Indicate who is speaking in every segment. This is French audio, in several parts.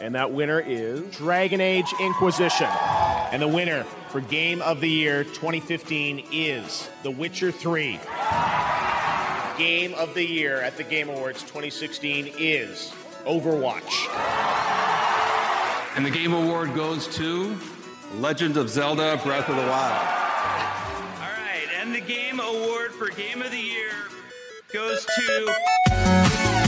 Speaker 1: And that winner is.
Speaker 2: Dragon Age Inquisition.
Speaker 3: And the winner for Game of the Year 2015 is The Witcher 3. Game of the Year at the Game Awards 2016 is Overwatch.
Speaker 4: And the Game Award goes to Legend of Zelda Breath of the Wild.
Speaker 5: All right, and the game award for Game of the Year goes to.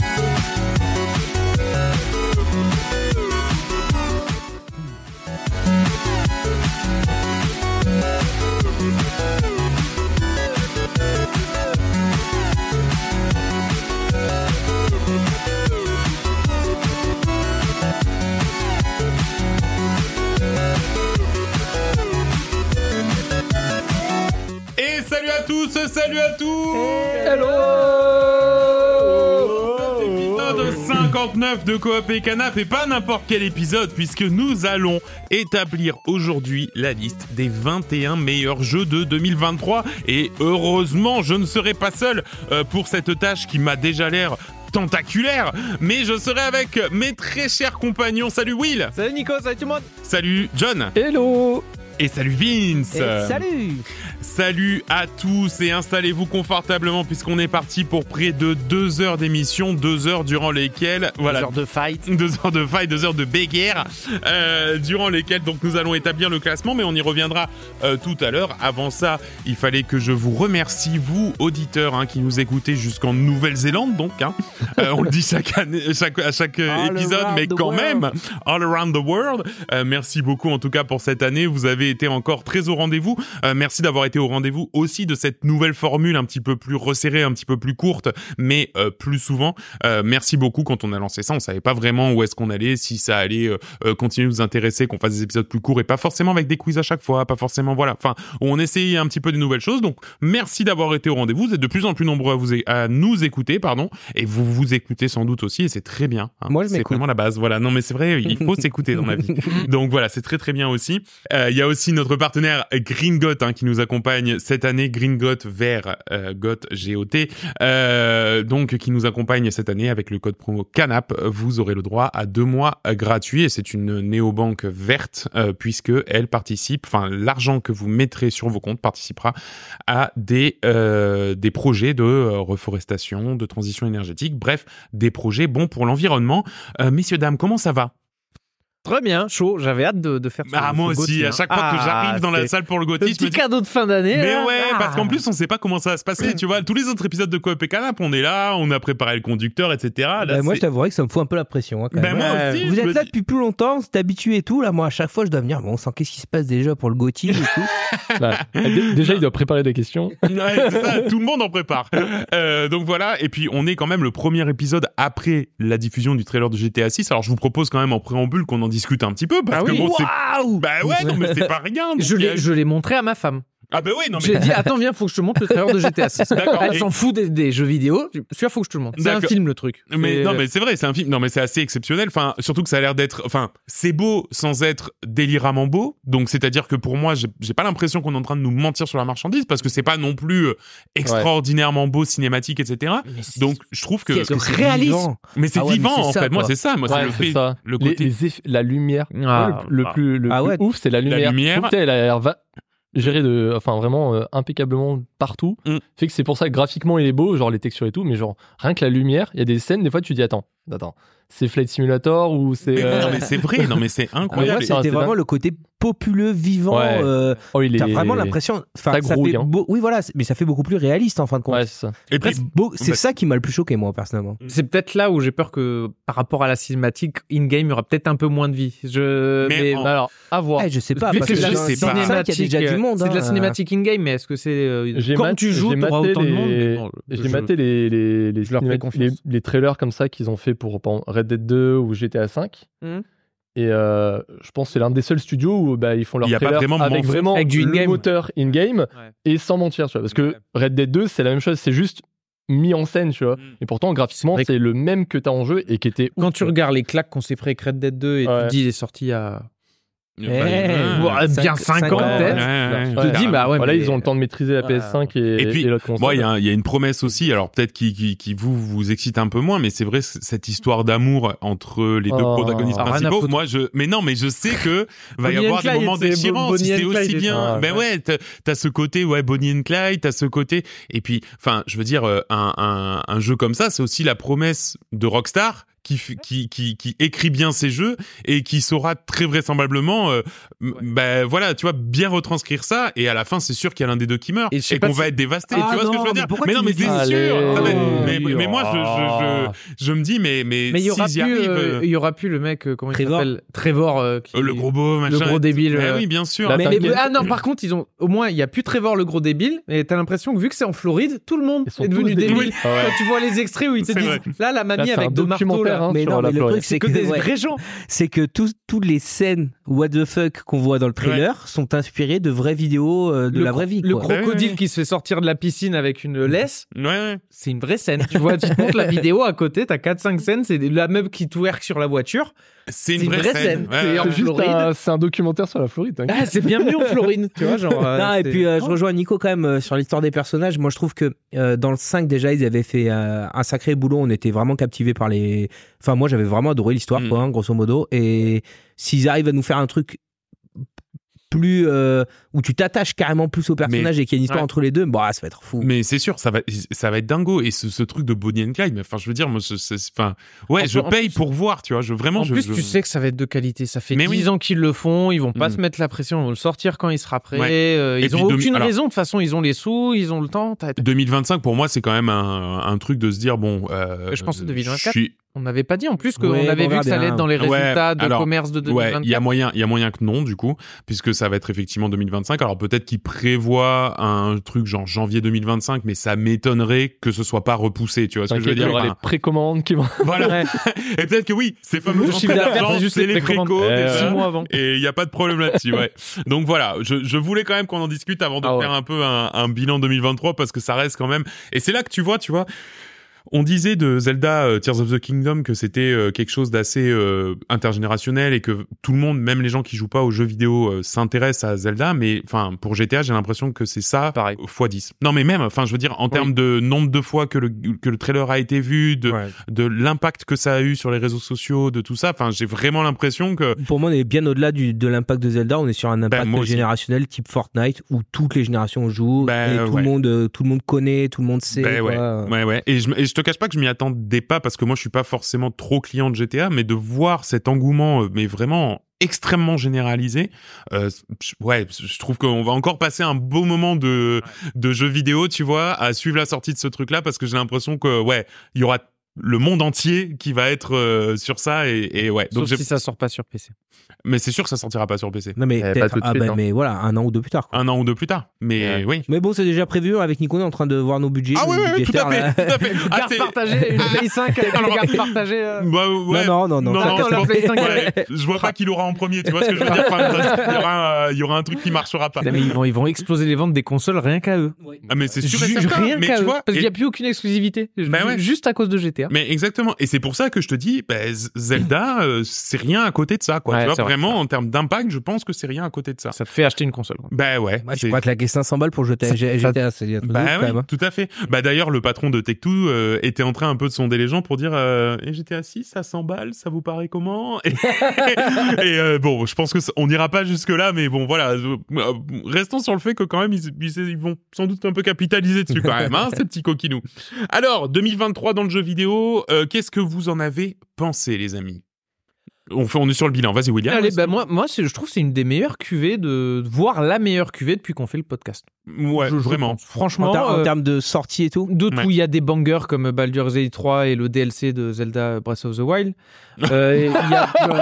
Speaker 4: Et salut à tous, salut à tous Épisode 59 de Coop et Canap et pas n'importe quel épisode puisque nous allons établir aujourd'hui la liste des 21 meilleurs jeux de 2023 et heureusement je ne serai pas seul euh, pour cette tâche qui m'a déjà l'air tentaculaire mais je serai avec mes très chers compagnons salut Will
Speaker 2: Salut Nico, salut tout le monde.
Speaker 4: salut John
Speaker 2: Hello.
Speaker 4: et salut Vince
Speaker 2: salut.
Speaker 4: Salut à tous et installez-vous confortablement puisqu'on est parti pour près de deux heures d'émission, deux heures durant lesquelles, voilà,
Speaker 2: Genre de fight.
Speaker 4: deux heures de faille, deux heures de béguerre, euh, durant lesquelles donc nous allons établir le classement, mais on y reviendra euh, tout à l'heure. Avant ça, il fallait que je vous remercie, vous auditeurs hein, qui nous écoutez jusqu'en Nouvelle-Zélande, donc hein. Euh, on le dit chaque année, chaque, à chaque euh,
Speaker 2: All
Speaker 4: épisode,
Speaker 2: around
Speaker 4: mais
Speaker 2: the
Speaker 4: quand
Speaker 2: Ah, world.
Speaker 4: même, all around the world. Euh, merci beaucoup en tout cas pour cette année, vous avez été encore très au rendez-vous. Euh, merci d'avoir été au rendez-vous aussi de cette nouvelle formule un petit peu plus resserrée, un petit peu plus courte, mais euh, plus souvent. Euh, merci beaucoup. Quand on a lancé ça, on savait pas vraiment où est-ce qu'on allait, si ça allait euh, euh, continuer de nous intéresser, qu'on fasse des épisodes plus courts et pas forcément avec des quiz à chaque fois, pas forcément voilà. Enfin, on essayait un petit peu des nouvelles choses. Donc, merci d'avoir été au rendez-vous. Vous êtes de plus en plus nombreux à, vous é- à nous écouter, pardon, et vous vous écoutez sans doute aussi, et c'est très bien. hein.
Speaker 2: Moi, je
Speaker 4: c'est
Speaker 2: m'écoute.
Speaker 4: vraiment la base. Voilà. Non, mais c'est vrai, il faut s'écouter dans la vie. Donc voilà, c'est très très bien aussi. Euh, Il y a aussi notre partenaire Gringot hein, qui nous accompagne cette année, Gringot vers euh, Got G-O-T, euh, donc qui nous accompagne cette année avec le code promo Canap. Vous aurez le droit à deux mois euh, gratuits et c'est une néobanque verte euh, puisque elle participe, enfin l'argent que vous mettrez sur vos comptes participera à des euh, des projets de euh, reforestation, de transition énergétique, bref des projets bons pour l'environnement. Euh, messieurs dames, comment ça va
Speaker 2: Très bien, chaud. J'avais hâte de, de faire. ce-
Speaker 4: ah, moi
Speaker 2: ce
Speaker 4: aussi,
Speaker 2: Gauthier,
Speaker 4: à
Speaker 2: hein.
Speaker 4: chaque fois que
Speaker 2: Ah,
Speaker 4: j'arrive dans la
Speaker 2: c'est-
Speaker 4: salle pour le
Speaker 2: Le
Speaker 4: Gauthier, je me
Speaker 2: petit
Speaker 4: dis,
Speaker 2: cadeau de fin d'année.
Speaker 4: mais
Speaker 2: là.
Speaker 4: ouais,
Speaker 2: Ah.
Speaker 4: parce qu'en plus, on sait pas comment ça va se passer, tu vois. Tous les autres épisodes de Coop et Canap, on est là, on a préparé le conducteur, etc. ah, Là,
Speaker 1: Ben,
Speaker 6: Bah, moi, je
Speaker 4: c'est-
Speaker 6: t'avouerais que ça me fout un peu la pression. hein, quand
Speaker 4: Bah,
Speaker 6: même.
Speaker 4: moi
Speaker 2: Ouais.
Speaker 4: aussi,
Speaker 6: Vous
Speaker 4: je me
Speaker 6: êtes là
Speaker 4: dis-
Speaker 6: depuis plus longtemps, vous êtes habitué et tout. Là, moi, à chaque fois, je dois me dire, bon, sang, qu'est-ce qui se passe déjà pour le Gauthier et tout.
Speaker 7: Dé- Bah, Déjà, il doit préparer des questions.
Speaker 4: Ouais, c'est ça, tout le monde en prépare. Euh, donc voilà, et puis on est quand même le premier épisode après la diffusion du trailer de GTA 6. Alors je vous propose quand même en préambule qu'on en discute un petit peu parce
Speaker 2: Ah
Speaker 4: que
Speaker 2: oui.
Speaker 4: bon, c'est
Speaker 6: Waouh
Speaker 4: bah ouais, non mais c'est pas rien. donc
Speaker 2: Je
Speaker 4: il y a-
Speaker 2: l'ai, je l'ai montré à ma femme.
Speaker 4: Ah bah ouais, non mais
Speaker 2: J'ai dit, attends, viens, faut que je te montre le trailer de GTA 6.
Speaker 4: D'accord.
Speaker 2: Elle
Speaker 4: Et-
Speaker 2: s'en fout des, des jeux vidéo. Je suis sûr, faut que je te le montre. C'est un
Speaker 4: D'accord.
Speaker 2: film, le truc.
Speaker 4: Mais
Speaker 2: C'est-
Speaker 4: non, mais c'est vrai, c'est un film. Non, mais c'est assez exceptionnel. Enfin, surtout que ça a l'air d'être. Enfin, c'est beau sans être déliramment beau. Donc, c'est-à-dire que pour moi, j'ai j'ai pas l'impression qu'on est en train de nous mentir sur la marchandise parce que c'est pas non plus euh, extraordinairement beau, cinématique, etc.
Speaker 2: Mais c'est-
Speaker 4: Donc, je trouve que.
Speaker 2: Qu'est-ce
Speaker 6: Parce que c'est
Speaker 2: Réalisme.
Speaker 6: vivant.
Speaker 4: Mais c'est
Speaker 6: Ah ouais, mais
Speaker 4: vivant
Speaker 6: c'est
Speaker 4: en
Speaker 6: ça,
Speaker 4: fait. Moi,
Speaker 6: quoi.
Speaker 4: c'est ça. Moi, c'est
Speaker 7: Ouais,
Speaker 4: le
Speaker 7: c'est
Speaker 4: fait-
Speaker 7: ça.
Speaker 4: le
Speaker 7: Les-
Speaker 4: côté-
Speaker 7: les eff- la lumière.
Speaker 2: Ah.
Speaker 7: Ouais, le, le plus, le
Speaker 6: Ah
Speaker 7: plus
Speaker 6: ouais.
Speaker 7: ouf, c'est la lumière.
Speaker 4: lumière.
Speaker 7: Je trouve qu'elle a l'air va- gérée de, enfin vraiment euh, impeccablement partout.
Speaker 4: Mm.
Speaker 7: Fait que c'est pour ça que graphiquement il est beau, genre les textures et tout, mais genre rien que la lumière, il y a des scènes des fois tu dis attends, attends, c'est Flight Simulator ou c'est.
Speaker 4: Mais
Speaker 7: euh,
Speaker 4: non, mais c'est vrai. Non, mais c'est
Speaker 6: Ah, Mais moi,
Speaker 4: incroyable.
Speaker 2: Ah,
Speaker 7: c'est-
Speaker 6: c'était vraiment
Speaker 7: dingue.
Speaker 6: le côté populeux, vivant.
Speaker 7: Ouais.
Speaker 6: euh,
Speaker 7: Oh il est.
Speaker 6: T'as vraiment l'impression. Enfin,
Speaker 7: Ça
Speaker 6: ça,
Speaker 7: grouille,
Speaker 6: fait
Speaker 7: hein.
Speaker 6: beau- Oui, voilà, c'est- mais ça fait beaucoup plus réaliste en fin de compte.
Speaker 7: Ouais, c'est ça.
Speaker 4: Et
Speaker 6: Après,
Speaker 4: puis,
Speaker 6: c'est beau- c'est
Speaker 4: bah-
Speaker 6: ça qui m'a le plus choqué, moi, personnellement.
Speaker 2: C'est peut-être là où j'ai peur que par rapport à la cinématique, in-game, il y aura peut-être un peu moins de vie. Je...
Speaker 4: Mais en-
Speaker 7: Alors à voir.
Speaker 6: Eh, je sais pas,
Speaker 2: vu
Speaker 6: parce
Speaker 2: que
Speaker 6: que
Speaker 2: c'est de
Speaker 6: dans
Speaker 2: la
Speaker 4: je sais pas.
Speaker 6: cinématique,
Speaker 2: cinématique, euh,
Speaker 6: il y a déjà du monde.
Speaker 2: C'est de la
Speaker 6: hein.
Speaker 2: cinématique in-game, mais est-ce que c'est. euh,
Speaker 7: J'ai
Speaker 2: Quand
Speaker 7: mat-
Speaker 2: tu joues,
Speaker 7: j'ai
Speaker 2: t'auras
Speaker 7: maté
Speaker 2: autant de
Speaker 7: les-
Speaker 2: monde. mais bon,
Speaker 7: J'ai
Speaker 2: je-
Speaker 7: maté les, les, les,
Speaker 2: Je leur fais
Speaker 7: cinémat- les,
Speaker 2: confiance.
Speaker 7: les trailers comme ça qu'ils ont fait pour par exemple, Red Dead 2 ou GTA 5.
Speaker 2: Mhm.
Speaker 7: Et euh, je pense que c'est l'un des seuls studios où bah, ils font leur
Speaker 4: Il y a pas
Speaker 7: trailer
Speaker 4: vraiment de
Speaker 7: avec
Speaker 4: mention.
Speaker 7: vraiment
Speaker 2: Avec du
Speaker 7: le
Speaker 2: in-game.
Speaker 7: moteur in-game
Speaker 2: Ouais.
Speaker 7: et sans mentir. Tu vois, parce que Red Dead 2, c'est la même chose, c'est juste mis en scène, tu vois.
Speaker 4: Mm.
Speaker 7: Et pourtant, graphiquement,
Speaker 2: C'est vrai
Speaker 7: c'est le même que tu as en jeu et qui était.
Speaker 2: Quand
Speaker 7: ouf,
Speaker 2: tu
Speaker 7: quoi.
Speaker 2: regardes les claques qu'on s'est pris avec Red Dead 2 et
Speaker 7: Ouais.
Speaker 2: tu te dis, il est sorti il y a
Speaker 4: Bah,
Speaker 6: Eh,
Speaker 4: ouais.
Speaker 2: Bon, euh, bien
Speaker 6: Cinq-
Speaker 2: 50
Speaker 6: cinq-
Speaker 2: peut-être.
Speaker 4: Ouais, ouais,
Speaker 2: Tu te dis, bah ouais,
Speaker 7: Voilà,
Speaker 2: mais-
Speaker 7: ils ont le temps de maîtriser la PS5 et,
Speaker 4: Et puis,
Speaker 7: et l'autre console.
Speaker 4: Moi, il y, a un- il y a une promesse aussi, alors peut-être qui, qui, qui vous vous excite un peu moins, mais c'est vrai c- cette histoire d'amour entre les deux
Speaker 7: Oh.
Speaker 4: protagonistes
Speaker 2: Ah, rien à
Speaker 4: principaux.
Speaker 2: foutre.
Speaker 4: Moi, je, mais non, mais je sais que va y
Speaker 2: Bonnie and
Speaker 4: avoir des
Speaker 2: Clyde,
Speaker 4: moments
Speaker 2: c'est Bo-
Speaker 4: déchirants.
Speaker 2: Bonnie
Speaker 4: Si c'est
Speaker 2: and Clyde
Speaker 4: aussi
Speaker 2: et
Speaker 4: bien,
Speaker 7: tout.
Speaker 4: ben ouais, t'as- t'as ce côté, ouais, Bonnie and Clyde, t'as ce côté, et puis, enfin, je veux dire, euh, un, un, un jeu comme ça, c'est aussi la promesse de Rockstar. Qui, f- qui, qui, qui écrit bien ses jeux et qui saura très vraisemblablement euh, m- ben voilà tu vois bien retranscrire ça et à la fin c'est sûr qu'il y a l'un des deux qui meurt
Speaker 2: Et
Speaker 4: et,
Speaker 2: je sais pas
Speaker 4: qu'on
Speaker 2: si-
Speaker 4: va être dévasté
Speaker 6: Ah
Speaker 4: tu vois ce que
Speaker 6: non,
Speaker 4: je veux
Speaker 6: mais
Speaker 4: dire
Speaker 6: pourquoi
Speaker 4: mais
Speaker 6: tu
Speaker 4: non mais
Speaker 6: dis
Speaker 4: c'est
Speaker 6: ça
Speaker 4: sûr
Speaker 7: Allez.
Speaker 4: Non, mais, mais-
Speaker 2: Oh.
Speaker 4: mais moi je, je, je, je me dis mais mais,
Speaker 2: Mais il
Speaker 4: s'ils
Speaker 2: y aura plus,
Speaker 4: y arrivent,
Speaker 2: euh, il y aura plus le mec, euh, comment il
Speaker 6: Trevor.
Speaker 2: s'appelle Trevor. euh, qui-
Speaker 4: euh, le gros beau machin
Speaker 2: le gros débile.
Speaker 4: Ben
Speaker 2: euh,
Speaker 4: oui bien sûr
Speaker 7: la-
Speaker 2: Mais-
Speaker 7: t'inquiète.
Speaker 2: mais- ah non, par contre, ils ont au moins il y a plus Trevor le gros débile, mais t'as l'impression que vu que c'est en Floride, tout le monde
Speaker 7: Ils sont
Speaker 2: est devenu
Speaker 7: tous débiles.
Speaker 2: débile.
Speaker 7: Ah ouais.
Speaker 2: Quand tu vois les extraits où ils te
Speaker 4: C'est
Speaker 2: disent
Speaker 4: vrai.
Speaker 2: là la
Speaker 7: Là,
Speaker 2: mamie
Speaker 7: c'est un
Speaker 2: avec deux marteaux
Speaker 7: documentaire,
Speaker 2: là,
Speaker 7: hein,
Speaker 6: Mais
Speaker 7: sur
Speaker 6: non,
Speaker 7: la
Speaker 6: mais le
Speaker 7: Floride.
Speaker 6: truc,
Speaker 2: c'est
Speaker 6: c'est
Speaker 2: que
Speaker 6: que,
Speaker 2: des
Speaker 6: ouais,
Speaker 2: vrais gens.
Speaker 6: c'est que tous- toutes les scènes what the fuck qu'on voit dans le trailer sont inspirées de vraies vidéos euh, de
Speaker 2: Le
Speaker 6: la
Speaker 2: cro-
Speaker 6: vraie vie.
Speaker 2: Le
Speaker 6: quoi.
Speaker 4: ouais,
Speaker 2: crocodile
Speaker 4: ouais.
Speaker 2: qui se fait sortir de la piscine avec une laisse,
Speaker 4: ouais, ouais.
Speaker 2: c'est une vraie scène. Tu vois, tu montes la vidéo à côté, t'as 4-5 scènes, c'est la meuf qui twerk sur la voiture.
Speaker 4: c'est une
Speaker 2: C'est
Speaker 4: vraie,
Speaker 2: une vraie
Speaker 4: scène,
Speaker 2: scène.
Speaker 4: Ouais,
Speaker 2: C'est-
Speaker 4: ouais.
Speaker 7: C'est juste
Speaker 2: Floride.
Speaker 7: un- c'est un documentaire sur la Floride. t'inquiète.
Speaker 2: Ah, c'est bienvenu en Floride, tu vois, genre. euh,
Speaker 6: Non, et
Speaker 2: c'est-
Speaker 6: puis euh, je rejoins Nico quand même euh, sur l'histoire des personnages. Moi, je trouve que euh, dans le 5 déjà, ils avaient fait euh, un sacré boulot. On était vraiment captivés par les. Enfin, moi, j'avais vraiment adoré l'histoire,
Speaker 4: Mm.
Speaker 6: quoi, hein, grosso modo. Et s'ils arrivent à nous faire un truc plus euh, où tu t'attaches carrément plus au personnage et qu'il y a une histoire
Speaker 4: ouais.
Speaker 6: entre les deux, bah, ça va être fou.
Speaker 4: mais c'est sûr ça va ça va être dingo et ce, ce truc de Bonnie and Clyde mais enfin je veux dire moi je- c'est- enfin ouais
Speaker 2: En
Speaker 4: je
Speaker 2: plus- en
Speaker 4: paye
Speaker 2: plus-
Speaker 4: pour voir tu vois je vraiment
Speaker 2: En
Speaker 4: je,
Speaker 2: plus,
Speaker 4: je-
Speaker 2: tu sais que ça va être de qualité. Ça fait
Speaker 4: Mais
Speaker 2: 10
Speaker 4: oui.
Speaker 2: ans qu'ils le font. Ils vont pas
Speaker 4: Mm.
Speaker 2: se mettre la pression. Ils vont le sortir quand il sera prêt.
Speaker 4: Ouais.
Speaker 2: euh,
Speaker 4: Et
Speaker 2: ils
Speaker 4: puis,
Speaker 2: ont
Speaker 4: demi-
Speaker 2: aucune
Speaker 4: alors-
Speaker 2: raison. De toute façon, ils ont les sous, ils ont le temps. T'as-
Speaker 4: 2025 pour moi c'est quand même un, un truc de se dire bon euh,
Speaker 2: Je pense que 2024,
Speaker 4: je suis-
Speaker 2: On n'avait pas dit en plus qu'on
Speaker 6: Ouais,
Speaker 2: avait
Speaker 6: on
Speaker 2: vu
Speaker 6: verra
Speaker 2: que ça allait
Speaker 6: bien.
Speaker 2: être dans les
Speaker 4: Ouais,
Speaker 2: résultats de
Speaker 4: alors,
Speaker 2: commerce de
Speaker 4: Ouais,
Speaker 2: 2024.
Speaker 4: il y a moyen, il y a moyen que non du coup, puisque ça va être effectivement 2025. Alors peut-être qu'ils prévoient un truc genre janvier 2025, mais ça m'étonnerait que ce soit pas repoussé. Tu vois ce que je veux
Speaker 7: T'inquiète, il y
Speaker 4: dire
Speaker 7: aura les
Speaker 4: Enfin,
Speaker 7: précommandes qui vont.
Speaker 4: Voilà.
Speaker 2: Ouais.
Speaker 4: Et peut-être que oui, c'est fameux.
Speaker 2: Le chiffre d'affaires, c'est juste les
Speaker 4: les préco.
Speaker 2: précommandes. Euh,
Speaker 7: Ouais,
Speaker 4: et
Speaker 7: ouais.
Speaker 4: ça.
Speaker 2: Six mois avant.
Speaker 4: Et il n'y a pas de problème là-dessus, ouais. Donc voilà, je, je voulais quand même qu'on en discute avant de
Speaker 7: Ah ouais.
Speaker 4: faire un peu un, un bilan 2023 parce que ça reste quand même. Et c'est là que tu vois, tu vois. On disait de Zelda euh, Tears of the Kingdom que c'était euh, quelque chose d'assez euh, intergénérationnel et que tout le monde, même les gens qui jouent pas aux jeux vidéo, euh, s'intéressent à Zelda. Mais enfin, pour GTA, j'ai l'impression que c'est ça
Speaker 2: Pareil.
Speaker 4: fois 10. Non, mais même, enfin, je veux dire, en termes de nombre de fois que le, que le trailer a été vu, de,
Speaker 6: Ouais.
Speaker 4: de l'impact que ça a eu sur les réseaux sociaux, de tout ça. Enfin, j'ai vraiment l'impression que
Speaker 6: Pour moi, on est bien au-delà du- de l'impact de Zelda. On est sur un impact
Speaker 4: Ben, moi aussi.
Speaker 6: générationnel type Fortnite où toutes les générations jouent
Speaker 4: Ben,
Speaker 6: et tout
Speaker 4: ouais.
Speaker 6: le monde, euh, tout le monde connaît, tout le monde sait.
Speaker 4: Ben
Speaker 6: quoi.
Speaker 4: ouais, ouais, ouais. Et je, et je te cache pas que je m'y attendais pas parce que moi je suis pas forcément trop client de GTA, mais de voir cet engouement, euh, mais vraiment extrêmement généralisé, euh, je- ouais, je trouve qu'on va encore passer un beau moment de de jeux vidéo, tu vois, à suivre la sortie de ce truc-là parce que j'ai l'impression que ouais, il y aura le monde entier qui va être euh, sur ça et, et ouais. Donc
Speaker 2: Sauf
Speaker 4: j'ai-
Speaker 2: si ça sort pas sur PC.
Speaker 4: mais c'est sûr que ça sortira pas sur PC.
Speaker 6: Non mais
Speaker 7: Eh,
Speaker 6: peut-être-
Speaker 7: pas tout de
Speaker 6: ah
Speaker 7: suite,
Speaker 6: ben,
Speaker 7: hein.
Speaker 6: mais voilà, un an ou deux plus tard. quoi.
Speaker 4: Un an ou deux plus tard. Mais
Speaker 7: Ouais.
Speaker 4: oui.
Speaker 6: Mais bon, c'est déjà prévu. hein, Avec Nico, on est en train de voir nos budgets.
Speaker 4: Ah
Speaker 6: nos
Speaker 4: oui, oui, oui, tout à
Speaker 6: budgétaires, là.
Speaker 4: fait, tout à fait. Ah,
Speaker 2: Carte
Speaker 4: c'est-
Speaker 2: partagée, une Play 5 avec une carte partagée. euh.
Speaker 4: Bah, ouais,
Speaker 6: Non, non, non, non.
Speaker 4: Non,
Speaker 2: Ah,
Speaker 4: non,
Speaker 2: attends,
Speaker 4: c'est
Speaker 2: la
Speaker 4: pas-
Speaker 2: Play 5,
Speaker 4: ouais, je vois pas qui l'aura en premier, tu vois ce que je veux dire Enfin, ça, Il y, aura un, euh, il y aura un truc qui marchera pas.
Speaker 2: Putain, mais ils vont, ils vont exploser les ventes des consoles rien qu'à eux.
Speaker 4: Ah, mais c'est sûr et
Speaker 2: Ju-
Speaker 4: certain.
Speaker 2: rien
Speaker 4: mais
Speaker 2: qu'à
Speaker 4: tu
Speaker 2: eux.
Speaker 4: vois,
Speaker 2: Parce qu'il n'y
Speaker 4: et-
Speaker 2: a plus aucune exclusivité.
Speaker 4: Bah
Speaker 2: Ju-
Speaker 4: ouais.
Speaker 2: Juste à cause de GTA.
Speaker 4: mais exactement. Et c'est pour ça que je te dis, bah, Z- Zelda, euh, c'est rien à côté de ça, quoi.
Speaker 2: Ouais,
Speaker 4: tu vois,
Speaker 2: c'est vrai.
Speaker 4: vraiment, en termes d'impact, je pense que c'est rien à côté de ça.
Speaker 2: Ça te fait acheter une console.
Speaker 4: Bah ouais.
Speaker 6: Moi, je
Speaker 4: c'est-
Speaker 6: pourrais claquer 500 balles pour jeter à G-
Speaker 2: ça-
Speaker 6: GTA. C'est un truc de
Speaker 4: Bah
Speaker 6: ouf,
Speaker 4: ouais,
Speaker 6: quand même, hein.
Speaker 4: tout à fait. Bah d'ailleurs, le patron de Tech2 euh, était en train un peu de sonder les gens pour dire euh, Eh, GTA 6 à 100 balles, ça vous paraît comment Et, et, euh, bon, je pense que c- on n'ira pas jusque là, mais bon voilà, euh, euh, restons sur le fait que quand même ils, ils- ils vont sans doute un peu capitaliser dessus quand même, hein, ces petits coquinous. Alors 2023 dans le jeu vidéo, euh, qu'est-ce que vous en avez pensé, les amis on, fait, on est sur le bilan. Vas-y, William.
Speaker 2: Allez, bah, moi, moi c'est- je trouve que c'est une des meilleures cuvées de, voire la meilleure cuvée depuis qu'on fait le podcast.
Speaker 4: Ouais,
Speaker 2: Je- je
Speaker 4: vraiment.
Speaker 2: pense. Franchement,
Speaker 6: En, ter- en
Speaker 2: euh,
Speaker 6: termes de sortie et tout.
Speaker 2: d'autres
Speaker 4: Ouais.
Speaker 2: où il y a des bangers comme Baldur's Gate 3 et le DLC de Zelda Breath of the Wild. Euh, et il y a-
Speaker 4: Oh,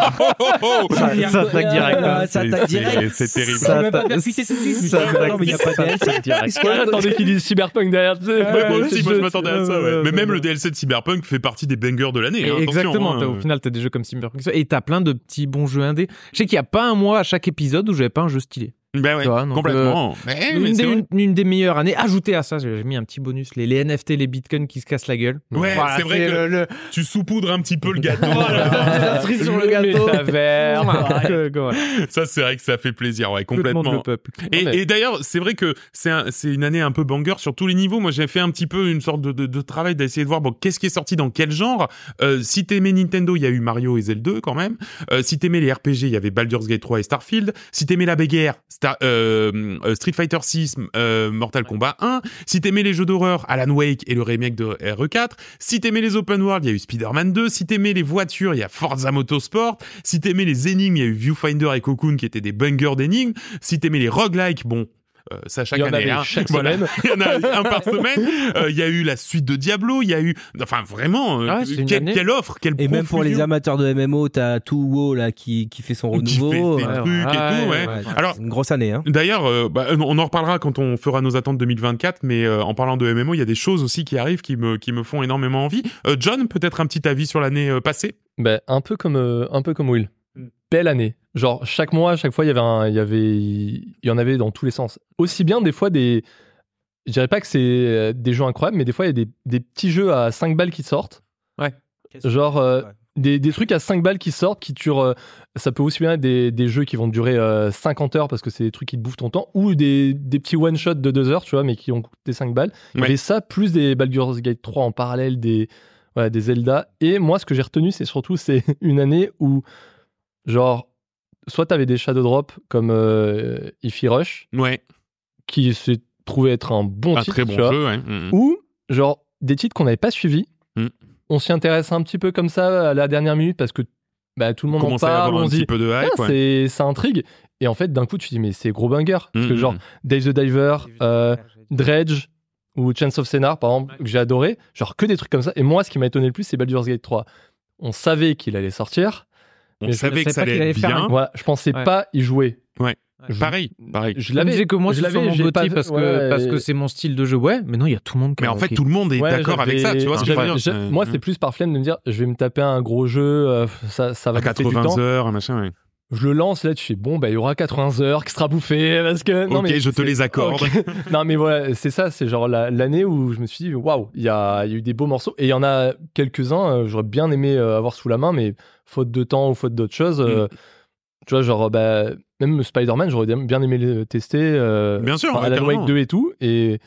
Speaker 4: oh, oh
Speaker 2: ça, ça attaque direct.
Speaker 6: Ah, ça attaque
Speaker 4: hein. C'est- c'est-
Speaker 6: direct.
Speaker 4: C'est terrible.
Speaker 2: Ça
Speaker 6: Je peux même pas
Speaker 2: attaque-
Speaker 6: faire fuiter tout de suite.
Speaker 2: ça attaque-
Speaker 6: Non, mais il y a pas de
Speaker 2: ça
Speaker 6: DLC.
Speaker 2: attaque direct.
Speaker 6: Qu'est-ce qu'il y
Speaker 7: Ouais,
Speaker 6: a
Speaker 7: J'attendais qu'ils disent Cyberpunk derrière. tu sais.
Speaker 4: Ouais, Bah, moi aussi, moi je m'attendais à ça.
Speaker 2: ouais,
Speaker 4: ouais.
Speaker 2: ouais,
Speaker 4: Mais même
Speaker 2: ouais.
Speaker 4: le DLC de Cyberpunk fait partie des bangers de l'année.
Speaker 2: Et
Speaker 4: hein, attention,
Speaker 2: exactement,
Speaker 4: hein.
Speaker 2: t'as- au final, t'as des jeux comme Cyberpunk et t'as plein de petits bons jeux indés. Je sais qu'il n'y a pas un mois à chaque épisode où j'avais pas un jeu stylé.
Speaker 4: Ben ouais,
Speaker 2: Tu vois, donc, euh,
Speaker 4: complètement. Eh, mais
Speaker 2: une,
Speaker 4: c'est
Speaker 2: des,
Speaker 4: vrai.
Speaker 2: une- une des meilleures années. Ajoutez à ça, j'ai mis un petit bonus, les, les NFT, les bitcoins qui se cassent la gueule.
Speaker 4: Ouais,
Speaker 2: Voilà,
Speaker 4: c'est vrai que
Speaker 2: le- le-
Speaker 4: tu saupoudres un petit peu le gâteau.
Speaker 2: la cerise sur le gâteau.
Speaker 7: métavers.
Speaker 2: Que- que voilà.
Speaker 4: ça, c'est vrai que ça fait plaisir, ouais,
Speaker 2: Que demande
Speaker 4: complètement.
Speaker 2: le peuple.
Speaker 4: Et,
Speaker 7: Non, mais-
Speaker 4: et d'ailleurs, c'est vrai que c'est un- c'est une année un peu banger sur tous les niveaux. Moi, j'ai fait un petit peu une sorte de, de- de travail d'essayer de voir bon, qu'est-ce qui est sorti dans quel genre. Euh, si t'aimais Nintendo, il y a eu Mario et Zelda quand même. Euh, si t'aimais les RPG, il y avait Baldur's Gate 3 et Starfield. Si t'aimais la béguerre, Star- euh, euh, Street Fighter 6, Mortal Kombat 1. Si t'aimais les jeux d'horreur, Alan Wake et le remake de E RE4. Si t'aimais les open world, il y a eu Spider-Man 2. Si t'aimais les voitures, il y a Forza Motorsport. Si t'aimais les énigmes, il y a eu Viewfinder et Cocoon qui étaient des bangers d'énigmes. Si t'aimais les roguelikes, bon, euh, ça chaque
Speaker 7: Il y en
Speaker 4: année.
Speaker 7: avait
Speaker 4: hein.
Speaker 7: chaque
Speaker 4: Voilà.
Speaker 7: semaine.
Speaker 4: il y en a un par semaine. Euh, Il y a eu la suite de Diablo. Il y a eu, enfin vraiment, euh,
Speaker 2: Ouais, c'est une
Speaker 4: quelle-
Speaker 2: année.
Speaker 4: quelle offre, quelle
Speaker 6: Et même pour les
Speaker 4: profusion.
Speaker 6: amateurs de MMO, t'as tout WoW là qui, qui fait son
Speaker 4: Qui fait
Speaker 6: renouveau.
Speaker 4: des
Speaker 6: Ouais,
Speaker 4: trucs et tout,
Speaker 6: ouais,
Speaker 4: ouais.
Speaker 6: c'est
Speaker 4: Alors-
Speaker 6: une grosse année. Hein.
Speaker 4: D'ailleurs, euh, bah, on en reparlera quand on fera nos attentes 2024, mais euh, en parlant de MMO, il y a des choses aussi qui arrivent qui me, qui me font énormément envie. Euh, John, peut-être un petit avis sur l'année euh, passée
Speaker 7: Ben, un peu comme euh, un peu comme Will. Belle année. Genre chaque mois, chaque fois, il y avait un, il y avait, il y en avait dans tous les sens. Aussi bien des fois des, je dirais pas que c'est euh, des jeux incroyables, mais des fois il y a des, des petits jeux à 5 balles qui sortent. Genre, euh,
Speaker 6: Ouais.
Speaker 7: des, des trucs à 5 balles qui sortent, qui durent. euh, ça peut aussi bien être des, des jeux qui vont durer euh, 50 heures parce que c'est des trucs qui te bouffent ton temps, ou des, des petits one-shots de 2 heures, tu vois, mais qui ont coûté 5 balles. Il y
Speaker 4: Ouais.
Speaker 7: avait ça, plus des Baldur's Gate 3 en parallèle, des, voilà, des Zelda. Et moi, ce que j'ai retenu, c'est surtout c'est une année où, genre, soit t'avais des Shadow Drop comme euh, Ify Rush,
Speaker 4: Ouais,
Speaker 7: qui s'est trouvé être un bon
Speaker 4: un
Speaker 7: titre,
Speaker 4: très
Speaker 7: tu
Speaker 4: bon
Speaker 7: vois,
Speaker 4: jeu. ouais. Mhm.
Speaker 7: ou genre des titres qu'on n'avait pas suivis.
Speaker 4: Mm.
Speaker 7: On s'y intéresse un petit peu comme ça à la dernière minute parce que bah, tout le monde en
Speaker 4: Commencer à
Speaker 7: parle,
Speaker 4: avoir
Speaker 7: on
Speaker 4: un
Speaker 7: se
Speaker 4: petit
Speaker 7: dit
Speaker 4: peu de
Speaker 7: ah,
Speaker 4: hype. ouais.
Speaker 7: c'est ça intrigue. Et en fait, d'un coup, tu te dis mais c'est gros banger parce que
Speaker 4: Mhm.
Speaker 7: genre Dave the Diver, euh, Dredge ou Chance of Scénar par exemple que j'ai adoré, genre que des trucs comme ça. Et moi, ce qui m'a étonné le plus, c'est Baldur's Gate 3. On savait qu'il allait sortir.
Speaker 4: on
Speaker 7: mais je
Speaker 4: savait
Speaker 2: savais
Speaker 4: que ça
Speaker 2: pas qu'il
Speaker 4: allait
Speaker 2: allait
Speaker 4: être
Speaker 2: faire
Speaker 4: bien.
Speaker 2: un
Speaker 7: Voilà, je pensais
Speaker 2: Ouais.
Speaker 7: pas y jouer.
Speaker 2: Ouais.
Speaker 4: Pareil, pareil.
Speaker 7: Je
Speaker 2: Je l'avais
Speaker 7: l'avais
Speaker 2: que moi
Speaker 7: je
Speaker 2: je l'avais
Speaker 7: l'avais,
Speaker 2: mon
Speaker 7: j'ai
Speaker 2: gothi
Speaker 7: pas-
Speaker 2: parce que
Speaker 7: ouais,
Speaker 2: parce
Speaker 7: et-
Speaker 2: que c'est mon style de jeu ouais mais non il y a tout le monde qui
Speaker 4: Mais
Speaker 2: a
Speaker 4: en fait,
Speaker 2: qui-
Speaker 4: tout le monde est
Speaker 7: Ouais,
Speaker 4: d'accord
Speaker 7: j'avais-
Speaker 4: avec ça, tu vois. ce que je veux
Speaker 7: j'avais-
Speaker 4: dire
Speaker 7: j'a-
Speaker 4: Euh,
Speaker 7: Moi,
Speaker 4: euh,
Speaker 7: c'est plus par flemme de me dire, je vais me taper un gros jeu, euh, ça, ça va
Speaker 4: à
Speaker 7: me faire du temps.
Speaker 4: 80 heures, un machin. ouais.
Speaker 7: Je le lance là, tu fais bon, bah il y aura 80 heures qui sera bouffé parce que.
Speaker 4: Ok, je te
Speaker 7: c'est-
Speaker 4: les accorde.
Speaker 7: Ok. non, mais voilà, c'est ça, c'est genre la- l'année où je me suis dit waouh, il y a, il y a eu des beaux morceaux et il y en a quelques-uns, euh, j'aurais bien aimé euh, avoir sous la main, mais faute de temps ou faute d'autres choses,
Speaker 4: Mm.
Speaker 7: euh, tu vois, genre bah, même Spider-Man, j'aurais bien aimé le tester. euh,
Speaker 4: Bien sûr,
Speaker 7: enfin,
Speaker 4: ouais,
Speaker 7: Alan
Speaker 4: carrément.
Speaker 7: Wake 2 et tout, et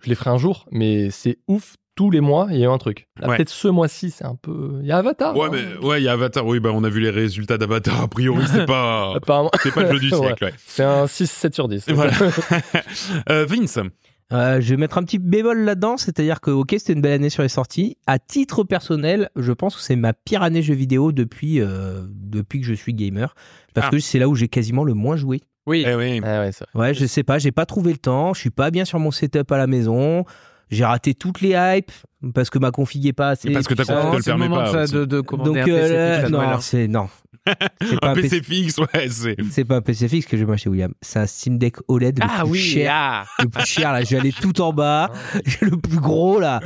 Speaker 7: je les ferai un jour, mais c'est ouf, tous les mois, il y a eu un truc. Là,
Speaker 4: Ouais.
Speaker 7: Peut-être ce mois-ci, c'est un peu. Il y a Avatar.
Speaker 4: Ouais,
Speaker 7: hein.
Speaker 4: mais euh, ouais, il y a Avatar. Oui, bah on a vu les résultats d'Avatar. A priori, c'est pas,
Speaker 7: Apparemment,
Speaker 4: c'est pas le jeu du
Speaker 7: Ouais.
Speaker 4: siècle. ouais.
Speaker 7: c'est un 6-7 sur 10.
Speaker 4: Voilà. Euh, Vince,
Speaker 6: Euh, je vais mettre un petit bémol là-dedans, c'est-à-dire que ok, c'était une belle année sur les sorties. À titre personnel, je pense que c'est ma pire année jeux vidéo depuis euh, depuis que je suis gamer, parce
Speaker 4: Ah.
Speaker 6: que c'est là où j'ai quasiment le moins joué.
Speaker 2: oui
Speaker 4: eh oui.
Speaker 7: Ah ouais, ça.
Speaker 6: Ouais, je sais pas, j'ai pas trouvé le temps, je suis pas bien sur mon setup à la maison, j'ai raté toutes les hypes parce que ma config est pas assez.
Speaker 4: Et parce que ta
Speaker 6: puissante.
Speaker 4: config te le
Speaker 2: Ah, c'est le
Speaker 4: permet
Speaker 2: moment
Speaker 4: pas
Speaker 2: de, ça,
Speaker 4: aussi.
Speaker 2: de, de commander
Speaker 6: Donc
Speaker 2: un PC
Speaker 6: euh,
Speaker 2: fixe à Noël, hein.
Speaker 6: non, c'est non. C'est pas
Speaker 4: Un
Speaker 6: un
Speaker 4: PC
Speaker 6: PC
Speaker 4: fixe, ouais, c'est.
Speaker 6: C'est pas un PC fixe que je vais m'acheter, William. C'est un Steam Deck OLED le
Speaker 2: ah
Speaker 6: plus
Speaker 2: oui
Speaker 6: cher,
Speaker 2: ah.
Speaker 6: le plus cher là. Je vais aller tout en
Speaker 4: Ah,
Speaker 6: bas, le plus gros là.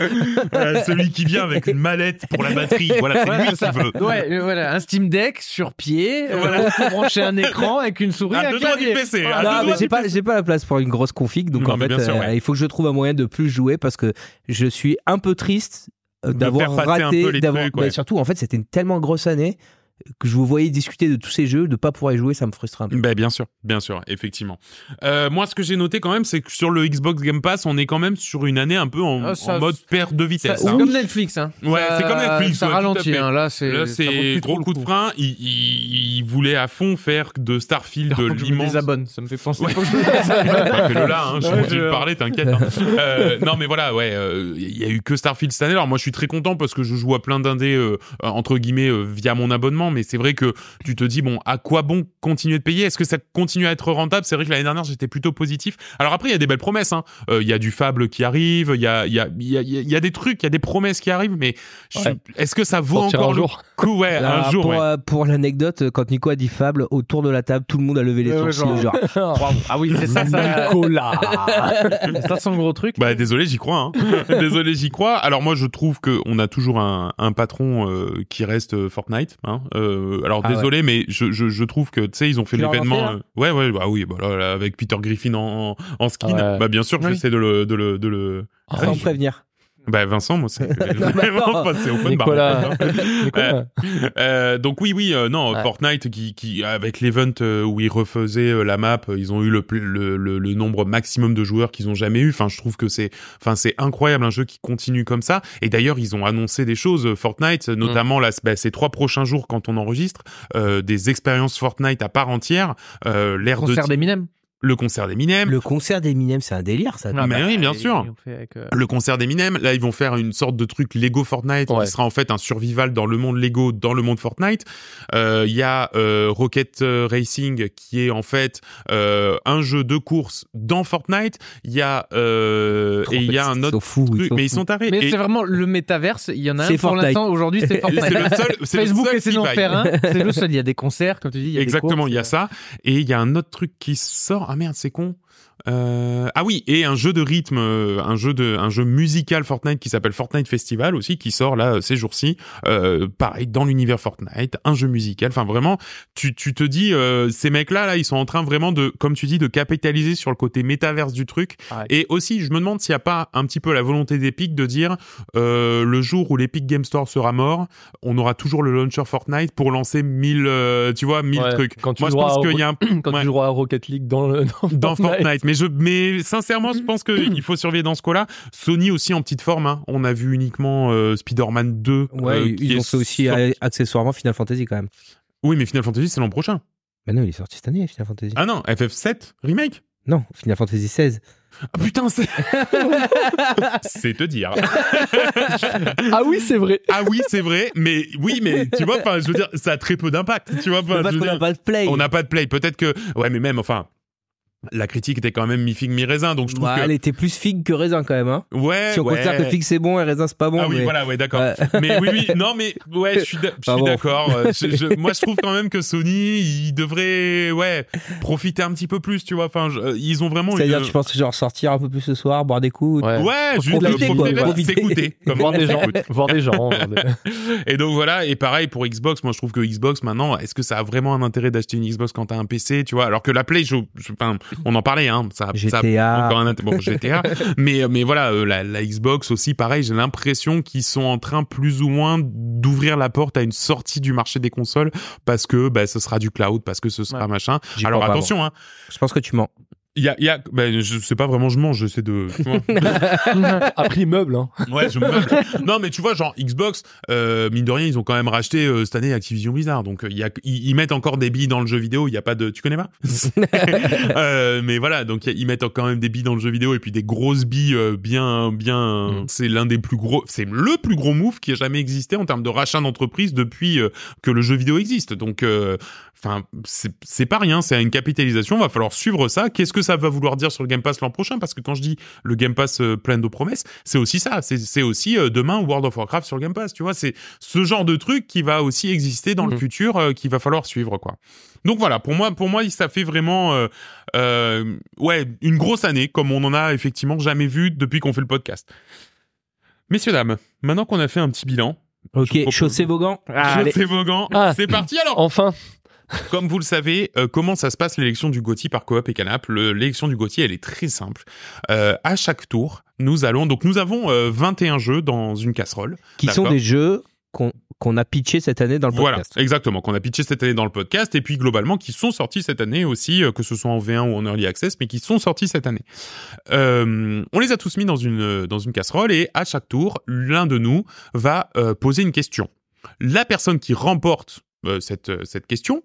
Speaker 4: Euh, celui qui vient avec une mallette pour la batterie. Voilà, c'est lui qui veut.
Speaker 2: ouais mais voilà un Steam Deck sur pied euh,
Speaker 4: Voilà.
Speaker 2: pour brancher un écran avec une souris
Speaker 4: À
Speaker 2: un
Speaker 4: deux doigts du
Speaker 2: clavier.
Speaker 4: PC. à
Speaker 6: Non,
Speaker 4: deux
Speaker 6: mais
Speaker 4: doigts
Speaker 6: j'ai
Speaker 4: Ah, du
Speaker 6: pas, j'ai pas la place pour une grosse config, donc
Speaker 4: Non,
Speaker 6: en
Speaker 4: mais
Speaker 6: fait,
Speaker 4: bien sûr,
Speaker 6: euh,
Speaker 4: ouais.
Speaker 6: il faut que je trouve un moyen de plus jouer parce que je suis un peu triste euh,
Speaker 4: De
Speaker 6: d'avoir
Speaker 4: faire passer un peu
Speaker 6: raté,
Speaker 4: les
Speaker 6: d'avoir.
Speaker 4: trucs, ouais.
Speaker 6: mais surtout, en fait, c'était une tellement grosse année que je vous voyais discuter de tous ces jeux, de pas pouvoir y jouer, ça me frustrait un peu.
Speaker 4: Ben, bien sûr, bien sûr, effectivement. Euh, moi, ce que j'ai noté quand même, c'est que sur le Xbox Game Pass, on est quand même sur une année un peu en,
Speaker 2: Ah, ça-
Speaker 4: en mode perte de
Speaker 2: Ça-
Speaker 4: vitesse.
Speaker 2: c'est
Speaker 4: hein.
Speaker 2: comme Netflix hein
Speaker 4: Ouais,
Speaker 2: Ça-
Speaker 4: c'est comme Netflix,
Speaker 2: ça
Speaker 4: ouais, tout à
Speaker 2: ralentit
Speaker 4: fait.
Speaker 2: hein. là c'est
Speaker 4: Là,
Speaker 2: ça vaut
Speaker 4: c'est
Speaker 2: plus trop
Speaker 4: gros
Speaker 2: le
Speaker 4: coup de frein. Il, il- il voulait à fond faire de Starfield
Speaker 2: Faut que je me
Speaker 4: l'immense.
Speaker 2: désabonne ça me fait penser
Speaker 4: Ouais.
Speaker 2: faut que je me désabonne.
Speaker 4: Bah, Fais-le là, hein, je suis
Speaker 2: Ouais,
Speaker 4: obligé de
Speaker 2: je-
Speaker 4: parler, t'inquiète. hein. Euh, non, mais voilà, ouais, euh, il y a eu que Starfield cette année. Alors, moi, je suis très content parce que je joue à plein d'indés, euh, euh, entre guillemets, euh, via mon abonnement. Mais c'est vrai que tu te dis, bon, à quoi bon continuer de payer Est-ce que ça continue à être rentable C'est vrai que l'année dernière, j'étais plutôt positif. Alors, après, il y a des belles promesses. hein. Euh, Il y a du Fable qui arrive, il y a, il y, a, il y, a, il y a des trucs, il y a des promesses qui arrivent. Mais je-
Speaker 7: Ouais.
Speaker 4: est-ce que ça vaut
Speaker 7: Sortira
Speaker 4: encore
Speaker 7: un
Speaker 4: le
Speaker 7: jour.
Speaker 4: coup Ouais,
Speaker 6: Alors,
Speaker 4: un jour.
Speaker 6: pour,
Speaker 4: ouais.
Speaker 6: euh, pour l'anecdote, quand Nico a dit Fable, autour de la table, tout le monde a levé les
Speaker 2: Ouais, ouais,
Speaker 6: sourcils.
Speaker 2: genre-
Speaker 6: genre,
Speaker 2: ah oui c'est ça ça
Speaker 7: Nicolas.
Speaker 2: ça sent le gros truc
Speaker 4: Bah désolé, j'y crois. hein. désolé, j'y crois. Alors moi, je trouve que on a toujours un, un patron euh, qui reste euh, Fortnite. Hein. Euh, Euh, alors
Speaker 6: Ah ouais.
Speaker 4: désolé, mais je, je, je trouve que tu sais, ils ont fait
Speaker 6: Tu l'as
Speaker 4: l'événement.
Speaker 6: remarqué,
Speaker 4: euh, ouais, ouais, bah oui, bah là, là, avec Peter Griffin en, en- en skin.
Speaker 7: Ah ouais.
Speaker 4: Bah bien sûr,
Speaker 2: Oui.
Speaker 4: j'essaie de le, de le, de le.
Speaker 7: Ah,
Speaker 6: Sans
Speaker 4: oui.
Speaker 6: prévenir.
Speaker 4: Bah Vincent, moi, c'est
Speaker 6: Non, bah,
Speaker 4: vraiment
Speaker 6: non.
Speaker 4: passé au point de barre.
Speaker 7: Nicolas. Nicolas.
Speaker 4: Euh, donc oui, oui, euh, non,
Speaker 7: Ouais.
Speaker 4: Fortnite qui, qui avec l'event euh, où ils refaisaient euh, la map, euh, ils ont eu le, pl- le, le, le nombre maximum de joueurs qu'ils ont jamais eu. Enfin, je trouve que c'est, enfin, c'est incroyable un jeu qui continue comme ça. Et d'ailleurs, ils ont annoncé des choses euh, Fortnite, notamment là, c- bah, ces trois prochains jours quand on enregistre euh, des expériences Fortnite à part entière, euh, l'ère de
Speaker 2: Concert d'Eminem.
Speaker 4: le concert d'Eminem.
Speaker 1: Le concert d'Eminem, c'est un délire, ça.
Speaker 2: Ah
Speaker 4: Mais oui, bien
Speaker 2: ils-
Speaker 4: sûr.
Speaker 2: ils ont fait avec, euh,
Speaker 4: le concert d'Eminem. Là, ils vont faire une sorte de truc Lego Fortnite
Speaker 7: Ouais.
Speaker 4: qui sera en fait un survival dans le monde Lego, dans le monde Fortnite. Euh, Il y a euh, Rocket euh, Racing qui est en fait euh, un jeu de course dans Fortnite. Il y a euh, et il y a un autre
Speaker 1: Ils sont fous, ils
Speaker 4: truc,
Speaker 1: sont
Speaker 4: mais ils
Speaker 1: fous.
Speaker 4: sont tarés.
Speaker 2: Mais
Speaker 4: Et-
Speaker 2: c'est vraiment le métaverse. Il y en a un
Speaker 1: C'est
Speaker 2: pour
Speaker 1: Fortnite.
Speaker 2: l'instant. Aujourd'hui, c'est
Speaker 4: et c'est
Speaker 2: Fortnite.
Speaker 4: le seul, c'est le
Speaker 2: Facebook
Speaker 4: seul
Speaker 2: essaie
Speaker 4: qui
Speaker 2: d'en
Speaker 4: vaille.
Speaker 2: faire un. hein. C'est le seul. Il y a des concerts, comme tu dis. il y a des
Speaker 4: Exactement,
Speaker 2: courses,
Speaker 4: il y a ça. Et il y a un autre truc qui sort. Ah merde, c'est con. Euh, ah oui, et un jeu de rythme, euh, un jeu de, un jeu musical Fortnite qui s'appelle Fortnite Festival aussi, qui sort là euh, ces jours-ci. Euh, pareil dans l'univers Fortnite, un jeu musical. Enfin vraiment, tu, tu te dis euh, ces mecs-là là, ils sont en train vraiment de, comme tu dis, de capitaliser sur le côté métaverse du truc.
Speaker 7: Ouais.
Speaker 4: Et aussi, je me demande s'il n'y a pas un petit peu la volonté d'Epic de dire euh, le jour où l'Epic Game Store sera mort, on aura toujours le launcher Fortnite pour lancer 1000 euh, tu vois 1000
Speaker 7: Ouais,
Speaker 4: trucs.
Speaker 7: quand tu
Speaker 4: Moi je
Speaker 7: joueras
Speaker 4: pense
Speaker 7: au-
Speaker 4: qu'il y a un
Speaker 7: Quand
Speaker 4: Ouais.
Speaker 7: tu joueras à Rocket League dans, le, dans,
Speaker 4: dans
Speaker 7: Fortnite.
Speaker 4: Fortnite mais je mais sincèrement je pense que il faut surveiller dans ce cas-là. Sony aussi en petite forme hein. On a vu uniquement euh, Spider-Man 2
Speaker 1: Ouais,
Speaker 4: euh, qui
Speaker 1: ils
Speaker 4: est
Speaker 1: ont fait aussi
Speaker 4: sorti-
Speaker 1: euh, accessoirement Final Fantasy quand même.
Speaker 4: Oui, mais Final Fantasy c'est l'an prochain.
Speaker 1: Bah non, il est sorti cette année, Final Fantasy.
Speaker 4: Ah non, FF7 remake.
Speaker 1: Non, Final Fantasy XVI.
Speaker 4: Ah putain, c'est c'est te dire.
Speaker 7: Ah oui, c'est vrai.
Speaker 4: Ah oui, c'est vrai, mais oui, mais tu vois enfin je veux dire ça a très peu d'impact, tu vois enfin,
Speaker 1: Dommage
Speaker 4: je veux
Speaker 1: qu'on
Speaker 4: dire-
Speaker 1: n'a pas de play.
Speaker 4: On n'a pas de play. Peut-être que. Ouais, mais même, enfin. La critique était quand même mi-figue, mi-raisin. Donc je trouve
Speaker 1: Bah,
Speaker 4: que.
Speaker 1: Elle était plus figue que raisin quand même. Hein.
Speaker 4: Ouais,
Speaker 1: si on
Speaker 4: ouais.
Speaker 1: considère que figue c'est bon et raisin c'est pas bon.
Speaker 4: ah oui,
Speaker 1: mais-
Speaker 4: voilà, ouais, d'accord.
Speaker 1: Ouais.
Speaker 4: Mais oui, oui, non, mais ouais, je suis d'a- je
Speaker 1: Ah
Speaker 4: suis
Speaker 1: bon.
Speaker 4: d'accord. Euh, je- je- moi, je trouve quand même que Sony, il devrait, ouais, profiter un petit peu plus, tu vois. Enfin, je- euh, ils ont vraiment.
Speaker 1: C'est-à-dire,
Speaker 4: une-
Speaker 1: tu penses genre sortir un peu plus ce soir, boire des coups.
Speaker 7: Ouais.
Speaker 4: Ouais, juste euh, profiter,
Speaker 1: Profiter, quoi,
Speaker 4: voilà,
Speaker 1: profiter.
Speaker 4: s'écouter. Comme
Speaker 7: Voir des gens.
Speaker 4: Écoute.
Speaker 7: Voir des gens. voir des-
Speaker 4: Et donc voilà, et pareil pour Xbox, moi je trouve que Xbox maintenant, est-ce que ça a vraiment un intérêt d'acheter une Xbox quand t'as un PC, tu vois Alors que la Play, je, je- enfin, on en parlait, hein, ça, ça
Speaker 1: GTA.
Speaker 4: encore un int- bon, GTA. mais, mais voilà, euh, la, la Xbox aussi, pareil, j'ai l'impression qu'ils sont en train plus ou moins d'ouvrir la porte à une sortie du marché des consoles parce que bah, ce sera du cloud, parce que ce sera machin.
Speaker 1: J'y
Speaker 4: Alors
Speaker 1: crois pas,
Speaker 4: attention, hein,
Speaker 1: Je pense que tu mens.
Speaker 4: il y a, il y a ben, je sais pas vraiment, je mange, j'essaie de. tu vois.
Speaker 7: Après, immeuble. Hein.
Speaker 4: Ouais, je me meuble. Non, mais tu vois, genre Xbox, euh, mine de rien, ils ont quand même racheté euh, cette année Activision Blizzard. Donc, euh, il y a- ils ils mettent encore des billes dans le jeu vidéo. Il y a pas de, tu connais pas Euh, Mais voilà, donc il y a- ils mettent quand même des billes dans le jeu vidéo et puis des grosses billes euh, bien, bien.
Speaker 7: Mm.
Speaker 4: C'est l'un des plus gros, c'est le plus gros move qui a jamais existé en termes de rachat d'entreprise depuis euh, que le jeu vidéo existe. Donc, euh, enfin, c'est c'est pas rien. C'est une capitalisation. Va falloir suivre ça. Qu'est-ce que ça va vouloir dire sur le Game Pass l'an prochain Parce que quand je dis le Game Pass euh, plein de promesses, c'est aussi ça. C'est- C'est aussi euh, demain World of Warcraft sur le Game Pass. Tu vois, c'est ce genre de truc qui va aussi exister dans le
Speaker 7: Mhm.
Speaker 4: futur, euh, qu'il va falloir suivre, quoi. Donc voilà, pour moi, pour moi, ça fait vraiment, euh, euh, ouais, une grosse année comme on en a effectivement jamais vu depuis qu'on fait le podcast. Messieurs dames, maintenant qu'on a fait un petit bilan,
Speaker 1: Ok,
Speaker 4: propose-
Speaker 1: chaussée Vaughan.
Speaker 4: je sais Vaughan,
Speaker 7: Ah.
Speaker 4: c'est parti alors.
Speaker 7: Enfin.
Speaker 4: Comme vous le savez, euh, comment ça se passe l'élection du Gauthier par Coop et Canap Le- L'élection du Gauthier, elle est très simple. Euh, à chaque tour, nous allons donc nous avons euh, 21 jeux dans une casserole.
Speaker 1: Qui sont
Speaker 4: D'accord.
Speaker 1: des jeux qu'on qu'on a pitché cette année dans le
Speaker 4: Voilà,
Speaker 1: podcast.
Speaker 4: exactement, qu'on a pitché cette année dans le podcast et puis globalement qui sont sortis cette année aussi, euh, que ce soit en V1 ou en Early Access, mais qui sont sortis cette année. Euh, on les a tous mis dans une, euh, dans une casserole et à chaque tour, l'un de nous va euh, poser une question. La personne qui remporte euh, cette, euh, cette question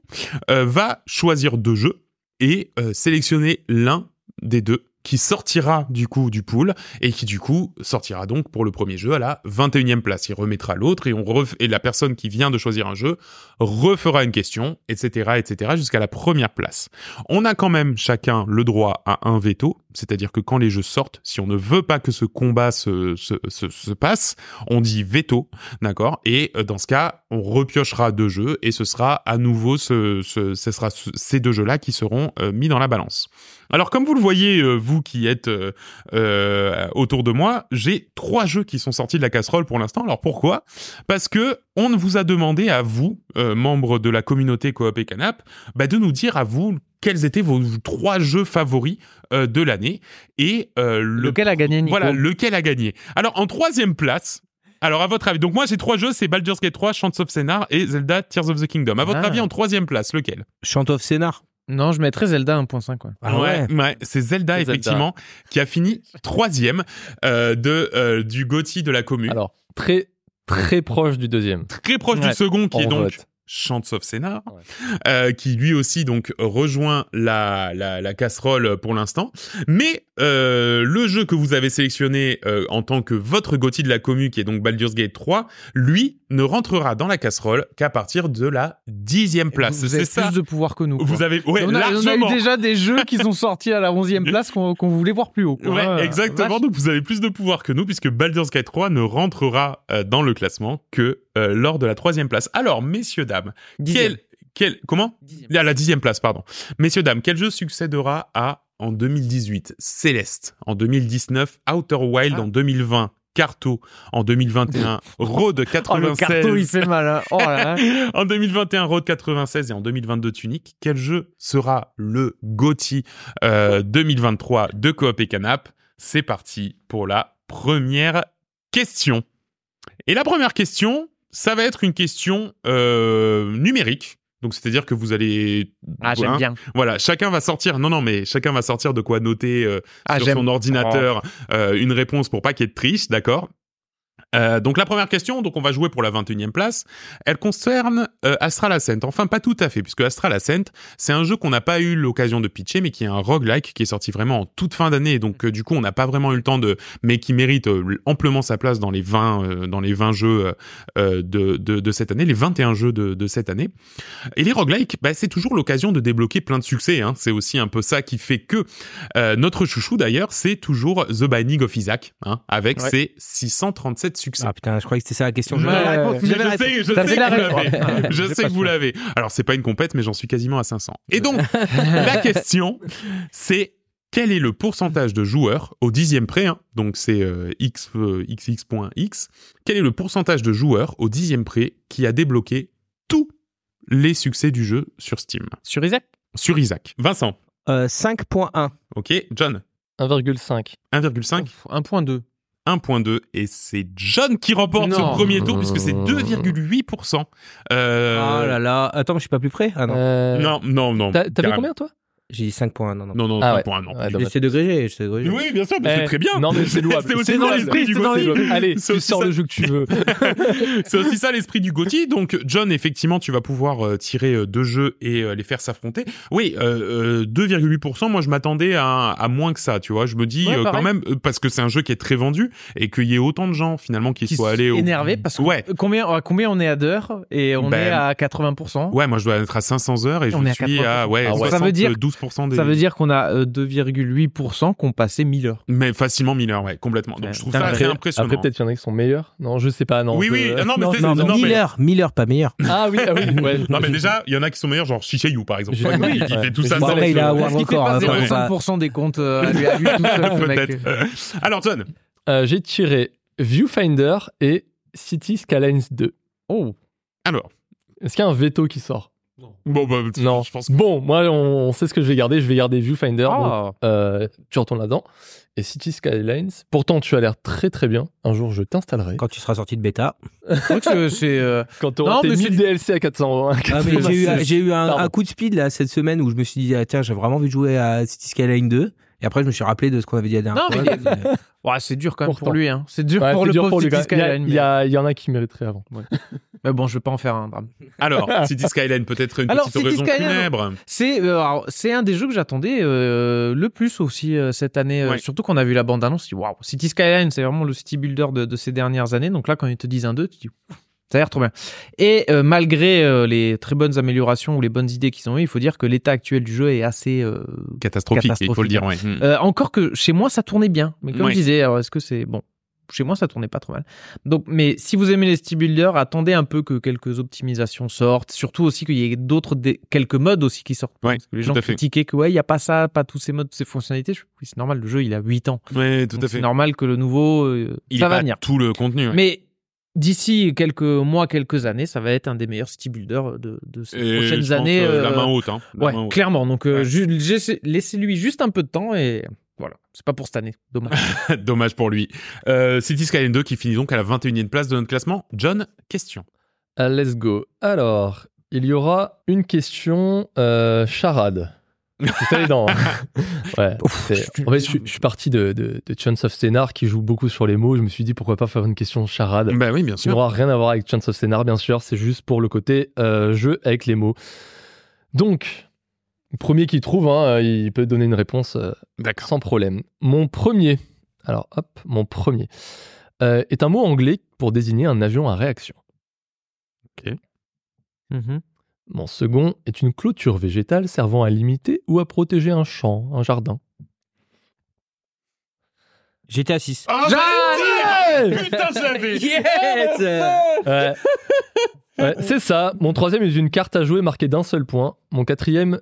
Speaker 4: euh, va choisir deux jeux et euh, sélectionner l'un des deux qui sortira du coup du pool et qui du coup sortira donc pour le premier jeu à la 21e place. Il remettra l'autre et, on ref- et la personne qui vient de choisir un jeu refera une question, etc., etc., jusqu'à la première place. On a quand même chacun le droit à un veto, C'est-à-dire que quand les jeux sortent, si on ne veut pas que ce combat se, se, se, se passe, on dit veto, d'accord Et euh, dans ce cas, on repiochera deux jeux et ce sera à nouveau ce, ce- ce sera ce- ces deux jeux-là qui seront euh, mis dans la balance. Alors comme vous le voyez, euh, vous qui êtes euh, euh, autour de moi, j'ai trois jeux qui sont sortis de la casserole pour l'instant. Alors pourquoi Parce que on vous a demandé à vous, euh, membres de la communauté Coop et Canap, bah, de nous dire à vous quels étaient vos trois jeux favoris euh, de l'année et euh, le
Speaker 2: Lequel a gagné Nico
Speaker 4: voilà, lequel a gagné Alors, en troisième place, alors à votre avis, donc moi j'ai trois jeux, c'est Baldur's Gate 3, Chants of Senar et Zelda Tears of the Kingdom. À votre
Speaker 2: Ah.
Speaker 4: avis, en troisième place, lequel
Speaker 1: Chant of Scénar.
Speaker 2: Non, je mettrais Zelda 1.5. quoi.
Speaker 4: ouais, c'est Zelda,
Speaker 7: C'est Zelda.
Speaker 4: effectivement, qui a fini troisième euh, de, euh, du GOTY de la commune.
Speaker 7: Alors, très, très proche du deuxième.
Speaker 4: Très proche
Speaker 2: ouais,
Speaker 4: du second, qui
Speaker 7: en
Speaker 4: est donc
Speaker 7: vote.
Speaker 4: Chants of Sénat,
Speaker 7: Ouais.
Speaker 4: euh, qui lui aussi donc rejoint la, la, la casserole pour l'instant. Mais euh, le jeu que vous avez sélectionné euh, en tant que votre Gothi de la commu, qui est donc Baldur's Gate 3, lui ne rentrera dans la casserole qu'à partir de la dixième place.
Speaker 2: Vous
Speaker 4: C'est
Speaker 2: avez
Speaker 4: ça.
Speaker 2: plus de pouvoir que nous. quoi.
Speaker 4: Vous avez ouais,
Speaker 2: on, a, on a
Speaker 4: largement.
Speaker 2: eu déjà des jeux qui sont sortis à la 11e place qu'on qu'on voulait voir plus haut. quoi.
Speaker 4: Ouais,
Speaker 2: Ah,
Speaker 4: exactement.
Speaker 2: vache.
Speaker 4: Donc vous avez plus de pouvoir que nous puisque Baldur's Gate 3 ne rentrera euh, dans le classement que euh, lors de la troisième place. Alors messieurs dames,
Speaker 2: Dixième.
Speaker 4: quel, quel comment
Speaker 2: Dixième.
Speaker 4: À Ah, la dixième place, pardon. Messieurs, dames, quel jeu succédera à, en 2018, Céleste, en 2019, Outer Wild,
Speaker 2: Ah.
Speaker 4: en 2020, Carto, en 2021, Road
Speaker 2: Oh, le carton, il
Speaker 4: 96,
Speaker 2: fait mal. hein. Oh là là.
Speaker 4: en 2021, Road 96 et en 2022, Tunic. Quel jeu sera le GOTY euh, 2023 de Coop et Canap C'est parti pour la première question. Et la première question, ça va être une question euh, numérique. Donc, c'est-à-dire que vous allez.
Speaker 2: Ah, j'aime
Speaker 4: hein,
Speaker 2: bien.
Speaker 4: voilà, chacun va sortir. Non, non, mais chacun va sortir de quoi noter euh,
Speaker 2: Ah,
Speaker 4: sur
Speaker 2: j'aime.
Speaker 4: son ordinateur euh, une réponse pour pas qu'il y ait de triche, d'accord Euh, donc la première question, donc on va jouer pour la 21e place, elle concerne euh, Astral Ascent. Enfin pas tout à fait, puisque Astral Ascent, c'est un jeu qu'on n'a pas eu l'occasion de pitcher, mais qui est un roguelike qui est sorti vraiment en toute fin d'année, donc euh, du coup on n'a pas vraiment eu le temps de, mais qui mérite euh, amplement sa place dans les 20, euh, dans les 20 jeux euh, euh, de, de, de cette année, les 21 jeux de, de cette année. Et les roguelikes, bah, c'est toujours l'occasion de débloquer plein de succès. hein. C'est aussi un peu ça qui fait que euh, notre chouchou, d'ailleurs, c'est toujours The Binding of Isaac, hein, avec
Speaker 2: Ouais.
Speaker 4: ses 637 succès.
Speaker 1: Ah putain, je croyais que c'était ça la question.
Speaker 2: Ouais,
Speaker 1: J'avais la réponse,
Speaker 2: ouais.
Speaker 4: Mais
Speaker 1: j'avais la
Speaker 4: je
Speaker 1: réponse.
Speaker 4: sais, je sais
Speaker 2: T'avais
Speaker 4: que vous
Speaker 2: la réponse.
Speaker 4: l'avez. Je sais que vous
Speaker 1: pas
Speaker 4: l'avez. Alors, c'est pas une compète, mais j'en suis quasiment à 500. Et donc, la question, c'est quel est le pourcentage de joueurs au dixième près, hein, donc c'est euh, x, euh, xx.x, quel est le pourcentage de joueurs au dixième près qui a débloqué tous les succès du jeu sur Steam
Speaker 2: Sur Isaac
Speaker 4: Sur Isaac. Vincent,
Speaker 1: Euh, 5.1.
Speaker 4: ok, John,
Speaker 7: 1,5.
Speaker 4: 1,5,
Speaker 2: Ouf, 1.2.
Speaker 4: 1.2, et c'est John qui remporte
Speaker 2: Non.
Speaker 4: ce premier tour puisque c'est 2,8%. Euh,
Speaker 1: Oh là là. Attends, mais je suis pas plus près. Ah non.
Speaker 7: Euh,
Speaker 4: Non, non, non.
Speaker 7: T'as- T'avais
Speaker 4: carrément.
Speaker 7: combien, toi
Speaker 1: J'ai dit 5.1. Non, non.
Speaker 4: Non, non,
Speaker 7: Ah
Speaker 4: pas
Speaker 7: ouais.
Speaker 4: pour un an.
Speaker 7: Ouais, dommage.
Speaker 1: J'essaie de gréger, j'essaie de gréger.
Speaker 4: Oui, bien sûr, mais c'est
Speaker 7: Eh,
Speaker 4: très bien.
Speaker 7: Non, mais c'est louable.
Speaker 4: C'est aussi
Speaker 7: C'est
Speaker 4: dans
Speaker 7: louable.
Speaker 4: l'esprit du
Speaker 7: C'est dans
Speaker 4: Gauthier.
Speaker 7: l'esprit. Allez,
Speaker 4: C'est
Speaker 7: tu
Speaker 4: aussi
Speaker 7: sors
Speaker 4: ça.
Speaker 7: le jeu que tu veux.
Speaker 4: C'est aussi ça l'esprit du Gauthier. Donc, John, effectivement, tu vas pouvoir euh, tirer euh, deux jeux et euh, les faire s'affronter. Oui, euh, euh, 2,8%, moi, je m'attendais à, à moins que ça, tu vois. Je me dis
Speaker 2: Ouais,
Speaker 4: euh, quand
Speaker 2: pareil.
Speaker 4: même, euh, parce que c'est un jeu qui est très vendu et qu'il y ait autant de gens, finalement, qui,
Speaker 2: Qui
Speaker 4: soient
Speaker 2: sont
Speaker 4: allés au...
Speaker 2: énervés parce que-
Speaker 4: Ouais.
Speaker 2: Euh, Combien, à combien on est à d'heures et on
Speaker 4: Ben,
Speaker 2: est à 80%
Speaker 4: Ouais, moi, je dois être à 500 heures et je
Speaker 2: On est à
Speaker 4: suis à, ouais, euh,
Speaker 7: Ah ouais.
Speaker 2: Ça veut dire-
Speaker 4: 12% des...
Speaker 2: Ça veut dire qu'on a euh, 2,8% qu'on passait 1000 heures.
Speaker 4: Mais facilement 1000 heures, ouais, complètement. Donc,
Speaker 2: Ouais.
Speaker 4: je trouve
Speaker 2: Putain,
Speaker 4: ça
Speaker 2: après-
Speaker 4: très impressionnant.
Speaker 7: Après, peut-être qu'il y en a qui sont meilleurs. Non, je sais pas. Non,
Speaker 4: Oui,
Speaker 7: je-
Speaker 4: oui, non, mais c'est-
Speaker 1: Non,
Speaker 4: non,
Speaker 1: mais
Speaker 4: mais-
Speaker 1: 1000 heures, 1000 heures pas meilleur.
Speaker 7: Ah oui, ah oui. ouais.
Speaker 4: Non, mais déjà, il y en a qui sont meilleurs, genre Shishayu, par exemple.
Speaker 7: J'ai-
Speaker 4: Ouais, il
Speaker 7: Ouais.
Speaker 4: fait tout
Speaker 7: Mais
Speaker 4: ça
Speaker 7: je-
Speaker 1: Bon,
Speaker 4: sans
Speaker 1: après,
Speaker 4: les
Speaker 1: il a
Speaker 4: cheveux.
Speaker 1: avoir
Speaker 2: Est-ce qu'il fait
Speaker 1: record.
Speaker 2: pas
Speaker 1: hein,
Speaker 4: ouais.
Speaker 1: on va-
Speaker 2: 0,5% des comptes euh, à lui, à lui tout seul, le mec
Speaker 4: Peut-être. Alors, John,
Speaker 7: Euh, J'ai tiré Viewfinder et City Skylines 2.
Speaker 2: Oh,
Speaker 4: alors,
Speaker 7: Est-ce qu'il y a un veto qui sort
Speaker 4: bon, bah, t-
Speaker 7: Non.
Speaker 4: je pense que...
Speaker 7: Bon, moi, on, on sait ce que je vais garder. Je vais garder Viewfinder. donc,
Speaker 2: Ah.
Speaker 7: euh, tu retournes là-dedans. Et City Skylines. Pourtant, tu as l'air très très bien. Un jour, je t'installerai.
Speaker 1: Quand tu seras sorti de bêta.
Speaker 2: Je crois que c'est. euh,
Speaker 7: Quand t'auras
Speaker 2: Non,
Speaker 7: tes
Speaker 2: mais
Speaker 7: 1000
Speaker 2: c'est-
Speaker 7: DLC à 400 euros. hein,
Speaker 1: Ah, mais
Speaker 7: 400
Speaker 1: j'ai eu, j'ai eu un,
Speaker 7: Pardon.
Speaker 1: un coup de speed là cette semaine où je me suis dit ah, tiens j'ai vraiment envie de jouer à City Skyline 2 et après je me suis rappelé de ce qu'on avait dit la dernière
Speaker 2: Non, mais
Speaker 1: fois. Euh,
Speaker 2: ouais, c'est dur quand même
Speaker 7: Pourtant.
Speaker 2: pour lui. hein. C'est dur
Speaker 7: Ouais,
Speaker 2: pour
Speaker 7: c'est
Speaker 2: le
Speaker 7: dur
Speaker 2: pauvre
Speaker 7: lui,
Speaker 2: City
Speaker 7: quand même.
Speaker 2: Skyline.
Speaker 7: Il y, a- il y a- il y en a qui mériteraient avant.
Speaker 2: Mais bon, je vais pas en faire un drame.
Speaker 4: Alors, City Skyline, peut-être une
Speaker 2: Alors,
Speaker 4: petite
Speaker 2: City
Speaker 4: oraison
Speaker 2: Skyline-
Speaker 4: funèbre.
Speaker 2: C'est euh, alors, c'est un des jeux que j'attendais euh, le plus aussi euh, cette année. euh,
Speaker 4: Ouais.
Speaker 2: Surtout qu'on a vu la bande-annonce. je dis, Waouh, City Skyline, c'est vraiment le city builder de, de ces dernières années. Donc là, quand ils te disent un 2, tu dis Ça a l'air trop bien. Et euh, malgré euh, les très bonnes améliorations ou les bonnes idées qu'ils ont eues, il faut dire que l'état actuel du jeu est assez euh,
Speaker 4: Catastrophique, il faut le
Speaker 2: Catastrophique.
Speaker 4: dire, ouais. Mm.
Speaker 2: euh, encore que chez moi, ça tournait bien. Mais comme
Speaker 4: Ouais.
Speaker 2: je disais, alors est-ce que c'est bon Chez moi, ça tournait pas trop mal. Donc, mais si vous aimez les city builders, attendez un peu que quelques optimisations sortent. Surtout aussi qu'il y ait d'autres, dé- quelques modes aussi qui sortent.
Speaker 4: Ouais,
Speaker 2: Parce que Euh, les
Speaker 4: tout
Speaker 2: gens
Speaker 4: à fait.
Speaker 2: critiquaient que ouais, il y a pas ça, pas tous ces modes, ces fonctionnalités. Je- oui, c'est normal. Le jeu, il a 8 ans.
Speaker 4: Ouais, tout
Speaker 2: Donc
Speaker 4: à
Speaker 2: C'est
Speaker 4: fait.
Speaker 2: normal que le nouveau, euh,
Speaker 4: Il
Speaker 2: ça
Speaker 4: est
Speaker 2: va
Speaker 4: pas
Speaker 2: venir.
Speaker 4: tout le contenu. ouais.
Speaker 2: Mais d'ici quelques mois, quelques années, ça va être un des meilleurs city builders de, de ces
Speaker 4: Et
Speaker 2: prochaines
Speaker 4: je pense,
Speaker 2: années.
Speaker 4: euh, la
Speaker 2: euh,
Speaker 4: main haute, hein. La
Speaker 2: Ouais,
Speaker 4: main haute.
Speaker 2: clairement. Donc, euh,
Speaker 4: Ouais.
Speaker 2: ju- laissez- laissez-lui juste un peu de temps et voilà. C'est pas pour cette année, dommage.
Speaker 4: Dommage pour lui. Euh, City Skyline 2 qui finit donc à la 21e place de notre classement. John, question.
Speaker 7: Ah, let's go. Alors, il y aura une question euh, charade. Vous allez dans. hein. ouais. c'est- En fait, je, suis- je suis parti de, de, de Chance of Scénar qui joue beaucoup sur les mots. Je me suis dit pourquoi pas faire une question charade.
Speaker 4: Bah oui, bien
Speaker 7: qui n'aura rien à voir avec Chance of Scénar, bien sûr. C'est juste pour le côté euh, jeu avec les mots. Donc, premier qui trouve, hein, il peut donner une réponse euh,
Speaker 4: D'accord.
Speaker 7: sans problème. Mon premier, alors hop, mon premier, euh, est un mot anglais pour désigner un avion à réaction. Mon second est une clôture végétale servant à limiter ou à protéger un champ, un jardin.
Speaker 1: GTA 6.
Speaker 4: Ah,
Speaker 7: J'arrive
Speaker 4: Putain, je l'avais
Speaker 1: Yes
Speaker 7: Ouais. Ouais, c'est ça. Mon troisième est une carte à jouer marquée d'un seul point. Mon quatrième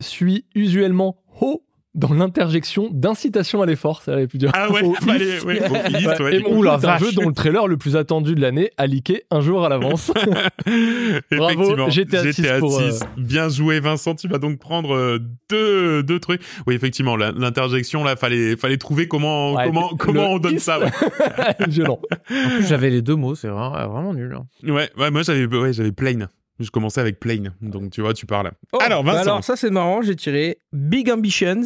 Speaker 7: suit usuellement ho dans l'interjection d'incitation à l'effort. C'est la plus dure.
Speaker 4: Ah ouais,
Speaker 7: Au
Speaker 4: bah,
Speaker 7: if.
Speaker 4: les- ouais, au if,
Speaker 7: Ouais,
Speaker 4: ouais,
Speaker 7: et
Speaker 4: du coup.
Speaker 7: mon
Speaker 2: Ouh la
Speaker 7: c'est un
Speaker 2: vache.
Speaker 7: jeu dont le trailer le plus attendu de l'année a leaké un jour à l'avance.
Speaker 4: effectivement,
Speaker 7: Bravo, GTA VI pour, euh,
Speaker 4: Bien joué, Vincent. Tu vas donc prendre euh, deux, deux trucs. Oui, effectivement, la- l'interjection, là, fallait, fallait trouver comment,
Speaker 7: Ouais,
Speaker 4: comment,
Speaker 7: le-
Speaker 4: comment on donne
Speaker 7: if.
Speaker 4: ça. Ouais,
Speaker 7: Violent.
Speaker 2: En plus, j'avais les deux mots, c'est vraiment, euh, vraiment nul. hein.
Speaker 4: ouais, ouais, moi, j'avais, ouais, j'avais plane. Je commençais avec plane. Donc, tu vois, tu parles. alors,
Speaker 1: Bah
Speaker 4: Vincent.
Speaker 1: alors, ça c'est marrant, j'ai tiré Big Ambitions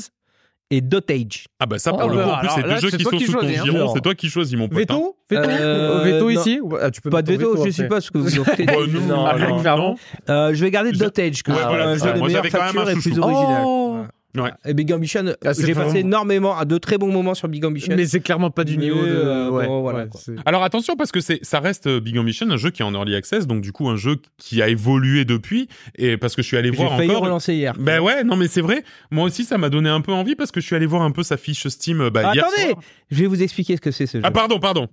Speaker 1: et Dotage.
Speaker 4: ah, bah, ça, pour
Speaker 7: Oh,
Speaker 4: le coup, en
Speaker 2: bah,
Speaker 4: plus,
Speaker 2: alors
Speaker 4: c'est deux
Speaker 2: là,
Speaker 4: jeux
Speaker 2: c'est
Speaker 4: qui
Speaker 2: toi
Speaker 4: sont
Speaker 2: qui
Speaker 4: sous ton
Speaker 2: choisis, hein.
Speaker 4: giron. C'est toi qui choisis, mon pote. hein.
Speaker 2: Veto
Speaker 1: Euh,
Speaker 2: Veto
Speaker 1: non.
Speaker 2: ici Ou- ah, tu peux
Speaker 1: Pas de
Speaker 2: mettre ton
Speaker 1: veto, je sais
Speaker 2: après.
Speaker 1: pas ce que vous en faites.
Speaker 4: Ouais, Bah, nous,
Speaker 7: Non,
Speaker 4: alors,
Speaker 2: non.
Speaker 4: clairement.
Speaker 1: Euh, je vais garder
Speaker 4: Je-
Speaker 1: Dotage, que
Speaker 4: Ouais,
Speaker 1: c'est
Speaker 4: voilà,
Speaker 1: un
Speaker 7: c'est
Speaker 1: jeu
Speaker 7: ça.
Speaker 1: de
Speaker 4: Moi,
Speaker 1: meilleure
Speaker 4: j'avais quand même un
Speaker 1: facture et plus
Speaker 4: chouchou.
Speaker 1: original.
Speaker 2: Oh
Speaker 4: Ouais.
Speaker 1: Et Big Ambition, euh,
Speaker 2: Ah, c'est
Speaker 1: j'ai
Speaker 2: vraiment-
Speaker 1: passé énormément à de très bons moments sur Big Ambition.
Speaker 2: Mais c'est clairement pas du
Speaker 1: Mais,
Speaker 2: niveau de.
Speaker 1: euh,
Speaker 2: ouais,
Speaker 1: bon, voilà,
Speaker 2: ouais,
Speaker 1: quoi.
Speaker 2: c'est-
Speaker 4: Alors attention parce que c'est ça reste euh, Big Ambition, un jeu qui est en early access, donc du coup un jeu qui a évolué depuis et parce que je suis allé
Speaker 1: j'ai
Speaker 4: voir
Speaker 1: failli
Speaker 4: encore.
Speaker 1: relancer hier.
Speaker 4: Ben ouais, non mais c'est vrai. Moi aussi ça m'a donné un peu envie parce que je suis allé voir un peu sa fiche Steam euh, bah, hier
Speaker 1: Attendez,
Speaker 4: soir.
Speaker 1: je vais vous expliquer ce que c'est ce jeu.
Speaker 4: Ah pardon, pardon.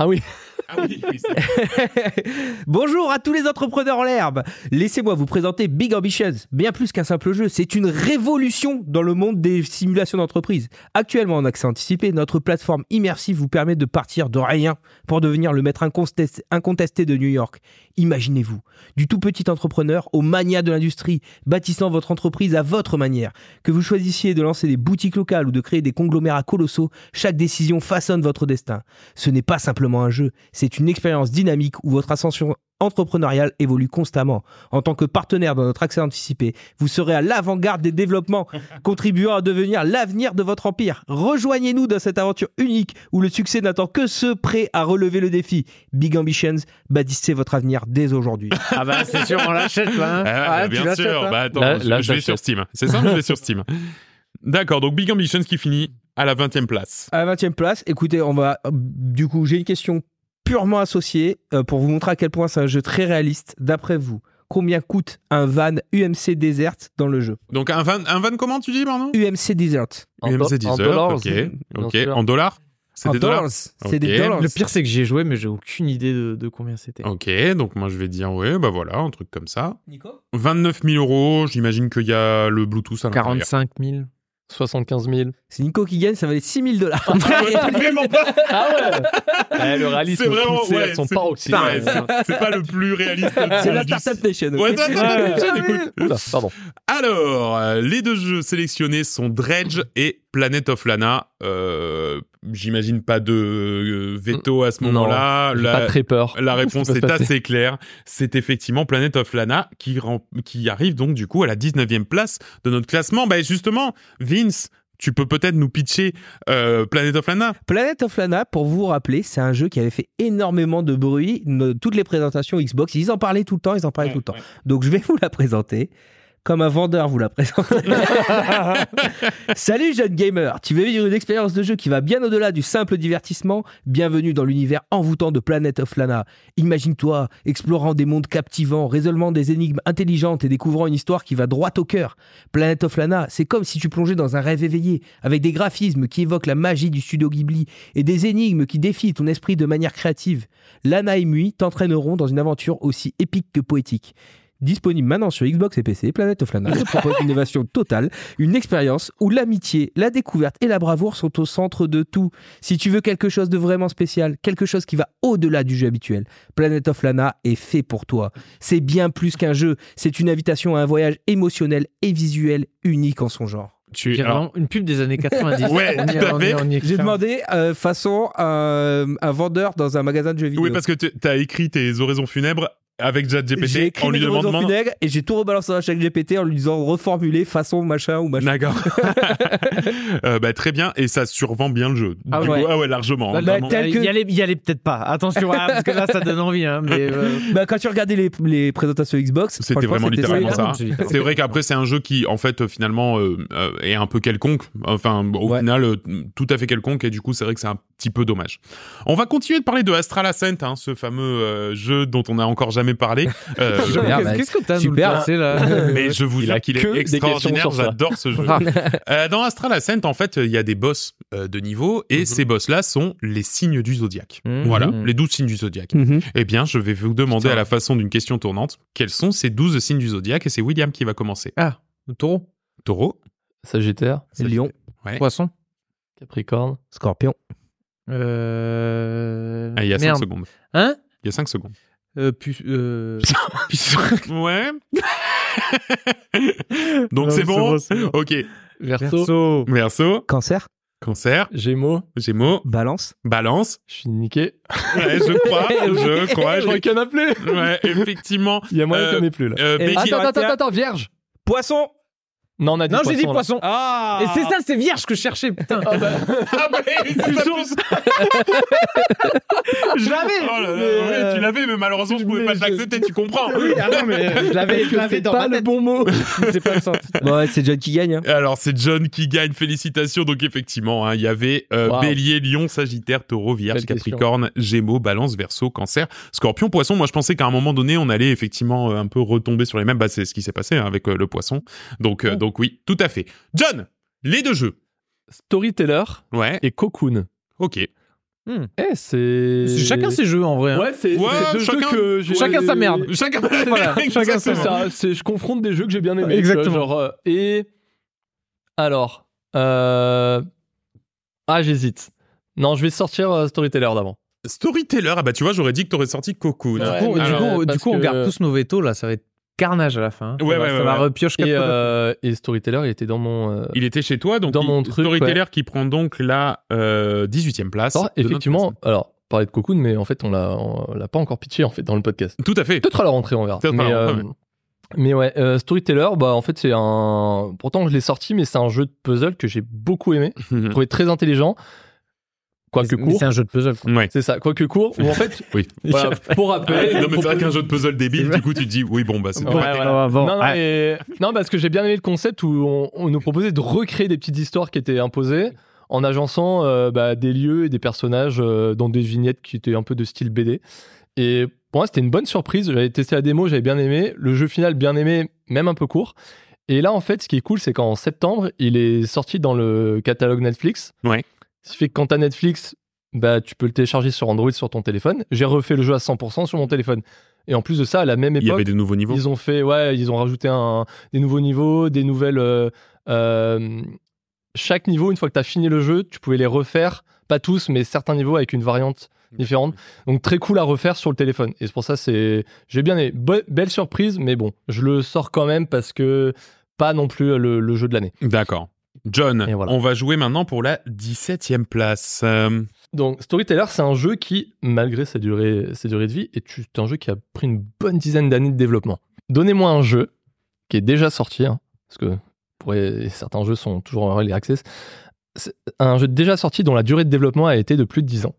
Speaker 7: Ah oui.
Speaker 4: Ah oui, oui, c'est-
Speaker 1: Bonjour à tous les entrepreneurs en l'herbe. Laissez-moi vous présenter Big Ambitions. Bien plus qu'un simple jeu, c'est une révolution dans le monde des simulations d'entreprise. Actuellement en accès anticipé, notre plateforme immersive vous permet de partir de rien pour devenir le maître incontesté, incontesté de New York. Imaginez-vous, du tout petit entrepreneur au mania de l'industrie, bâtissant votre entreprise à votre manière. Que vous choisissiez de lancer des boutiques locales ou de créer des conglomérats colossaux, chaque décision façonne votre destin. Ce n'est pas simplement un jeu, c'est une expérience dynamique où votre ascension entrepreneuriale évolue constamment. En tant que partenaire dans notre accès anticipé, vous serez à l'avant-garde des développements, contribuant à devenir l'avenir de votre empire. Rejoignez-nous dans cette aventure unique où le succès n'attend que ceux prêts à relever le défi. Big Ambitions, bâtissez votre avenir dès aujourd'hui.
Speaker 2: Ah bah c'est sûr, on l'achète là. hein.
Speaker 4: Ah, bah,
Speaker 2: Ah, tu
Speaker 4: bien
Speaker 2: l'achètes,
Speaker 4: sûr.
Speaker 2: hein.
Speaker 4: Bah attends,
Speaker 7: Là-
Speaker 4: je- je
Speaker 7: là,
Speaker 4: vais
Speaker 7: j'achète.
Speaker 4: sur Steam. C'est ça, je vais sur Steam. D'accord, donc Big Ambitions qui finit à la 20 e place.
Speaker 1: À la 20e place, écoutez, on va. Du coup, j'ai une question purement associée euh, pour vous montrer à quel point c'est un jeu très réaliste. D'après vous, combien coûte un van UMC Desert dans le jeu
Speaker 4: Donc un van, un van comment tu dis pardon
Speaker 1: UMC Desert.
Speaker 7: En do-
Speaker 4: UMC
Speaker 7: en
Speaker 4: Deezer,
Speaker 7: dollars.
Speaker 4: OK.
Speaker 7: Bien
Speaker 4: OK,
Speaker 7: sûr.
Speaker 4: en dollars C'est
Speaker 1: En
Speaker 4: des dollars.
Speaker 1: C'est
Speaker 4: Ok.
Speaker 1: des dollars.
Speaker 2: Le pire, c'est que j'y ai joué, mais j'ai aucune idée de, de combien c'était.
Speaker 4: OK, donc moi je vais dire ouais, bah voilà, un truc comme ça.
Speaker 1: Nico
Speaker 4: 29 000 euros, j'imagine qu'il y a le Bluetooth à l'intérieur.
Speaker 2: 45 000.
Speaker 7: 75 000.
Speaker 1: C'est Nico qui gagne, ça valait 6000 dollars.
Speaker 7: Ah ouais. le réalisme
Speaker 4: C'est vraiment-
Speaker 7: poussé
Speaker 4: ouais,
Speaker 7: à son
Speaker 4: c'est-
Speaker 7: paroxysme.
Speaker 4: Ouais, c'est- c'est pas le plus réaliste.
Speaker 1: C'est la
Speaker 4: du-
Speaker 1: Startup Nation. ok
Speaker 4: Ouais, attends, attends, attends, attends, écoute.
Speaker 7: Oula, pardon.
Speaker 4: Alors, euh, les deux jeux sélectionnés sont Dredge et Planet of Lana. Euh, J'imagine pas de euh, veto à ce
Speaker 7: Non,
Speaker 4: moment-là.
Speaker 7: J'ai
Speaker 4: La,
Speaker 7: Pas très peur.
Speaker 4: la
Speaker 7: Ce qui
Speaker 4: réponse
Speaker 7: peut se
Speaker 4: est
Speaker 7: passer.
Speaker 4: assez claire. C'est effectivement Planet of Lana qui, rem- qui arrive donc du coup à la 19e place de notre classement. Bah justement, Vince, tu peux peut-être nous pitcher euh, Planet of Lana.
Speaker 1: Planet of Lana, pour vous rappeler, c'est un jeu qui avait fait énormément de bruit. Ne- Toutes les présentations Xbox, ils en parlaient tout le temps, ils en parlaient tout le temps. Donc je vais vous la présenter comme un vendeur vous la présente. Salut jeune gamer, tu veux vivre une expérience de jeu qui va bien au-delà du simple divertissement Bienvenue dans l'univers envoûtant de Planet of Lana. Imagine-toi explorant des mondes captivants, résolvant des énigmes intelligentes et découvrant une histoire qui va droit au cœur. Planet of Lana, c'est comme si tu plongeais dans un rêve éveillé, avec des graphismes qui évoquent la magie du studio Ghibli et des énigmes qui défient ton esprit de manière créative. Lana et Mui t'entraîneront dans une aventure aussi épique que poétique. Disponible maintenant sur Xbox et PC, Planète of Lana te propose une innovation totale, une expérience où l'amitié, la découverte et la bravoure sont au centre de tout. Si tu veux quelque chose de vraiment spécial, quelque chose qui va au-delà du jeu habituel, Planet of Lana est fait pour toi. C'est bien plus qu'un jeu, c'est une invitation à un voyage émotionnel et visuel unique en son genre.
Speaker 4: Tu-
Speaker 2: J'ai
Speaker 4: alors,
Speaker 2: vraiment une pub des années 90.
Speaker 4: Ouais,
Speaker 2: On y est-
Speaker 4: tout à
Speaker 2: on y est-
Speaker 4: fait.
Speaker 2: on y est
Speaker 1: J'ai
Speaker 2: clairement.
Speaker 1: demandé euh, façon euh, un vendeur dans un magasin de jeux vidéo.
Speaker 4: Oui, parce que tu as écrit tes oraisons funèbres avec
Speaker 1: j'ai
Speaker 4: ChatGPT
Speaker 1: écrit
Speaker 4: en lui
Speaker 1: mes gros
Speaker 4: demandant.
Speaker 1: orphinègues et j'ai tout rebalancé dans chaque GPT en lui disant reformuler façon machin ou machin.
Speaker 4: D'accord. Euh, bah, très bien, et ça survend bien le jeu. Du coup,
Speaker 2: Ah
Speaker 4: Ah
Speaker 2: ouais.
Speaker 4: ouais, largement.
Speaker 7: Bah,
Speaker 2: Là,
Speaker 4: vraiment.
Speaker 2: là,
Speaker 1: Bah, tel
Speaker 2: y
Speaker 1: que-
Speaker 2: allez, y allez peut-être pas. Attention, ah, parce que là, ça donne envie. hein, mais, euh,
Speaker 1: Bah, quand tu regardais les, les présentations Xbox,
Speaker 4: C'était
Speaker 1: franchement,
Speaker 4: vraiment littéralement
Speaker 2: oui,
Speaker 4: ça.
Speaker 2: non, c'est littéralement
Speaker 4: C'est vrai
Speaker 2: ça.
Speaker 4: qu'après, c'est un jeu qui, en fait, finalement, euh, euh, est un peu quelconque. Enfin, au
Speaker 1: Ouais.
Speaker 4: final, euh, tout à fait quelconque. Et du coup, c'est vrai que c'est un petit peu dommage. On va continuer de parler de Astral Ascent, hein, ce fameux euh, jeu dont on n'a encore jamais parlé. Euh,
Speaker 1: Super,
Speaker 2: Qu'est-ce-
Speaker 1: bah,
Speaker 2: Ah, Qu'est-ce que t'as à nous le
Speaker 1: super.
Speaker 2: passer, là
Speaker 4: mais je vous
Speaker 7: Il
Speaker 4: jure
Speaker 7: a
Speaker 4: qu'il
Speaker 7: que
Speaker 4: est
Speaker 7: des
Speaker 4: extraordinaire.
Speaker 7: questions sur ça. Ah.
Speaker 4: J'adore ce jeu. Euh, dans Astral Ascent, en fait, il y a des boss euh, de niveau.
Speaker 7: Mhm.
Speaker 4: Et ces boss-là sont les signes du zodiaque.
Speaker 2: Mhm.
Speaker 4: Voilà, les douze signes du zodiaque.
Speaker 1: Mhm.
Speaker 4: Eh bien, je vais vous demander
Speaker 2: Putain.
Speaker 4: à la façon d'une question tournante quels sont ces douze signes du zodiaque et c'est William qui va commencer.
Speaker 2: Ah, le taureau,
Speaker 4: Taureau,
Speaker 7: Sagittaire,
Speaker 1: Lion,
Speaker 4: Ouais.
Speaker 2: poisson.
Speaker 7: Capricorne,
Speaker 1: Scorpion,
Speaker 2: Euh...
Speaker 4: Ah, il y a 5
Speaker 2: Merde.
Speaker 4: secondes.
Speaker 2: Hein
Speaker 4: Il y a 5 secondes.
Speaker 2: euh, pu- euh...
Speaker 4: Ouais. Donc c'est bon. Ok.
Speaker 7: Verseau,
Speaker 2: Verso.
Speaker 4: Verso,
Speaker 1: Cancer,
Speaker 4: Cancer,
Speaker 7: Gémeaux,
Speaker 4: Gémeaux,
Speaker 1: Balance,
Speaker 4: Balance.
Speaker 7: je suis niqué.
Speaker 4: Ouais, je crois, je crois.
Speaker 7: Je
Speaker 1: Eh
Speaker 7: crois qu'il y en a plus.
Speaker 4: je- Ouais, effectivement.
Speaker 7: Il y a moyen
Speaker 4: Euh,
Speaker 7: qu'on ait plus là.
Speaker 4: Euh,
Speaker 1: Et-
Speaker 4: Becky-
Speaker 7: Attends, attends,
Speaker 1: caractère.
Speaker 7: attends, Vierge.
Speaker 1: Poisson.
Speaker 7: Non, on a dit
Speaker 2: Non, j'ai
Speaker 7: poisson,
Speaker 2: dit
Speaker 7: là.
Speaker 2: poisson.
Speaker 1: Ah
Speaker 2: Et c'est ça, c'est vierge que je cherchais, putain.
Speaker 7: Ah bah,
Speaker 4: Ah, bah, c'est ça, plus-
Speaker 2: je l'avais.
Speaker 4: Oh là là, ouais,
Speaker 2: mais, euh,
Speaker 4: tu l'avais, mais malheureusement, je pouvais pas
Speaker 2: mais
Speaker 4: l'accepter, tu comprends.
Speaker 2: Oui, ah non, mais euh, je l'avais, je l'avais
Speaker 7: c'est
Speaker 2: dans
Speaker 7: pas
Speaker 2: ma
Speaker 7: le
Speaker 2: tête.
Speaker 7: bon mot.
Speaker 2: C'est pas le sens.
Speaker 1: Ouais, c'est John qui gagne. hein.
Speaker 4: Alors, c'est John qui gagne. Félicitations. Donc, effectivement, hein, il y avait euh,
Speaker 7: Wow.
Speaker 4: Bélier, Lion, Sagittaire, Taureau, Vierge,
Speaker 7: Belle question.
Speaker 4: Capricorne, Gémeaux, Balance, Verseau, Cancer, Scorpion, Poisson. Moi, je pensais qu'à un moment donné, on allait effectivement euh, un peu retomber sur les mêmes. Bah, c'est ce qui s'est passé hein, avec euh, le Poisson. Donc,
Speaker 7: Oh.
Speaker 4: euh, donc oui, tout à fait. John, les deux jeux.
Speaker 7: Storyteller
Speaker 4: Ouais.
Speaker 7: et Cocoon.
Speaker 4: Ok.
Speaker 7: Eh, c'est.
Speaker 2: C'est Chacun ses jeux, en vrai. hein.
Speaker 7: Ouais, c'est
Speaker 4: Ouais,
Speaker 7: c'est deux
Speaker 4: chacun-
Speaker 7: jeux que j'ai.
Speaker 2: chacun sa merde.
Speaker 4: Chacun.
Speaker 2: Voilà, chacun
Speaker 7: C'est
Speaker 2: sa merde.
Speaker 7: ça, c'est- je confronte des jeux que j'ai bien aimés.
Speaker 2: Exactement.
Speaker 7: tu vois, genre, euh, et. Alors. euh, Ah, j'hésite. Non, je vais sortir euh, Storyteller d'avant.
Speaker 4: Storyteller. Ah bah tu vois, j'aurais dit que t'aurais sorti Cocoon.
Speaker 7: Ouais.
Speaker 2: Du coup,
Speaker 4: Alors,
Speaker 2: du coup,
Speaker 7: parce
Speaker 2: du coup, on
Speaker 7: que-
Speaker 2: garde tous nos vétos, là. Ça va être carnage à la fin. hein.
Speaker 4: Ouais,
Speaker 2: ça va,
Speaker 4: ouais,
Speaker 2: ça
Speaker 4: ouais,
Speaker 2: va
Speaker 4: ouais.
Speaker 2: repioche
Speaker 7: Et,
Speaker 2: quatre fois.
Speaker 7: euh, et Storyteller, il était dans mon. euh,
Speaker 4: Il était chez toi, donc
Speaker 7: Dans
Speaker 4: il-
Speaker 7: mon truc,
Speaker 4: Storyteller qui prend donc la euh, 18e place.
Speaker 7: sort.
Speaker 4: de notre
Speaker 7: effectivement,
Speaker 4: classement.
Speaker 2: hein.
Speaker 7: alors, parler de Cocoon, mais en fait, on l'a on l'a pas encore pitché en fait, dans le podcast.
Speaker 4: Tout à fait.
Speaker 7: Peut-être à la rentrée, on verra.
Speaker 4: Peut-être à la
Speaker 7: Mais,
Speaker 4: rentrée,
Speaker 7: euh, mais ouais, euh, Storyteller, bah, en fait, c'est un. Pourtant, je l'ai sorti, mais c'est un jeu de puzzle que j'ai beaucoup aimé. Je trouvais très intelligent. Quoique
Speaker 2: Mhm. Mais
Speaker 7: bah, court.
Speaker 2: c'est un jeu de puzzle. quoi.
Speaker 4: Ouais.
Speaker 7: C'est ça, quoique court. Ou en fait,
Speaker 4: Oui.
Speaker 7: voilà, pour rappel.
Speaker 4: Ah non, mais c'est vrai qu'un jeu de puzzle débile, du coup, tu te dis, oui, bon, bah, c'est
Speaker 7: Ouais,
Speaker 4: pas-
Speaker 7: voilà.
Speaker 2: bon,
Speaker 7: non, non,
Speaker 4: Ah.
Speaker 2: ouais.
Speaker 7: mais- non, parce que j'ai bien aimé le concept où on, on nous proposait de recréer des petites histoires qui étaient imposées en agençant euh, bah, des lieux et des personnages euh, dans des vignettes qui étaient un peu de style BD. Et pour moi, c'était une bonne surprise. J'avais testé la démo, j'avais bien aimé. Le jeu final, bien aimé, même un peu court. Et là, en fait, ce qui est cool, c'est qu'en septembre, il est sorti dans le catalogue Netflix.
Speaker 4: Ouais.
Speaker 7: Ce qui fait que quand t'as Netflix, bah, tu peux le télécharger sur Android sur ton téléphone. J'ai refait le jeu à 100% sur mon téléphone. Et en plus de ça, à la même époque.
Speaker 4: Il y avait des nouveaux niveaux.
Speaker 7: Ils ont fait, ouais, ils ont rajouté un, des nouveaux niveaux, des nouvelles. euh, euh, chaque niveau, une fois que tu as fini le jeu, tu pouvais les refaire, pas tous, mais certains niveaux avec une variante différente. Donc très cool à refaire sur le téléphone. Et c'est pour ça, c'est, j'ai bien aimé. Bo- belle surprise, mais bon, je le sors quand même parce que pas non plus le, le jeu de l'année.
Speaker 4: D'accord. John,
Speaker 7: Et voilà.
Speaker 4: on va jouer maintenant pour la 17e place. Euh,
Speaker 7: Donc Storyteller, c'est un jeu qui, malgré sa durée, ses durées de vie, est tu- c'est un jeu qui a pris une bonne dizaine d'années de développement. Donnez-moi un jeu qui est déjà sorti, hein, parce que pour- et certains jeux sont toujours en early access, C'est un jeu déjà sorti dont la durée de développement a été de plus de 10 ans.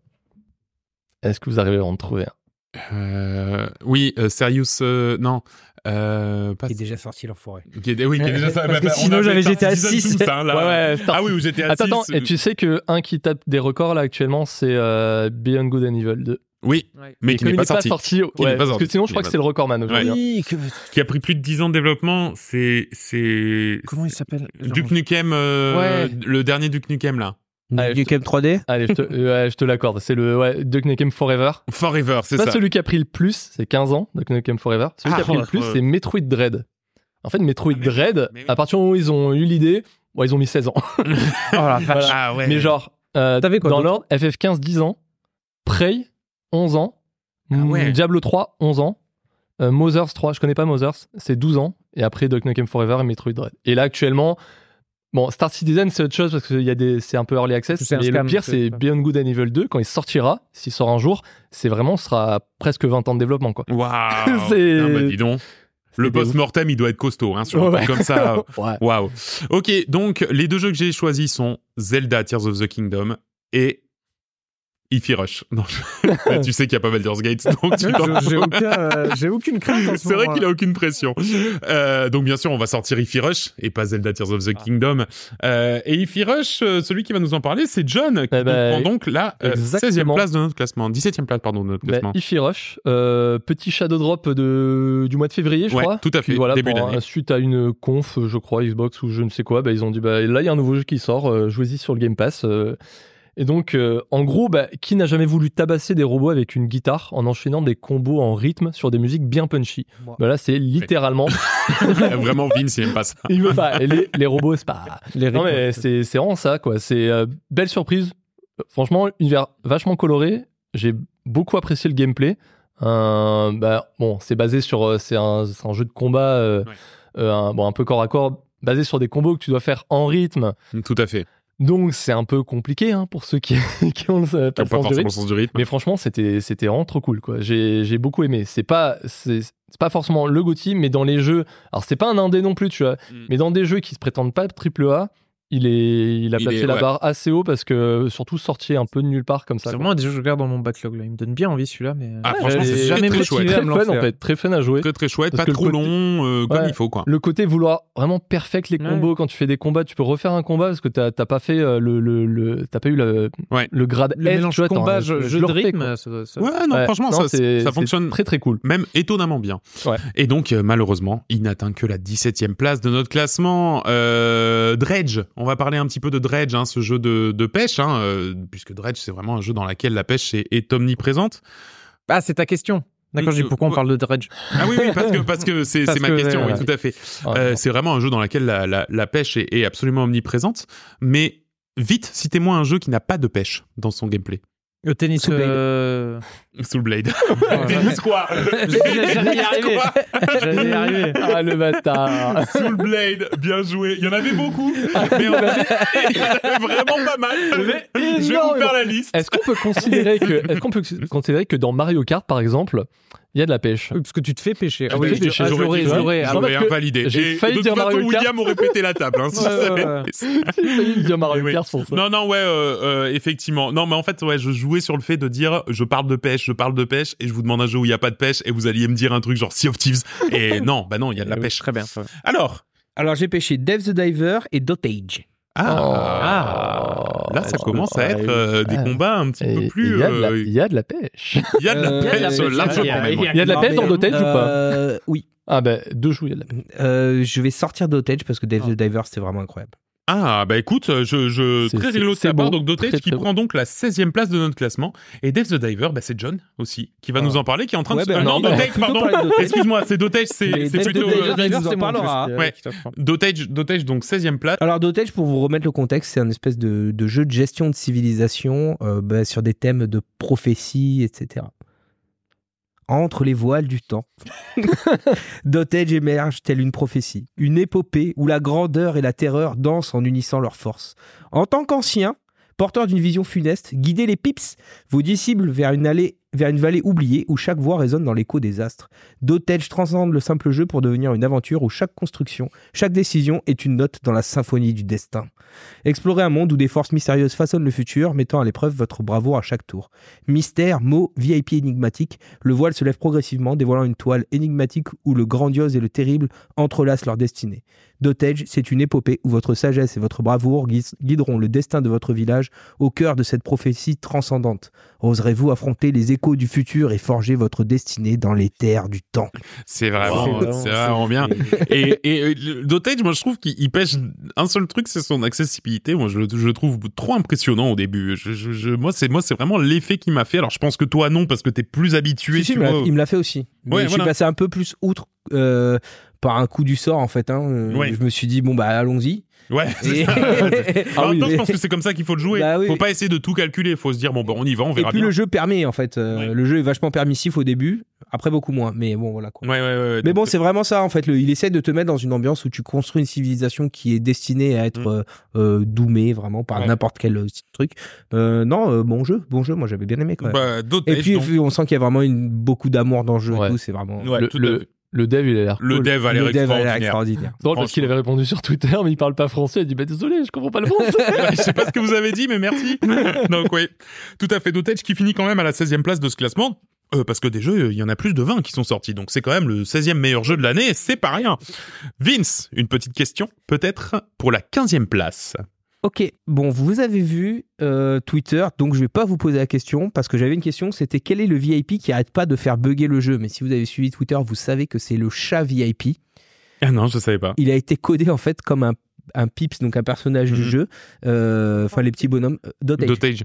Speaker 7: Est-ce que vous arrivez à en trouver un
Speaker 4: Euh, oui, euh, Serious. euh, non. Euh, pas...
Speaker 1: Qui est déjà sorti l'enfoiré.
Speaker 4: qui est- oui, qui est
Speaker 7: Euh,
Speaker 4: déjà ça.
Speaker 1: Parce que
Speaker 4: on
Speaker 1: sinon,
Speaker 4: avait
Speaker 1: j'avais
Speaker 4: Star
Speaker 1: GTA
Speaker 4: Citizen
Speaker 1: 6.
Speaker 4: tous, hein, là.
Speaker 7: Ouais, ouais, Star-
Speaker 4: Ah oui, où j'étais à
Speaker 7: Attends,
Speaker 4: 6.
Speaker 7: attends, et tu sais que un qui tape des records là actuellement, c'est euh, Beyond Good and Evil 2.
Speaker 4: Oui, mais
Speaker 7: Et
Speaker 4: qui
Speaker 7: comme
Speaker 4: n'est
Speaker 7: il
Speaker 4: pas sorti.
Speaker 7: ouais,
Speaker 4: n'est pas
Speaker 7: parce
Speaker 4: sorti.
Speaker 7: que sinon,
Speaker 4: Il
Speaker 7: je crois
Speaker 4: est
Speaker 7: que
Speaker 4: pas
Speaker 7: c'est le recordman aujourd'hui. hein.
Speaker 1: Oui, que-
Speaker 4: Qui a pris plus de 10 ans de développement, c'est. c'est
Speaker 2: Comment il s'appelle
Speaker 4: Duke Nukem, euh,
Speaker 2: Ouais.
Speaker 4: le dernier Duke Nukem là.
Speaker 7: Allez, je te-
Speaker 6: Nukem 3D
Speaker 7: Allez, je te, euh, ouais, je te l'accorde. C'est le ouais, Duck Nukem Forever.
Speaker 4: Forever, c'est
Speaker 7: Pas
Speaker 4: ça.
Speaker 7: celui qui a pris le plus, c'est 15 ans, Duck Nukem Forever. Celui
Speaker 4: Ah,
Speaker 7: qui a pris
Speaker 4: oh,
Speaker 7: le plus,
Speaker 4: euh.
Speaker 7: c'est Metroid Dread. En fait, Metroid
Speaker 4: Ah, mais-
Speaker 7: Dread,
Speaker 4: mais oui. Eh
Speaker 7: à partir du moment où ils ont eu l'idée, ouais, ils ont mis 16 ans.
Speaker 2: Oh,
Speaker 7: Voilà.
Speaker 4: Ah ouais.
Speaker 7: Mais genre, euh,
Speaker 2: T'avais quoi
Speaker 7: dans
Speaker 2: d'autre
Speaker 7: l'ordre, FF15, 10 ans. Prey, 11 ans. Mm,
Speaker 4: Ah ouais.
Speaker 7: Diablo 3, 11 ans. Euh, Mothers 3, je connais pas Mothers, c'est 12 ans. Et après, Duck Nukem Forever et Metroid Dread. Et là, actuellement, bon, Star Citizen, c'est autre chose parce que il y a des- c'est un peu early access.
Speaker 2: C'est un
Speaker 7: Mais le
Speaker 2: scam,
Speaker 7: pire,
Speaker 2: c'est-
Speaker 7: c'est
Speaker 2: ouais.
Speaker 7: Beyond Good and Evil 2. Quand il sortira, s'il sort un jour, c'est vraiment, ce sera presque 20 ans de développement, quoi.
Speaker 4: Waouh.
Speaker 7: C'est-
Speaker 4: Ah bah dis donc. Le
Speaker 7: C'est des-
Speaker 4: post-mortem, il doit être costaud, hein, sur un
Speaker 7: Ouais.
Speaker 4: truc comme ça.
Speaker 7: Oh, Ouais.
Speaker 4: Waouh. Ok, donc les deux jeux que j'ai choisis sont Zelda Tears of the Kingdom et Ify Rush. Non, je- tu sais qu'il n'y a pas Baldur's Gate, donc tu t'en
Speaker 8: J'ai aucun, euh, j'ai aucune crainte en ce
Speaker 4: C'est vrai
Speaker 8: moment. hein.
Speaker 4: qu'il a aucune pression. Euh, donc bien sûr, on va sortir Ify Rush et pas Zelda Tears of the
Speaker 7: Ah.
Speaker 4: Kingdom. Euh, et Ify Rush, euh, celui qui va nous en parler, c'est John, qui
Speaker 7: Eh
Speaker 4: nous
Speaker 7: ben,
Speaker 4: prend donc la euh,
Speaker 7: exactement.
Speaker 4: 16e place de notre classement, 17e place, pardon, de notre
Speaker 7: Bah,
Speaker 4: classement.
Speaker 7: Ify Rush, euh, petit shadow drop de, du mois de février, je
Speaker 4: ouais,
Speaker 7: crois.
Speaker 4: tout à
Speaker 7: Puis
Speaker 4: fait,
Speaker 7: voilà,
Speaker 4: début
Speaker 7: pour-
Speaker 4: d'année.
Speaker 7: suite à une conf, je crois, Xbox ou je ne sais quoi, bah, ils ont dit bah, là, il y a un nouveau jeu qui sort, euh, jouez-y sur le Game Pass. euh. Et donc, euh, en gros, bah, qui n'a jamais voulu tabasser des robots avec une guitare en enchaînant des combos en rythme sur des musiques bien punchy
Speaker 1: Moi.
Speaker 7: bah, Là, c'est littéralement.
Speaker 4: Vraiment, Vince, il aime pas ça.
Speaker 7: il veut pas. Et les, les robots, c'est pas.
Speaker 2: Les
Speaker 7: Non, mais c'est c'est vraiment ça, quoi. C'est euh, belle surprise. Euh, Franchement, univers vachement coloré. J'ai beaucoup apprécié le gameplay. Euh, bah, bon, c'est basé sur. euh, C'est un, c'est un jeu de combat euh,
Speaker 4: Ouais.
Speaker 7: euh, un, bon, un peu corps à corps, basé sur des combos que tu dois faire en rythme.
Speaker 4: Mm, Tout à fait.
Speaker 7: Donc, c'est un peu compliqué hein, pour ceux qui, qui ont le,
Speaker 4: T'as
Speaker 7: pas
Speaker 4: pas
Speaker 7: le sens du
Speaker 4: forcément
Speaker 7: rythme.
Speaker 4: le sens du rythme.
Speaker 7: Mais franchement, c'était c'était vraiment trop cool quoi. J'ai j'ai beaucoup aimé. C'est pas c'est c'est pas forcément le GOTY, mais dans les jeux, alors c'est pas un indé non plus, tu vois.
Speaker 4: Mm.
Speaker 7: Mais dans des jeux qui se prétendent pas triple A, il est il a
Speaker 4: Il
Speaker 7: placé
Speaker 4: est-
Speaker 7: la
Speaker 4: ouais.
Speaker 7: barre assez haut parce que surtout sorti un peu de nulle part comme ça.
Speaker 2: C'est
Speaker 7: quoi.
Speaker 2: vraiment des jeux que je garde dans mon backlog là. Il me donne bien envie celui-là, mais. euh,
Speaker 4: Ah,
Speaker 7: Ouais,
Speaker 4: franchement,
Speaker 7: j'ai
Speaker 4: c'est jamais
Speaker 2: jamais
Speaker 4: très
Speaker 2: motivé.
Speaker 4: chouette.
Speaker 7: très
Speaker 2: à me lancer,
Speaker 7: fun en
Speaker 2: ouais.
Speaker 7: fait, très fun à jouer.
Speaker 4: Très très chouette,
Speaker 7: Parce
Speaker 4: pas
Speaker 7: que le
Speaker 4: trop
Speaker 7: côté-
Speaker 4: long, euh, comme
Speaker 7: Ouais.
Speaker 4: il faut quoi.
Speaker 7: Le côté vouloir vraiment perfect les combos quand tu fais des combats, tu peux refaire un combat parce que t'as t'as pas fait euh, le, le, le- t'as pas eu le,
Speaker 4: Ouais.
Speaker 7: le grade
Speaker 2: Le
Speaker 7: S,
Speaker 2: mélange
Speaker 7: tu vois,
Speaker 2: combat,
Speaker 7: t'en-
Speaker 2: jeu,
Speaker 7: je
Speaker 2: jeu
Speaker 7: le
Speaker 2: de
Speaker 7: refais,
Speaker 2: rythme,
Speaker 7: quoi.
Speaker 2: ça- ça-
Speaker 4: Ouais, non,
Speaker 7: Ouais.
Speaker 4: franchement,
Speaker 7: Non,
Speaker 4: ça,
Speaker 7: c'est-
Speaker 4: ça
Speaker 7: c'est
Speaker 4: fonctionne
Speaker 7: très très cool.
Speaker 4: même étonnamment bien.
Speaker 7: Ouais.
Speaker 4: Et donc, euh, malheureusement, il n'atteint que la 17e place de notre classement. Euh, Dredge, on va parler un petit peu de Dredge, hein, ce jeu de, de pêche, hein, euh, puisque Dredge, c'est vraiment un jeu dans lequel la pêche est, est omniprésente.
Speaker 2: Ah, c'est ta question. D'accord, j'ai dit pourquoi on parle de Dredge.
Speaker 4: Ah oui, oui, parce que parce que c'est
Speaker 2: Parce
Speaker 4: c'est ma
Speaker 2: que,
Speaker 4: question,
Speaker 7: ouais,
Speaker 4: oui,
Speaker 7: ouais.
Speaker 4: tout à fait.
Speaker 7: Ouais.
Speaker 4: Euh, c'est vraiment un jeu dans lequel la, la- la pêche est, est absolument omniprésente. Mais vite, citez-moi un jeu qui n'a pas de pêche dans son gameplay.
Speaker 2: Le tennis.
Speaker 6: Soulblade.
Speaker 2: euh,
Speaker 4: Soul Blade.
Speaker 2: Ouais.
Speaker 4: Tennis quoi
Speaker 2: J'allais y arriver. J'allais y arriver.
Speaker 7: ah le bâtard.
Speaker 4: Soul Blade, bien joué. Il y en avait beaucoup, mais on avait... il y en avait vraiment pas mal. Je vais vous faire la liste.
Speaker 7: Est-ce qu'on peut considérer que est-ce qu'on peut considérer que dans Mario Kart par exemple, il y a de la pêche
Speaker 2: Parce que tu te fais pêcher.
Speaker 7: Ah oui,
Speaker 2: Tu te fais
Speaker 7: je-
Speaker 2: pêcher.
Speaker 7: j'aurais
Speaker 2: j'aurais,
Speaker 7: dit, ouais.
Speaker 2: j'aurais.
Speaker 7: Ah,
Speaker 4: Je l'aurais
Speaker 7: parce que
Speaker 4: invalidé.
Speaker 7: j'ai
Speaker 4: Et
Speaker 7: failli
Speaker 4: de toute
Speaker 7: dire
Speaker 4: façon,
Speaker 7: Mario Kart.
Speaker 4: William aurait pété la table. hein, si
Speaker 2: Ouais,
Speaker 4: ça
Speaker 2: ouais,
Speaker 4: avait été ça.
Speaker 7: Il y a Mario
Speaker 4: Oui.
Speaker 7: Kart sur ça.
Speaker 4: Non, non, ouais, euh, euh, effectivement. Non, mais en fait, ouais, je jouais sur le fait de dire je parle de pêche, je parle de pêche, et je vous demande un jeu où il n'y a pas de pêche, et vous alliez me dire un truc genre Sea of Thieves. Et non, bah non, il y a de la
Speaker 2: Oui,
Speaker 4: pêche.
Speaker 2: Très bien. très bien.
Speaker 4: Alors.
Speaker 1: Alors, j'ai pêché Dave the Diver et Dotage.
Speaker 4: Ah,
Speaker 7: Oh.
Speaker 4: là, ça
Speaker 7: Ah,
Speaker 4: commence à
Speaker 7: ouais.
Speaker 4: être euh, des
Speaker 7: Ah.
Speaker 4: combats un petit
Speaker 7: Et-
Speaker 4: peu
Speaker 7: et
Speaker 4: plus.
Speaker 7: il y a de la-
Speaker 4: euh,
Speaker 7: il y a de la pêche.
Speaker 4: Il y a de la
Speaker 1: Euh, il y a
Speaker 4: pêche,
Speaker 1: de la pêche,
Speaker 4: largement
Speaker 1: il y a-
Speaker 4: même.
Speaker 1: il y
Speaker 7: Il y a de la pêche dans Dotage ou pas
Speaker 1: Euh, Oui.
Speaker 7: Ah ben deux joues, il y a de la pêche.
Speaker 1: Euh, je vais sortir Dotage parce que Dave the Diver, c'était vraiment incroyable.
Speaker 4: Ah, bah écoute, je, je
Speaker 7: C'est-
Speaker 4: très
Speaker 7: c'est-
Speaker 4: rigolo de
Speaker 7: c'est
Speaker 4: ta part.
Speaker 7: beau.
Speaker 4: Donc, Dotage
Speaker 7: Très,
Speaker 4: qui
Speaker 7: très
Speaker 4: prend donc la 16e place de notre classement. Et Dave the Diver, bah, c'est John aussi, qui va
Speaker 7: Ah.
Speaker 4: nous en parler, qui est en train
Speaker 1: Ouais,
Speaker 4: de. se-
Speaker 1: bah,
Speaker 4: Ah non,
Speaker 1: on va
Speaker 4: Dotage,
Speaker 1: plutôt
Speaker 4: pardon.
Speaker 1: parler de Dotage.
Speaker 4: Excuse-moi, c'est Dotage, c'est
Speaker 1: Mais
Speaker 4: c'est
Speaker 1: Dave the
Speaker 4: plutôt. euh,
Speaker 1: Diver,
Speaker 4: Vince.
Speaker 1: nous en parlera.
Speaker 2: Juste, euh,
Speaker 4: Ouais.
Speaker 2: qui t'apprend.
Speaker 4: Dotage, Dotage, donc 16e place.
Speaker 1: Alors, Dotage, pour vous remettre le contexte, c'est un espèce de, de jeu de gestion de civilisation euh, bah, sur des thèmes de prophétie, etc. Entre les voiles du temps, Dotage émerge telle une prophétie, une épopée où la grandeur et la terreur dansent en unissant leurs forces. En tant qu'ancien, porteur d'une vision funeste, guidez les pips, vos disciples vers une allée vers une vallée oubliée où chaque voix résonne dans l'écho des astres. Dotage transcende le simple jeu pour devenir une aventure où chaque construction, chaque décision est une note dans la symphonie du destin. Explorez un monde où des forces mystérieuses façonnent le futur, mettant à l'épreuve votre bravoure à chaque tour. Mystère, mots, VIP énigmatique, le voile se lève progressivement, dévoilant une toile énigmatique où le grandiose et le terrible entrelacent leur destinée. Dotage, c'est une épopée où votre sagesse et votre bravoure guis- guideront le destin de votre village au cœur de cette prophétie transcendante. Oserez-vous affronter les échos du futur et forger votre destinée dans les terres du temps
Speaker 4: C'est vraiment, c'est vraiment bien. Et, et, euh, le- Dotage, moi je trouve qu'il il pêche un seul truc, c'est son accessibilité. Moi je le je le trouve trop impressionnant au début. Je, je- je- moi c'est moi c'est vraiment l'effet qui m'a fait. Alors je pense que toi non parce que t'es plus habitué.
Speaker 1: Si,
Speaker 4: tu
Speaker 1: si, il me l'a-
Speaker 4: vois.
Speaker 1: il me l'a fait aussi. Mais
Speaker 4: Ouais,
Speaker 1: je
Speaker 4: voilà.
Speaker 1: suis passé un peu plus outre euh, par un coup du sort en fait. hein. Euh,
Speaker 4: Ouais.
Speaker 1: Je me suis dit bon bah allons-y.
Speaker 4: Ouais. c'est
Speaker 1: Et-
Speaker 4: ça. Ah En même temps, je
Speaker 1: Et-
Speaker 4: pense que c'est comme ça qu'il faut le jouer.
Speaker 1: Ah Bah oui.
Speaker 4: Faut pas essayer de tout calculer. Faut se dire bon bah on y va, on
Speaker 1: Et
Speaker 4: verra
Speaker 1: puis
Speaker 4: bien.
Speaker 1: le jeu permet en fait. Euh,
Speaker 4: Ouais.
Speaker 1: Le jeu est vachement permissif au début, après beaucoup moins. Mais bon voilà quoi.
Speaker 4: Ouais, ouais, ouais, ouais.
Speaker 1: Mais bon,
Speaker 4: Donc, euh,
Speaker 1: c'est vraiment ça en fait. Le- il essaie de te mettre dans une ambiance où tu construis une civilisation qui est destinée à être
Speaker 4: Mm.
Speaker 1: euh, euh, doomée vraiment par
Speaker 4: Ouais.
Speaker 1: n'importe quel euh, truc. Euh, non, euh, bon jeu, bon jeu. Moi, j'avais bien aimé quand même.
Speaker 4: bah, Dotage,
Speaker 1: Et puis,
Speaker 4: donc.
Speaker 1: on sent qu'il y a vraiment une, beaucoup d'amour dans le jeu. et
Speaker 7: Ouais.
Speaker 1: tout, C'est vraiment.
Speaker 4: Ouais,
Speaker 7: le,
Speaker 4: tout à
Speaker 7: le-
Speaker 4: fait.
Speaker 7: le dev, il a l'air.
Speaker 4: Le
Speaker 7: cool.
Speaker 4: dev a l'air
Speaker 1: le dev a l'air
Speaker 4: extraordinaire.
Speaker 1: extraordinaire.
Speaker 7: Drôle parce qu'il avait répondu sur Twitter, mais il parle pas français. Il dit bah désolé, je comprends pas le français.
Speaker 4: Ouais, je sais pas ce que vous avez dit, mais merci. Donc oui, tout à fait. Dotage qui finit quand même à la 16e place de ce classement. euh, parce que des jeux, il y en a plus de 20 qui sont sortis. Donc c'est quand même le 16e meilleur jeu de l'année, c'est pas rien. Vince, une petite question, peut-être pour la 15e place.
Speaker 1: Ok, bon, vous avez vu euh, Twitter, donc je vais pas vous poser la question parce que j'avais une question. C'était quel est le VIP qui arrête pas de faire bugger le jeu Mais si vous avez suivi Twitter, vous savez que c'est le chat VIP.
Speaker 4: Ah non, je savais pas.
Speaker 1: il a été codé en fait comme un, un pips, donc un personnage du
Speaker 4: Mhm.
Speaker 1: jeu, euh, enfin les petits bonhommes, euh, Dotage.
Speaker 4: Dotage.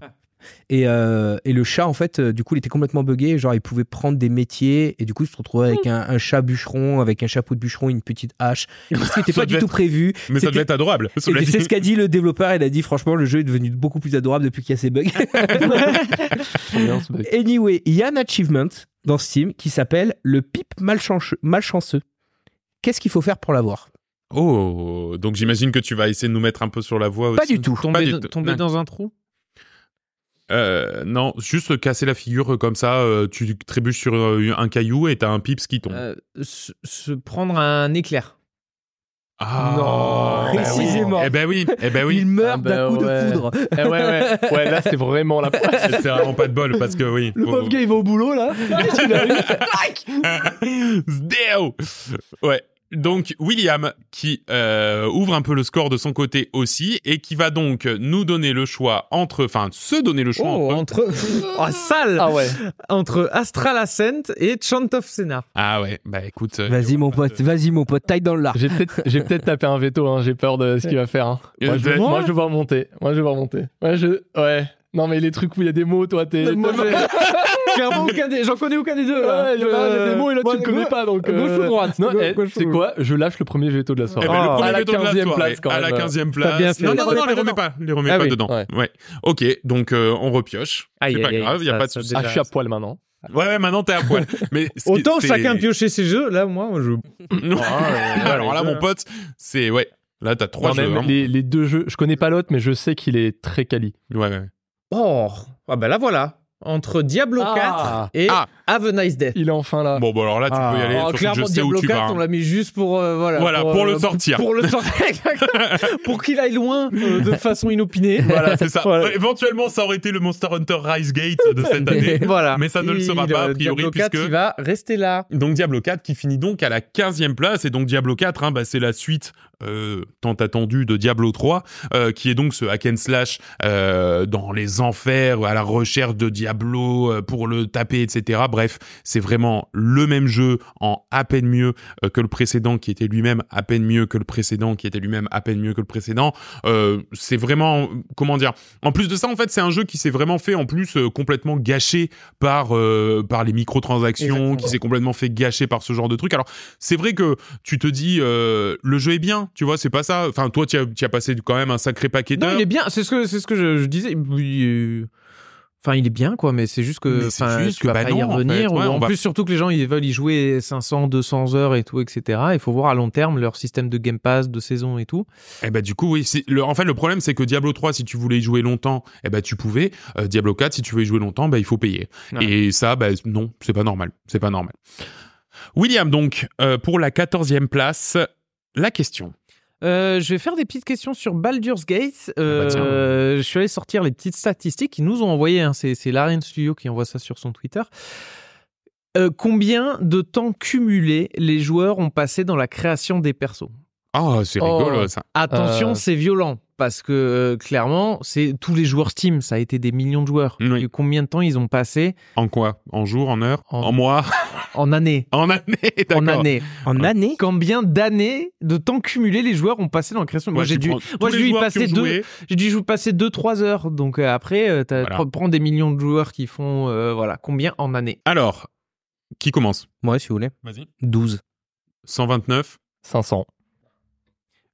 Speaker 1: Et, euh, et le chat, en fait, euh, du coup, il était complètement buggé. Genre, il pouvait prendre des métiers et du coup, il se retrouvait avec un, un chat bûcheron, avec un chapeau de bûcheron, une petite hache. Parce qu'il n'était
Speaker 4: Ça
Speaker 1: pas du
Speaker 4: devait
Speaker 1: tout prévu.
Speaker 4: Mais ça
Speaker 1: C'était-
Speaker 4: devait être adorable. cela
Speaker 1: et
Speaker 4: dit.
Speaker 1: c'est ce qu'a dit le développeur. Il a dit, franchement, le jeu est devenu beaucoup plus adorable depuis qu'il y a ces bugs.
Speaker 7: Trop bien, ce mec.
Speaker 1: Anyway, il y a un achievement dans Steam qui s'appelle le pipe malchanceux. malchanceux. Qu'est-ce qu'il faut faire pour l'avoir
Speaker 4: Oh, donc j'imagine que tu vas essayer de nous mettre un peu sur la voie aussi.
Speaker 1: Pas du tout.
Speaker 4: Pas
Speaker 2: Tomber,
Speaker 4: du
Speaker 2: dans-
Speaker 4: tout.
Speaker 2: tomber
Speaker 4: Non.
Speaker 2: dans un trou
Speaker 4: Euh, non, juste casser la figure euh, comme ça, euh, tu trébuches sur euh, un caillou et t'as un pips qui tombe.
Speaker 2: Euh, se, se prendre un éclair.
Speaker 4: Ah,
Speaker 1: Non, précisément.
Speaker 4: Eh ben oui, eh ben oui.
Speaker 1: Il meurt
Speaker 7: Ah bah
Speaker 1: d'un coup
Speaker 7: ouais.
Speaker 1: de poudre.
Speaker 7: Eh ouais, ouais. Ouais, là, c'est vraiment la
Speaker 4: C'est vraiment pas de bol parce que oui.
Speaker 7: Le
Speaker 4: faut-
Speaker 7: pauvre gars, il va au boulot, là.
Speaker 4: Zdeo Ouais. Donc William qui euh, ouvre un peu le score de son côté aussi et qui va donc nous donner le choix entre, enfin se donner le choix
Speaker 2: Oh,
Speaker 4: entre.
Speaker 2: entre. oh, sale
Speaker 7: Ah ouais.
Speaker 2: Entre Astral Ascent et Chant of Senar.
Speaker 4: Ah ouais, bah écoute. euh,
Speaker 1: Vas-y mon pote, vas-y mon pote, taille dans l'art.
Speaker 7: J'ai peut-être j'ai peut-être tapé un veto, hein, j'ai peur de ce qu'il va faire. hein.
Speaker 4: Euh,
Speaker 7: Moi, je,
Speaker 4: ouais.
Speaker 7: moi, je vais voir monter. Moi, je vais voir monter. Ouais, je. Ouais. Non, mais les trucs où il y a des mots, toi, t'es.
Speaker 2: Moi,
Speaker 7: t'es-
Speaker 2: j'ai- Clairement, aucun des... j'en connais aucun des deux. là.
Speaker 7: Ouais, il y en a un, il y a des mots et là, tu
Speaker 2: moi,
Speaker 7: le connais
Speaker 2: moi,
Speaker 7: pas, donc.
Speaker 2: gauche ou droite
Speaker 7: Non,
Speaker 2: Gauche-
Speaker 7: eh,
Speaker 2: gauche
Speaker 7: c'est
Speaker 2: ou-
Speaker 7: quoi Je lâche le premier veto de la
Speaker 4: Eh
Speaker 7: soirée.
Speaker 4: ben, le
Speaker 2: Ah,
Speaker 4: premier
Speaker 7: à la
Speaker 4: veto de
Speaker 7: 15e
Speaker 4: soirée,
Speaker 7: place, quand
Speaker 4: à
Speaker 7: même.
Speaker 4: la 15e place.
Speaker 2: bien fait.
Speaker 4: Non,
Speaker 2: Les
Speaker 4: non,
Speaker 2: remets
Speaker 4: non,
Speaker 2: pas
Speaker 4: les remets
Speaker 2: dedans.
Speaker 4: pas, les remets
Speaker 2: Ah
Speaker 4: pas
Speaker 2: oui.
Speaker 4: dedans.
Speaker 7: Ouais.
Speaker 4: Ouais. Ok, donc euh, on repioche.
Speaker 2: Aïe,
Speaker 4: C'est pas
Speaker 2: aïe, aïe,
Speaker 4: grave, y a
Speaker 2: ça-
Speaker 4: pas de
Speaker 2: ça
Speaker 4: souci.
Speaker 7: Ah,
Speaker 2: déjà-
Speaker 7: je suis à poil maintenant.
Speaker 4: Ouais, ouais, maintenant t'es à poil. Mais ce qui-
Speaker 2: Autant
Speaker 4: c'est-
Speaker 2: chacun piocher ses jeux, là, moi, je.
Speaker 4: Non. Alors là,
Speaker 2: les deux,
Speaker 4: mon pote, c'est ouais. Là, t'as trois
Speaker 7: Non,
Speaker 4: jeux.
Speaker 7: même
Speaker 4: hein.
Speaker 7: les, les deux jeux, je connais pas l'autre, mais je sais qu'il est très quali.
Speaker 4: Ouais, ouais.
Speaker 2: Oh Ah, bah là, voilà. Entre Diablo
Speaker 7: Ah.
Speaker 2: 4 et
Speaker 4: Ah.
Speaker 2: Have a Nice Day.
Speaker 7: Il est enfin là.
Speaker 4: Bon, bah alors là, tu peux y aller.
Speaker 2: Oh,
Speaker 4: surtout que
Speaker 2: clairement,
Speaker 4: je sais
Speaker 2: Diablo
Speaker 4: où tu
Speaker 2: 4,
Speaker 4: vas. hein.
Speaker 2: on l'a mis juste pour. euh, voilà,
Speaker 4: Voilà, pour, le
Speaker 2: euh,
Speaker 4: sortir.
Speaker 2: Pour le sortir, exactement. pour qu'il aille loin euh, de façon inopinée.
Speaker 4: Voilà, c'est ça.
Speaker 2: Voilà.
Speaker 4: Éventuellement, ça aurait été le Monster Hunter Rise Gate de cette année.
Speaker 2: Voilà.
Speaker 4: Mais ça ne le sera
Speaker 2: Il,
Speaker 4: pas,
Speaker 2: euh,
Speaker 4: a priori,
Speaker 2: Diablo 4,
Speaker 4: puisque-
Speaker 2: il va rester là.
Speaker 4: Donc Diablo 4 qui finit donc à la 15e place. Et donc Diablo 4, hein, bah, c'est la suite euh, tant attendue de Diablo 3, euh, qui est donc ce hack and slash euh, dans les enfers, à la recherche de Diablo euh, pour le taper, etc. Bref, c'est vraiment le même jeu en à peine mieux euh, que le précédent, qui était lui-même à peine mieux que le précédent, qui était lui-même à peine mieux que le précédent. Euh, c'est vraiment, comment dire, en plus de ça, en fait, c'est un jeu qui s'est vraiment fait, en plus, euh, complètement gâché par, euh, par les microtransactions,
Speaker 2: Exactement.
Speaker 4: qui s'est complètement fait gâcher par ce genre de truc. Alors, c'est vrai que tu te dis, euh, le jeu est bien, tu vois, c'est pas ça. Enfin, toi, tu as, tu as passé quand même un sacré paquet
Speaker 2: Non,
Speaker 4: d'heures.
Speaker 2: il est bien. C'est ce que, c'est ce que je, je disais. Il- il- Enfin, il est bien, quoi, mais c'est juste que
Speaker 4: Mais c'est
Speaker 2: enfin,
Speaker 4: juste
Speaker 2: tu
Speaker 4: que
Speaker 2: vas
Speaker 4: bah
Speaker 2: pas
Speaker 4: non,
Speaker 2: y
Speaker 4: en fait.
Speaker 2: revenir. ou
Speaker 4: Ouais,
Speaker 2: en
Speaker 4: on va-
Speaker 2: plus, surtout que les gens, ils veulent y jouer 500, 200 heures et tout, etc. Il faut voir à long terme leur système de Game Pass, de saison et tout.
Speaker 4: Eh ben du coup oui, c'est- le, en fait le problème c'est que Diablo 3 si tu voulais y jouer longtemps, eh ben tu pouvais, Euh, Diablo 4 si tu veux y jouer longtemps, bah il faut payer.
Speaker 2: Ouais.
Speaker 4: Et ça bah non, c'est pas normal, c'est pas normal. William donc euh, pour la 14e place, la question.
Speaker 2: Euh, je vais faire des petites questions sur Baldur's Gate.
Speaker 4: bah tiens.
Speaker 2: Euh, je suis allé sortir les petites statistiques qu'ils nous ont envoyées. hein. C'est, c'est Larian Studio qui envoie ça sur son Twitter. Euh, combien de temps cumulé les joueurs ont passé dans la création des persos
Speaker 4: Ah, c'est
Speaker 7: Oh.
Speaker 4: rigolo ça.
Speaker 2: Attention,
Speaker 7: Euh.
Speaker 2: c'est violent parce que euh, clairement, c'est tous les joueurs Steam. Ça a été des millions de joueurs.
Speaker 4: Oui.
Speaker 2: Et combien de temps ils ont passé
Speaker 4: En quoi En jour, en heure, en,
Speaker 2: En-
Speaker 4: mois,
Speaker 2: en année
Speaker 4: en année, d'accord.
Speaker 2: En année.
Speaker 6: En année
Speaker 2: Combien d'années de temps cumulé les joueurs ont passé dans la création Moi, j'ai
Speaker 4: tu
Speaker 2: dû,
Speaker 4: prends tous
Speaker 2: moi,
Speaker 4: les
Speaker 2: j'ai dû y
Speaker 4: joueurs qui
Speaker 2: passer
Speaker 4: ont
Speaker 2: deux-
Speaker 4: joué.
Speaker 2: j'ai dû passer 2-3 heures. Donc euh, après, euh, t'as-
Speaker 4: Voilà.
Speaker 2: pre- prends des millions de joueurs qui font euh, voilà combien en année
Speaker 4: Alors, qui commence
Speaker 6: Moi, si vous voulez.
Speaker 4: Vas-y.
Speaker 6: 12.
Speaker 4: 129.
Speaker 7: 500.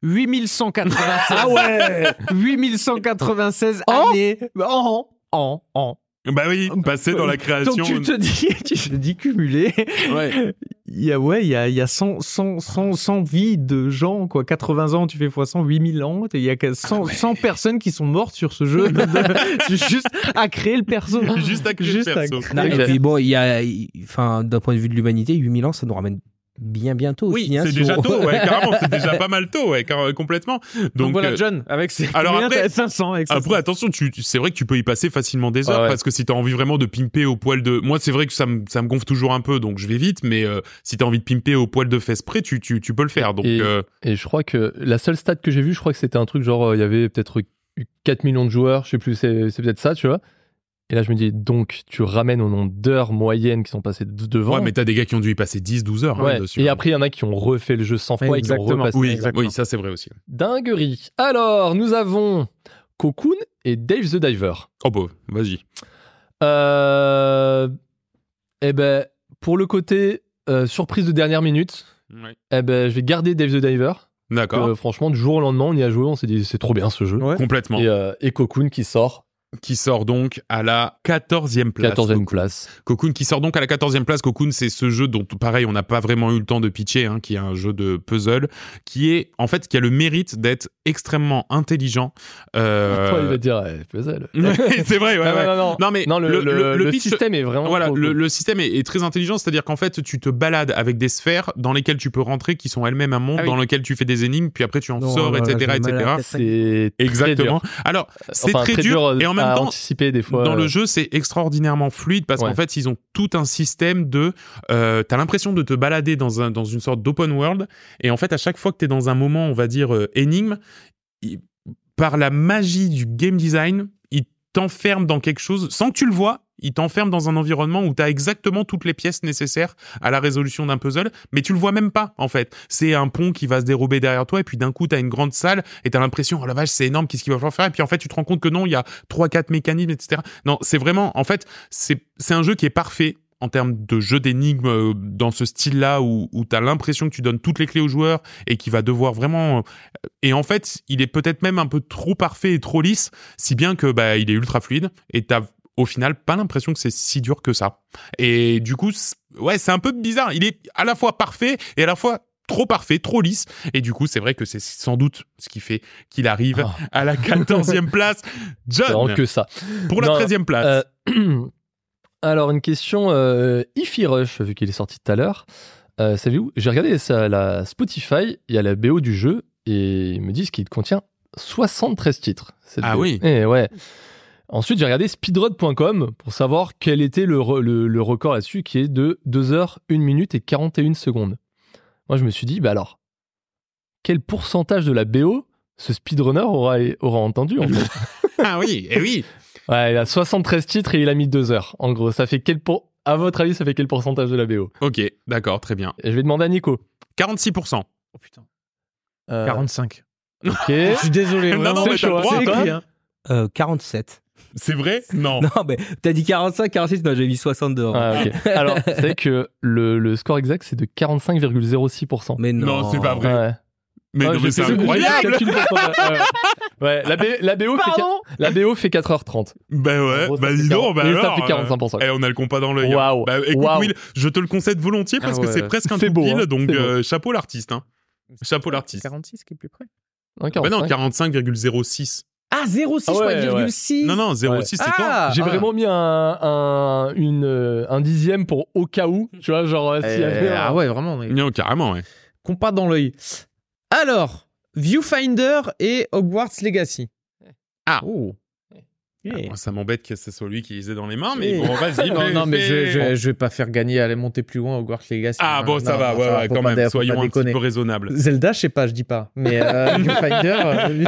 Speaker 2: 8196. ah ouais 8196 années en en en.
Speaker 4: Bah oui, passer dans la création.
Speaker 2: Donc tu te dis, tu te dis cumulé.
Speaker 4: Ouais.
Speaker 2: Il y a, ouais, il y a, il y a 100, 100, 100, 100 vies de gens, quoi. 80 ans, tu fais x 100, 8000 ans. Il y a que 100, 100 personnes qui sont mortes sur ce jeu. de- juste à créer le perso.
Speaker 4: Juste à créer le perso.
Speaker 2: créer
Speaker 6: Non, Bah,
Speaker 2: le
Speaker 6: et
Speaker 2: perso.
Speaker 6: puis bon, il y a, il- enfin, d'un point de vue de l'humanité, 8000 ans, ça nous ramène bien bientôt.
Speaker 4: Oui,
Speaker 6: aussi, hein,
Speaker 4: c'est
Speaker 6: si
Speaker 4: déjà
Speaker 6: on-
Speaker 4: tôt, ouais, carrément, c'est déjà pas mal tôt, ouais, car- euh, complètement. Donc,
Speaker 2: Donc, voilà,
Speaker 4: euh,
Speaker 2: John, avec ses.
Speaker 4: alors
Speaker 2: combien
Speaker 4: après-
Speaker 2: t'as 500 avec ses-
Speaker 4: Après, attention, tu, tu- c'est vrai que tu peux y passer facilement des heures
Speaker 7: Ah ouais.
Speaker 4: parce que si t'as envie vraiment de pimper au poil de. Moi, c'est vrai que ça me, ça me gonfle toujours un peu, donc je vais vite, mais euh, si t'as envie de pimper au poil de fesses près, tu, tu, tu peux le faire. Donc,
Speaker 7: Et-
Speaker 4: euh,
Speaker 7: Et je crois que la seule stat que j'ai vue, je crois que c'était un truc genre, euh, il y avait peut-être eu 4 millions de joueurs, je sais plus, c'est c'est peut-être ça, tu vois. Et là, je me dis, donc, tu ramènes au nombre d'heures moyennes qui sont passées de- devant.
Speaker 4: ouais, mais t'as des gars qui ont dû y passer 10, 12 heures. hein,
Speaker 7: Ouais.
Speaker 4: dessus.
Speaker 7: Et après, il y en a qui ont refait le jeu 100 fois et qui ont
Speaker 2: Exactement.
Speaker 7: repassé.
Speaker 4: Oui,
Speaker 2: Exactement.
Speaker 4: oui, ça c'est vrai aussi.
Speaker 7: Dinguerie. Alors, nous avons Cocoon et Dave the Diver.
Speaker 4: Oh, bah, vas-y.
Speaker 7: Euh, Eh ben, pour le côté euh, surprise de dernière minute, eh ben, je vais garder Dave the Diver.
Speaker 4: D'accord.
Speaker 7: Que, euh, franchement, du jour au lendemain, on y a joué, on s'est dit c'est trop bien ce jeu.
Speaker 6: Ouais.
Speaker 4: Complètement.
Speaker 7: Et, euh, et Cocoon qui sort
Speaker 4: Qui sort donc à la 14e place.
Speaker 7: 14e place.
Speaker 4: Cocoon qui sort donc à la 14e place. Cocoon, c'est ce jeu dont, pareil, on n'a pas vraiment eu le temps de pitcher, hein, qui est un jeu de puzzle, qui est, en fait, qui a le mérite d'être extrêmement intelligent. Euh,
Speaker 7: Toi, il va dire eh, puzzle.
Speaker 4: Ouais, c'est vrai, ouais,
Speaker 7: non,
Speaker 4: ouais.
Speaker 7: non, non, non.
Speaker 4: Non, mais
Speaker 7: Non, le, le- le
Speaker 4: pitch-
Speaker 7: système hein, est vraiment.
Speaker 4: Voilà,
Speaker 7: trop
Speaker 4: le,
Speaker 7: cool.
Speaker 4: le système est, est très intelligent, c'est-à-dire qu'en fait, tu te balades avec des sphères dans lesquelles tu peux rentrer, qui sont elles-mêmes un monde
Speaker 2: Ah oui.
Speaker 4: dans lequel tu fais des énigmes, puis après tu en
Speaker 6: Non,
Speaker 4: sors,
Speaker 6: voilà,
Speaker 4: etc.,
Speaker 6: j'ai mal à
Speaker 4: etc.
Speaker 6: la tête.
Speaker 7: C'est très
Speaker 4: Exactement.
Speaker 7: dur.
Speaker 4: Alors, c'est
Speaker 7: Enfin, euh,
Speaker 4: très, dur, et en même
Speaker 7: à
Speaker 4: temps,
Speaker 7: anticiper des fois.
Speaker 4: dans
Speaker 7: euh,
Speaker 4: le jeu, c'est extraordinairement fluide parce qu'en
Speaker 7: Ouais.
Speaker 4: fait, ils ont tout un système de. Euh, T'as l'impression de te balader dans, un, dans une sorte d'open world. Et en fait, à chaque fois que t'es dans un moment, on va dire, euh, énigme, il- par la magie du game design, ils t'enferment dans quelque chose sans que tu le vois. Ils t'enferment dans un environnement où t'as exactement toutes les pièces nécessaires à la résolution d'un puzzle, mais tu le vois même pas en fait. C'est un pont qui va se dérober derrière toi et puis d'un coup t'as une grande salle et t'as l'impression oh la vache c'est énorme qu'est-ce qu'il va falloir faire et puis en fait tu te rends compte que non il y a trois quatre mécanismes etc. Non c'est vraiment en fait c'est c'est un jeu qui est parfait en termes de jeu d'énigmes euh, dans ce style-là où, où tu as l'impression que tu donnes toutes les clés au joueur et qui va devoir vraiment... euh, Et en fait, il est peut-être même un peu trop parfait et trop lisse, si bien que bah, il est ultra fluide et t'as au final pas l'impression que c'est si dur que ça. Et du coup, c'est- ouais, c'est un peu bizarre. Il est à la fois parfait et à la fois trop parfait, trop lisse. Et du coup, c'est vrai que c'est sans doute ce qui fait qu'il arrive
Speaker 7: Ah.
Speaker 4: à la 14e place.
Speaker 7: c'est vraiment
Speaker 4: John,
Speaker 7: que ça.
Speaker 4: pour la
Speaker 7: Non,
Speaker 4: 13e place.
Speaker 7: Euh, alors, une question euh, Ify Rush, vu qu'il est sorti tout à l'heure. Euh, Savez-vous, j'ai regardé ça, la Spotify, il y a la BO du jeu, et ils me disent qu'il contient 73 titres. cette
Speaker 4: Ah
Speaker 7: BO.
Speaker 4: oui.
Speaker 7: Eh ouais. Ensuite, j'ai regardé speedrun.com pour savoir quel était le, re- le- le record là-dessus, qui est de 2 heures, 1 minute et 41 secondes. Moi, je me suis dit, bah alors, quel pourcentage de la BO ce speedrunner aura, aura entendu en fait
Speaker 4: Ah oui, et oui.
Speaker 7: Ouais, il a 73 titres et il a mis 2 heures. En gros, ça fait quel pour... À votre avis, ça fait quel pourcentage de la BO
Speaker 4: Ok, d'accord, très bien.
Speaker 7: Je vais demander à Nico.
Speaker 4: 46%.
Speaker 2: Oh, putain.
Speaker 7: Euh,
Speaker 2: 45.
Speaker 7: ok.
Speaker 2: Je suis désolé.
Speaker 4: Non,
Speaker 2: vraiment,
Speaker 4: non,
Speaker 2: c'est
Speaker 4: mais t'as
Speaker 2: chaud,
Speaker 4: le droit,
Speaker 2: c'est
Speaker 4: toi.
Speaker 2: écrit, hein.
Speaker 6: Euh, 47.
Speaker 4: C'est vrai Non.
Speaker 6: Non, mais t'as dit 45, 46, non, j'ai mis 62.
Speaker 7: Ah, ok. Alors, c'est que le, le score exact, c'est de 45,06%.
Speaker 6: Mais non.
Speaker 4: Non, c'est pas vrai.
Speaker 7: Ouais.
Speaker 4: Mais,
Speaker 7: Ah,
Speaker 4: non,
Speaker 7: j'ai
Speaker 4: mais c'est
Speaker 7: fait le- j'ai
Speaker 4: incroyable
Speaker 7: fait le calcul pour- ouais, ouais. Ouais, la, B- la BO fait,
Speaker 6: Pardon
Speaker 7: qua- la BO fait 4h30.
Speaker 4: Bah ouais,
Speaker 7: En gros, ça
Speaker 4: bah
Speaker 7: fait
Speaker 4: dis donc,
Speaker 7: 40
Speaker 4: bah
Speaker 7: mais
Speaker 4: alors,
Speaker 7: ça fait
Speaker 4: euh,
Speaker 7: 45%.
Speaker 4: eh, on a le compas dans l'œil. hein.
Speaker 7: Waouh.
Speaker 4: Bah écoute
Speaker 7: Waouh.
Speaker 4: Will, je te le concède volontiers parce
Speaker 2: Ah
Speaker 4: que
Speaker 2: ouais.
Speaker 4: c'est presque un
Speaker 7: C'est
Speaker 4: tout
Speaker 7: beau,
Speaker 4: pile,
Speaker 7: hein.
Speaker 4: donc
Speaker 7: C'est beau.
Speaker 4: euh, chapeau l'artiste. Hein. Chapeau l'artiste.
Speaker 2: 46 qui est plus près.
Speaker 7: Hein,
Speaker 4: Bah non,
Speaker 7: 45.
Speaker 4: 45,06.
Speaker 2: Ah, 0,6,
Speaker 7: Ah
Speaker 2: je crois,
Speaker 7: ouais, ouais.
Speaker 2: 0,6.
Speaker 4: Non, non, 0,6 c'est toi.
Speaker 2: Ah,
Speaker 7: J'ai
Speaker 2: ah.
Speaker 7: vraiment mis un, un- une, euh, un dixième pour au cas où, tu vois, genre euh, s'il y avait
Speaker 4: Eh,
Speaker 2: Euh,
Speaker 7: un-
Speaker 2: ah ouais, vraiment, on est
Speaker 4: Non, carrément, ouais.
Speaker 2: compas dans l'œil. Alors, Viewfinder et Hogwarts Legacy.
Speaker 4: Ah.
Speaker 2: Oh.
Speaker 4: Ah,
Speaker 2: Yeah.
Speaker 4: moi, ça m'embête que ce soit lui qui lisait dans les mains, mais
Speaker 2: Eh.
Speaker 4: bon, vas-y.
Speaker 2: Non,
Speaker 4: fais-
Speaker 2: non, mais je,
Speaker 4: fais-
Speaker 2: je, je vais pas faire gagner, aller monter plus loin Hogwarts Legacy.
Speaker 4: Ah
Speaker 2: Non,
Speaker 4: bon, ça
Speaker 2: non,
Speaker 4: va,
Speaker 2: non,
Speaker 4: ouais,
Speaker 2: ça va,
Speaker 4: ouais,
Speaker 2: faut
Speaker 4: quand
Speaker 2: pas dé-
Speaker 4: même,
Speaker 2: faut
Speaker 4: soyons
Speaker 2: pas
Speaker 4: un petit
Speaker 2: déconner.
Speaker 4: peu raisonnables.
Speaker 2: Zelda, je sais pas, je dis pas. Mais euh, Viewfinder, euh,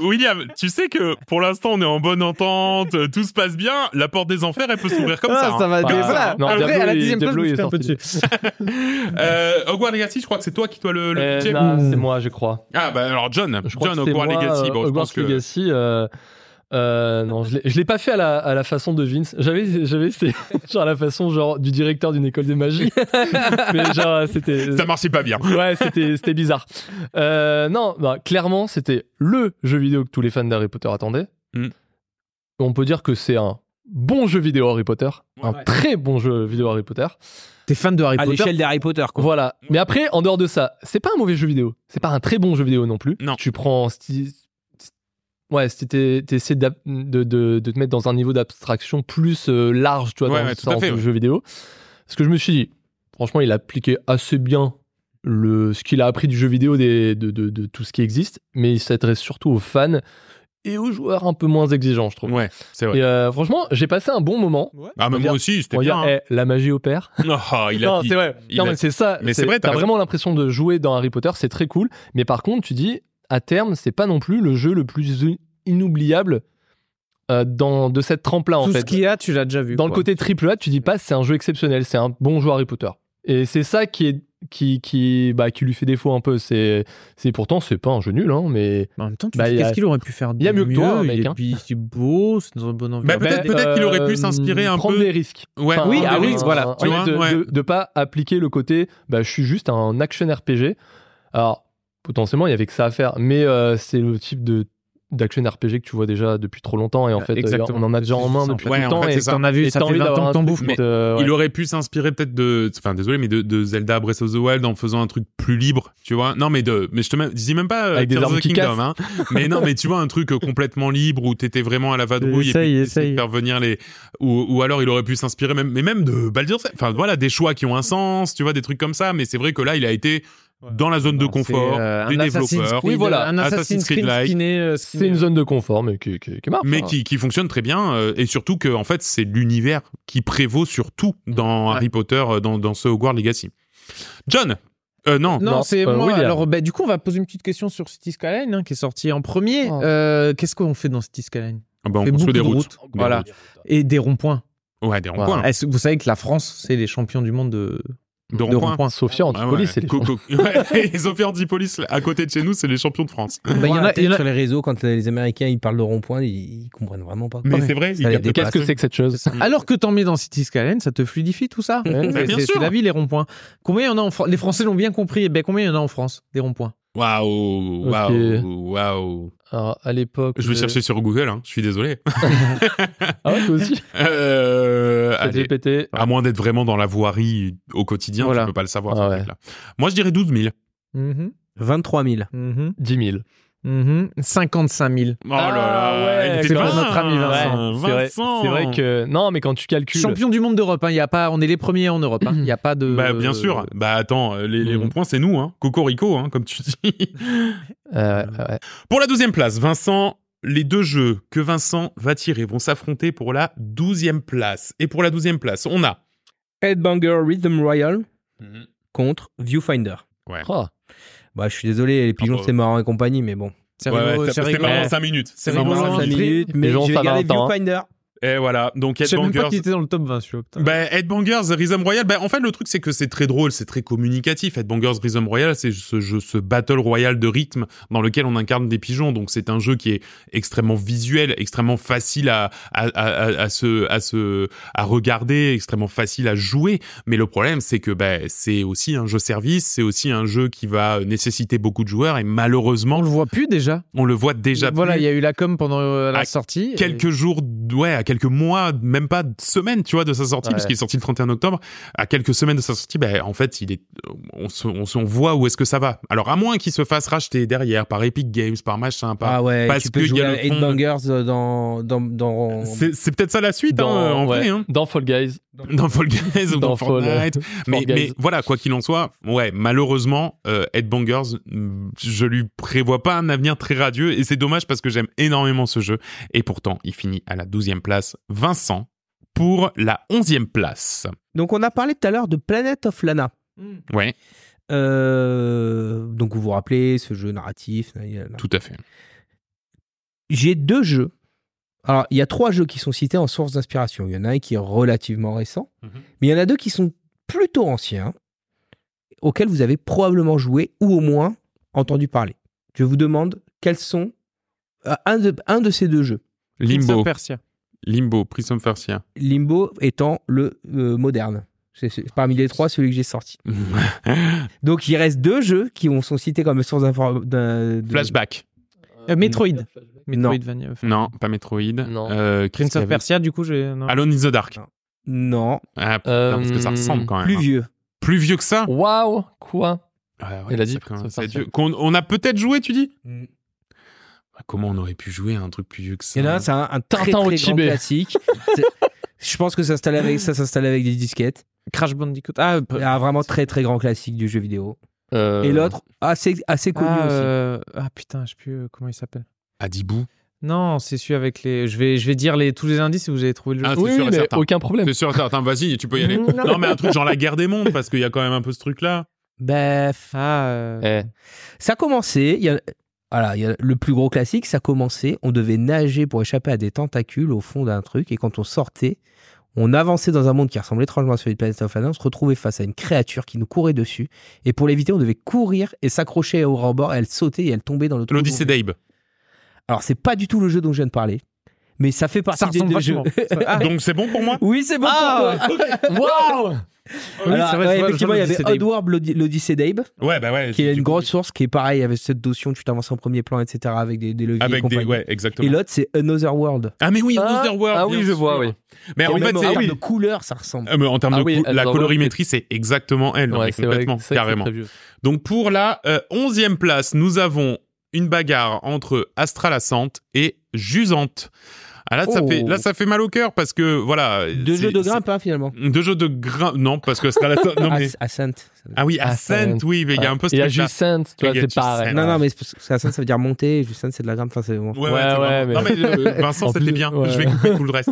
Speaker 4: William, tu sais que pour l'instant, on est en bonne entente, euh, tout se passe bien, la porte des enfers, elle peut s'ouvrir comme
Speaker 2: ah,
Speaker 4: ça. hein.
Speaker 7: Bah,
Speaker 2: va. dé- voilà.
Speaker 7: non,
Speaker 2: Après,
Speaker 7: Diablo
Speaker 2: à la
Speaker 7: est-
Speaker 2: dixième place, je
Speaker 7: Diablo
Speaker 2: me
Speaker 7: est
Speaker 2: suis un peu
Speaker 7: sorti.
Speaker 2: dessus.
Speaker 4: Euh, Hogwarts Legacy, je crois que c'est toi qui dois le, le
Speaker 7: Euh,
Speaker 4: pitcher.
Speaker 7: non,
Speaker 2: Ouh.
Speaker 7: c'est moi, je crois.
Speaker 4: Ah bah alors John,
Speaker 7: Je crois
Speaker 4: John
Speaker 7: que c'est
Speaker 4: Hogwarts
Speaker 7: moi,
Speaker 4: Legacy,
Speaker 7: euh,
Speaker 4: bon, je
Speaker 7: Hogwarts
Speaker 4: pense que...
Speaker 7: Legacy. euh, euh, non, je l'ai- je l'ai pas fait à la, à la façon de Vince. J'avais, j'avais, c'est genre la façon genre du directeur d'une école de magie. Mais genre, c'était.
Speaker 4: Ça marchait pas bien.
Speaker 7: ouais, c'était c'était bizarre. Euh, non, bah, clairement, c'était le jeu vidéo que tous les fans d'Harry Potter attendaient.
Speaker 4: Mm.
Speaker 7: On peut dire que c'est un bon jeu vidéo Harry Potter, un
Speaker 4: Ouais.
Speaker 7: très bon jeu vidéo Harry Potter.
Speaker 2: T'es fan de Harry
Speaker 7: Ah,
Speaker 6: à
Speaker 2: Potter
Speaker 6: l'échelle d'Harry Potter, quoi.
Speaker 7: Voilà. Mais après, en dehors de ça, c'est pas un mauvais jeu vidéo. C'est pas un très bon jeu vidéo non plus.
Speaker 4: Non.
Speaker 7: Tu prends. sti- sti- Ouais, si t'es- t'essaies d'ab- de, de, de te mettre dans un niveau d'abstraction plus euh, large, tu vois,
Speaker 4: Ouais,
Speaker 7: dans
Speaker 4: ouais,
Speaker 7: le
Speaker 4: tout à
Speaker 7: sens
Speaker 4: fait,
Speaker 7: du
Speaker 4: ouais.
Speaker 7: jeu vidéo. Parce que je me suis dit, franchement, il a appliqué assez bien le, ce qu'il a appris du jeu vidéo, des, de, de- de tout ce qui existe, mais il s'adresse surtout aux fans et aux joueurs un peu moins exigeants, je trouve.
Speaker 4: Ouais, c'est vrai.
Speaker 7: Et euh, franchement, j'ai passé un bon moment.
Speaker 4: Ah mais moi
Speaker 7: Regarde.
Speaker 4: aussi, c'était
Speaker 7: On va dire,
Speaker 4: bien. hein.
Speaker 7: eh, la magie opère.
Speaker 4: Oh, il a
Speaker 7: Non,
Speaker 4: dit-
Speaker 7: c'est vrai.
Speaker 4: il
Speaker 7: Non,
Speaker 4: a-
Speaker 7: mais c'est ça.
Speaker 4: Mais c'est vrai, t'as
Speaker 7: T'as
Speaker 4: raison.
Speaker 7: vraiment l'impression de jouer dans Harry Potter, c'est très cool. Mais par contre, tu dis, à terme, c'est pas non plus le jeu le plus in- inoubliable euh, dans, de cette trempe-là, en
Speaker 2: Tout
Speaker 7: fait.
Speaker 2: ce qu'il y a, tu l'as déjà vu.
Speaker 7: Dans le
Speaker 2: quoi.
Speaker 7: côté triple A, tu dis pas, c'est un jeu exceptionnel, c'est un bon jeu Harry Potter. Et c'est ça qui est. Qui, qui, bah, qui lui fait défaut un peu. C'est c'est- pourtant, c'est pas un jeu nul, hein, mais.
Speaker 2: En même temps, tu
Speaker 7: Bah,
Speaker 2: te dis,
Speaker 7: il y a-
Speaker 2: qu'est-ce qu'il aurait pu faire de
Speaker 7: il y a mieux que toi,
Speaker 2: il
Speaker 7: mec,
Speaker 2: est-
Speaker 7: hein.
Speaker 2: puis c'est beau, c'est dans un bon
Speaker 4: Bah,
Speaker 2: environnement.
Speaker 4: peut-être peut-être qu'il aurait pu
Speaker 7: euh,
Speaker 4: s'inspirer un
Speaker 7: prendre
Speaker 4: peu.
Speaker 7: des risques.
Speaker 4: Ouais.
Speaker 7: Enfin,
Speaker 2: Oui,
Speaker 7: un-
Speaker 2: ah oui,
Speaker 7: un-
Speaker 2: voilà,
Speaker 4: tu
Speaker 7: ouais,
Speaker 4: vois,
Speaker 7: de,
Speaker 4: ouais.
Speaker 7: de- de pas appliquer le côté, bah, je suis juste un action RPG. Alors, potentiellement, il y avait que ça à faire, mais euh, c'est le type de d'action RPG que tu vois déjà depuis trop longtemps et en
Speaker 2: Ah,
Speaker 7: fait, euh,
Speaker 2: exactement.
Speaker 7: on en a déjà en main
Speaker 2: C'est
Speaker 7: depuis
Speaker 4: ça, en fait. Ouais, en
Speaker 7: longtemps.
Speaker 4: fait,
Speaker 7: et
Speaker 4: c'est
Speaker 2: T'en as vu,
Speaker 7: et
Speaker 2: ça
Speaker 7: t'as
Speaker 2: fait
Speaker 7: envie
Speaker 2: 20
Speaker 7: d'avoir
Speaker 2: ans
Speaker 7: un
Speaker 2: que t'en
Speaker 7: truc,
Speaker 2: bouffes.
Speaker 4: mais
Speaker 7: euh, ouais.
Speaker 4: Il aurait pu s'inspirer peut-être de, enfin désolé, mais de, de Zelda Breath of the Wild en faisant un truc plus libre, tu vois. Non, mais de, mais je te mets- je dis même pas euh,
Speaker 7: Avec des
Speaker 4: Tears of
Speaker 7: armes
Speaker 4: the
Speaker 7: qui
Speaker 4: Kingdom, hein. Mais non, mais tu vois un truc euh, complètement libre où t'étais vraiment à la vadrouille
Speaker 2: Essaye,
Speaker 4: et puis t'essayais de
Speaker 2: essaye.
Speaker 4: faire venir les, ou, ou alors il aurait pu s'inspirer même, mais même de Baldur's, Gate. enfin voilà, des choix qui ont un sens, tu vois, des trucs comme ça. Mais c'est vrai que là, il a été dans la zone de
Speaker 2: Non, c'est,
Speaker 4: confort
Speaker 2: euh,
Speaker 4: du
Speaker 2: un Assassin's
Speaker 4: développeur.
Speaker 2: Creed,
Speaker 7: Oui, voilà,
Speaker 2: Un
Speaker 4: Assassin's
Speaker 2: Assassin's Creed
Speaker 4: Creed-like.
Speaker 2: skinné, euh,
Speaker 7: C'est
Speaker 2: skinné.
Speaker 7: une zone de confort, mais qui, qui, qui marche.
Speaker 4: mais
Speaker 2: oh.
Speaker 7: hein.
Speaker 4: qui, qui fonctionne très bien euh, et surtout que en fait c'est l'univers qui prévaut sur tout dans
Speaker 2: Ouais.
Speaker 4: Harry Potter euh, dans, dans ce Hogwarts Legacy. John euh, non,
Speaker 2: Non,
Speaker 7: Non,
Speaker 2: c'est
Speaker 7: euh,
Speaker 2: moi.
Speaker 7: William.
Speaker 2: Alors, bah, du coup, on va poser une petite question sur City Skyline, hein, qui est sorti en premier.
Speaker 7: Oh.
Speaker 2: Euh, Qu'est-ce qu'on fait dans City Skyline
Speaker 4: Ah bah, on
Speaker 2: fait
Speaker 4: construit des
Speaker 2: beaucoup de
Speaker 4: routes.
Speaker 2: routes.
Speaker 4: Des
Speaker 2: Voilà. Et des ronds-points.
Speaker 4: routes. Ouais, des
Speaker 7: Voilà.
Speaker 4: ronds-points.
Speaker 2: Est-ce- Vous savez que la France, c'est les champions du monde de,
Speaker 4: De
Speaker 2: de
Speaker 4: ronds-points.
Speaker 2: ronds-points.
Speaker 7: Sophia
Speaker 4: Ah
Speaker 7: Antipolis, c'est les gens.
Speaker 4: Ils ont fait Antipolis là, à côté de chez nous, c'est les champions de France.
Speaker 6: Bah, il y en a,
Speaker 2: il y en a-
Speaker 6: sur les réseaux, quand les Américains ils parlent de rond-point, ils, ils comprennent vraiment pas. quoi.
Speaker 4: Mais c'est vrai, ils
Speaker 6: Ça les
Speaker 4: captent
Speaker 7: Qu'est-ce
Speaker 4: pas.
Speaker 7: que c'est que cette chose
Speaker 2: Alors que t'en mets dans City Skyline, ça te fluidifie tout ça.
Speaker 7: Ouais,
Speaker 2: C'est-
Speaker 4: bien
Speaker 2: c'est-
Speaker 4: sûr.
Speaker 2: C'est la vie, les ronds-points. Combien il y en a en France Les Français l'ont bien compris. Eh Ben, combien il y en a en France Des ronds-points.
Speaker 4: Waouh,
Speaker 7: Ok.
Speaker 4: waouh, waouh.
Speaker 7: Alors, à l'époque.
Speaker 4: Je vais
Speaker 7: euh,
Speaker 4: chercher sur Google, hein, je suis désolé.
Speaker 7: Ah ouais, toi aussi
Speaker 4: Euh,
Speaker 7: T'as
Speaker 4: allez.
Speaker 7: pété.
Speaker 4: À moins d'être vraiment dans la voirie au quotidien,
Speaker 2: Voilà.
Speaker 4: tu peux pas le savoir.
Speaker 7: Ah
Speaker 4: ce
Speaker 7: ouais.
Speaker 4: truc-là. Moi, je dirais 12 000.
Speaker 2: Mhm,
Speaker 6: 23 000.
Speaker 2: mhm,
Speaker 7: 10 000.
Speaker 2: mhm. 55 000.
Speaker 4: Oh là là,
Speaker 7: ouais,
Speaker 4: il était
Speaker 7: c'est pour
Speaker 4: vingt,
Speaker 2: notre ami Vincent.
Speaker 7: C'est vrai,
Speaker 4: Vincent.
Speaker 7: c'est vrai que. Non, mais quand tu calcules.
Speaker 2: Champion du monde d'Europe. Hein. Il y a pas, on est les premiers en Europe. hein. Il y a pas de.
Speaker 4: Bah, bien sûr. Bah, attends, les, les
Speaker 7: Mm.
Speaker 4: ronds-points, c'est nous, hein. Cocorico, hein, comme tu dis.
Speaker 7: Euh, ouais, ouais.
Speaker 4: Pour la douzième place, Vincent, les deux jeux que Vincent va tirer vont s'affronter pour la douzième place. Et pour la douzième place, on a...
Speaker 6: Headbanger Rhythm Royal
Speaker 4: Mhm.
Speaker 6: contre Viewfinder.
Speaker 7: Oh.
Speaker 6: Bah, je suis désolé, les pigeons,
Speaker 4: bah.
Speaker 6: c'est marrant et compagnie, mais bon.
Speaker 2: C'est
Speaker 4: Ouais,
Speaker 2: rigolo,
Speaker 4: ouais,
Speaker 2: c'est
Speaker 4: c'est c'est
Speaker 2: rigolo.
Speaker 4: marrant 5 minutes. C'est
Speaker 2: rigolo,
Speaker 4: marrant cinq
Speaker 2: ça me
Speaker 4: minutes.
Speaker 2: dit-
Speaker 6: minutes, mais
Speaker 7: pigeons,
Speaker 6: je vais
Speaker 7: ça va
Speaker 6: garder
Speaker 7: longtemps, hein.
Speaker 6: Viewfinder.
Speaker 4: Et voilà, donc
Speaker 2: Je savais même pas
Speaker 4: Headbangers.
Speaker 2: qu'il était dans le top 20, celui-là. putain.
Speaker 4: Bah, Headbangers, Rhythm Royale, bah, en fait, le truc, c'est que c'est très drôle, c'est très communicatif. Headbangers, Rhythm Royale, c'est ce jeu, ce battle royale de rythme dans lequel on incarne des pigeons. Donc, c'est un jeu qui est extrêmement visuel, extrêmement facile à, à, à, à, à se, à se, à regarder, extrêmement facile à jouer. Mais le problème, c'est que, bah, c'est aussi un jeu service, c'est aussi un jeu qui va nécessiter beaucoup de joueurs et
Speaker 2: on
Speaker 4: malheureusement,
Speaker 2: le voit plus déjà.
Speaker 4: on le voit déjà
Speaker 2: Voilà,
Speaker 4: plus
Speaker 2: il y a eu la com pendant euh, la
Speaker 4: À
Speaker 2: sortie. et-
Speaker 4: quelques jours, ouais, à quelques mois, même pas semaines, tu vois, de sa sortie,
Speaker 7: Ouais.
Speaker 4: puisqu'il est sorti le 31 octobre, à quelques semaines de sa sortie, ben, en fait, il est, on, se, on, se- on voit où est-ce que ça va. Alors, à moins qu'il se fasse racheter derrière par Epic Games, par machin, par.
Speaker 1: Ah ouais,
Speaker 4: parce
Speaker 1: tu peux
Speaker 4: que
Speaker 1: jouer
Speaker 4: y a
Speaker 1: à
Speaker 4: le fond.
Speaker 1: Headbangers euh, dans, dans, dans...
Speaker 4: C'est c'est peut-être ça la suite, hein, en
Speaker 7: ouais,
Speaker 4: vrai. Hein.
Speaker 7: dans Fall Guys.
Speaker 4: Dans Fall Guys ou dans,
Speaker 7: Dans Fall, euh,
Speaker 4: Fortnite. mais,
Speaker 7: Fall Guys.
Speaker 4: mais voilà, quoi qu'il en soit, ouais, malheureusement, euh, Headbangers, mm, je lui prévois pas un avenir très radieux et c'est dommage parce que j'aime énormément ce jeu et pourtant, il finit à la 12e place. Vincent pour la 11e place.
Speaker 1: Donc on a parlé tout à l'heure de Planet of Lana.
Speaker 4: Ouais,
Speaker 1: Euh, donc vous vous rappelez ce jeu narratif.
Speaker 4: tout à fait.
Speaker 1: J'ai deux jeux. Alors il y a trois jeux qui sont cités en source d'inspiration. Il y en a un qui est relativement récent,
Speaker 4: Mhm.
Speaker 1: mais il y en a deux qui sont plutôt anciens, auxquels vous avez probablement joué ou au moins entendu parler. Je vous demande quels sont euh, un de, un de ces deux jeux.
Speaker 2: Prince of
Speaker 4: Limbo,
Speaker 2: Persia.
Speaker 4: Limbo, Prison Farcia.
Speaker 1: Limbo étant le euh, moderne. C'est- c'est parmi les trois celui que j'ai sorti. Donc il reste deux jeux qui ont- sont cités comme source d'infor- d'un- de-
Speaker 4: Flashback.
Speaker 2: Euh, Metroid. Metroidvania. enfin.
Speaker 4: Non, pas Metroid.
Speaker 7: Non.
Speaker 4: Euh, qu'est-ce
Speaker 2: Prince
Speaker 4: qu'il y
Speaker 2: of
Speaker 4: avait
Speaker 2: Persia, du coup, j'ai. non.
Speaker 4: Alone in the Dark.
Speaker 1: Non,
Speaker 4: Ah, putain,
Speaker 7: Euh,
Speaker 4: parce que ça ressemble quand même.
Speaker 1: plus
Speaker 4: hein.
Speaker 1: vieux.
Speaker 4: Plus vieux que ça
Speaker 7: Waouh, quoi
Speaker 4: Ah
Speaker 7: Il a dit,
Speaker 4: ça, quand même,
Speaker 7: ça
Speaker 4: ça
Speaker 7: va
Speaker 4: dieu.
Speaker 7: sortir.
Speaker 4: Qu'on- on a peut-être joué, tu dis
Speaker 1: Mm.
Speaker 4: Bah, Comment on aurait pu jouer à un truc plus vieux que ça
Speaker 1: Il y en a un, c'est un, un très,
Speaker 7: Tintin au
Speaker 1: très grand
Speaker 7: Tibet.
Speaker 1: classique. C'est- Je pense que ça s'installe avec, ça s'installe avec des disquettes.
Speaker 2: Crash Bandicoot. Ah, p-
Speaker 1: Un vraiment très très grand classique du jeu vidéo.
Speaker 7: Euh,
Speaker 1: Et l'autre, assez, assez connu
Speaker 2: ah,
Speaker 1: aussi.
Speaker 2: euh, ah, putain, je sais plus euh, comment il s'appelle.
Speaker 4: Adibou
Speaker 2: Non, c'est celui avec les. Je vais, je vais dire les... tous les indices et vous avez trouvé le jeu.
Speaker 4: Ah, c'est
Speaker 7: Oui,
Speaker 4: sûr et
Speaker 7: mais
Speaker 4: certain.
Speaker 7: aucun problème.
Speaker 4: C'est sûr, attends, vas-y, tu peux y aller. non, mais un truc genre la guerre des mondes, parce qu'il y a quand même un peu ce truc-là.
Speaker 1: Bref,
Speaker 2: Ah, euh,
Speaker 7: Eh,
Speaker 1: ça a commencé. Il y a, voilà, il y a le plus gros classique, ça a commencé. On devait nager pour échapper à des tentacules au fond d'un truc. Et quand on sortait, on avançait dans un monde qui ressemblait étrangement à celui de Planet of Lana. On se retrouvait face à une créature qui nous courait dessus. Et pour l'éviter, on devait courir et s'accrocher au rebord. Elle sautait et elle tombait dans le trou.
Speaker 4: L'Odyssée d'Abe.
Speaker 1: Alors, c'est pas du tout le jeu dont je viens de parler. Mais ça fait partie
Speaker 2: ça
Speaker 1: des
Speaker 2: ressemble
Speaker 1: deux jeux.
Speaker 2: vachement. Ah,
Speaker 4: Donc c'est bon pour moi
Speaker 1: Oui, c'est bon
Speaker 2: Ah,
Speaker 1: pour toi.
Speaker 7: Eh. Waouh
Speaker 2: oui,
Speaker 1: Alors,
Speaker 2: c'est vrai,
Speaker 1: ouais,
Speaker 2: je vois- je
Speaker 1: effectivement,
Speaker 2: vois
Speaker 1: il y avait
Speaker 2: l'Odyssée d'Abe.
Speaker 1: Oddworld, l'Od- l'Odyssée d'Abe,
Speaker 4: Ouais, bah ouais.
Speaker 1: qui est
Speaker 4: du
Speaker 1: une
Speaker 4: coup,
Speaker 1: grosse source, qui est pareil, avec cette notion, tu t'avances en premier plan, etc., avec des, des leviers et
Speaker 4: Avec des.
Speaker 1: compagnie.
Speaker 4: Ouais,
Speaker 1: Et
Speaker 4: exactement.
Speaker 1: l'autre, c'est Another World.
Speaker 4: Ah, mais oui,
Speaker 7: Ah,
Speaker 4: Another World.
Speaker 7: ah oui,
Speaker 4: bien
Speaker 7: je
Speaker 4: sûr.
Speaker 7: vois, oui.
Speaker 4: Mais Ah, en
Speaker 1: Et
Speaker 4: fait,
Speaker 1: même en
Speaker 4: c'est.
Speaker 1: termes de couleur, ça ressemble.
Speaker 4: Ah, mais en termes
Speaker 7: Ah
Speaker 4: de
Speaker 7: oui,
Speaker 4: cou-
Speaker 7: Another
Speaker 4: la
Speaker 7: World,
Speaker 4: colorimétrie, c'est exactement elle,
Speaker 7: Ouais,
Speaker 4: mec,
Speaker 7: c'est vrai
Speaker 4: complètement,
Speaker 7: que c'est vrai que c'est
Speaker 4: carrément.
Speaker 7: très vieux.
Speaker 4: Donc pour la euh, 11e place, nous avons une bagarre entre Astral Ascent et Jusante. Ah là, ça
Speaker 1: Oh.
Speaker 4: fait, là, ça fait mal au cœur parce que voilà.
Speaker 1: Deux
Speaker 4: c'est-
Speaker 1: jeux de
Speaker 4: c'est-
Speaker 1: grimpe, hein, finalement.
Speaker 4: Deux jeux de grimpe. Non, parce que Astral Ascent.
Speaker 7: Ah,
Speaker 4: non, mais-
Speaker 1: As- Ascent.
Speaker 4: Ah oui, Ascent,
Speaker 7: Ascent.
Speaker 4: oui, mais il y a un peu ce
Speaker 7: Ah, Il y a
Speaker 4: truc-là.
Speaker 7: Jacinthe, tu vois,
Speaker 4: Il y a
Speaker 7: c'est pareil.
Speaker 4: Jacinthe.
Speaker 1: Non, non, mais c'est parce que Ascent, ça veut dire monter, et Justin, c'est de la grimpe. Enfin, c'est bon.
Speaker 4: Ah, Ouais, ouais,
Speaker 7: Ouais,
Speaker 4: c'est
Speaker 7: ouais,
Speaker 4: vraiment-
Speaker 7: mais-
Speaker 4: Non, mais euh, Vincent,
Speaker 7: En
Speaker 4: c'était
Speaker 7: plus,
Speaker 4: bien.
Speaker 7: ouais.
Speaker 4: Je vais couper tout le reste.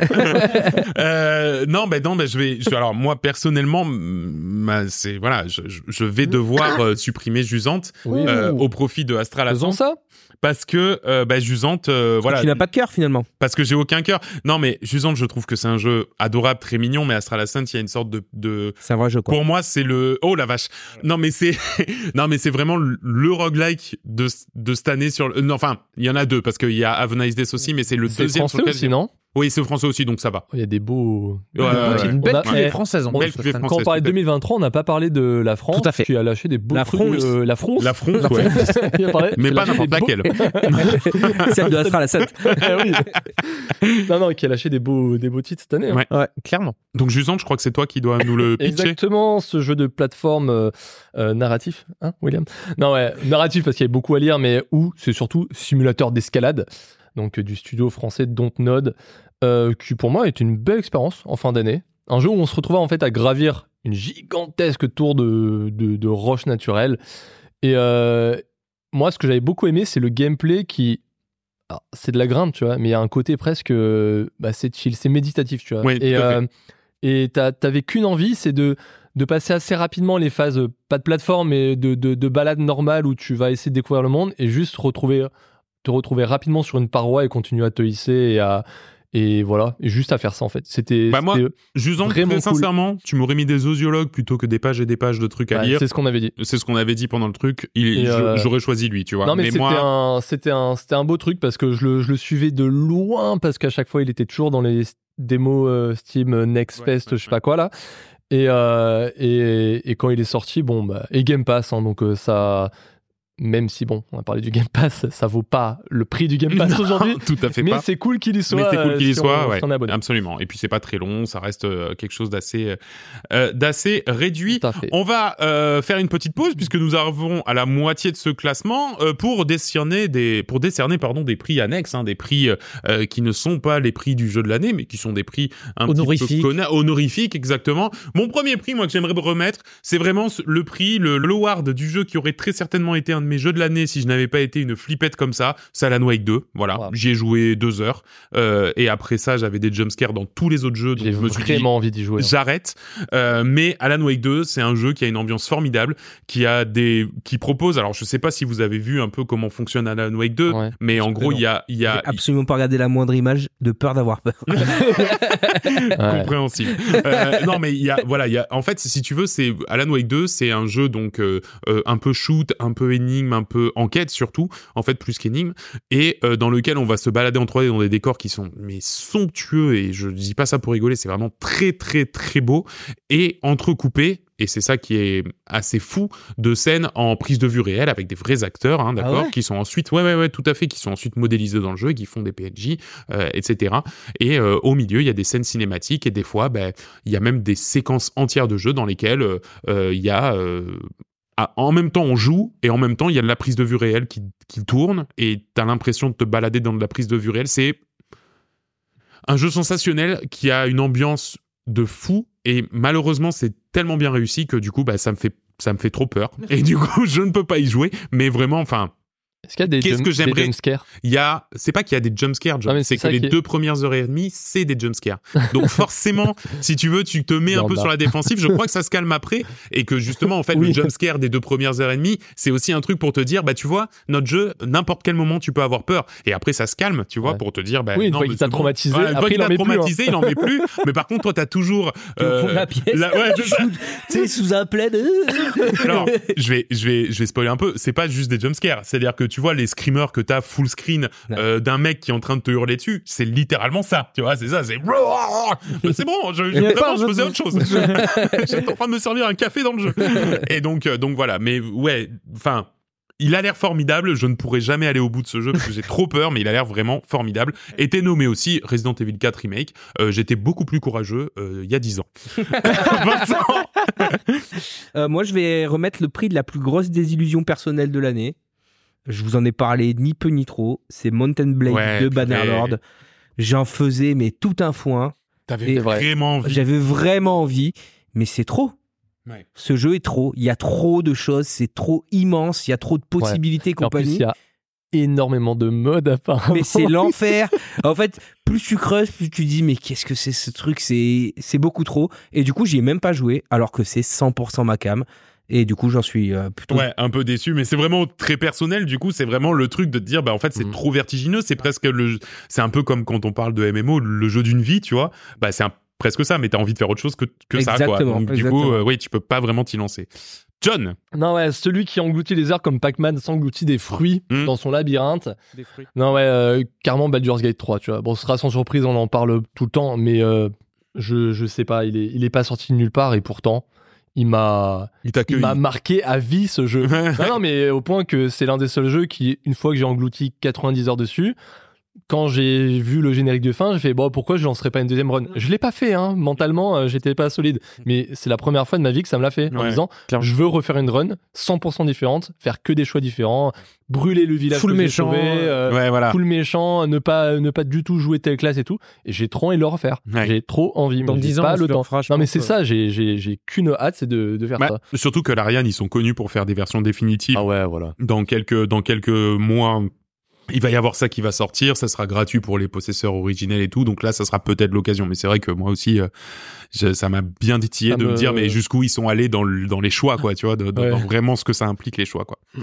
Speaker 4: Euh, non, ben non, ben je vais. je- alors moi personnellement, mm, ma- c'est voilà, je, je- je vais devoir euh, supprimer Jusante
Speaker 7: Oui.
Speaker 4: euh, au profit de Astral Ascent
Speaker 7: Faisons ça.
Speaker 4: parce que euh, bah, Jusante, euh, voilà,
Speaker 1: Tu n'as pas de cœur, finalement.
Speaker 4: parce que j'ai aucun cœur. Non, mais Jusante, je trouve que c'est un jeu adorable, très mignon, mais Astral Ascent, il y a une sorte de, de...
Speaker 1: C'est un vrai jeu, quoi.
Speaker 4: Pour moi, c'est le. Oh la vache. Non, mais c'est. non, mais c'est vraiment le- le roguelike de, de cette année sur. le- euh, Non, enfin, il y en a deux parce qu'il y a Have a Nice Days aussi, mais c'est le
Speaker 7: C'est
Speaker 4: deuxième sur
Speaker 7: français
Speaker 4: lequel.
Speaker 7: aussi, non
Speaker 4: Oui, c'est français aussi, donc ça va.
Speaker 7: Il y a des beaux.
Speaker 4: Ouais, ouais, Euh, ouais.
Speaker 7: Une belle
Speaker 2: Belle
Speaker 7: On a-
Speaker 2: cuvée
Speaker 7: eh,
Speaker 2: française, en
Speaker 7: on-
Speaker 2: vrai,
Speaker 4: Belle
Speaker 2: sur
Speaker 4: cuvée
Speaker 2: cette-
Speaker 7: Quand on
Speaker 4: française,
Speaker 7: parlait de
Speaker 4: tout à fait.
Speaker 7: 2023, on n'a pas parlé de la France.
Speaker 2: Tout à fait.
Speaker 7: Tu as lâché des beaux
Speaker 1: La
Speaker 7: trucs.
Speaker 1: France.
Speaker 7: euh, la France.
Speaker 4: La France, ouais.
Speaker 7: Il a parlé-
Speaker 4: mais
Speaker 7: il a
Speaker 4: pas
Speaker 7: lâché
Speaker 4: n'importe
Speaker 7: des beaux-
Speaker 4: laquelle.
Speaker 1: Celle de Astral Ascent.
Speaker 7: Ah Eh oui. Non, non, qui a lâché des beaux, des beaux titres cette année. hein.
Speaker 4: Ouais.
Speaker 2: Ouais, clairement.
Speaker 4: Donc Jusante, je crois que c'est toi qui dois nous le pitcher.
Speaker 7: Exactement, ce jeu de plateforme euh, euh, narratif, hein, William Non, ouais, narratif parce qu'il y a beaucoup à lire, mais où c'est surtout simulateur d'escalade, donc euh, du studio français Dontnod, euh, qui pour moi est une belle expérience en fin d'année. Un jeu où on se retrouvait en fait à gravir une gigantesque tour de, de, de roches naturelles. Et euh, moi, ce que j'avais beaucoup aimé, c'est le gameplay qui. alors, C'est de la grimpe, tu vois, mais il y a un côté presque. euh, bah, c'est chill, c'est méditatif, tu vois.
Speaker 4: Oui,
Speaker 7: et
Speaker 4: tout à fait.
Speaker 7: euh, et t'as- t'avais qu'une envie, c'est de, de passer assez rapidement les phases, euh, pas de plateforme, mais de, de, de balade normale où tu vas essayer de découvrir le monde et juste retrouver, te retrouver rapidement sur une paroi et continuer à te hisser et à, Et voilà, et juste à faire ça en fait. C'était
Speaker 4: Bah, moi,
Speaker 7: c'était-
Speaker 4: Jusant, très
Speaker 7: Vraiment cool.
Speaker 4: sincèrement, tu m'aurais mis des osiologues plutôt que des pages et des pages de trucs à
Speaker 7: bah,
Speaker 4: lire.
Speaker 7: c'est ce qu'on avait dit.
Speaker 4: C'est ce qu'on avait dit pendant le truc. Il,
Speaker 7: Et,
Speaker 4: je-
Speaker 7: euh,
Speaker 4: J'aurais choisi lui, tu vois.
Speaker 7: Non mais, c'était
Speaker 4: moi,
Speaker 7: un c'était un c'était un beau truc parce que je le, je le suivais de loin parce qu'à chaque fois il était toujours dans les s- démos euh, Steam euh, Next
Speaker 4: Ouais,
Speaker 7: Fest
Speaker 4: ouais,
Speaker 7: je sais pas quoi là et, euh, et et quand il est sorti bon bah et Game Pass hein, donc euh, ça même si bon on a parlé du Game Pass ça vaut pas le prix du Game Pass
Speaker 4: Non,
Speaker 7: aujourd'hui
Speaker 4: tout à fait
Speaker 7: mais
Speaker 4: pas.
Speaker 7: c'est cool qu'il y soit
Speaker 4: mais c'est cool
Speaker 7: euh,
Speaker 4: qu'il y
Speaker 7: si on-
Speaker 4: soit,
Speaker 7: si
Speaker 4: ouais, Ah,
Speaker 7: on est abonné.
Speaker 4: absolument. Et puis c'est pas très long, ça reste euh, quelque chose d'assez euh, euh, d'assez réduit.
Speaker 7: Tout à fait.
Speaker 4: On va euh, faire une petite pause puisque nous arrivons à la moitié de ce classement euh, pour décerner des pour décerner pardon des prix annexes, hein, des prix euh, euh, qui ne sont pas les prix du jeu de l'année, mais qui sont des prix un petit
Speaker 1: Honorifiques.
Speaker 4: peu conna- honorifiques exactement. Mon premier prix, moi que j'aimerais remettre, c'est vraiment ce- le prix le l'award du jeu qui aurait très certainement été un de mes jeux de l'année si je n'avais pas été une flippette comme ça. C'est Alan Wake 2. Voilà,
Speaker 7: Wow.
Speaker 4: j'y ai joué deux heures euh, et après ça j'avais des jumpscares dans tous les autres jeux. Donc
Speaker 7: j'ai
Speaker 4: je me suis dit,
Speaker 7: vraiment envie d'y jouer hein.
Speaker 4: J'arrête. Euh, mais Alan Wake 2, c'est un jeu qui a une ambiance formidable, qui a des, qui propose. Alors, je sais pas si vous avez vu un peu comment fonctionne Alan Wake 2,
Speaker 7: Ouais.
Speaker 4: mais en gros, il y a, il y
Speaker 1: J'ai
Speaker 4: a
Speaker 1: absolument pas regardé la moindre image de peur d'avoir peur.
Speaker 7: Ouais.
Speaker 4: compréhensible. Euh, non, mais il y a, voilà, il y a. En fait, si tu veux, c'est Alan Wake 2, c'est un jeu donc euh, euh, un peu shoot, un peu énigme, un peu enquête surtout. En fait, plus qu'énigme, et euh, dans lequel on va se balader en 3D dans des décors qui sont mais somptueux. Et je dis pas ça pour rigoler, c'est vraiment très très très beau et entrecoupé. Et c'est ça qui est assez fou de scènes en prise de vue réelle avec des vrais acteurs, hein, d'accord,
Speaker 1: ouais
Speaker 4: qui sont ensuite, ouais, ouais, ouais, tout à fait, qui sont ensuite modélisés dans le jeu, et qui font des PNJ, euh, etc. Et euh, au milieu, il y a des scènes cinématiques et des fois, ben, il y a même des séquences entières de jeu dans lesquelles euh, euh, il y a. euh, à- en même temps, on joue et en même temps, il y a de la prise de vue réelle qui, qui tourne et t'as l'impression de te balader dans de la prise de vue réelle. C'est un jeu sensationnel qui a une ambiance de fou et malheureusement, c'est tellement bien réussi que du coup, bah, ça me fait ça me fait trop peur et du coup je ne peux pas y jouer mais vraiment enfin
Speaker 7: est-ce qu'il y a des
Speaker 4: Qu'est-ce
Speaker 7: jump-
Speaker 4: que
Speaker 7: des
Speaker 4: j'aimerais-
Speaker 7: jumpscares
Speaker 4: il y a c'est pas qu'il y a des jumpscares
Speaker 7: Ah,
Speaker 4: scares
Speaker 7: mais
Speaker 4: c'est
Speaker 7: c'est
Speaker 4: que
Speaker 7: ça
Speaker 4: les
Speaker 7: qui est-
Speaker 4: deux premières heures et demie c'est des jumpscares donc forcément si tu veux tu te mets un peu
Speaker 7: Bernard.
Speaker 4: sur la défensive je crois que ça se calme après et que justement en fait le
Speaker 7: Oui.
Speaker 4: jumpscare des deux premières heures et demie c'est aussi un truc pour te dire bah tu vois notre jeu n'importe quel moment tu peux avoir peur et après ça se calme tu vois
Speaker 7: Ouais.
Speaker 4: pour te dire bah
Speaker 7: oui une
Speaker 4: non,
Speaker 7: fois
Speaker 4: mais
Speaker 7: qu'il
Speaker 4: c'est
Speaker 7: t'a
Speaker 4: bon.
Speaker 7: traumatisé
Speaker 4: Ouais, une fois
Speaker 7: après
Speaker 4: qu'il
Speaker 7: il en
Speaker 4: t'a
Speaker 7: met plus hein.
Speaker 4: traumatisé, il en met plus. Mais par contre, toi, t'as toujours.
Speaker 1: T'es au fond
Speaker 4: euh,
Speaker 1: de la pièce.
Speaker 4: la- ouais, c'est ça.
Speaker 1: tu sais, sous un plaid.
Speaker 4: Alors, je vais, je vais, je vais spoiler un peu. C'est pas juste des jumpscares. C'est-à-dire que tu vois les screamers que t'as full screen euh, d'un mec qui est en train de te hurler dessus. C'est littéralement ça. Tu vois, c'est ça. C'est. C'est bon. Je, je-
Speaker 8: y a
Speaker 4: vraiment,
Speaker 8: pas un
Speaker 4: je
Speaker 8: jeu
Speaker 4: faisais
Speaker 8: de-
Speaker 4: autre chose. Je- J'étais en train de me servir un café dans le jeu. Et donc, euh, donc voilà. Mais ouais. Enfin. Il a l'air formidable, je ne pourrai jamais aller au bout de ce jeu parce que j'ai trop peur, mais il a l'air vraiment formidable. Était nommé aussi Resident Evil 4 Remake. Euh, J'étais beaucoup plus courageux euh, il y a 10 ans. Vincent
Speaker 1: Euh, moi, je vais remettre le prix de la plus grosse désillusion personnelle de l'année. Je vous en ai parlé ni peu ni trop. C'est Mountain Blade
Speaker 4: Ouais,
Speaker 1: de
Speaker 4: purée.
Speaker 1: Bannerlord. J'en faisais, mais tout un foin.
Speaker 4: T'avais
Speaker 1: Et-
Speaker 4: vraiment envie.
Speaker 1: J'avais vraiment envie, mais c'est trop.
Speaker 4: Ouais.
Speaker 1: Ce jeu est trop. Il y a trop de choses. C'est trop immense. Il y a trop de possibilités et
Speaker 7: Et En plus,
Speaker 1: compagnie.
Speaker 7: il y a énormément de modes apparemment.
Speaker 1: mais c'est l'enfer. En fait, plus tu creuses, plus tu dis mais qu'est-ce que c'est ce truc C'est c'est beaucoup trop. Et du coup, j'y ai même pas joué, alors que c'est 100% ma cam. Et du coup, j'en suis euh, plutôt.
Speaker 4: Ouais, un peu déçu, mais c'est vraiment très personnel. Du coup, c'est vraiment le truc de te dire, bah en fait, c'est
Speaker 7: Mhm.
Speaker 4: trop vertigineux. C'est presque le, c'est un peu comme quand on parle de MMO, le jeu d'une vie, tu vois. Bah c'est un- presque ça, mais t'as envie de faire autre chose que, que ça, quoi.
Speaker 1: Exactement,
Speaker 4: Donc du
Speaker 1: exactement.
Speaker 4: coup, euh, oui, tu peux pas vraiment t'y lancer. John,
Speaker 7: Non, ouais, celui qui engloutit les arbres comme Pac-Man s'engloutit des fruits
Speaker 4: Mm.
Speaker 7: dans son labyrinthe. Non, ouais, euh, carrément Baldur's Gate 3, tu vois. Bon, ce sera sans surprise, on en parle tout le temps, mais euh, je, je sais pas, il est, il est pas sorti de nulle part et pourtant, il m'a
Speaker 4: il
Speaker 7: il
Speaker 4: t'accueille.
Speaker 7: m'a marqué à vie ce jeu.
Speaker 4: Ouais.
Speaker 7: non, non, mais au point que c'est l'un des seuls jeux qui, une fois que j'ai englouti 90 heures dessus, quand j'ai vu le générique de fin, j'ai fait bon, pourquoi je lancerai pas une deuxième run Je l'ai pas fait, hein. Mentalement, euh, j'étais pas solide. Mais c'est la première fois de ma vie que ça me l'a fait en
Speaker 4: Ouais,
Speaker 7: disant
Speaker 2: clairement.
Speaker 7: je veux refaire une run 100% différente, faire que des choix différents, brûler le village,
Speaker 2: Full
Speaker 7: que j'ai
Speaker 2: méchant,
Speaker 7: sauvé, euh,
Speaker 4: Ouais, voilà.
Speaker 7: full méchant, ne pas ne pas du tout jouer telle classe et tout. Et j'ai trop envie de le refaire.
Speaker 4: Ouais.
Speaker 7: J'ai trop envie.
Speaker 2: Dans
Speaker 7: mais j'ai
Speaker 2: 10 ans,
Speaker 7: pas
Speaker 2: on se
Speaker 7: le
Speaker 2: le
Speaker 7: temps.
Speaker 2: refera, je
Speaker 7: non, mais
Speaker 2: pense,
Speaker 7: c'est
Speaker 2: ouais.
Speaker 7: ça. J'ai j'ai j'ai qu'une hâte, c'est de de faire
Speaker 4: Bah,
Speaker 7: ça.
Speaker 4: surtout que l'Ariane, ils sont connus pour faire des versions définitives.
Speaker 7: Ah ouais, voilà.
Speaker 4: dans quelques dans quelques mois il va y avoir ça qui va sortir, ça sera gratuit pour les possesseurs originels et tout, donc là ça sera peut-être l'occasion. Mais c'est vrai que moi aussi, euh, je- ça m'a bien
Speaker 7: Ça
Speaker 4: titillé de me
Speaker 7: me-
Speaker 4: dire mais jusqu'où ils sont allés dans, le- dans les choix quoi, tu vois, de- dans,
Speaker 7: Ouais.
Speaker 4: dans vraiment ce que ça implique les choix quoi.
Speaker 2: Mm.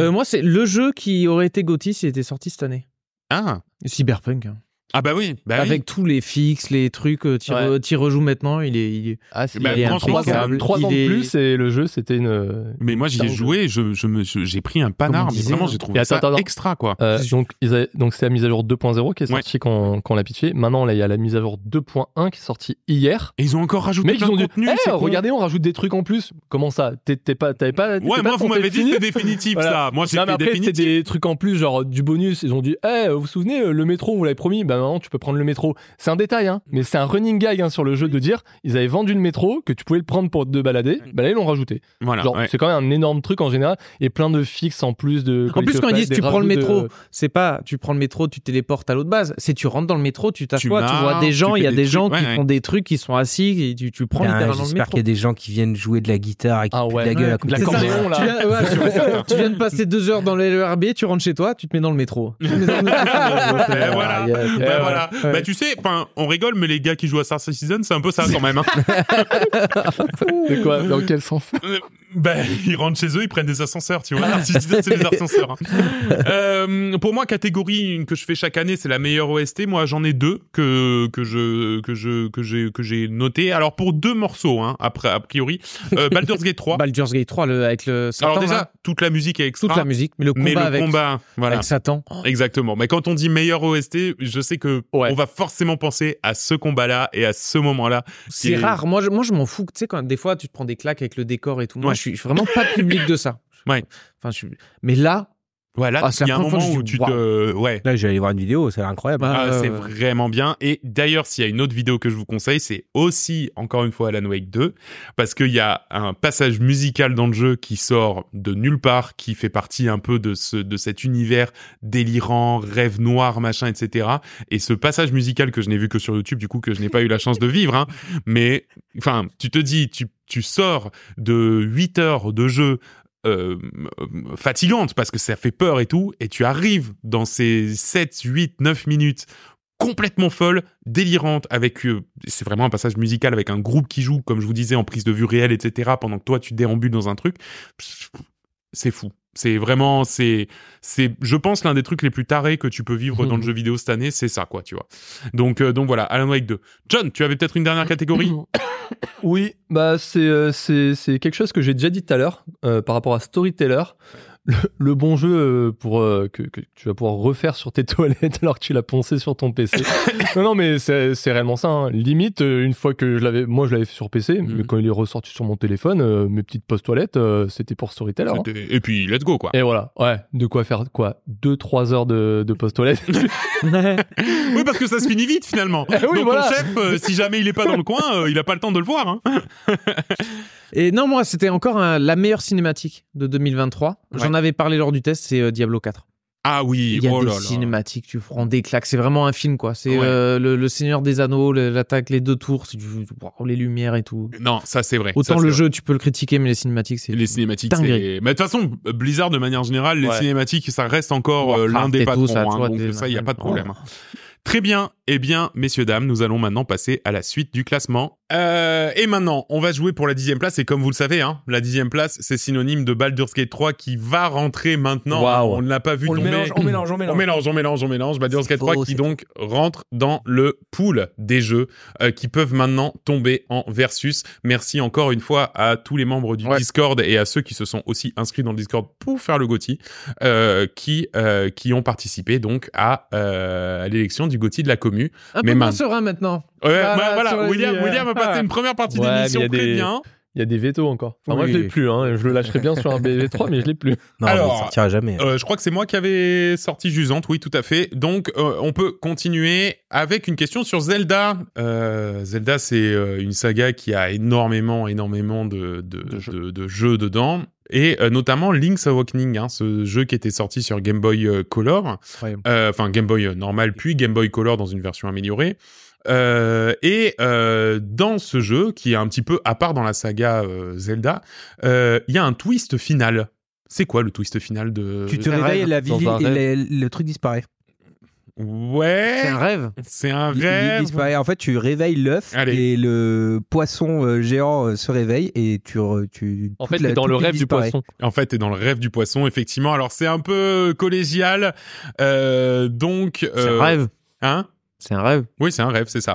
Speaker 2: Euh, moi, c'est le jeu qui aurait été Gotti s'il était sorti cette année.
Speaker 4: Ah
Speaker 2: Cyberpunk. hein.
Speaker 4: Ah bah oui, bah oui.
Speaker 2: Avec tous les fixes, les trucs, euh, tu,
Speaker 7: Ouais.
Speaker 2: re- tu rejoues maintenant, il est, il est-
Speaker 7: Ah, c'est
Speaker 4: Bah,
Speaker 2: il est
Speaker 4: franchement, c'est
Speaker 2: impeccable.
Speaker 4: un-
Speaker 7: trois
Speaker 2: il
Speaker 7: ans
Speaker 2: est-
Speaker 7: de plus et le jeu c'était une. euh,
Speaker 4: Mais moi j'y ai
Speaker 7: Putain,
Speaker 4: joué, je, je me, je- j'ai pris un
Speaker 2: Comme
Speaker 4: panard,
Speaker 2: on
Speaker 4: mais
Speaker 2: disait,
Speaker 4: vraiment
Speaker 2: hein.
Speaker 4: j'ai
Speaker 7: Et
Speaker 4: trouvé
Speaker 7: attends,
Speaker 4: ça
Speaker 7: attends.
Speaker 4: extra quoi.
Speaker 7: Euh, donc ils avaient- donc c'est la mise à jour 2.0 qui est
Speaker 4: Ouais.
Speaker 7: sortie quand, quand on l'a pitché. Maintenant là il y a la mise à jour 2.1 qui est sortie hier.
Speaker 4: Et ils ont encore rajouté
Speaker 7: Mais ils
Speaker 4: plein
Speaker 7: ont
Speaker 4: de
Speaker 7: dit
Speaker 4: contenu.
Speaker 7: Eh,
Speaker 4: c'est con.
Speaker 7: regardez on rajoute des trucs en plus. Comment ça T'es- t'es pas t'avais pas t'étais
Speaker 4: Ouais,
Speaker 7: pas
Speaker 4: moi vous
Speaker 7: censé
Speaker 4: m'avez dit
Speaker 7: finir
Speaker 4: c'était définitif
Speaker 7: Voilà.
Speaker 4: ça. Moi j'ai
Speaker 7: Non mais
Speaker 4: fait
Speaker 7: après c'était
Speaker 4: définitif.
Speaker 7: des trucs en plus genre du bonus ils ont dit eh vous vous souvenez euh, le métro vous l'avez promis bah maintenant tu peux prendre le métro c'est un détail hein mais c'est un running gag hein, sur le jeu de dire ils avaient vendu le métro que tu pouvais le prendre pour te balader bah là ils l'ont rajouté
Speaker 4: Voilà.
Speaker 7: genre
Speaker 4: ouais.
Speaker 7: c'est quand même un énorme truc en général et plein de fixes en plus de
Speaker 2: En plus, quand ils
Speaker 7: collectopades,
Speaker 2: disent
Speaker 7: des
Speaker 2: tu prends
Speaker 7: rajouts
Speaker 2: le
Speaker 7: de-
Speaker 2: métro, c'est pas tu prends le métro, tu téléportes à l'autre base. C'est tu rentres dans le métro, tu t'assois, tu vois
Speaker 4: marches,
Speaker 2: des gens,
Speaker 4: tu
Speaker 2: il y a
Speaker 4: fais
Speaker 2: des
Speaker 4: des
Speaker 2: gens
Speaker 4: trucs,
Speaker 2: qui
Speaker 4: ouais,
Speaker 2: font des trucs, qui sont assis, et tu, tu prends
Speaker 6: Putain,
Speaker 2: littéralement le
Speaker 6: J'espère qu'il
Speaker 2: métro.
Speaker 6: y a des gens qui viennent jouer de la guitare et qui
Speaker 7: Ah
Speaker 6: te foutent
Speaker 7: ouais.
Speaker 6: de la gueule
Speaker 7: Ouais,
Speaker 6: à côté
Speaker 7: de
Speaker 6: de
Speaker 7: l'accordéon,
Speaker 6: moi.
Speaker 7: là.
Speaker 2: Tu viens, ouais, tu vois, tu viens de passer deux heures dans le RB, tu rentres chez toi, tu te mets dans le métro. Tu te mets dans le métro.
Speaker 4: Eh, voilà. Bah,
Speaker 7: Eh, ouais.
Speaker 4: voilà.
Speaker 2: ouais.
Speaker 4: Bah, tu sais, 'fin, on rigole, mais les gars qui jouent à Star Citizen, c'est un peu ça quand même. hein.
Speaker 7: De quoi dans quel sens
Speaker 4: Euh, bah, ils rentrent chez eux, ils prennent des ascenseurs, tu vois. Star Citizen, c'est des ascenseurs. hein. Euh, pour moi, catégorie une que je fais chaque année, c'est la meilleure OST. Moi, j'en ai deux que que je que je que j'ai que j'ai noté. Alors pour deux morceaux, hein, après a priori, Euh, Baldur's Gate 3.
Speaker 2: Baldur's Gate 3 le- avec le Satan.
Speaker 4: Alors déjà,
Speaker 2: là,
Speaker 4: toute la musique est extra.
Speaker 2: toute la musique, mais le combat,
Speaker 4: mais le
Speaker 2: avec,
Speaker 4: combat, voilà. Oh,
Speaker 2: avec Satan.
Speaker 4: Exactement. Mais quand on dit meilleur OST, je sais que
Speaker 7: Ouais.
Speaker 4: on va forcément penser à ce combat-là et à ce moment-là.
Speaker 2: C'est
Speaker 4: Et-
Speaker 2: rare. Moi, je, moi, je m'en fous. Tu sais, quand des fois, tu te prends des claques avec le décor et tout. Moi,
Speaker 4: Ouais.
Speaker 2: je suis vraiment pas public de ça.
Speaker 4: Ouais.
Speaker 2: Enfin, je suis- Mais là,
Speaker 4: Voilà,
Speaker 2: Ah, c'est
Speaker 4: il y
Speaker 2: la
Speaker 4: a un
Speaker 2: première fois que
Speaker 4: moment
Speaker 2: je
Speaker 4: où
Speaker 2: dis,
Speaker 4: tu
Speaker 2: waouh.
Speaker 4: te, ouais.
Speaker 6: Là, je vais aller voir une vidéo, c'est incroyable.
Speaker 2: bah,
Speaker 4: Ah,
Speaker 2: euh,
Speaker 4: c'est vraiment bien. Et d'ailleurs, s'il y a une autre vidéo que je vous conseille, c'est aussi, encore une fois, Alan Wake 2, parce qu'il y a un passage musical dans le jeu qui sort de nulle part, qui fait partie un peu de, ce, de cet univers délirant, rêve noir, machin, etc. Et ce passage musical que je n'ai vu que sur YouTube, du coup, que je n'ai pas eu la chance de vivre, hein, mais enfin, tu te dis, tu, tu sors de 8 heures de jeu euh, euh, fatigante parce que ça fait peur et tout, et tu arrives dans ces 7, 8, 9 minutes complètement folles, délirantes, avec euh, c'est vraiment un passage musical avec un groupe qui joue, comme je vous disais, en prise de vue réelle, etc., pendant que toi tu déambules dans un truc. C'est fou. C'est vraiment, c'est, c'est, je pense, l'un des trucs les plus tarés que tu peux vivre dans le
Speaker 7: Mhm.
Speaker 4: jeu vidéo cette année, c'est ça, quoi, tu vois. Donc, euh, donc voilà, Alan Wake 2. John, tu avais peut-être une dernière catégorie
Speaker 7: Oui, bah c'est euh, c'est c'est quelque chose que j'ai déjà dit tout à l'heure euh, par rapport à Storyteller. Le, le bon jeu euh, pour euh, que, que tu vas pouvoir refaire sur tes toilettes alors que tu l'as poncé sur ton PC. non, non, mais c'est c'est réellement ça. hein. Limite, euh, une fois que je l'avais, moi je l'avais fait sur PC, mais
Speaker 4: Mhm.
Speaker 7: quand il est ressorti sur mon téléphone, euh, mes petites post toilettes, c'était pour Storyteller. hein.
Speaker 4: C'était- Et puis, let's go, quoi.
Speaker 7: Et voilà, ouais, de quoi faire quoi 2-3 heures de, de post toilette.
Speaker 4: Oui, parce que ça se finit vite finalement.
Speaker 7: Eh oui,
Speaker 4: Donc
Speaker 7: voilà.
Speaker 4: ton chef, euh, si jamais il est pas dans le coin, euh, il a pas le temps de le voir. hein.
Speaker 2: Et non, moi, c'était encore un- la meilleure cinématique de 2023. J'en avais parlé lors du test, c'est euh, Diablo 4.
Speaker 4: Ah oui,
Speaker 2: Il y a
Speaker 4: oh
Speaker 2: des
Speaker 4: là là.
Speaker 2: cinématiques, tu prends des claques. C'est vraiment un film, quoi. C'est
Speaker 4: Ouais.
Speaker 2: euh, le, le Seigneur des Anneaux, le- l'attaque, les deux tours, c'est du- wow, les lumières et tout.
Speaker 4: Non, ça c'est vrai.
Speaker 2: Autant
Speaker 4: Ça,
Speaker 2: le
Speaker 4: c'est
Speaker 2: jeu, tu peux le critiquer, mais les cinématiques, c'est.
Speaker 4: vrai. les cinématiques.
Speaker 2: Dinguerie.
Speaker 4: c'est- Mais de toute façon, Blizzard de manière générale, les
Speaker 7: Ouais.
Speaker 4: cinématiques, ça reste encore euh,
Speaker 2: Warcraft
Speaker 4: l'un des
Speaker 2: et
Speaker 4: patrons.
Speaker 2: tout, ça,
Speaker 4: hein,
Speaker 2: tu vois,
Speaker 4: donc
Speaker 2: des-
Speaker 4: ça, il y a pas de problème. hein. Très bien. Eh bien, messieurs dames, nous allons maintenant passer à la suite du classement. Euh, et maintenant, on va jouer pour la dixième place. Et comme vous le savez, hein, la dixième place, c'est synonyme de Baldur's Gate 3 qui va rentrer maintenant.
Speaker 7: Waouh.
Speaker 4: On ne l'a pas vu
Speaker 1: On le
Speaker 4: tomber.
Speaker 1: mélange, on mélange, on
Speaker 4: On
Speaker 1: mélange.
Speaker 4: mélange, on mélange, on mélange. Baldur's Gate
Speaker 1: Faux,
Speaker 4: 3 qui
Speaker 1: c'est
Speaker 4: donc rentre dans le pool des jeux euh, qui peuvent maintenant tomber en versus. Merci encore une fois à tous les membres du
Speaker 2: Ouais.
Speaker 4: Discord et à ceux qui se sont aussi inscrits dans le Discord pour faire le GOTY, euh, qui, euh, qui ont participé donc à, euh, à l'élection du GOTY de la commu.
Speaker 2: Un
Speaker 4: mais
Speaker 2: peu moins
Speaker 4: man-
Speaker 2: serein maintenant.
Speaker 4: Ouais,
Speaker 2: Voilà,
Speaker 4: bah, voilà,
Speaker 2: tu l'as
Speaker 4: William,
Speaker 2: dit, euh,
Speaker 4: William a passé une première partie
Speaker 7: Ouais, mais
Speaker 4: d'émission
Speaker 7: il y a
Speaker 4: très
Speaker 7: des-
Speaker 4: bien.
Speaker 7: Il y a des veto encore. Enfin, Moi je
Speaker 1: Oui.
Speaker 7: l'ai plus, hein, je le lâcherai bien sur un BV3, mais je l'ai plus.
Speaker 6: Non,
Speaker 4: Alors,
Speaker 6: mais il sortira jamais.
Speaker 4: Euh, je crois que c'est moi qui avais sorti Jusante, oui, tout à fait. Donc, euh, on peut continuer avec une question sur Zelda. Euh, Zelda, c'est euh, une saga qui a énormément, énormément de, de, de, de jeux dedans. Et euh, notamment Link's Awakening, hein, ce jeu qui était sorti sur Game Boy euh, Color.
Speaker 2: Incroyable.
Speaker 4: Euh, Enfin, Game Boy euh, normal, puis Game Boy Color dans une version améliorée. Euh, et euh, dans ce jeu, qui est un petit peu à part dans la saga euh, Zelda, euh, il y a un twist final. C'est quoi le twist final de
Speaker 6: tu te
Speaker 2: un
Speaker 6: réveilles
Speaker 2: rêve,
Speaker 6: et, la
Speaker 7: Euh, dans
Speaker 6: ville-
Speaker 7: un
Speaker 6: et
Speaker 7: rêve.
Speaker 6: les- le truc disparaît.
Speaker 2: C'est
Speaker 4: Ouais,
Speaker 2: un rêve.
Speaker 4: c'est un
Speaker 6: Il- il
Speaker 4: rêve.
Speaker 6: disparaît. En fait, tu réveilles l'œuf
Speaker 4: Allez.
Speaker 6: et le poisson euh, géant euh, se réveille et tu. re- tu
Speaker 7: En
Speaker 6: toute
Speaker 7: fait,
Speaker 6: la-
Speaker 7: t'es dans
Speaker 6: toute
Speaker 7: le
Speaker 6: l'île
Speaker 7: rêve du
Speaker 6: disparaît.
Speaker 7: poisson.
Speaker 4: En fait, t'es dans le rêve du poisson, effectivement. Alors c'est un peu collégial, euh, donc.
Speaker 2: C'est
Speaker 4: euh,
Speaker 2: un rêve.
Speaker 4: Hein
Speaker 2: C'est un rêve.
Speaker 4: Oui, c'est un rêve, c'est ça.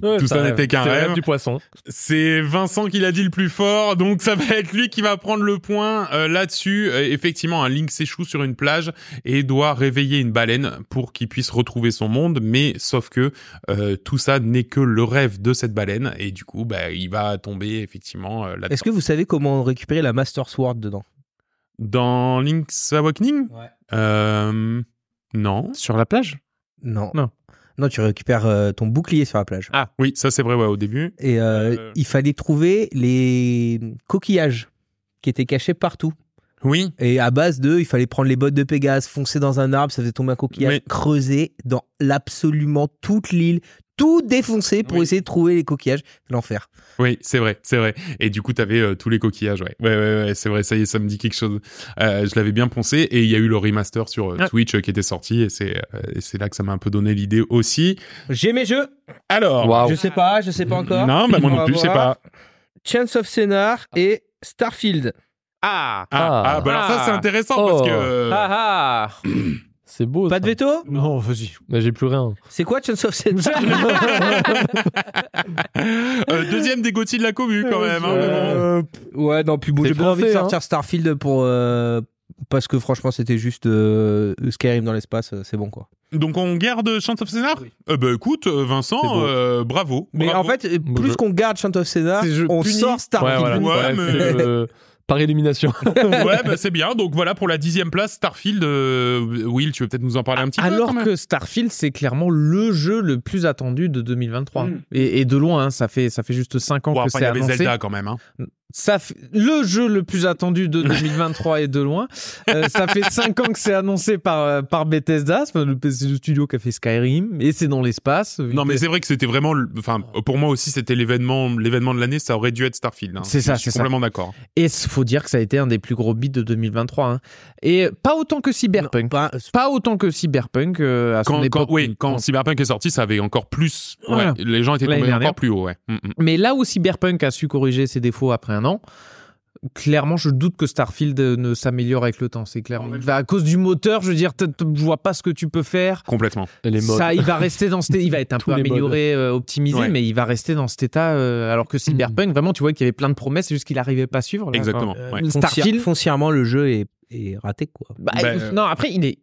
Speaker 7: Ouais,
Speaker 4: Tout ça
Speaker 7: c'est un
Speaker 4: n'était
Speaker 7: rêve.
Speaker 4: qu'un
Speaker 7: C'est le
Speaker 4: rêve.
Speaker 7: du poisson.
Speaker 4: C'est Vincent qui l'a dit le plus fort, donc ça va être lui qui va prendre le point euh, là-dessus. Euh, effectivement, un Link s'échoue sur une plage et doit réveiller une baleine pour qu'il puisse retrouver son monde, mais sauf que euh, tout ça n'est que le rêve de cette baleine et du coup, bah, il va tomber effectivement euh, là-dedans.
Speaker 1: Est-ce que vous savez comment récupérer la Master Sword dedans
Speaker 4: Dans Link's Awakening
Speaker 1: Ouais.
Speaker 4: Euh, Non.
Speaker 2: Sur la plage
Speaker 1: Non.
Speaker 2: Non.
Speaker 1: Non, tu récupères euh, ton bouclier sur la plage.
Speaker 4: Ah. Oui, ça c'est vrai, ouais, au début.
Speaker 1: Et euh,
Speaker 4: Euh.
Speaker 1: il fallait trouver les coquillages qui étaient cachés partout.
Speaker 4: Oui,
Speaker 1: Et à base de, il fallait prendre les bottes de Pégase, foncer dans un arbre, ça faisait tomber un coquillage,
Speaker 4: Mais-
Speaker 1: creuser dans l'absolument toute l'île, tout défoncer pour
Speaker 4: Oui.
Speaker 1: essayer de trouver les coquillages. L'enfer.
Speaker 4: Oui, c'est vrai, c'est vrai. Et du coup, t'avais avais tous les coquillages, ouais. Ouais, ouais, ouais, c'est vrai, ça y est, ça me dit quelque chose. Euh, je l'avais bien pensé et il y a eu le remaster sur euh,
Speaker 2: Ah.
Speaker 4: Twitch euh, qui était sorti et c'est euh, et c'est là que ça m'a un peu donné l'idée aussi.
Speaker 1: J'ai mes jeux.
Speaker 4: Alors,
Speaker 7: Waouh.
Speaker 1: Je sais pas, je sais pas encore.
Speaker 4: non, bah, moi
Speaker 1: On
Speaker 4: non
Speaker 1: va
Speaker 4: plus, je sais
Speaker 1: voir.
Speaker 4: pas.
Speaker 1: Chance of Scénar et Starfield.
Speaker 9: Ah
Speaker 4: Ah,
Speaker 7: Ah.
Speaker 4: ah, bah alors ça, c'est intéressant
Speaker 7: Oh.
Speaker 4: parce que euh,
Speaker 9: Ah ah
Speaker 7: C'est beau.
Speaker 1: Pas
Speaker 7: ça.
Speaker 1: de veto
Speaker 2: Non, vas-y.
Speaker 7: Mais j'ai plus rien.
Speaker 1: C'est quoi Chance of Scénar
Speaker 4: euh, deuxième des Gauthier de la commu quand même. hein, mais bon.
Speaker 7: Euh,
Speaker 1: Ouais, non, puis bon,
Speaker 7: C'est
Speaker 1: j'ai pas envie de
Speaker 7: français, hein.
Speaker 1: sortir Starfield pour. euh, parce que franchement, c'était juste euh, Skyrim dans l'espace, euh, c'est bon quoi.
Speaker 4: Donc on garde Chant of Scénar Eh ben, écoute, euh,
Speaker 7: C'est
Speaker 4: Vincent,
Speaker 7: beau.
Speaker 4: euh, bravo.
Speaker 1: Mais
Speaker 4: bravo.
Speaker 1: en fait, euh,
Speaker 7: Bon
Speaker 1: plus
Speaker 7: jeu.
Speaker 1: qu'on garde Chant of César,
Speaker 2: C'est jeu
Speaker 1: on
Speaker 2: puni.
Speaker 1: sort
Speaker 7: ouais,
Speaker 1: Starfield.
Speaker 7: voilà.
Speaker 4: Ouais,
Speaker 7: Ouais,
Speaker 4: mais-
Speaker 7: c'est le- Par élimination.
Speaker 4: ouais, bah, c'est bien. Donc voilà pour la dixième place, Starfield. euh, Will, tu veux peut-être nous en parler un petit peu.
Speaker 2: Alors
Speaker 4: quand même
Speaker 2: que Starfield, c'est clairement le jeu le plus attendu de 2023.
Speaker 4: Mm.
Speaker 2: Et, et de loin, hein, ça, fait, ça fait juste 5 ans
Speaker 4: Bon,
Speaker 2: que
Speaker 4: enfin, il
Speaker 2: c'est
Speaker 4: y avait
Speaker 2: annoncé.
Speaker 4: Zelda quand même. Hein.
Speaker 2: Ça fait- le jeu le plus attendu de 2023 et de loin. Euh, ça fait 5 ans que c'est annoncé par, euh, par Bethesda. C'est le, c'est le studio qui a fait Skyrim. Et c'est dans l'espace.
Speaker 4: Non, mais c'est vrai que c'était vraiment. le- Enfin, pour moi aussi, c'était l'événement, l'événement de l'année. Ça aurait dû être Starfield. hein.
Speaker 2: C'est ça,
Speaker 4: Je suis
Speaker 2: c'est ça.
Speaker 4: complètement d'accord.
Speaker 2: Et il faut dire que ça a été un des plus gros beats de 2023. hein. Et pas autant que Cyberpunk.
Speaker 1: Pas-
Speaker 2: pas autant que Cyberpunk euh, à son
Speaker 4: Quand,
Speaker 2: époque.
Speaker 4: quand- oui, quand Cyberpunk est sorti, ça avait encore plus. ouais,
Speaker 2: Voilà.
Speaker 4: les gens étaient
Speaker 2: L'année
Speaker 4: tombés
Speaker 2: dernière.
Speaker 4: encore plus haut. Ouais. Mm, mm.
Speaker 2: Mais là où Cyberpunk a su corriger ses défauts après un an, clairement, je doute que Starfield euh, ne s'améliore avec le temps. C'est clair. Il va- à cause du moteur, je veux dire, t- t- je vois pas ce que tu peux faire.
Speaker 4: Complètement.
Speaker 7: Et les modes.
Speaker 2: Ça, il va rester dans cet, il va être un
Speaker 7: Tous
Speaker 2: peu
Speaker 7: les
Speaker 2: amélioré, euh, optimisé,
Speaker 4: Ouais. Hmm.
Speaker 2: mais il va rester dans cet état. euh, alors que Cyberpunk, vraiment, tu vois qu'il y avait plein de promesses, c'est juste qu'il n'arrivait pas à suivre. là.
Speaker 4: Exactement.
Speaker 2: Enfin,
Speaker 4: ouais.
Speaker 2: euh,
Speaker 1: foncière-
Speaker 2: Starfield.
Speaker 1: Foncièrement, le jeu est, est raté quoi.
Speaker 2: bah,
Speaker 4: Bah,
Speaker 2: il-
Speaker 4: euh,
Speaker 2: Non, après, il est,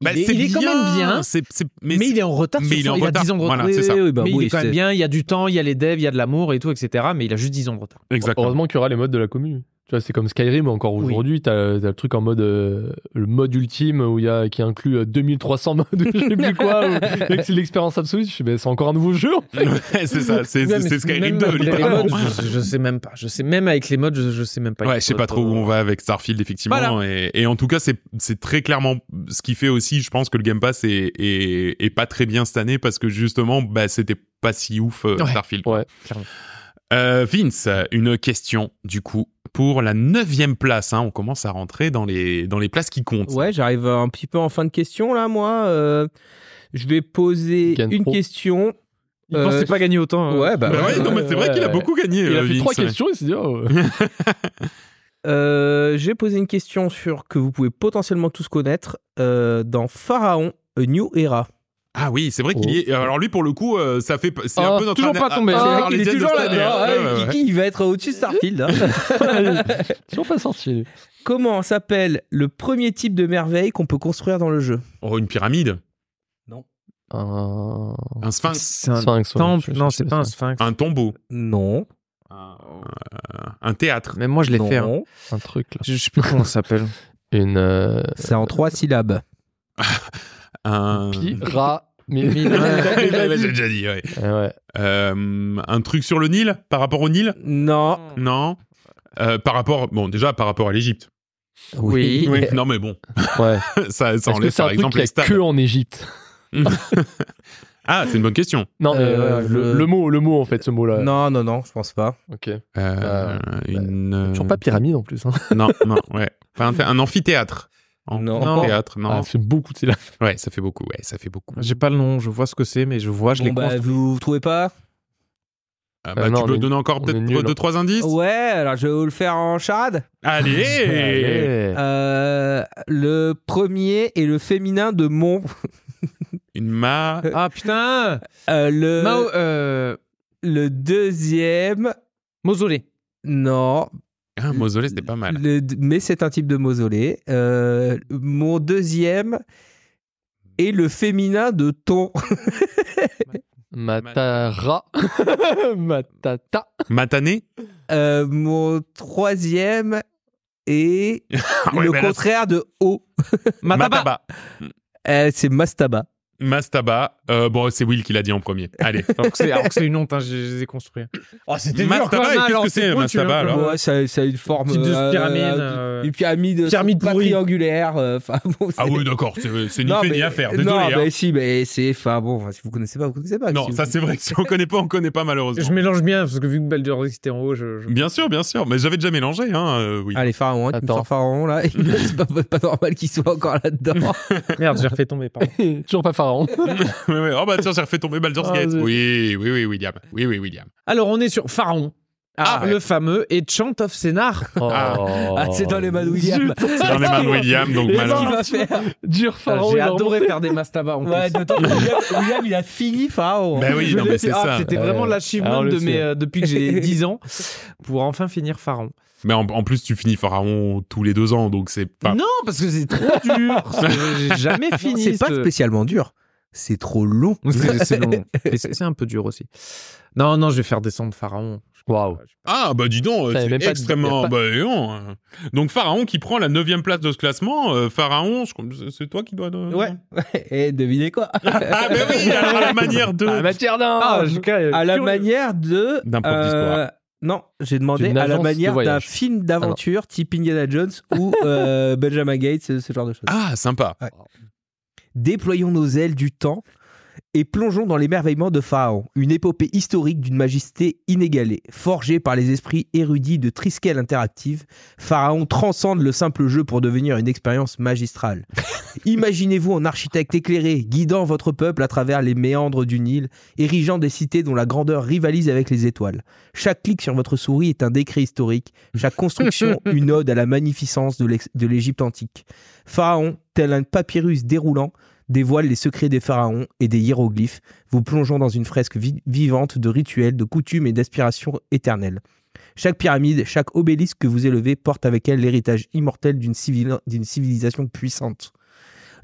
Speaker 2: il
Speaker 4: Bah,
Speaker 2: est,
Speaker 4: c'est
Speaker 2: il est quand même bien.
Speaker 4: c'est- c'est-
Speaker 2: Mais, il est en retard.
Speaker 4: mais
Speaker 2: sur
Speaker 4: il est
Speaker 2: son-
Speaker 4: en
Speaker 2: a
Speaker 4: retard.
Speaker 2: 10 ans de retard.
Speaker 4: Voilà, c'est ça.
Speaker 1: Oui, oui, bah
Speaker 2: Ah, mais il
Speaker 1: oui,
Speaker 2: est quand même
Speaker 1: c'est-
Speaker 2: bien, il y a du temps, il y a les devs, il y a de l'amour et tout, etc. Mais il a juste 10 ans de retard.
Speaker 4: Exactement.
Speaker 7: Heureusement qu'il y aura les modes de la commu. Tu vois, c'est comme Skyrim encore
Speaker 2: Oui.
Speaker 7: aujourd'hui. T'as t'as le truc en mode euh, le mode ultime où il y a qui inclut euh, 2300 modes, je sais plus quoi. ou- et que c'est l'expérience absolue. Je suis, mais c'est encore un nouveau jeu. en fait.
Speaker 4: Ouais, c'est ça. C'est c'est-
Speaker 2: Ouais, mais
Speaker 4: c'est Skyrim
Speaker 2: même
Speaker 4: 2.
Speaker 2: avec les
Speaker 4: littéralement.
Speaker 2: modes, je, je sais même pas. Je sais même avec les modes, je, je sais même pas. euh,
Speaker 4: Ouais, je sais pas trop où on va avec Starfield, effectivement.
Speaker 2: Voilà.
Speaker 4: Et, et en tout cas, c'est c'est très clairement ce qui fait aussi, je pense, que le Game Pass est, est, est pas très bien cette année parce que justement, bah, c'était pas si ouf euh,
Speaker 2: Ouais.
Speaker 4: Starfield.
Speaker 7: Ouais,
Speaker 2: clairement.
Speaker 4: Euh, Vince, une question, du coup, pour la neuvième place. Hein, on commence à rentrer dans les, dans les places qui comptent.
Speaker 1: Ouais, j'arrive un petit peu en fin de question là, moi. Euh, je vais poser
Speaker 7: Gagne
Speaker 1: une
Speaker 7: trop.
Speaker 1: question.
Speaker 2: Il
Speaker 1: Euh,
Speaker 2: pensait pas gagner autant. hein.
Speaker 1: Ouais, bah,
Speaker 4: Bah ouais,
Speaker 1: ouais.
Speaker 4: non, mais c'est vrai
Speaker 7: ouais,
Speaker 4: qu'il a
Speaker 7: ouais.
Speaker 4: beaucoup gagné.
Speaker 7: il a
Speaker 4: euh,
Speaker 7: fait
Speaker 4: Vince,
Speaker 7: trois
Speaker 4: ouais.
Speaker 7: questions. Il s'est dit, oh,
Speaker 1: Euh, je vais poser une question sur que vous pouvez potentiellement tous connaître euh, dans Pharaon A New Era.
Speaker 4: Ah oui, c'est vrai qu'il y est. Alors lui, pour le coup, euh, ça fait. C'est
Speaker 7: Ah,
Speaker 4: un peu notre.
Speaker 2: toujours
Speaker 4: ana-
Speaker 2: pas tombé.
Speaker 4: ah,
Speaker 2: C'est vrai
Speaker 4: Harley
Speaker 1: Il est
Speaker 4: Davidson
Speaker 1: toujours
Speaker 4: de cette
Speaker 1: là-dedans.
Speaker 4: année.
Speaker 1: hein,
Speaker 4: Ouais, ouais, ouais.
Speaker 1: Kiki, il va être au-dessus de Starfield. hein.
Speaker 7: toujours pas sorti.
Speaker 1: Comment s'appelle le premier type de merveille qu'on peut construire dans le jeu
Speaker 4: Oh, une pyramide,
Speaker 7: Un
Speaker 4: un sphinx,
Speaker 2: C'est un
Speaker 7: sphinx, ouais.
Speaker 2: temple.
Speaker 7: Je- je-
Speaker 2: non,
Speaker 7: je-
Speaker 2: c'est
Speaker 7: je-
Speaker 2: pas un sphinx.
Speaker 4: un tombeau,
Speaker 1: Non.
Speaker 4: un théâtre.
Speaker 2: Même moi, je l'ai fait. hein.
Speaker 1: Non.
Speaker 7: un truc. Là.
Speaker 2: Je, je sais plus comment ça s'appelle.
Speaker 7: Une euh,
Speaker 1: C'est en trois syllabes.
Speaker 4: Un.
Speaker 7: pyra. Mais
Speaker 4: Ouais, ouais, J'ai déjà dit, ouais.
Speaker 7: ouais.
Speaker 4: Euh, un truc sur le Nil Par rapport au Nil
Speaker 2: Oh,
Speaker 1: Non.
Speaker 4: Non. Euh, par rapport. Bon, déjà, par rapport à l'Égypte.
Speaker 2: Oui.
Speaker 4: Oui. Non, mais bon.
Speaker 7: ouais.
Speaker 4: Ça, ça
Speaker 7: Est-ce que
Speaker 4: enlève,
Speaker 7: c'est
Speaker 4: par
Speaker 7: un truc
Speaker 4: exemple,
Speaker 7: qu'il
Speaker 4: les
Speaker 7: y a
Speaker 4: stades.
Speaker 7: que en Égypte
Speaker 4: Ah, c'est une bonne question.
Speaker 7: Non, mais,
Speaker 1: Euh,
Speaker 7: ouais, le,
Speaker 1: je-
Speaker 7: le mot, le mot en fait, ce mot-là.
Speaker 1: Non, non, non, je pense pas.
Speaker 7: Ok.
Speaker 4: Euh, une. euh,
Speaker 7: bah, Toujours pas pyramide en plus. hein.
Speaker 4: Non, non, ouais. Enfin, un, thé- un amphithéâtre. En-
Speaker 1: Non.
Speaker 4: Amphithéâtre, non.
Speaker 7: Ah, c'est beaucoup de syllabes.
Speaker 4: Ouais, ça fait beaucoup. Ouais, ça fait beaucoup.
Speaker 2: J'ai pas le nom. Je vois ce que c'est, mais je vois, je l'ai
Speaker 1: Bon, bah,
Speaker 2: construit.
Speaker 1: vous, vous trouvez pas
Speaker 4: Ah, bah,
Speaker 7: Euh, non,
Speaker 4: tu peux
Speaker 7: on est-
Speaker 4: donner encore
Speaker 7: on est
Speaker 4: peut-être
Speaker 7: nul, Ah, hein.
Speaker 4: deux, trois indices
Speaker 1: Ouais, alors je vais vous le faire en charade.
Speaker 4: Allez
Speaker 1: Euh, le premier est le féminin de mon.
Speaker 4: Une ma.
Speaker 2: Ah putain
Speaker 1: Euh, le,
Speaker 2: Mao, euh,
Speaker 1: le deuxième,
Speaker 2: Mausolée.
Speaker 1: non,
Speaker 4: Ah, mausolée, c'était pas mal.
Speaker 1: Le- mais c'est un type de mausolée. Euh, mon deuxième est le féminin de ton.
Speaker 7: Matara. Matata.
Speaker 4: Matané
Speaker 1: Euh, mon troisième est
Speaker 4: Ah ouais,
Speaker 1: le
Speaker 4: mais là,
Speaker 1: contraire de O.
Speaker 4: Mataba.
Speaker 1: Euh, c'est mastaba.
Speaker 4: Mastaba. Euh, bon, c'est Will qui l'a dit en premier. Allez.
Speaker 2: Alors que c'est alors que c'est une honte, hein, je les ai construits.
Speaker 8: Oh, c'était dur quand
Speaker 4: Mastaba, et
Speaker 8: même.
Speaker 4: qu'est-ce
Speaker 8: alors,
Speaker 4: que
Speaker 8: c'est
Speaker 4: c'est,
Speaker 8: cool, tu
Speaker 4: Mastaba,
Speaker 8: l'as
Speaker 4: alors
Speaker 8: encore.
Speaker 1: Ouais, ça, ça a une forme.
Speaker 2: Petite douce
Speaker 1: euh,
Speaker 2: pyramide.
Speaker 1: euh,
Speaker 2: euh,
Speaker 1: une pyramide,
Speaker 2: Pyramide
Speaker 1: pas
Speaker 2: pourrie.
Speaker 1: triangulaire. euh, Enfin bon,
Speaker 4: Ah
Speaker 1: c'est-
Speaker 4: oui, d'accord, c'est c'est ni
Speaker 1: Non,
Speaker 4: fait ni
Speaker 1: mais-
Speaker 4: à faire.
Speaker 1: non,
Speaker 4: Désolé. hein.
Speaker 1: mais si, mais c'est. Enfin bon, si vous connaissez pas, vous connaissez pas.
Speaker 4: Non,
Speaker 1: Si
Speaker 4: ça
Speaker 1: vous-
Speaker 4: c'est vrai que si on connaît pas, on connaît pas malheureusement.
Speaker 2: Je mélange bien parce que vu que Baldur Ring c'était en haut, je. je-
Speaker 4: Bien sûr, bien sûr. Mais j'avais déjà mélangé, hein, euh, oui.
Speaker 1: Allez, Pharaon, hein, tu me
Speaker 7: Attends.
Speaker 1: sors Pharaon là. c'est pas, pas normal qu'il soit encore là-dedans.
Speaker 2: Merde, j'ai refait tomber. Pardon.
Speaker 7: Toujours pas pharaon.
Speaker 4: Ouais, ouais. Oh bah tiens, j'ai refait tomber Baldur's
Speaker 7: Ah,
Speaker 4: Gate.
Speaker 7: zut.
Speaker 4: Oui, oui, oui, William. Oui, oui, William.
Speaker 2: Alors on est sur Pharaon. Ah,
Speaker 4: Ah, ouais.
Speaker 2: le fameux et Chant of Sénar.
Speaker 7: Oh.
Speaker 2: Oh.
Speaker 1: Ah, c'est dans les mains de William.
Speaker 7: Zut.
Speaker 4: C'est dans les mains de William, donc
Speaker 7: Et
Speaker 1: Qui
Speaker 4: malheureusement.
Speaker 1: va faire
Speaker 7: Dur pharaon.
Speaker 2: J'ai
Speaker 7: il a
Speaker 2: adoré
Speaker 7: remonté.
Speaker 2: faire des mastaba en
Speaker 1: Ouais,
Speaker 2: plus.
Speaker 1: d'autant que William, William, il a fini Pharaon.
Speaker 4: Ben oui,
Speaker 2: Je
Speaker 4: non
Speaker 2: l'ai
Speaker 4: mais
Speaker 2: fait-
Speaker 4: c'est
Speaker 2: ah,
Speaker 4: ça.
Speaker 2: C'était vraiment
Speaker 7: Ouais.
Speaker 2: l'achievement
Speaker 7: Alors, le
Speaker 2: de mes,
Speaker 7: sien.
Speaker 2: euh, depuis que j'ai 10 ans pour enfin finir Pharaon.
Speaker 4: Mais en, en plus, tu finis Pharaon tous les deux ans, donc c'est pas.
Speaker 2: Non, parce que c'est trop dur. C'est- J'ai jamais
Speaker 1: Non,
Speaker 2: fini.
Speaker 1: C'est pas
Speaker 2: ce-
Speaker 1: spécialement dur. C'est trop long.
Speaker 2: C'est c'est long. Et C'est c'est un peu dur aussi. Non, non, je vais faire descendre Pharaon.
Speaker 7: Waouh.
Speaker 4: Ah bah dis donc,
Speaker 7: Ça,
Speaker 4: c'est
Speaker 7: même pas de-
Speaker 4: extrêmement.
Speaker 7: y a pas-
Speaker 4: bah, dis donc. Donc Pharaon qui prend la neuvième place de ce classement. euh, Pharaon, je- c'est toi qui dois. euh,
Speaker 1: Ouais. Et devinez quoi
Speaker 4: Ah bah oui, alors à la manière de.
Speaker 7: Ah, matière d'un.
Speaker 2: Ah, je-
Speaker 1: À la manière de. euh,
Speaker 4: D'un prof d'histoire.
Speaker 1: Non, j'ai demandé
Speaker 7: D'une
Speaker 1: à la
Speaker 7: agence
Speaker 1: manière
Speaker 7: de
Speaker 1: d'un
Speaker 7: voyage.
Speaker 1: film d'aventure type Indiana Jones ou euh, Benjamin Gates, ce, ce genre de choses.
Speaker 4: Ah sympa.
Speaker 1: Déployons nos ailes du temps et plongeons dans l'émerveillement de Pharaon, une épopée historique d'une majesté inégalée. Forgée par les esprits érudits de Triskel Interactive, Pharaon transcende le simple jeu pour devenir une expérience magistrale. Imaginez-vous un architecte éclairé, guidant votre peuple à travers les méandres du Nil, érigeant des cités dont la grandeur rivalise avec les étoiles. Chaque clic sur votre souris est un décret historique, chaque construction une ode à la magnificence de l'ex- de l'Égypte antique. Pharaon, tel un papyrus déroulant, dévoile les secrets des pharaons et des hiéroglyphes, vous plongeant dans une fresque vi- vivante de rituels, de coutumes et d'aspirations éternelles. Chaque pyramide, chaque obélisque que vous élevez porte avec elle l'héritage immortel d'une civili- d'une civilisation puissante.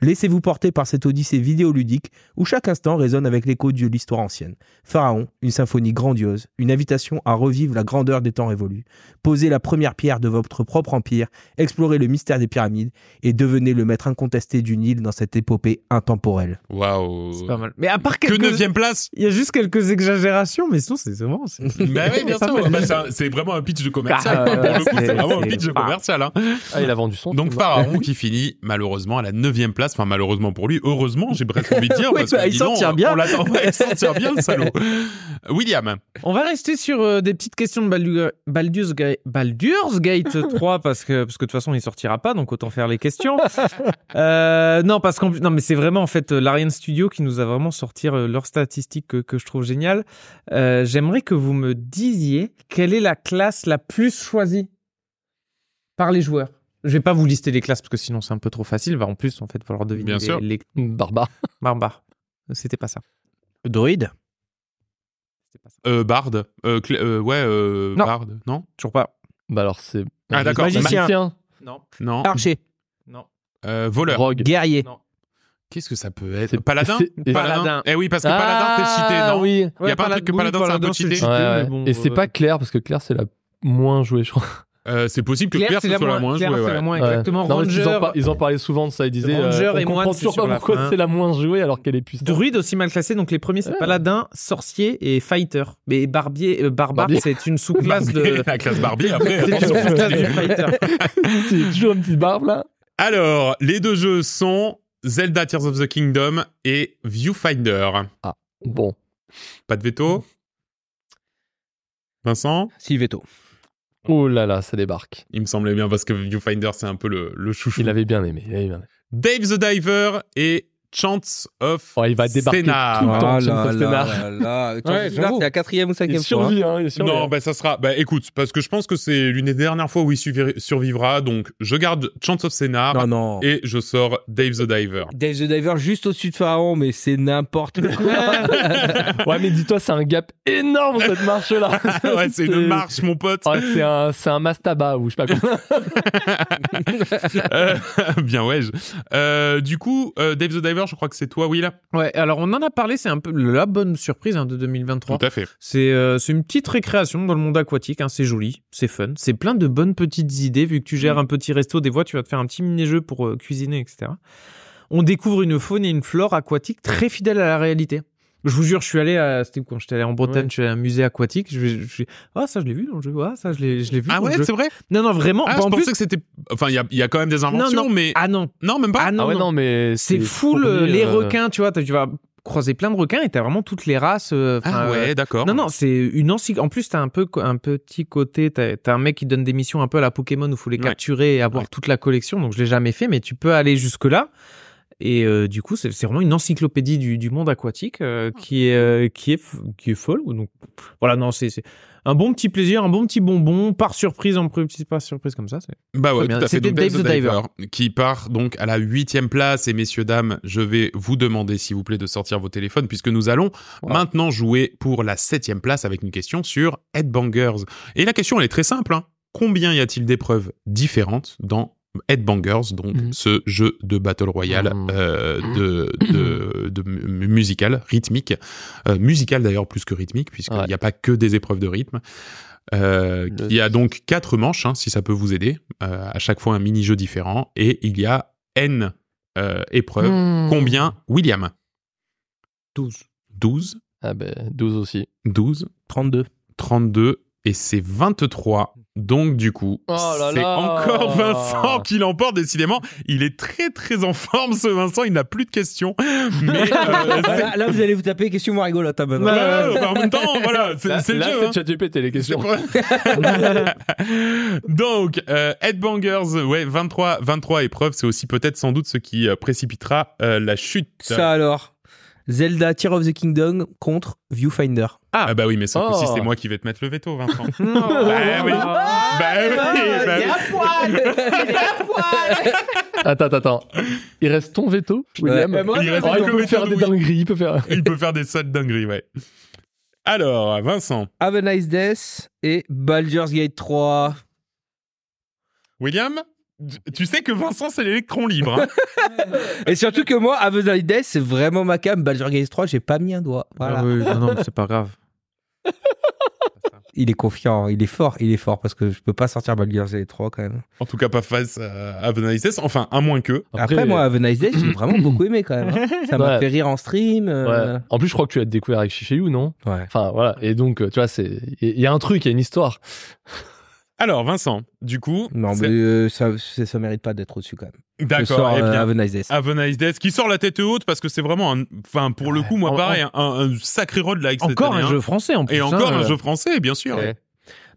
Speaker 1: Laissez-vous porter par cette odyssée vidéoludique où chaque instant résonne avec l'écho de l'histoire ancienne. Pharaon, une symphonie grandiose, une invitation à revivre la grandeur des temps révolus. Posez la première pierre de votre propre empire, explorez le mystère des pyramides et devenez le maître incontesté du Nil dans cette épopée intemporelle.
Speaker 4: Waouh.
Speaker 2: C'est pas mal. Mais à part
Speaker 4: Que
Speaker 2: quelques...
Speaker 4: neuvième place.
Speaker 2: Il y a juste quelques exagérations, mais sinon, c'est c'est vraiment... c'est-
Speaker 4: Bah oui, bien
Speaker 2: Pas
Speaker 4: sûr.
Speaker 2: mal.
Speaker 4: Bah, c'est un- c'est vraiment un pitch de commercial.
Speaker 2: Ah,
Speaker 4: Pour le coup,
Speaker 2: c'est-
Speaker 4: c'est vraiment un
Speaker 2: c'est-
Speaker 4: pitch de
Speaker 2: ah.
Speaker 4: commercial. hein.
Speaker 7: Ah, il a vendu son.
Speaker 4: Donc
Speaker 7: film.
Speaker 4: Pharaon qui finit malheureusement à la neuvième place, enfin malheureusement pour lui, heureusement j'ai presque envie de dire,
Speaker 1: Oui,
Speaker 4: parce
Speaker 1: bah,
Speaker 4: que
Speaker 1: il
Speaker 4: dis
Speaker 1: s'en
Speaker 4: donc,
Speaker 1: tire bien.
Speaker 4: on l'attend- ouais, il s'en tire bien le salaud. William,
Speaker 2: On va rester sur euh, des petites questions de Baldur- Baldur's, Ga- Baldur's Gate 3 parce que parce que de toute façon il sortira pas donc autant faire les questions. Euh, non parce qu'en plus non mais c'est vraiment en fait euh, l'Ariane Studio qui nous a vraiment sorti euh, leurs statistiques que, que je trouve géniales. Euh, J'aimerais que vous me disiez quelle est la classe la plus choisie par les joueurs. Je vais pas vous lister les classes parce que sinon c'est un peu trop facile. Va en plus en fait falloir deviner
Speaker 4: Bien
Speaker 2: les,
Speaker 4: sûr.
Speaker 2: les
Speaker 7: Barbare.
Speaker 2: barbares. Euh, C'était pas ça.
Speaker 1: Druide
Speaker 2: C'était pas ça.
Speaker 4: euh, Bard, euh, Clé- euh, ouais, euh,
Speaker 2: Non.
Speaker 4: Bard, non
Speaker 2: Toujours pas.
Speaker 7: Bah alors c'est.
Speaker 4: Ah, d'accord.
Speaker 1: Magicien.
Speaker 2: Non.
Speaker 4: Non,
Speaker 1: Archer,
Speaker 2: Non.
Speaker 4: Euh, voleur.
Speaker 7: Rogue.
Speaker 1: guerrier,
Speaker 2: Non.
Speaker 4: Qu'est-ce que ça peut être
Speaker 7: C'est-
Speaker 4: Paladin
Speaker 7: c'est-
Speaker 2: Paladin.
Speaker 4: Eh oui, parce que Paladin c'est cheaté,
Speaker 7: Ah,
Speaker 4: non
Speaker 7: oui.
Speaker 4: Il y a pas un truc que Paladin, c'est un peu cheaté.
Speaker 7: Ouais, ouais.
Speaker 2: mais bon,
Speaker 7: Et c'est
Speaker 2: euh,
Speaker 7: pas Claire parce que Claire c'est la moins jouée je crois.
Speaker 4: Euh, C'est possible que
Speaker 2: Claire,
Speaker 4: Claire,
Speaker 2: c'est
Speaker 4: ce
Speaker 2: la
Speaker 4: soit la
Speaker 2: moins,
Speaker 4: moins
Speaker 2: Claire,
Speaker 4: jouée.
Speaker 2: c'est
Speaker 4: ouais.
Speaker 2: la moins
Speaker 7: Ouais.
Speaker 2: exactement.
Speaker 7: Non, mais
Speaker 2: Ranger,
Speaker 7: ils, en par- ils en parlaient souvent de ça. Ils disaient. euh,
Speaker 2: Ranger
Speaker 7: on
Speaker 2: et moine,
Speaker 7: comprend
Speaker 2: c'est
Speaker 7: toujours
Speaker 2: sur
Speaker 7: pas
Speaker 2: la
Speaker 7: pourquoi
Speaker 2: fin.
Speaker 7: c'est la moins jouée alors qu'elle est puissante.
Speaker 2: druide aussi mal classé. Donc les premiers, c'est
Speaker 7: Ouais.
Speaker 2: paladin, sorcier et fighter. Mais barbier, euh, barbare,
Speaker 7: Barbier.
Speaker 2: c'est une sous-classe de.
Speaker 4: La classe Barbie après.
Speaker 2: C'est une
Speaker 4: attention.
Speaker 2: sous-classe du fighter.
Speaker 7: c'est toujours une petite barbe là.
Speaker 4: Alors, les deux jeux sont Zelda Tears of the Kingdom et Viewfinder.
Speaker 7: Bon.
Speaker 4: Pas de veto Vincent
Speaker 1: Silvetto.
Speaker 7: Oh là là, ça débarque.
Speaker 4: Il me semblait bien parce que Viewfinder c'est un peu le, le chouchou.
Speaker 7: Il avait bien aimé. Il avait bien aimé.
Speaker 4: Dave the Diver et Chance of
Speaker 7: Oh, il va débarquer
Speaker 4: Scénar.
Speaker 7: tout le temps, Chance of Scénar.
Speaker 1: Ouais,
Speaker 7: Ouais,
Speaker 1: Scénar,
Speaker 7: j'avoue.
Speaker 1: c'est la quatrième ou
Speaker 7: Il
Speaker 1: cinquième fois. hein.
Speaker 7: survit, hein, il survit.
Speaker 4: Non, bah ça sera. Bah écoute, parce que je pense que c'est l'une des dernières fois où il survi- survivra, donc je garde Chance of Scénar
Speaker 1: Non, non.
Speaker 4: et je sors Dave the Diver.
Speaker 1: Dave the Diver juste au-dessus de Pharaon, mais c'est n'importe quoi.
Speaker 7: Ouais, mais dis-toi, c'est un gap énorme cette marche-là.
Speaker 4: ouais, c'est une marche, mon pote.
Speaker 7: Ouais, c'est un, c'est un mastaba ou je sais pas quoi.
Speaker 4: Euh, bien ouais. je- Euh, du coup, euh, Dave the Diver, je crois que c'est toi, Will.
Speaker 2: Ouais, alors on en a parlé, c'est un peu la bonne surprise hein, de 2023.
Speaker 4: Tout à fait.
Speaker 2: C'est euh, c'est une petite récréation dans le monde aquatique, hein, c'est joli, c'est fun, c'est plein de bonnes petites idées, vu que
Speaker 4: Mm.
Speaker 2: tu gères un petit resto, des fois tu vas te faire un petit mini-jeu pour euh, cuisiner, etc. On découvre une faune et une flore aquatique très fidèles à la réalité. Je vous jure, je suis allé à, c'était où, quand j'étais allé en Bretagne, je suis allé à un musée aquatique, je, je, je- ah ça je l'ai vu dans le jeu, ah ça je l'ai je l'ai vu
Speaker 4: Ah
Speaker 2: dans le
Speaker 4: ouais,
Speaker 2: jeu.
Speaker 4: c'est vrai.
Speaker 2: Non non vraiment,
Speaker 4: Ah,
Speaker 2: bah,
Speaker 4: je
Speaker 2: en
Speaker 4: pensais
Speaker 2: plus,
Speaker 4: que c'était. Enfin, il y a- il y, a quand même des inventions, mais
Speaker 2: ah non,
Speaker 4: non, même pas.
Speaker 2: ah non,
Speaker 7: Ah ouais,
Speaker 2: non.
Speaker 7: non, mais.
Speaker 2: c'est fou le-
Speaker 7: fourni,
Speaker 2: les
Speaker 7: euh,
Speaker 2: requins, tu vois, t'as- tu vas croiser plein de requins et t'as vraiment toutes les races. euh,
Speaker 4: Ah,
Speaker 2: enfin,
Speaker 4: ouais, d'accord.
Speaker 2: non, non, c'est une encycl... En plus, t'as un peu co- un petit côté. T'as t'as un mec qui donne des missions un peu à la Pokémon où faut les
Speaker 4: Ouais.
Speaker 2: capturer et avoir toute la collection. Donc, je l'ai jamais fait, mais tu peux aller jusque là. Et euh, du coup, c'est c'est vraiment une encyclopédie du, du monde aquatique euh, qui est euh, qui est f- qui est folle. Donc, voilà, non, c'est c'est un bon petit plaisir, un bon petit bonbon par surprise, en pré- petite par surprise comme ça. c'est-
Speaker 4: Bah ouais,
Speaker 2: Très bien.
Speaker 4: tout à fait.
Speaker 2: C'était
Speaker 4: Donc, Dave the Diver, qui part donc à la huitième place. Et messieurs, dames, je vais vous demander, s'il vous plaît, de sortir vos téléphones, puisque nous allons
Speaker 7: Wow.
Speaker 4: maintenant jouer pour la septième place avec une question sur Headbangers. Et la question, elle est très simple. hein. Combien y a-t-il d'épreuves différentes dans Headbangers, donc
Speaker 7: Mhm.
Speaker 4: ce jeu de Battle Royale
Speaker 7: Mhm.
Speaker 4: euh, de, de, de mu- musical, rythmique, Euh, musical d'ailleurs plus que rythmique, puisqu'il
Speaker 7: Ouais.
Speaker 4: n'y a pas que des épreuves de rythme. Euh,
Speaker 7: Le-
Speaker 4: Il y a donc quatre manches, hein, si ça peut vous aider. Euh, à chaque fois un mini-jeu différent. Et il y a N euh, épreuves.
Speaker 7: Hmm.
Speaker 2: Hmm.
Speaker 4: Combien, William
Speaker 1: 12.
Speaker 4: 12,
Speaker 7: Ah ben, 12 aussi.
Speaker 4: 12,
Speaker 1: 32.
Speaker 4: 32 et c'est 23. Donc du coup,
Speaker 7: Oh là
Speaker 4: c'est
Speaker 7: là.
Speaker 4: encore Vincent qui l'emporte décidément. Il est très très en forme ce Vincent, il n'a plus de questions. Mais euh, c'est-
Speaker 1: Là, là, vous allez vous taper question moi rigolote. hein, maintenant.
Speaker 4: Ouais, ouais, ouais, bah, en même temps, voilà, c'est
Speaker 7: Là,
Speaker 4: c'est le
Speaker 7: là,
Speaker 4: jeu.
Speaker 7: c'est
Speaker 4: hein.
Speaker 7: ChatGPT, les questions.
Speaker 4: Donc, euh, Headbangers, ouais, 23, 23 épreuves, c'est aussi peut-être sans doute ce qui euh, précipitera euh, la chute.
Speaker 1: Ça alors. Zelda Tear of the Kingdom contre Viewfinder.
Speaker 4: Ah bah oui, mais sans coup
Speaker 7: Oh.
Speaker 4: c'est moi qui vais te mettre le veto, Vincent.
Speaker 2: Bah
Speaker 4: oui. bah
Speaker 1: Oh,
Speaker 4: oui, bah oui.
Speaker 7: Attends, attends, attends. Il reste ton veto, William.
Speaker 1: Ouais, moi,
Speaker 4: Il reste
Speaker 7: Oh,
Speaker 4: que
Speaker 7: il
Speaker 4: le
Speaker 7: peut
Speaker 4: veto
Speaker 7: faire
Speaker 4: de
Speaker 7: des
Speaker 4: Will.
Speaker 7: dingueries, il peut faire.
Speaker 4: Il peut faire des sales dingueries, ouais. Alors, Vincent,
Speaker 1: Have a Nice Death et Baldur's Gate 3.
Speaker 4: William, d- tu sais que Vincent, c'est l'électron libre. hein.
Speaker 1: Et surtout que moi, Have a Nice Death, c'est vraiment ma cam. Baldur's Gate 3, j'ai pas mis un doigt. Voilà.
Speaker 2: Ah oui, non, non, mais c'est pas grave.
Speaker 1: Il est confiant, il est fort, il est fort parce que je peux pas sortir Baldur's Gate 3 quand même.
Speaker 4: en tout cas, pas face euh, à Vanitas, enfin, à moins que.
Speaker 1: Après, moi, Have a Nice Death, j'ai vraiment beaucoup aimé quand même. hein. Ça m'a
Speaker 7: Ouais.
Speaker 1: fait rire en stream. euh,
Speaker 7: Ouais. En plus, je crois que tu l'as découvert avec Shishayou, non
Speaker 1: Ouais.
Speaker 7: Enfin, voilà. Et donc, euh, tu vois, c'est il y a un truc, il y a une histoire.
Speaker 4: Alors, Vincent, du coup,
Speaker 1: Non,
Speaker 4: c'est-
Speaker 1: mais euh, ça, c'est- ça mérite pas d'être au-dessus quand même. Je
Speaker 4: d'accord,
Speaker 1: sors,
Speaker 4: eh
Speaker 1: euh,
Speaker 4: bien.
Speaker 1: Have a Nice Death.
Speaker 4: Have a nice Death, qui sort la tête haute parce que c'est vraiment un. Enfin, pour le coup, moi,
Speaker 2: en-
Speaker 4: pareil, un, un sacré roguelike cette
Speaker 2: Encore
Speaker 4: année,
Speaker 2: un
Speaker 4: hein.
Speaker 2: jeu français en plus.
Speaker 4: Et encore
Speaker 2: hein,
Speaker 4: un
Speaker 2: euh.
Speaker 4: jeu français, bien sûr.
Speaker 7: Ouais.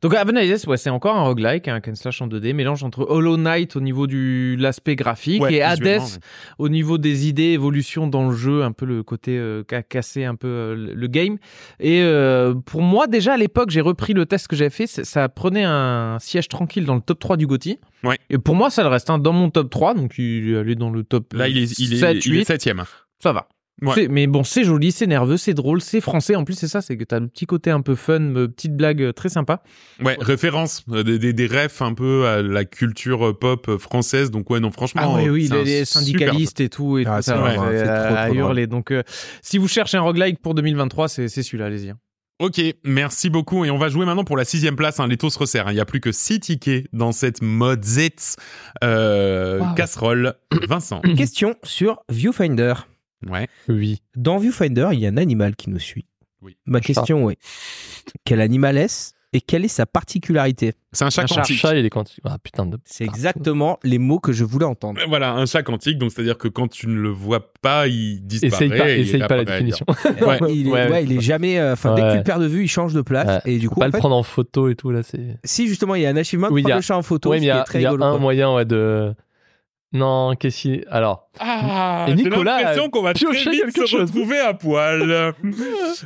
Speaker 2: Donc Avenides, ouais, c'est encore un roguelike, un hack and slash en 2D, mélange entre Hollow Knight au niveau de l'aspect graphique
Speaker 4: Ouais,
Speaker 2: et Hades
Speaker 4: visuellement, ouais.
Speaker 2: au niveau des idées, évolution dans le jeu, un peu le côté euh, qu'a cassé un peu euh, le- le game. Et euh, pour moi, déjà à l'époque, j'ai repris le test que j'avais fait, c'est- ça prenait un siège tranquille dans le top 3 du GOTY.
Speaker 4: Ouais.
Speaker 2: Et pour moi, ça le reste hein, dans mon top 3, donc il est allé dans le top
Speaker 4: Là, il est, il est,
Speaker 2: 7,
Speaker 4: il est
Speaker 2: 8,
Speaker 4: septième.
Speaker 2: ça va.
Speaker 4: Ouais.
Speaker 2: C'est- Mais bon, c'est joli, c'est nerveux, c'est drôle, c'est français. En plus, c'est ça, c'est que t'as le petit côté un peu fun, euh, petite blague euh, très sympa.
Speaker 4: Ouais, référence, euh, des, des, des refs un peu à la culture euh, pop euh, française. Donc, ouais, non, franchement.
Speaker 2: Ah oui,
Speaker 4: euh,
Speaker 2: oui,
Speaker 4: c'est
Speaker 2: les,
Speaker 4: un
Speaker 2: les
Speaker 4: super
Speaker 2: syndicalistes et tout, et
Speaker 1: Ah,
Speaker 2: tout
Speaker 1: c'est
Speaker 2: ça,
Speaker 4: vrai,
Speaker 2: ouais,
Speaker 1: c'est
Speaker 2: à,
Speaker 1: trop,
Speaker 2: à
Speaker 1: trop
Speaker 2: hurler. Donc, euh, si vous cherchez un roguelike pour 2023, c'est c'est celui-là, allez-y. hein.
Speaker 4: Ok, merci beaucoup. Et on va jouer maintenant pour la sixième place. hein. Les taux se resserrent. hein. Il n'y a plus que six tickets dans cette mode zitz. Euh,
Speaker 7: Wow.
Speaker 4: Casserole, Vincent.
Speaker 1: Question sur Viewfinder.
Speaker 4: Ouais.
Speaker 7: Oui.
Speaker 1: Dans Viewfinder, il y a un animal qui nous suit.
Speaker 4: Oui.
Speaker 1: Ma question est quel animal est-ce et quelle est sa particularité
Speaker 4: C'est un chat
Speaker 2: Un chat.
Speaker 4: quantique.
Speaker 7: Chat, il est quantique. Ah putain de.
Speaker 1: C'est exactement les mots que je voulais entendre.
Speaker 4: Euh, Voilà, un chat quantique. Donc, c'est-à-dire que quand tu ne le vois pas, il disparaît.
Speaker 7: Essaye pas,
Speaker 4: et il
Speaker 7: essaye
Speaker 4: est
Speaker 7: pas la
Speaker 4: appareil.
Speaker 7: définition.
Speaker 4: Ouais.
Speaker 1: il, est,
Speaker 7: Ouais,
Speaker 1: ouais,
Speaker 7: ouais,
Speaker 1: il est jamais. euh, Enfin, dès que
Speaker 7: Ouais.
Speaker 1: tu le perds de vue, il change de place.
Speaker 7: Ouais.
Speaker 1: Et du coup,
Speaker 7: pas
Speaker 1: en
Speaker 7: le
Speaker 1: fait,
Speaker 7: prendre en photo et tout là, c'est.
Speaker 1: si justement il y a un achievement,
Speaker 7: Oui, il y
Speaker 1: prends
Speaker 7: a-
Speaker 1: le chat en photo,
Speaker 7: Ouais, mais il y
Speaker 1: c'est
Speaker 7: a,
Speaker 1: très
Speaker 7: il y a
Speaker 1: rigolo.
Speaker 7: un
Speaker 1: quoi.
Speaker 7: moyen ouais, de Non, qu'est-ce qu'il. Alors.
Speaker 4: Ah,
Speaker 7: Et
Speaker 4: j'ai
Speaker 7: Nicolas a
Speaker 4: l'impression qu'on va très
Speaker 7: pioché
Speaker 4: vite
Speaker 7: quelque
Speaker 4: se
Speaker 7: chose.
Speaker 4: retrouver à poil.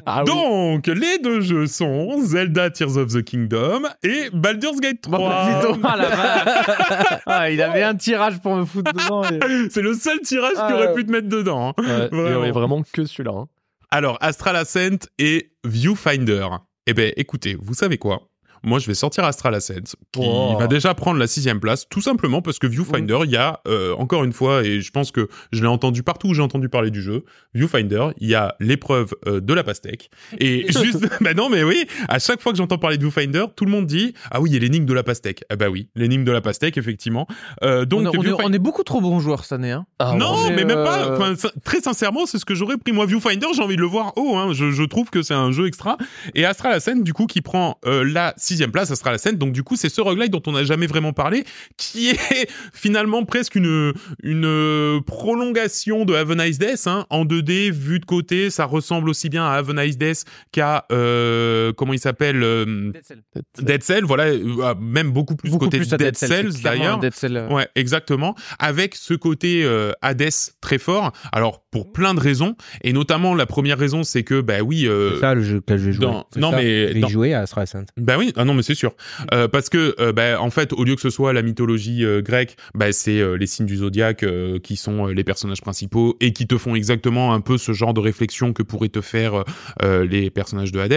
Speaker 7: Ah oui.
Speaker 4: Donc, les deux jeux sont Zelda Tears of the Kingdom et Baldur's Gate
Speaker 7: Bah,
Speaker 4: 3.
Speaker 2: Ah, la vache. Ah, il avait un tirage pour me foutre dedans. et-
Speaker 4: C'est le seul tirage
Speaker 7: Ah,
Speaker 4: qu'il aurait
Speaker 7: ouais.
Speaker 4: pu te mettre dedans. hein.
Speaker 7: Ouais, il y
Speaker 4: Vraiment.
Speaker 7: aurait vraiment que celui-là. hein.
Speaker 4: Alors, Astral Ascent et Viewfinder. Eh ben, écoutez, vous savez quoi moi, je vais sortir Astral Ascent, qui
Speaker 7: Oh.
Speaker 4: va déjà prendre la sixième place, tout simplement parce que Viewfinder, il y a, euh, encore une fois, et je pense que je l'ai entendu partout où j'ai entendu parler du jeu, Viewfinder, il y a l'épreuve euh, de la pastèque. Et juste, bah non, mais oui, à chaque fois que j'entends parler de Viewfinder, tout le monde dit, ah oui, il y a l'énigme de la pastèque. Ah bah oui, l'énigme de la pastèque, effectivement. Euh, donc,
Speaker 2: on, est, on est-
Speaker 4: Viewfinder-
Speaker 2: on est beaucoup trop bons joueurs cette année. Hein.
Speaker 7: Ah,
Speaker 4: non,
Speaker 2: mais,
Speaker 4: mais, même
Speaker 2: euh,
Speaker 4: pas. Enfin, sin- très sincèrement, c'est ce que j'aurais pris. Moi, Viewfinder, j'ai envie de le voir haut. hein. Je, je trouve que c'est un jeu extra. Et Astral Ascent, du coup, qui prend euh, la sixième place, Astral Ascent. Donc, du coup, c'est ce roguelite dont on n'a jamais vraiment parlé, qui est finalement presque une, une euh, prolongation de Have a Nice Death. hein. En 2D, vu de côté, ça ressemble aussi bien à Have a Nice Death qu'à... euh, comment il s'appelle euh, Dead Cell. Voilà, euh, ah, même beaucoup plus
Speaker 2: Beaucoup
Speaker 4: côté
Speaker 2: plus à
Speaker 4: Dead,
Speaker 2: Dead Cells,
Speaker 4: Cells,
Speaker 2: c'est clairement
Speaker 4: d'ailleurs.
Speaker 2: un Dead Cell, euh,
Speaker 4: Ouais, exactement. Avec ce côté euh, Hades très fort. Alors pour plein de raisons, et notamment la première raison, c'est que bah oui, euh,
Speaker 6: C'est ça le jeu que j'ai joué.
Speaker 4: dans-
Speaker 6: C'est
Speaker 4: non,
Speaker 6: ça.
Speaker 4: mais
Speaker 6: J'ai
Speaker 4: dans-
Speaker 6: joué à Astral Ascent.
Speaker 4: bah oui, ah non mais c'est sûr, Euh, parce que euh, bah, en fait, au lieu que ce soit la mythologie euh, grecque, bah c'est euh, les signes du zodiaque euh, qui sont euh, les personnages principaux et qui te font exactement un peu ce genre de réflexion que pourraient te faire euh, les personnages de Hades.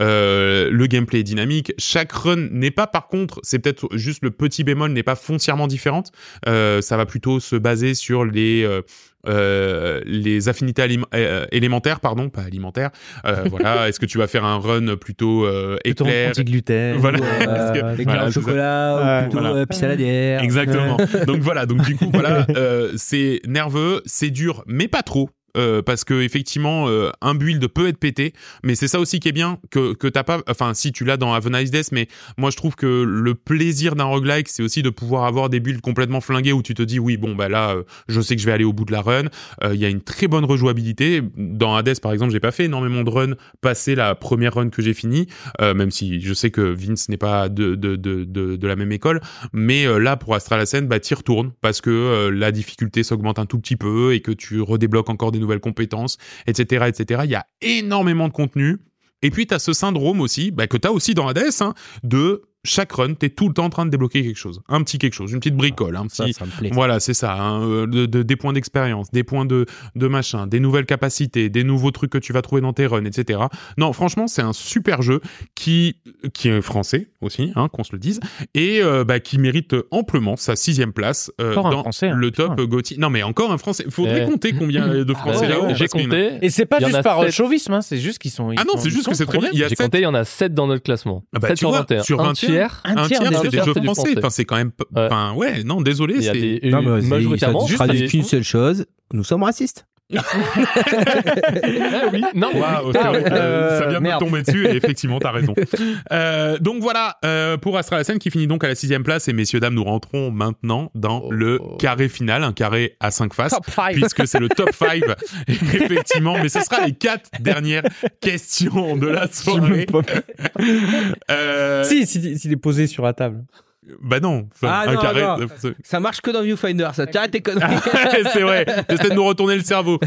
Speaker 4: Euh, le gameplay est dynamique. Chaque run n'est pas, par contre, c'est peut-être juste le petit bémol, n'est pas foncièrement différente. Euh, ça va plutôt se baser sur les euh, euh, les affinités alim- euh, élémentaires, pardon, pas alimentaires. Euh, voilà, est-ce que tu vas faire un run plutôt euh, éclair
Speaker 2: gluten.
Speaker 4: Voilà. parce que-
Speaker 6: Euh, Avec
Speaker 4: voilà,
Speaker 6: du
Speaker 4: c'est ça.
Speaker 6: chocolat,
Speaker 8: Ouais.
Speaker 6: ou plutôt
Speaker 4: Voilà.
Speaker 6: euh, pisse à la bière.
Speaker 4: Exactement. donc voilà, donc du coup, voilà, euh, c'est nerveux, c'est dur, mais pas trop. euh, parce que effectivement, euh, un build peut être pété, mais c'est ça aussi qui est bien que que t'as pas. Enfin, si tu l'as dans Have a Nice Death, mais moi je trouve que le plaisir d'un roguelike, c'est aussi de pouvoir avoir des builds complètement flingués où tu te dis oui bon bah là, euh, je sais que je vais aller au bout de la run. Euh, Il y a une très bonne rejouabilité. Dans Hades par exemple, j'ai pas fait énormément de runs passé la première run que j'ai finie, euh, même si je sais que Vince n'est pas de- de- de, de, de la même école. Mais euh, là, pour Astral Ascent, bah, t'y retournes parce que euh, la difficulté s'augmente un tout petit peu et que tu redébloques encore des nouvelles compétences, etc., etc. Il y a énormément de contenu. Et puis, t'as ce syndrome aussi, bah, que t'as aussi dans Hades, hein, de chaque run, t'es tout le temps en train de débloquer quelque chose. Un petit quelque chose, une petite bricole, un
Speaker 6: Ça,
Speaker 4: petit...
Speaker 6: ça me plaît.
Speaker 4: Voilà, c'est ça. hein, euh, de- de- des points d'expérience, des points de, de machin, des nouvelles capacités, des nouveaux trucs que tu vas trouver dans tes runs, etc. Non, franchement, c'est un super jeu qui, qui est français aussi, hein, qu'on se le dise, et euh, bah, qui mérite amplement sa sixième place euh,
Speaker 2: Encore un
Speaker 4: dans
Speaker 2: Français, hein,
Speaker 4: le
Speaker 2: putain.
Speaker 4: top euh, Gauthier. Non, mais encore un français. Faudrait
Speaker 7: Eh.
Speaker 4: compter combien euh, de
Speaker 7: Ouais,
Speaker 4: français là-haut.
Speaker 7: j'ai
Speaker 4: parce qu'il y en a-
Speaker 7: compté.
Speaker 2: Et c'est pas
Speaker 7: Il y en
Speaker 2: juste
Speaker 7: a
Speaker 2: par euh,
Speaker 7: sept.
Speaker 2: chauvisme, hein, c'est juste qu'ils sont. ils
Speaker 4: Ah non,
Speaker 2: sont-
Speaker 4: c'est
Speaker 2: ils
Speaker 4: juste
Speaker 2: sont
Speaker 4: que c'est très bien.
Speaker 2: problème.
Speaker 4: Il y a
Speaker 7: J'ai
Speaker 4: sept-
Speaker 7: compté, il y en a 7 dans notre classement.
Speaker 4: Ah bah,
Speaker 7: Sept
Speaker 4: tu vois, sur 21,
Speaker 7: un tiers,
Speaker 4: un tiers,
Speaker 7: des
Speaker 4: c'est des
Speaker 7: joueurs,
Speaker 4: jeux
Speaker 7: c'est du
Speaker 4: français.
Speaker 7: français.
Speaker 4: Enfin, c'est quand même. p-
Speaker 7: Ouais.
Speaker 4: Enfin, ouais, non, désolé.
Speaker 7: il y a
Speaker 4: c'est-
Speaker 7: des,
Speaker 6: Non, mais vas-y,
Speaker 7: majoritairement
Speaker 6: ça ne traduit qu'une seule chose. Nous sommes racistes.
Speaker 7: Ah oui, non,
Speaker 4: Waouh, c'est vrai que, euh, ça vient de me
Speaker 2: merde.
Speaker 4: tomber dessus et effectivement, t'as raison. Euh, donc voilà, euh, pour Astral Ascent qui finit donc à la sixième place et messieurs, dames, nous rentrons maintenant dans le carré final, un carré à cinq faces.
Speaker 2: Top five.
Speaker 4: Puisque c'est le top 5, effectivement, mais ce sera les quatre dernières questions de la soirée. Euh,
Speaker 2: Si, si, s'il est posé sur la table.
Speaker 4: Bah non, enfin,
Speaker 6: Ah
Speaker 4: un
Speaker 6: non,
Speaker 4: carré.
Speaker 6: non. Ça marche que dans Viewfinder, ça. T'arrêtes tes conneries.
Speaker 4: c'est vrai, j'essaie de nous retourner le cerveau.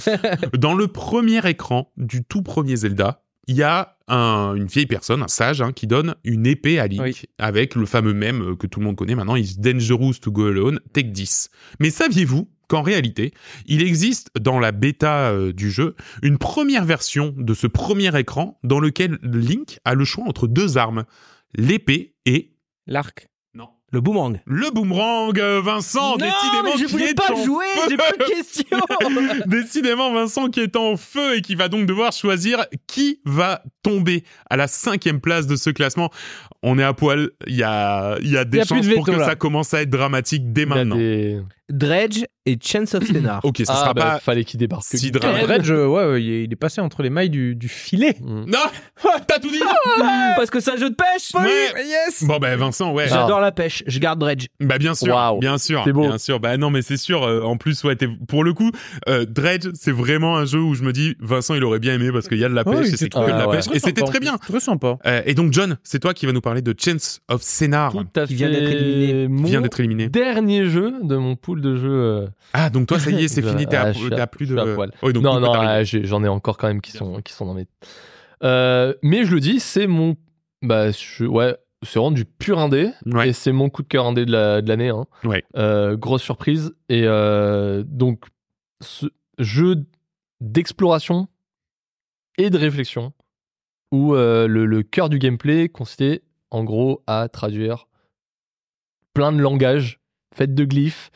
Speaker 4: Dans le premier écran du tout premier Zelda, il y a un- une vieille personne, un sage, hein, qui donne une épée à Link,
Speaker 2: Oui.
Speaker 4: avec le fameux mème euh, que tout le monde connaît maintenant, It's dangerous to go alone, take 10. Mais saviez-vous qu'en réalité, il existe dans la bêta euh, du jeu une première version de ce premier écran dans lequel Link a le choix entre deux armes, l'épée et...
Speaker 2: L'arc.
Speaker 4: Non.
Speaker 6: Le boomerang.
Speaker 4: Le boomerang, euh, Vincent, décidément, qui est en feu.
Speaker 6: question.
Speaker 4: Décidément, Vincent qui est en feu et qui va donc devoir choisir qui va tomber à la cinquième place de ce classement. On est à poil. Il y a, il y a des
Speaker 2: Il y a plus
Speaker 4: chances
Speaker 2: de
Speaker 4: pour que
Speaker 2: veto, là.
Speaker 4: ça commence à être dramatique dès
Speaker 7: Il y a
Speaker 4: maintenant.
Speaker 7: des...
Speaker 6: Dredge et Chance of Stenar.
Speaker 4: Ok, ça
Speaker 7: ah,
Speaker 4: sera
Speaker 7: bah,
Speaker 4: pas
Speaker 7: fallait qu'il débarque.
Speaker 4: si
Speaker 2: Le
Speaker 4: dramatique.
Speaker 2: Dredge, euh, ouais, ouais, il est- il est passé entre les mailles du, du filet.
Speaker 7: Mm.
Speaker 4: Non, t'as tout dit.
Speaker 2: Ah,
Speaker 6: Parce que c'est un jeu de pêche.
Speaker 4: Ouais.
Speaker 6: Yes.
Speaker 4: Bon ben Vincent, ouais.
Speaker 7: Ah.
Speaker 6: J'adore la pêche. Je garde Dredge.
Speaker 4: Bah bien sûr,
Speaker 7: Waouh.
Speaker 4: bien sûr,
Speaker 7: C'est beau.
Speaker 4: bien sûr. Bah non, mais c'est sûr. euh, en plus, ouais, t'es- pour le coup, euh, Dredge, c'est vraiment un jeu où je me dis, Vincent, il aurait bien aimé parce qu'il y a de la pêche
Speaker 2: Ouais,
Speaker 4: et
Speaker 2: il
Speaker 4: c'est
Speaker 2: était
Speaker 4: que de
Speaker 7: très-
Speaker 4: la
Speaker 7: Ah ouais.
Speaker 4: pêche. Et c'était
Speaker 2: sympa, en
Speaker 4: très bien.
Speaker 2: plus. Très sympa.
Speaker 4: Euh, et donc John, c'est toi qui vas nous parler de Chance of Scénar.
Speaker 7: Tout à
Speaker 6: Qui vient d'être
Speaker 7: fait
Speaker 6: éliminé.
Speaker 7: Mon
Speaker 4: vient d'être éliminé.
Speaker 7: dernier jeu de mon pool de jeux. euh,
Speaker 4: Ah, donc toi, ça y est, c'est
Speaker 7: Je-
Speaker 4: fini,
Speaker 7: ah,
Speaker 4: t'as
Speaker 7: je suis
Speaker 4: t'as
Speaker 7: à-
Speaker 4: plus
Speaker 7: je
Speaker 4: de.
Speaker 7: suis à poil.
Speaker 4: Oui, donc
Speaker 7: non,
Speaker 4: tout
Speaker 7: non,
Speaker 4: peut t'arriver.
Speaker 7: ah, j'ai- j'en ai encore quand même qui sont, qui sont dans mes. Euh, mais je le dis, c'est mon. Bah, je- ouais, c'est vraiment du pur indé.
Speaker 4: Ouais.
Speaker 7: Et c'est mon coup de cœur indé de la- de l'année. hein.
Speaker 4: Ouais.
Speaker 7: Euh, grosse surprise. Et euh, donc, ce jeu d'exploration et de réflexion où euh, le, le cœur du gameplay consistait en gros à traduire plein de langages, faites de glyphes.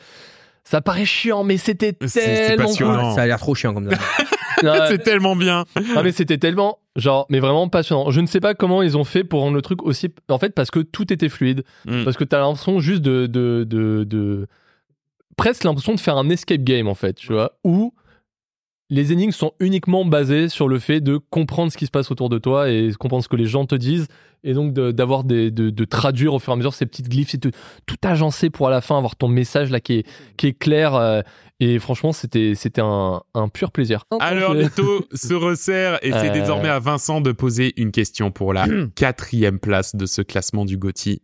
Speaker 7: Ça paraît chiant, mais c'était
Speaker 4: C'est- c'est
Speaker 6: Ah,
Speaker 7: tellement cool.
Speaker 4: passionnant.
Speaker 1: Ça a l'air trop chiant comme ça.
Speaker 7: Non,
Speaker 4: C'est tellement bien.
Speaker 7: ah mais c'était tellement genre mais vraiment passionnant. Je ne sais pas comment ils ont fait pour rendre le truc aussi en fait parce que tout était fluide
Speaker 4: Mm.
Speaker 7: parce que t'as l'impression juste de de, de de- presque l'impression de faire un escape game en fait tu vois où les énigmes sont uniquement basées sur le fait de comprendre ce qui se passe autour de toi et comprendre ce que les gens te disent et donc de- d'avoir des de, de traduire au fur et à mesure ces petites glyphes et de- tout agencer pour à la fin avoir ton message là qui est qui est clair euh, et franchement c'était c'était un, un pur plaisir.
Speaker 4: Alors,
Speaker 7: Je-
Speaker 4: les taux se resserrent et c'est
Speaker 7: Euh.
Speaker 4: désormais à Vincent de poser une question pour la quatrième place de ce classement du GOTY.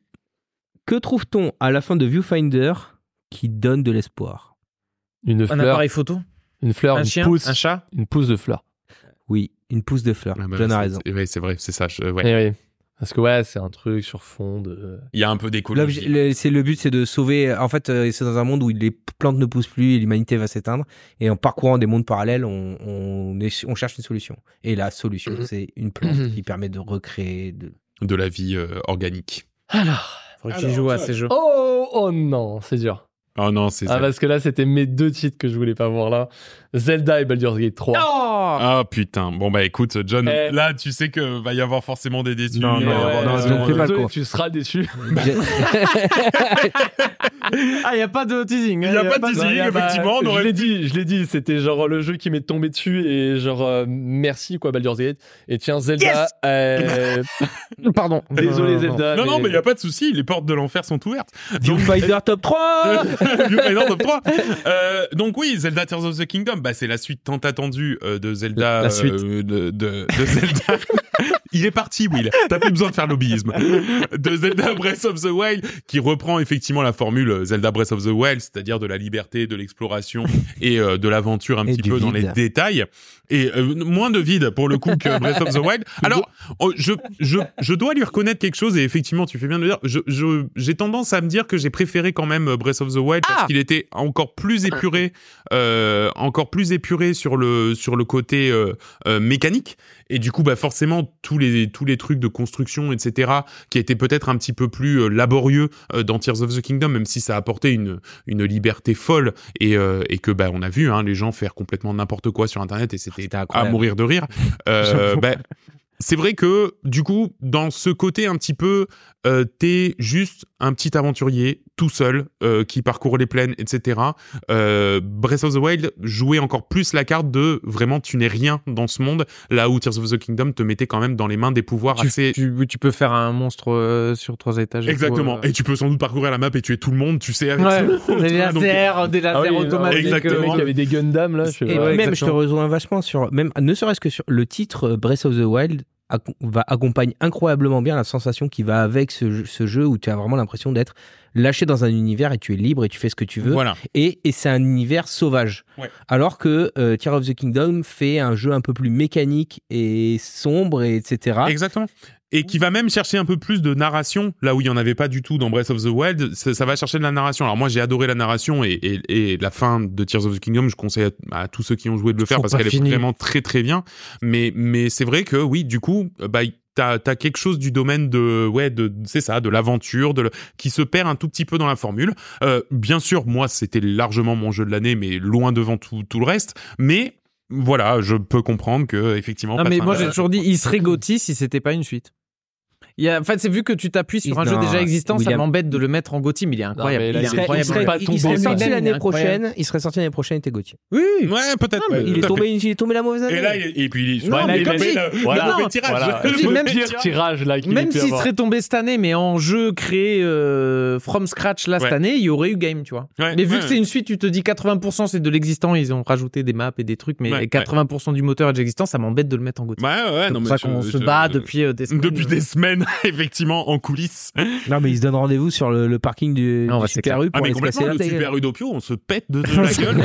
Speaker 1: Que trouve-t-on à la fin de Viewfinder qui donne de l'espoir
Speaker 7: une
Speaker 2: Un
Speaker 7: fleur
Speaker 2: appareil photo
Speaker 7: Une fleur,
Speaker 2: Un
Speaker 7: une
Speaker 2: chien
Speaker 7: pousse,
Speaker 2: Un chat
Speaker 7: une pousse de fleur.
Speaker 1: Oui, une pousse de fleurs.
Speaker 4: Ah bah,
Speaker 1: John
Speaker 4: c'est-
Speaker 1: a raison.
Speaker 4: c'est- ouais, c'est vrai, c'est ça. je- ouais.
Speaker 7: Eh oui. Parce que ouais, c'est un truc sur fond de. euh,
Speaker 4: Il y a un peu
Speaker 1: L'objet-
Speaker 4: d'écologie.
Speaker 1: le, c'est- le but, c'est de sauver. En fait, euh, c'est dans un monde où les plantes ne poussent plus et l'humanité va s'éteindre. Et en parcourant des mondes parallèles, on, on est- on cherche une solution. Et la solution,
Speaker 7: Mhm.
Speaker 1: c'est une plante
Speaker 7: Mhm.
Speaker 1: qui permet de recréer. de-
Speaker 4: de la vie euh, organique.
Speaker 7: Alors.
Speaker 2: Faudrait que j'y joue à ces jeux.
Speaker 7: Oh, oh non, c'est dur.
Speaker 4: Oh non, c'est
Speaker 7: Ah,
Speaker 4: ça.
Speaker 7: parce que là, c'était mes deux titres que je voulais pas voir là Zelda et Baldur's Gate 3.
Speaker 2: Oh
Speaker 4: Ah putain. Bon bah écoute, John,
Speaker 7: Eh.
Speaker 4: là tu sais que va y avoir forcément des déçus.
Speaker 1: Non,
Speaker 4: il va y
Speaker 1: non,
Speaker 4: avoir
Speaker 1: non,
Speaker 4: des
Speaker 1: non,
Speaker 4: gens,
Speaker 1: fais pas
Speaker 4: euh,
Speaker 1: le con.
Speaker 7: Tu seras déçu.
Speaker 2: Ah, il a pas de teasing.
Speaker 4: Il y a pas de teasing,
Speaker 7: Ah, bah,
Speaker 4: effectivement, on aurait
Speaker 7: Je l'ai dit, je l'ai dit, c'était genre le jeu qui m'est tombé dessus et genre euh, merci quoi Baldur's Gate. Et tiens, Zelda. euh,
Speaker 2: Pardon.
Speaker 7: Désolé Zelda.
Speaker 4: Non, non, mais il n'y a pas de souci, les portes de l'enfer sont ouvertes. Donc,
Speaker 1: Viewfinder top 3
Speaker 4: Vieux Final top 3. Euh, donc oui, Zelda Tears of the Kingdom, bah, c'est la suite tant attendue euh, de Zelda.
Speaker 7: La suite.
Speaker 4: euh, de, de- de Zelda. Il est parti, Will. T'as plus besoin de faire lobbyisme. De Zelda Breath of the Wild, qui reprend effectivement la formule euh, Zelda Breath of the Wild, c'est-à-dire de la liberté, de l'exploration et euh, de l'aventure un
Speaker 1: Et
Speaker 4: petit
Speaker 1: du
Speaker 4: peu dans les
Speaker 1: vide.
Speaker 4: détails. Et euh, moins de vide pour le coup que Breath of the Wild. Alors, oh, je, je, je dois lui reconnaître quelque chose et effectivement, tu fais bien de le dire. Je- je- J'ai tendance à me dire que j'ai préféré quand même euh, Breath of the Wild
Speaker 1: Ah
Speaker 4: parce qu'il était encore plus épuré, euh, encore plus épuré sur le sur le côté euh, euh, mécanique. Et du coup, bah forcément, tous les tous les trucs de construction, etc., qui étaient peut-être un petit peu plus euh, laborieux euh, dans Tears of the Kingdom, même si ça apportait une une liberté folle et, euh, et que bah on a vu hein, les gens faire complètement n'importe quoi sur Internet et c'était
Speaker 1: C'était
Speaker 4: à
Speaker 1: incroyable.
Speaker 4: mourir de rire. Euh, bah, c'est vrai que du coup, dans ce côté un petit peu, euh, t'es juste un petit aventurier tout seul euh, qui parcourt les plaines, etc. Euh, Breath of the Wild jouait encore plus la carte de vraiment tu n'es rien dans ce monde, là où Tears of the Kingdom te mettait quand même dans les mains des pouvoirs assez
Speaker 2: Tu, tu- tu peux faire un monstre euh, sur trois étages. et
Speaker 4: Exactement.
Speaker 2: tout, euh.
Speaker 4: Et tu peux sans doute parcourir la map et tuer tout le monde, tu sais, avec
Speaker 2: Ouais,
Speaker 4: ce-
Speaker 2: des
Speaker 4: Donc,
Speaker 2: lasers, des lasers
Speaker 7: Ah oui, non,
Speaker 2: automatiques.
Speaker 7: Le mec
Speaker 4: Exactement.
Speaker 2: euh,
Speaker 7: avait des Gundam là. je sais
Speaker 1: Et
Speaker 7: pas.
Speaker 2: ouais,
Speaker 1: même, je te
Speaker 2: exactement.
Speaker 1: rejoins vachement sur. Même, ne serait-ce que sur le titre euh, Breath of the Wild ac- va, accompagne incroyablement bien la sensation qui va avec ce, jeu- ce jeu où tu as vraiment l'impression d'être lâché dans un univers et tu es libre et tu fais ce que tu veux.
Speaker 4: Voilà.
Speaker 1: Et, et c'est un univers sauvage.
Speaker 4: Ouais.
Speaker 1: Alors que euh, Tears of the Kingdom fait un jeu un peu plus mécanique et sombre, et etc.
Speaker 4: Exactement. Et qui va même chercher un peu plus de narration, là où il n'y en avait pas du tout dans Breath of the Wild, ça, ça va chercher de la narration. Alors moi j'ai adoré la narration et, et- et la fin de Tears of the Kingdom, je conseille à, à tous ceux qui ont joué de le faire
Speaker 2: trouve
Speaker 4: parce
Speaker 2: pas
Speaker 4: qu'elle est
Speaker 2: fini.
Speaker 4: vraiment très très bien. Mais, mais c'est vrai que oui, du coup, euh, bah, t'as as quelque chose du domaine de, ouais, de, c'est ça, de l'aventure, de le- qui se perd un tout petit peu dans la formule. Euh, bien sûr, moi c'était largement mon jeu de l'année, mais loin devant tout, tout le reste. Mais voilà, je peux comprendre que effectivement.
Speaker 2: Non,
Speaker 4: passer
Speaker 2: Ah, mais
Speaker 4: un
Speaker 2: moi j'ai
Speaker 4: bel-
Speaker 2: toujours dit, il serait Gotti si c'était pas une suite. Il y a, en fait, c'est vu que tu t'appuies sur un
Speaker 1: Non,
Speaker 2: jeu déjà existant, ça
Speaker 1: William-
Speaker 2: m'embête de le mettre en Gotti, mais il est incroyable.
Speaker 7: mais là,
Speaker 2: il est
Speaker 7: il
Speaker 1: Il serait-
Speaker 2: incroyable.
Speaker 1: il serait,
Speaker 7: Pas
Speaker 1: il
Speaker 7: tombé
Speaker 1: serait
Speaker 7: en
Speaker 1: sorti
Speaker 2: même, il est
Speaker 1: l'année
Speaker 2: incroyable.
Speaker 1: prochain, il serait sorti l'année prochaine, il était Gauthier.
Speaker 2: Oui,
Speaker 4: Ouais, peut-être.
Speaker 2: mais
Speaker 4: ouais,
Speaker 1: Il
Speaker 4: Euh, tout
Speaker 1: est
Speaker 4: à fait.
Speaker 1: tombé, il est tombé la mauvaise année.
Speaker 4: Et là, il- et puis il est
Speaker 2: Non,
Speaker 4: il
Speaker 2: mais
Speaker 4: est
Speaker 2: comme
Speaker 4: tombé
Speaker 2: il-
Speaker 4: le-
Speaker 7: voilà.
Speaker 4: le mauvais
Speaker 2: Non,
Speaker 4: tirage.
Speaker 7: Voilà.
Speaker 4: Le
Speaker 2: Je dis
Speaker 4: mauvais
Speaker 2: même-
Speaker 4: tirage.
Speaker 7: pire tirage là qu'il ait
Speaker 2: même
Speaker 7: pu
Speaker 2: s'il
Speaker 7: avoir.
Speaker 2: serait tombé cette année, mais en jeu créé euh, from scratch là cette
Speaker 4: Ouais.
Speaker 2: année, il y aurait eu game, tu vois.
Speaker 4: Ouais,
Speaker 2: mais vu
Speaker 4: ouais,
Speaker 2: que c'est une suite, tu te dis 80% c'est de l'existant, ils ont rajouté des maps et des trucs, mais
Speaker 4: Ouais, ouais.
Speaker 2: 80% du moteur est de l'existant, ça m'embête de le mettre en Gotti.
Speaker 4: Ouais, ouais,
Speaker 2: c'est
Speaker 4: non,
Speaker 2: pour
Speaker 4: mais
Speaker 2: ça
Speaker 4: je-
Speaker 2: qu'on se
Speaker 4: je-
Speaker 2: bat depuis euh, des semaines.
Speaker 4: Depuis des semaines, on a effectivement en coulisses.
Speaker 6: Non, mais ils se donnent rendez-vous sur le, le parking du,
Speaker 2: Non,
Speaker 6: du
Speaker 2: bah, c'est
Speaker 6: Super U
Speaker 4: Ah
Speaker 6: pour
Speaker 4: mais
Speaker 6: aller se casser
Speaker 4: complètement,
Speaker 6: la
Speaker 4: le
Speaker 6: tête.
Speaker 4: super Udopio, on se pète de, de la gueule.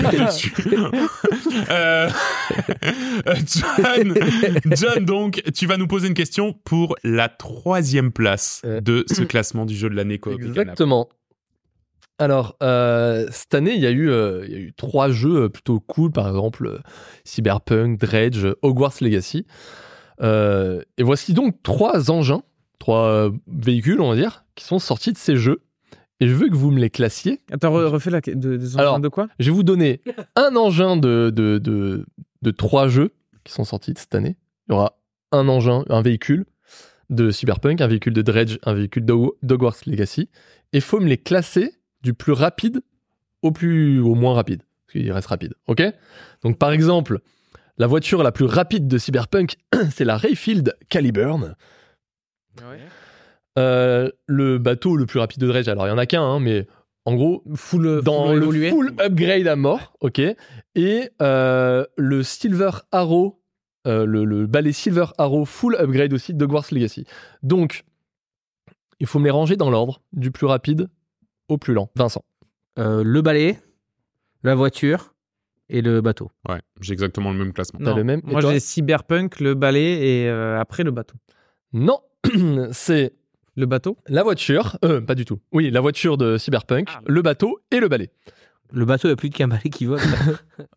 Speaker 4: On pète dessus. Euh, John, John, donc, tu vas nous poser une question pour la troisième place
Speaker 7: Euh.
Speaker 4: de ce classement du jeu de l'année. Coop et Canap.
Speaker 7: Exactement. Alors, euh, cette année, il y, a eu, euh, il y a eu trois jeux euh, plutôt cool, par exemple euh, Cyberpunk, Dredge, euh, Hogwarts Legacy. Euh, et voici donc trois engins, trois euh, véhicules, on va dire, qui sont sortis de ces jeux. Et je veux que vous me les classiez.
Speaker 2: Attends, re- refais la que- de, des engins
Speaker 7: Alors,
Speaker 2: de quoi
Speaker 7: Je vais vous donner un engin de, de, de, de trois jeux qui sont sortis de cette année. Il y aura un engin, un véhicule de Cyberpunk, un véhicule de Dredge, un véhicule de d'Hogwarts Legacy. Et faut me les classer du plus rapide au plus au moins rapide. Parce qu'il reste rapide. OK Donc par exemple, la voiture la plus rapide de Cyberpunk, c'est la Rayfield Caliburn. Euh, le bateau le plus rapide de Dredge, alors il y en a qu'un, hein, mais en gros,
Speaker 2: Full, euh,
Speaker 7: dans
Speaker 2: full
Speaker 7: le
Speaker 2: évolué.
Speaker 7: full upgrade à mort, ok. Et euh, le Silver Arrow, euh, le, le balai Silver Arrow full upgrade aussi de Hogwarts Legacy. Donc, il faut me les ranger dans l'ordre, du plus rapide au plus lent. Vincent.
Speaker 6: Euh, le balai, la voiture et le bateau.
Speaker 4: Ouais, j'ai exactement le même classement.
Speaker 7: T'as
Speaker 2: Non.
Speaker 7: le même. Et
Speaker 2: Moi,
Speaker 7: toi
Speaker 2: j'ai Cyberpunk, le balai et euh, après le bateau.
Speaker 7: Non, c'est
Speaker 2: Le bateau
Speaker 7: la voiture, euh, pas du tout. Oui, la voiture de Cyberpunk,
Speaker 4: Ah,
Speaker 7: le bateau et le balai.
Speaker 6: Le bateau, il n'y a plus qu'un balai qui vole.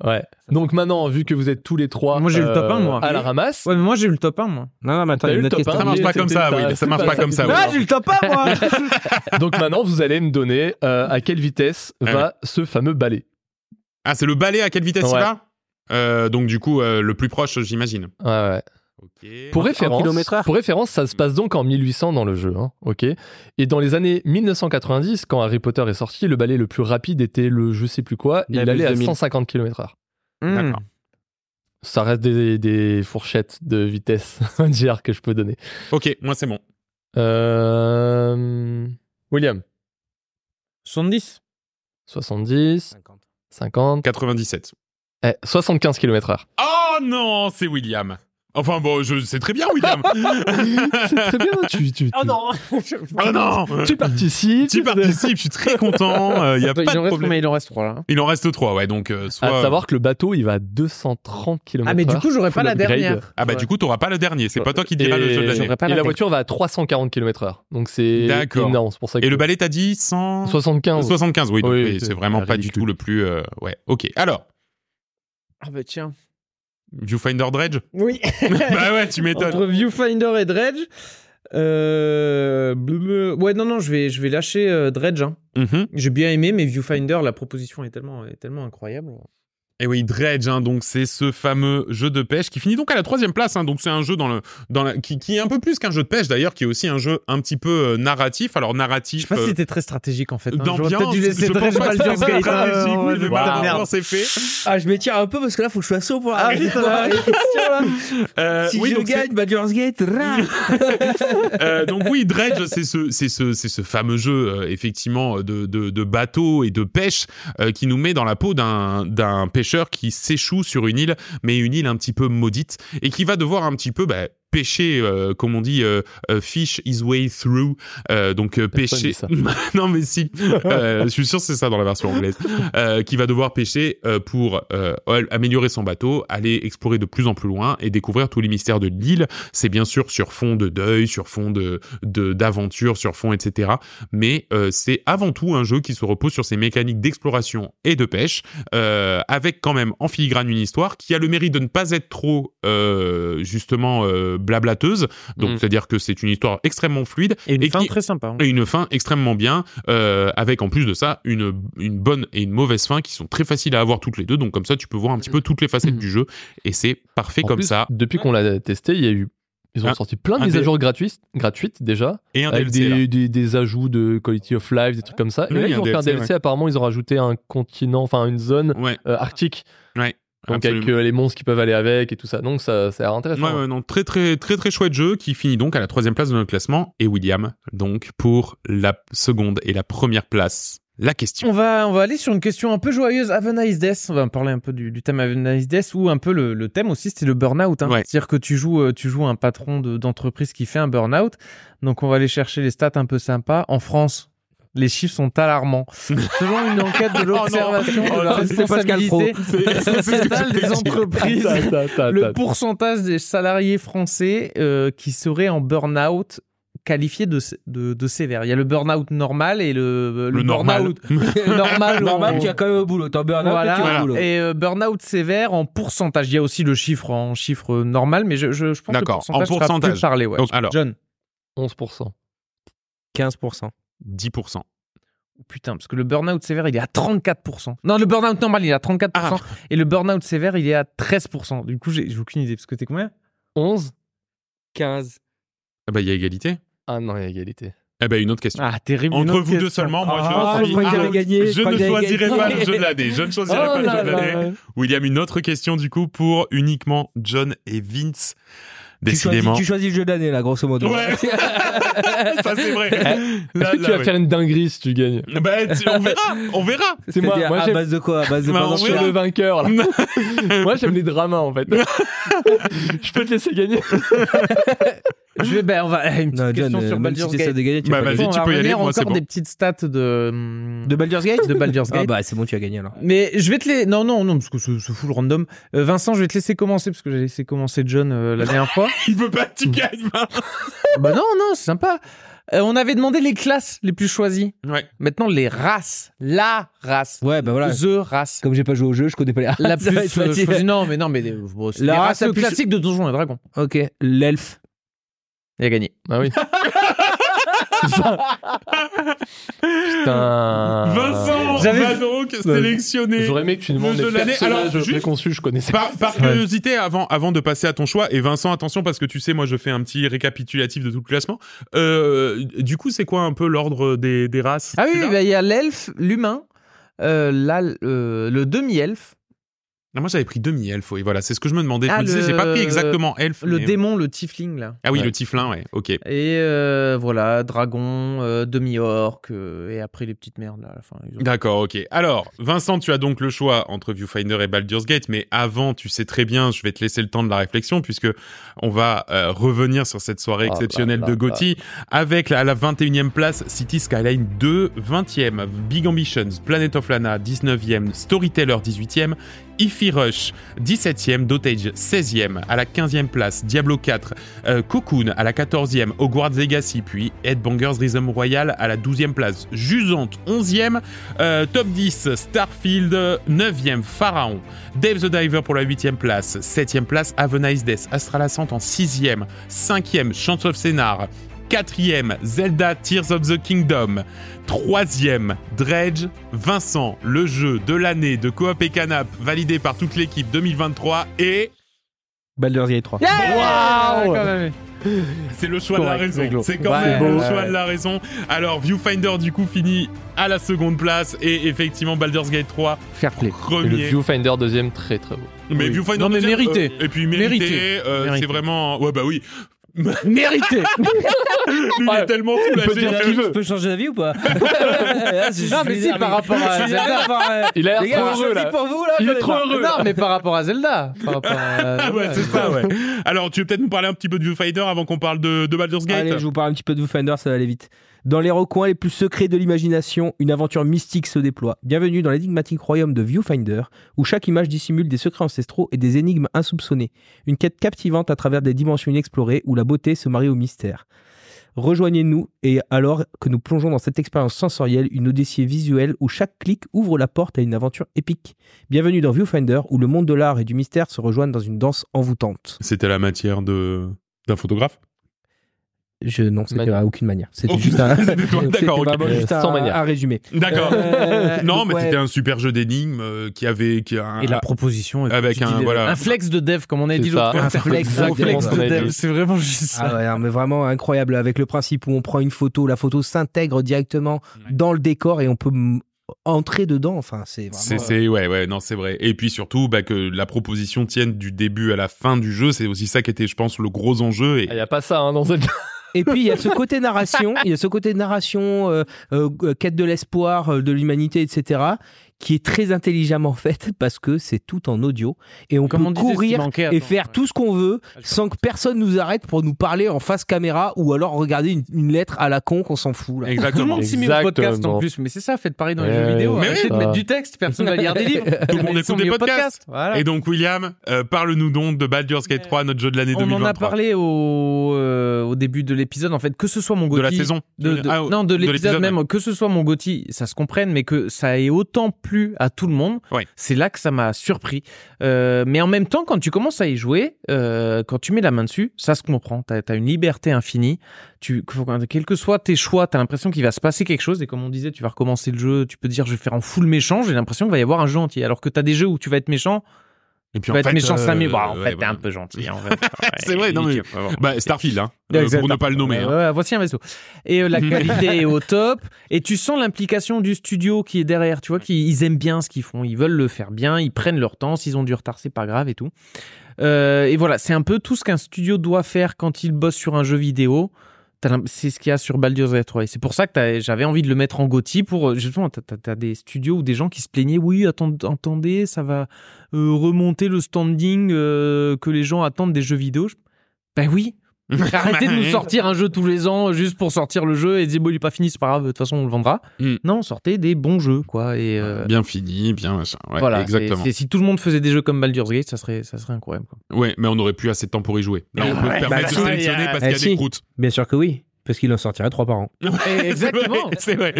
Speaker 7: Ouais. Donc maintenant, vu que vous êtes tous les trois euh,
Speaker 2: Moi, j'ai eu le top un, moi.
Speaker 7: à la ramasse,
Speaker 2: Ouais, mais moi, j'ai eu le top 1, moi.
Speaker 6: non, non, mais attends, il y a
Speaker 7: T'as eu
Speaker 6: une
Speaker 7: le
Speaker 6: autre
Speaker 7: top un,
Speaker 6: question.
Speaker 4: Ça marche
Speaker 7: mais
Speaker 4: pas comme
Speaker 7: c'était
Speaker 4: ça, oui,
Speaker 7: pas-
Speaker 4: ça marche
Speaker 7: c'était
Speaker 4: pas comme ça,
Speaker 7: c'était
Speaker 4: oui.
Speaker 7: pas
Speaker 4: Ah,
Speaker 6: j'ai le top 1, moi
Speaker 7: Donc maintenant, vous allez me donner euh, à quelle vitesse
Speaker 4: Ouais.
Speaker 7: va ce fameux balai.
Speaker 4: Ah, c'est le balai à quelle vitesse il
Speaker 7: Ouais.
Speaker 4: va Euh, Donc du coup, euh, le plus proche, j'imagine. Ok.
Speaker 7: Pour, référence,
Speaker 6: kilomètre heure.
Speaker 7: pour référence, ça se passe donc en 1800 dans le jeu. hein, ok Et dans les années 1990, quand Harry Potter est sorti, le balai le plus rapide était le je sais plus quoi. et il
Speaker 8: Nimbus
Speaker 7: allait à
Speaker 8: 2000.
Speaker 7: 150 km/h.
Speaker 2: Hmm.
Speaker 4: D'accord.
Speaker 7: Ça reste des, des fourchettes de vitesse, on va dire, que je peux donner.
Speaker 4: Ok, moi c'est bon.
Speaker 7: Euh, William,
Speaker 2: 70
Speaker 7: 70, 50,
Speaker 4: 97.
Speaker 7: eh, 75 km/h.
Speaker 4: Oh non, c'est William. Enfin bon, je sais très bien William.
Speaker 7: Ah C'est très bien, tu, tu, tu-
Speaker 4: oh non.
Speaker 7: tu participes.
Speaker 4: Tu participes, je suis très content. Il n'y a
Speaker 2: Attends,
Speaker 4: pas
Speaker 2: il,
Speaker 4: de
Speaker 2: en reste,
Speaker 4: problème.
Speaker 2: combien il en reste 3 là. hein.
Speaker 4: Il en reste trois, ouais. Donc, euh, soit.
Speaker 7: À savoir que le bateau, il va à 230 km/h.
Speaker 2: Ah, mais du coup, j'aurais pas
Speaker 7: full
Speaker 2: la
Speaker 7: upgrade.
Speaker 2: dernière.
Speaker 4: Ah bah du coup, t'auras pas le dernier. C'est pas toi qui diras
Speaker 7: Et-
Speaker 4: le jeu de l'année.
Speaker 2: J'aurais pas
Speaker 7: Et
Speaker 2: la
Speaker 7: la
Speaker 2: tête.
Speaker 7: voiture va à 340 km/h. Donc c'est
Speaker 4: D'accord.
Speaker 7: énorme. C'est pour ça que
Speaker 4: Et le balai, t'as dit 100...
Speaker 7: 75.
Speaker 4: 75, oui. donc,
Speaker 7: Oui,
Speaker 4: mais
Speaker 7: c'est
Speaker 4: c'est vraiment pas du
Speaker 7: ridicule.
Speaker 4: tout le plus. euh, Ouais, ok. Alors,
Speaker 2: Ah, bah tiens.
Speaker 4: Viewfinder Dredge
Speaker 2: Oui.
Speaker 4: Bah ouais, tu m'étonnes.
Speaker 2: Entre Viewfinder et Dredge. euh, bleu, bleu. Ouais, non, non, je vais, je vais lâcher euh, Dredge. hein.
Speaker 4: Mhm.
Speaker 2: J'ai bien aimé, mais Viewfinder, la proposition est tellement, est tellement incroyable.
Speaker 4: Et oui, Dredge, hein, donc c'est ce fameux jeu de pêche qui finit donc à la troisième place. hein. donc c'est un jeu dans le, dans la- qui, qui est un peu plus qu'un jeu de pêche d'ailleurs, qui est aussi un jeu un petit peu euh, narratif. Alors
Speaker 2: Je
Speaker 4: narratif.
Speaker 2: sais pas si
Speaker 4: euh,
Speaker 2: c'était très stratégique en fait. hein. J'aurais
Speaker 4: D'ambiance,
Speaker 2: peut-être dû laisser
Speaker 4: je pense
Speaker 2: Dredge
Speaker 4: pas que
Speaker 2: Baldur's
Speaker 4: c'est
Speaker 2: Gate. hein,
Speaker 4: stratégique,
Speaker 2: on
Speaker 4: oui,
Speaker 2: est
Speaker 4: mais
Speaker 2: pas-
Speaker 4: malheureusement,
Speaker 2: Merde.
Speaker 4: c'est fait.
Speaker 6: Ah, je m'étire un peu parce que là, faut que je sois chaud pour
Speaker 2: Ah,
Speaker 6: arriver.
Speaker 2: putain, la question, là.
Speaker 4: Euh,
Speaker 6: Si
Speaker 4: oui,
Speaker 6: je
Speaker 4: donc c'est-
Speaker 6: gagne Baldur's Gate, rah
Speaker 4: Euh, donc oui, Dredge, c'est ce, c'est ce, c'est ce fameux jeu euh, effectivement de, de, de bateau et de pêche euh, qui nous met dans la peau d'un, d'un pêcheur qui s'échoue sur une île, mais une île un petit peu maudite et qui va devoir un petit peu bah, pêcher, euh, comme on dit, euh, euh, fish his way through, Euh, donc euh,
Speaker 7: Personne
Speaker 4: pêcher.
Speaker 7: dit ça.
Speaker 4: non mais si, Euh, je suis sûr que c'est ça dans la version anglaise, Euh, qui va devoir pêcher euh, pour euh, améliorer son bateau, aller explorer de plus en plus loin et découvrir tous les mystères de l'île c'est bien sûr sur fond de deuil, sur fond de de- d'aventure, sur fond etc. Mais euh, c'est avant tout un jeu qui se repose sur ses mécaniques d'exploration et de pêche, euh, avec quand même en filigrane une histoire qui a le mérite de ne pas être trop euh, justement euh, blablateuse. Donc
Speaker 7: Mm.
Speaker 4: c'est-à-dire que c'est une histoire extrêmement fluide
Speaker 2: Et une
Speaker 4: Et
Speaker 2: fin
Speaker 4: qui-
Speaker 2: très sympa. hein.
Speaker 4: et une fin extrêmement bien, euh, avec en plus de ça une, une bonne et une mauvaise fin qui sont très faciles à avoir toutes les deux. Donc comme ça, tu peux voir un petit peu toutes les facettes
Speaker 7: Mm.
Speaker 4: du jeu et c'est parfait
Speaker 7: En
Speaker 4: comme
Speaker 7: plus,
Speaker 4: ça.
Speaker 7: Depuis qu'on l'a testé, il y a eu. Ils ont
Speaker 4: Un-
Speaker 7: sorti plein de
Speaker 4: un
Speaker 7: mises à
Speaker 4: des-
Speaker 7: jour gratuites, gratuites déjà,
Speaker 4: Et un
Speaker 7: avec
Speaker 4: DLC, là.
Speaker 7: des, des, des ajouts de quality of life, des trucs comme ça. Et
Speaker 4: Oui,
Speaker 7: là,
Speaker 4: un E
Speaker 7: ils ont fait un
Speaker 4: DLC,
Speaker 7: DLC, apparemment, ils ont rajouté un continent, enfin une zone
Speaker 4: Ouais,
Speaker 7: euh, arctique, donc
Speaker 4: absolument.
Speaker 7: avec euh, les monstres qui peuvent aller avec et tout ça. Donc ça, ça a l'air intéressant.
Speaker 4: Ouais, ouais, non, très très très très chouette jeu qui finit donc à la troisième place de notre classement et William donc pour la seconde et la première place la question.
Speaker 2: On va, on va aller sur une question un peu joyeuse. Have a nice death. On va parler un peu du, du thème Have a nice death ou un peu le, le thème aussi, c'était le burn-out. hein.
Speaker 4: Ouais.
Speaker 2: C'est-à-dire que tu joues, euh, tu joues un patron de- d'entreprise qui fait un burn-out. Donc on va aller chercher les stats un peu sympas. En France, les chiffres sont alarmants. Selon une enquête de l'observation
Speaker 4: Oh
Speaker 2: de la
Speaker 4: non,
Speaker 1: c'est Pascal
Speaker 2: responsabilité
Speaker 4: c'est ce que
Speaker 2: sociétale des entreprises.
Speaker 7: Ta, ta,
Speaker 4: Ah,
Speaker 7: ta,
Speaker 2: Le
Speaker 7: ta.
Speaker 2: pourcentage des salariés français euh, qui seraient en burn-out qualifié de, de, de sévère. Il y a le burn-out normal et le,
Speaker 4: Le normal.
Speaker 2: burn-out- normal.
Speaker 1: Normal,
Speaker 2: en-
Speaker 1: tu as quand même au boulot. T'es en burn-out, mais
Speaker 2: Voilà.
Speaker 1: tu es au boulot.
Speaker 2: Et euh, burn-out sévère en pourcentage. Il y a aussi le chiffre en chiffre euh, normal, mais je, je, je pense que le
Speaker 4: D'accord, en
Speaker 2: pourcentage fera plus
Speaker 4: pourcentage.
Speaker 2: parler. ouais.
Speaker 4: Donc, alors.
Speaker 2: John.
Speaker 7: 11%.
Speaker 6: 15%.
Speaker 4: 10%.
Speaker 2: Putain, parce que le burn-out sévère, il est à 34%. Non, le burn-out normal, il est à 34%.
Speaker 4: Ah.
Speaker 2: Et le burn-out sévère, il est à 13%. Du coup, j'ai j'ai aucune idée. Parce que t'es combien
Speaker 7: 11
Speaker 6: 15.
Speaker 4: Ah bah, il y a égalité.
Speaker 7: Ah non, il y a égalité.
Speaker 4: Eh ben, une autre question.
Speaker 2: Ah, terrible. une
Speaker 4: Entre
Speaker 2: autre
Speaker 4: vous deux
Speaker 2: question.
Speaker 4: seulement, moi,
Speaker 1: Ah,
Speaker 4: Oh, je,
Speaker 1: je crois que j'avais gagné.
Speaker 4: je
Speaker 1: crois
Speaker 4: ne
Speaker 1: que j'avais
Speaker 4: choisirai
Speaker 1: gagné.
Speaker 4: pas le jeu de l'année. Je ne
Speaker 7: Oh
Speaker 4: choisirai pas le jeu de l'année. William, une autre question, du coup, pour uniquement John et Vince.
Speaker 1: Tu choisis,
Speaker 4: Décidément.
Speaker 1: tu choisis le jeu de l'année, là, grosso modo.
Speaker 4: Ouais. Ça, c'est vrai.
Speaker 7: Est-ce
Speaker 4: Là,
Speaker 7: que tu
Speaker 4: là,
Speaker 7: vas faire une dinguerie si tu gagnes
Speaker 4: ouais. Bah, tu- on verra. On verra.
Speaker 7: C'est moi,
Speaker 1: C'est-à-dire,
Speaker 7: moi
Speaker 1: à
Speaker 7: j'ai-
Speaker 1: base de quoi À base de
Speaker 4: Bah,
Speaker 1: présence-
Speaker 4: on
Speaker 7: Je suis
Speaker 4: verra.
Speaker 7: le vainqueur là.
Speaker 4: Non.
Speaker 7: Moi j'aime les dramas en fait. je peux te laisser gagner.
Speaker 2: Je vais, ben, on va. Une petite
Speaker 1: Non, John,
Speaker 2: question
Speaker 1: euh,
Speaker 2: sur
Speaker 1: même
Speaker 2: Baldur's
Speaker 1: si t'essaies
Speaker 2: Gate.
Speaker 1: de gagner, tu
Speaker 4: Bah,
Speaker 1: vas pas
Speaker 4: vas-y,
Speaker 1: gagner.
Speaker 2: on
Speaker 4: tu
Speaker 2: va
Speaker 4: peux y aller,
Speaker 2: revenir
Speaker 4: moi, c'est
Speaker 2: encore
Speaker 4: bon.
Speaker 2: des petites stats de.
Speaker 1: De Baldur's Gate
Speaker 2: de Baldur's
Speaker 1: Ah
Speaker 2: Gate.
Speaker 1: bah, c'est bon, tu as gagné, alors.
Speaker 2: Mais je vais te les. Non, non, non, parce que ce, ce full random. Euh, Vincent, je vais te laisser commencer parce que j'ai laissé commencer John euh, la dernière fois.
Speaker 4: Il veut pas que tu gagnes.
Speaker 2: bah non, non, c'est sympa. Euh, on avait demandé les classes les plus choisies.
Speaker 4: Ouais.
Speaker 2: Maintenant, les races. La race.
Speaker 1: Ouais, bah voilà.
Speaker 2: The race.
Speaker 1: Comme j'ai pas joué au jeu, je connais pas les races.
Speaker 2: La
Speaker 1: Ça
Speaker 2: plus
Speaker 1: va être
Speaker 2: euh,
Speaker 1: facile.
Speaker 2: choisie. Non, mais non, mais euh, bon, c'est
Speaker 1: La
Speaker 2: les
Speaker 1: race
Speaker 2: races
Speaker 1: la plus-
Speaker 2: classiques de Donjons et Dragons.
Speaker 1: Ok, l'elfe.
Speaker 2: Il a gagné.
Speaker 7: Ah oui. Putain.
Speaker 4: Vincent
Speaker 2: Euh, J'avais-
Speaker 4: va donc sélectionner.
Speaker 7: J'aurais aimé que tu nous
Speaker 4: Le
Speaker 7: montres
Speaker 4: jeu
Speaker 7: des
Speaker 4: de l'année. Alors,
Speaker 7: personnages
Speaker 4: juste-
Speaker 7: préconçus, je connaissais.
Speaker 4: Par, par curiosité, avant, avant de passer à ton choix, et Vincent, attention, parce que tu sais, moi, je fais un petit récapitulatif de tout le classement. Euh, du coup, c'est quoi un peu l'ordre des, des races
Speaker 2: Ah oui,
Speaker 4: Tu
Speaker 2: oui,
Speaker 4: l'as
Speaker 2: bah, il y a l'elfe, l'humain, euh, la- euh, le demi-elfe,
Speaker 4: Ah, Moi, j'avais pris demi-elfe, oui, voilà, c'est ce que je me demandais. Je
Speaker 2: Ah,
Speaker 4: me disais,
Speaker 2: le-
Speaker 4: j'ai pas pris exactement elfe.
Speaker 2: le
Speaker 4: mais-
Speaker 2: démon, le tiefling, là.
Speaker 4: Ah oui,
Speaker 7: Ouais.
Speaker 4: le tiflin, ouais, ok.
Speaker 2: Et euh, voilà, dragon, euh, demi-orc, euh, et après les petites merdes là, à la fin. Ils ont-
Speaker 4: D'accord, ok. Alors, Vincent, tu as donc le choix entre Viewfinder et Baldur's Gate, mais avant, tu sais très bien, je vais te laisser le temps de la réflexion, puisque on va euh, revenir sur cette soirée
Speaker 7: Ah,
Speaker 4: exceptionnelle
Speaker 7: bah,
Speaker 4: de
Speaker 7: bah, bah.
Speaker 4: Gauthier, avec la- à la 21e place, City Skyline 2, 20e, Big Ambitions, Planet of Lana, 19e, Storyteller, 18e, Ify Rush, 17e, Dotage, 16e, à la 15e place, Diablo 4, euh, Cocoon à la 14e, Hogwarts Legacy, puis Headbangers Rhythm Royal à la 12e place, Jusante 11e, euh, Top 10 Starfield 9e, Pharaon, Dave the Diver pour la 8e place, 7e place Have a Nice Death, Astral Ascent en 6e, 5e Chance of Scénar, 4e Zelda Tears of the Kingdom, 3e Dredge, Vincent, le jeu de l'année de Coop et Canap validé par toute l'équipe 2023 et
Speaker 6: Baldur's Gate 3.
Speaker 2: Yeah
Speaker 7: Waouh
Speaker 2: Ah, Quand même.
Speaker 4: C'est le choix
Speaker 7: Correct,
Speaker 4: de la raison.
Speaker 7: réglo.
Speaker 4: C'est quand même
Speaker 2: Ouais,
Speaker 4: le
Speaker 2: ouais,
Speaker 4: choix
Speaker 2: ouais.
Speaker 4: de la raison. Alors, Viewfinder, du coup, finit à la seconde place. Et effectivement, Baldur's Gate 3,
Speaker 2: Fair play.
Speaker 7: Et le
Speaker 4: premier.
Speaker 7: Viewfinder deuxième, très très beau.
Speaker 4: Mais
Speaker 2: Oui.
Speaker 4: Viewfinder,
Speaker 2: Non, mais
Speaker 4: deuxième,
Speaker 2: mérité.
Speaker 4: euh, et puis mérité.
Speaker 2: Mérité.
Speaker 4: euh,
Speaker 2: Mérité.
Speaker 4: C'est vraiment. Ouais, bah oui.
Speaker 2: Mérité
Speaker 4: Lui, il est
Speaker 7: Ouais.
Speaker 4: tellement
Speaker 7: peut
Speaker 4: soulagé.
Speaker 7: dire ce
Speaker 4: que-
Speaker 7: qu'il veut.
Speaker 1: Je peux changer d'avis ou pas Ah, c'est-
Speaker 2: Non,
Speaker 1: je
Speaker 2: mais
Speaker 1: suis
Speaker 2: si, par rapport à
Speaker 1: Je suis
Speaker 2: Zelda.
Speaker 1: d'accord, par, euh,
Speaker 7: Il a
Speaker 1: Les
Speaker 7: l'air
Speaker 1: gars,
Speaker 7: trop
Speaker 1: je
Speaker 7: heureux
Speaker 1: suis
Speaker 7: là.
Speaker 1: pour vous là.
Speaker 7: Il
Speaker 1: j'en
Speaker 7: est
Speaker 1: ai
Speaker 7: trop
Speaker 1: marre.
Speaker 7: heureux. là.
Speaker 2: Non, mais par rapport à Zelda par rapport à-
Speaker 4: Ah, ouais, c'est ça, ouais. Alors, tu veux peut-être nous parler un petit peu de Viewfinder avant qu'on parle de, de Baldur's Gate
Speaker 1: Allez, je vous parle un petit peu de Viewfinder, ça va aller vite. Dans les recoins les plus secrets de l'imagination, une aventure mystique se déploie. Bienvenue dans l'énigmatique royaume de Viewfinder, où chaque image dissimule des secrets ancestraux et des énigmes insoupçonnées. Une quête captivante à travers des dimensions inexplorées où la beauté se marie au mystère. Rejoignez-nous et alors que nous plongeons dans cette expérience sensorielle, une odyssée visuelle où chaque clic ouvre la porte à une aventure épique. Bienvenue dans Viewfinder, où le monde de l'art et du mystère se rejoignent dans une danse envoûtante.
Speaker 4: C'était la matière de d'un photographe
Speaker 1: Je non, c'était
Speaker 7: Mani-
Speaker 1: à aucune manière. C'était
Speaker 4: Oh,
Speaker 1: juste un.
Speaker 4: c'était toi,
Speaker 1: c'était
Speaker 4: d'accord, ok.
Speaker 1: vraiment juste un,
Speaker 7: Sans manière.
Speaker 1: un résumé.
Speaker 4: D'accord.
Speaker 1: Euh,
Speaker 4: non,
Speaker 1: donc,
Speaker 4: mais
Speaker 1: ouais.
Speaker 4: c'était un super jeu d'énigmes euh, qui avait. Qui a un-
Speaker 2: Et la proposition. et
Speaker 4: Avec
Speaker 2: tu dis
Speaker 4: un,
Speaker 2: des-
Speaker 4: voilà.
Speaker 2: un flex de dev, comme on a
Speaker 7: C'est
Speaker 2: dit l'autre
Speaker 7: ça.
Speaker 2: fois.
Speaker 1: Un flex,
Speaker 2: Un flex
Speaker 1: exactement.
Speaker 2: de dev.
Speaker 7: Ouais.
Speaker 2: C'est vraiment juste ça.
Speaker 1: Ah ouais, non, mais vraiment incroyable avec le principe où on prend une photo, la photo s'intègre directement
Speaker 4: Ouais.
Speaker 1: dans le décor et on peut m- entrer dedans. Enfin, c'est
Speaker 4: C'est,
Speaker 1: vraiment.
Speaker 4: c'est, ouais, ouais, non, c'est vrai. Et puis surtout, bah, que la
Speaker 7: Ah,
Speaker 4: proposition tienne du début à la fin du jeu, c'est aussi ça qui était, je pense, le gros enjeu. Et
Speaker 7: Il y a pas ça hein, dans cette.
Speaker 6: Et puis il y a ce côté narration, il y a ce côté narration, euh, euh, euh, quête de l'espoir, euh, de l'humanité, etc., qui est très intelligemment faite parce que c'est tout en audio et on
Speaker 2: Comme on
Speaker 6: peut
Speaker 2: disait, ce qui
Speaker 6: courir
Speaker 2: manquait
Speaker 6: et
Speaker 2: avant,
Speaker 6: faire
Speaker 2: ouais.
Speaker 6: tout ce qu'on veut
Speaker 2: je
Speaker 6: sans que personne nous arrête pour nous parler en face caméra ou alors regarder une, une lettre à la con qu'on s'en fout. Là.
Speaker 2: Tout le
Speaker 4: Exactement.
Speaker 2: monde s'y met au podcast en
Speaker 7: Exactement.
Speaker 2: plus, mais c'est ça, faites pareil dans les
Speaker 7: Ouais,
Speaker 2: jeux vidéo.
Speaker 4: mais
Speaker 2: Arrêtez
Speaker 7: oui.
Speaker 2: de mettre
Speaker 7: Ah.
Speaker 2: du texte, personne va lire des livres.
Speaker 4: Tout le monde
Speaker 2: Ils
Speaker 4: écoute
Speaker 2: sont
Speaker 4: des
Speaker 2: mis au
Speaker 4: podcasts.
Speaker 2: podcast, voilà. Euh,
Speaker 4: Et donc, William, euh, parle-nous donc de Baldur's Gate 3, notre jeu de l'année
Speaker 2: on
Speaker 4: 2023.
Speaker 2: en a parlé au, euh, au début de l'épisode, en fait, que ce soit mon
Speaker 4: de
Speaker 2: Gotti,
Speaker 4: la saison.
Speaker 2: de- de-
Speaker 4: Ah,
Speaker 2: non, de l'épisode
Speaker 4: l'épisode
Speaker 2: même, que ce soit mon Gotti, ça se comprenne, mais que ça ait autant plu à tout le monde,
Speaker 4: Ouais.
Speaker 2: c'est là que ça m'a surpris. Euh, mais en même temps, quand tu commences à y jouer, euh, quand tu mets la main dessus, ça se comprend. T'as as une liberté infinie. Tu, quel que soit tes choix, t'as l'impression qu'il va se passer quelque chose. Et comme on disait, tu vas recommencer le jeu, tu peux dire je vais faire en full méchant, j'ai l'impression qu'il va y avoir un jeu entier. Alors que t'as des jeux où tu vas être méchant,
Speaker 4: Et puis,
Speaker 2: tu
Speaker 4: en
Speaker 2: vas être
Speaker 4: fait,
Speaker 2: méchant 5 minutes.
Speaker 4: euh,
Speaker 2: Bah, en
Speaker 4: ouais,
Speaker 2: fait, t'es
Speaker 4: voilà.
Speaker 2: un peu gentil. en fait.
Speaker 4: C'est vrai, non, mais-
Speaker 2: tu vas voir.
Speaker 4: Bah, Starfield, hein,
Speaker 2: Ouais,
Speaker 4: euh,
Speaker 2: exact.
Speaker 4: pour ne pas le nommer.
Speaker 2: Ouais,
Speaker 4: hein.
Speaker 2: ouais, voici un vaisseau. Et euh, la qualité est au top. Et tu sens l'implication du studio qui est derrière. Tu vois qu'ils aiment bien ce qu'ils font. Ils veulent le faire bien. Ils prennent leur temps. S'ils ont du retard, c'est pas grave et tout. Euh, et voilà, c'est un peu tout ce qu'un studio doit faire quand il bosse sur un jeu vidéo. T'as l'im- C'est ce qu'il y a sur Baldur's Gate 3. Et c'est pour ça que t'as- j'avais envie de le mettre en Gotti pour euh, justement, t'as- t'as t'as des studios ou des gens qui se plaignaient. Oui, attend- attendez, ça va euh, remonter le standing euh, que les gens attendent des jeux vidéo. Je- Ben oui, Arrêtez de nous sortir un jeu tous les ans euh, juste pour sortir le jeu et dire bon il est pas fini c'est pas grave de toute façon on le vendra.
Speaker 4: Mm.
Speaker 2: Non sortez des bons jeux quoi et euh,
Speaker 4: Bien fini, bien machin. Ouais,
Speaker 2: voilà
Speaker 4: exactement.
Speaker 2: C'est- c'est- si tout le monde faisait des jeux comme Baldur's Gate ça serait ça serait incroyable. quoi.
Speaker 4: Ouais, mais on aurait plus assez de temps pour y jouer. Là, on peut se permettre de
Speaker 2: bah,
Speaker 4: sélectionner
Speaker 2: ouais,
Speaker 4: parce
Speaker 6: ouais,
Speaker 4: qu'il y a des
Speaker 6: si.
Speaker 4: croûtes.
Speaker 6: Bien sûr que oui, parce qu'il en sortirait trois par an.
Speaker 7: Eh,
Speaker 2: Exactement.
Speaker 4: C'est vrai,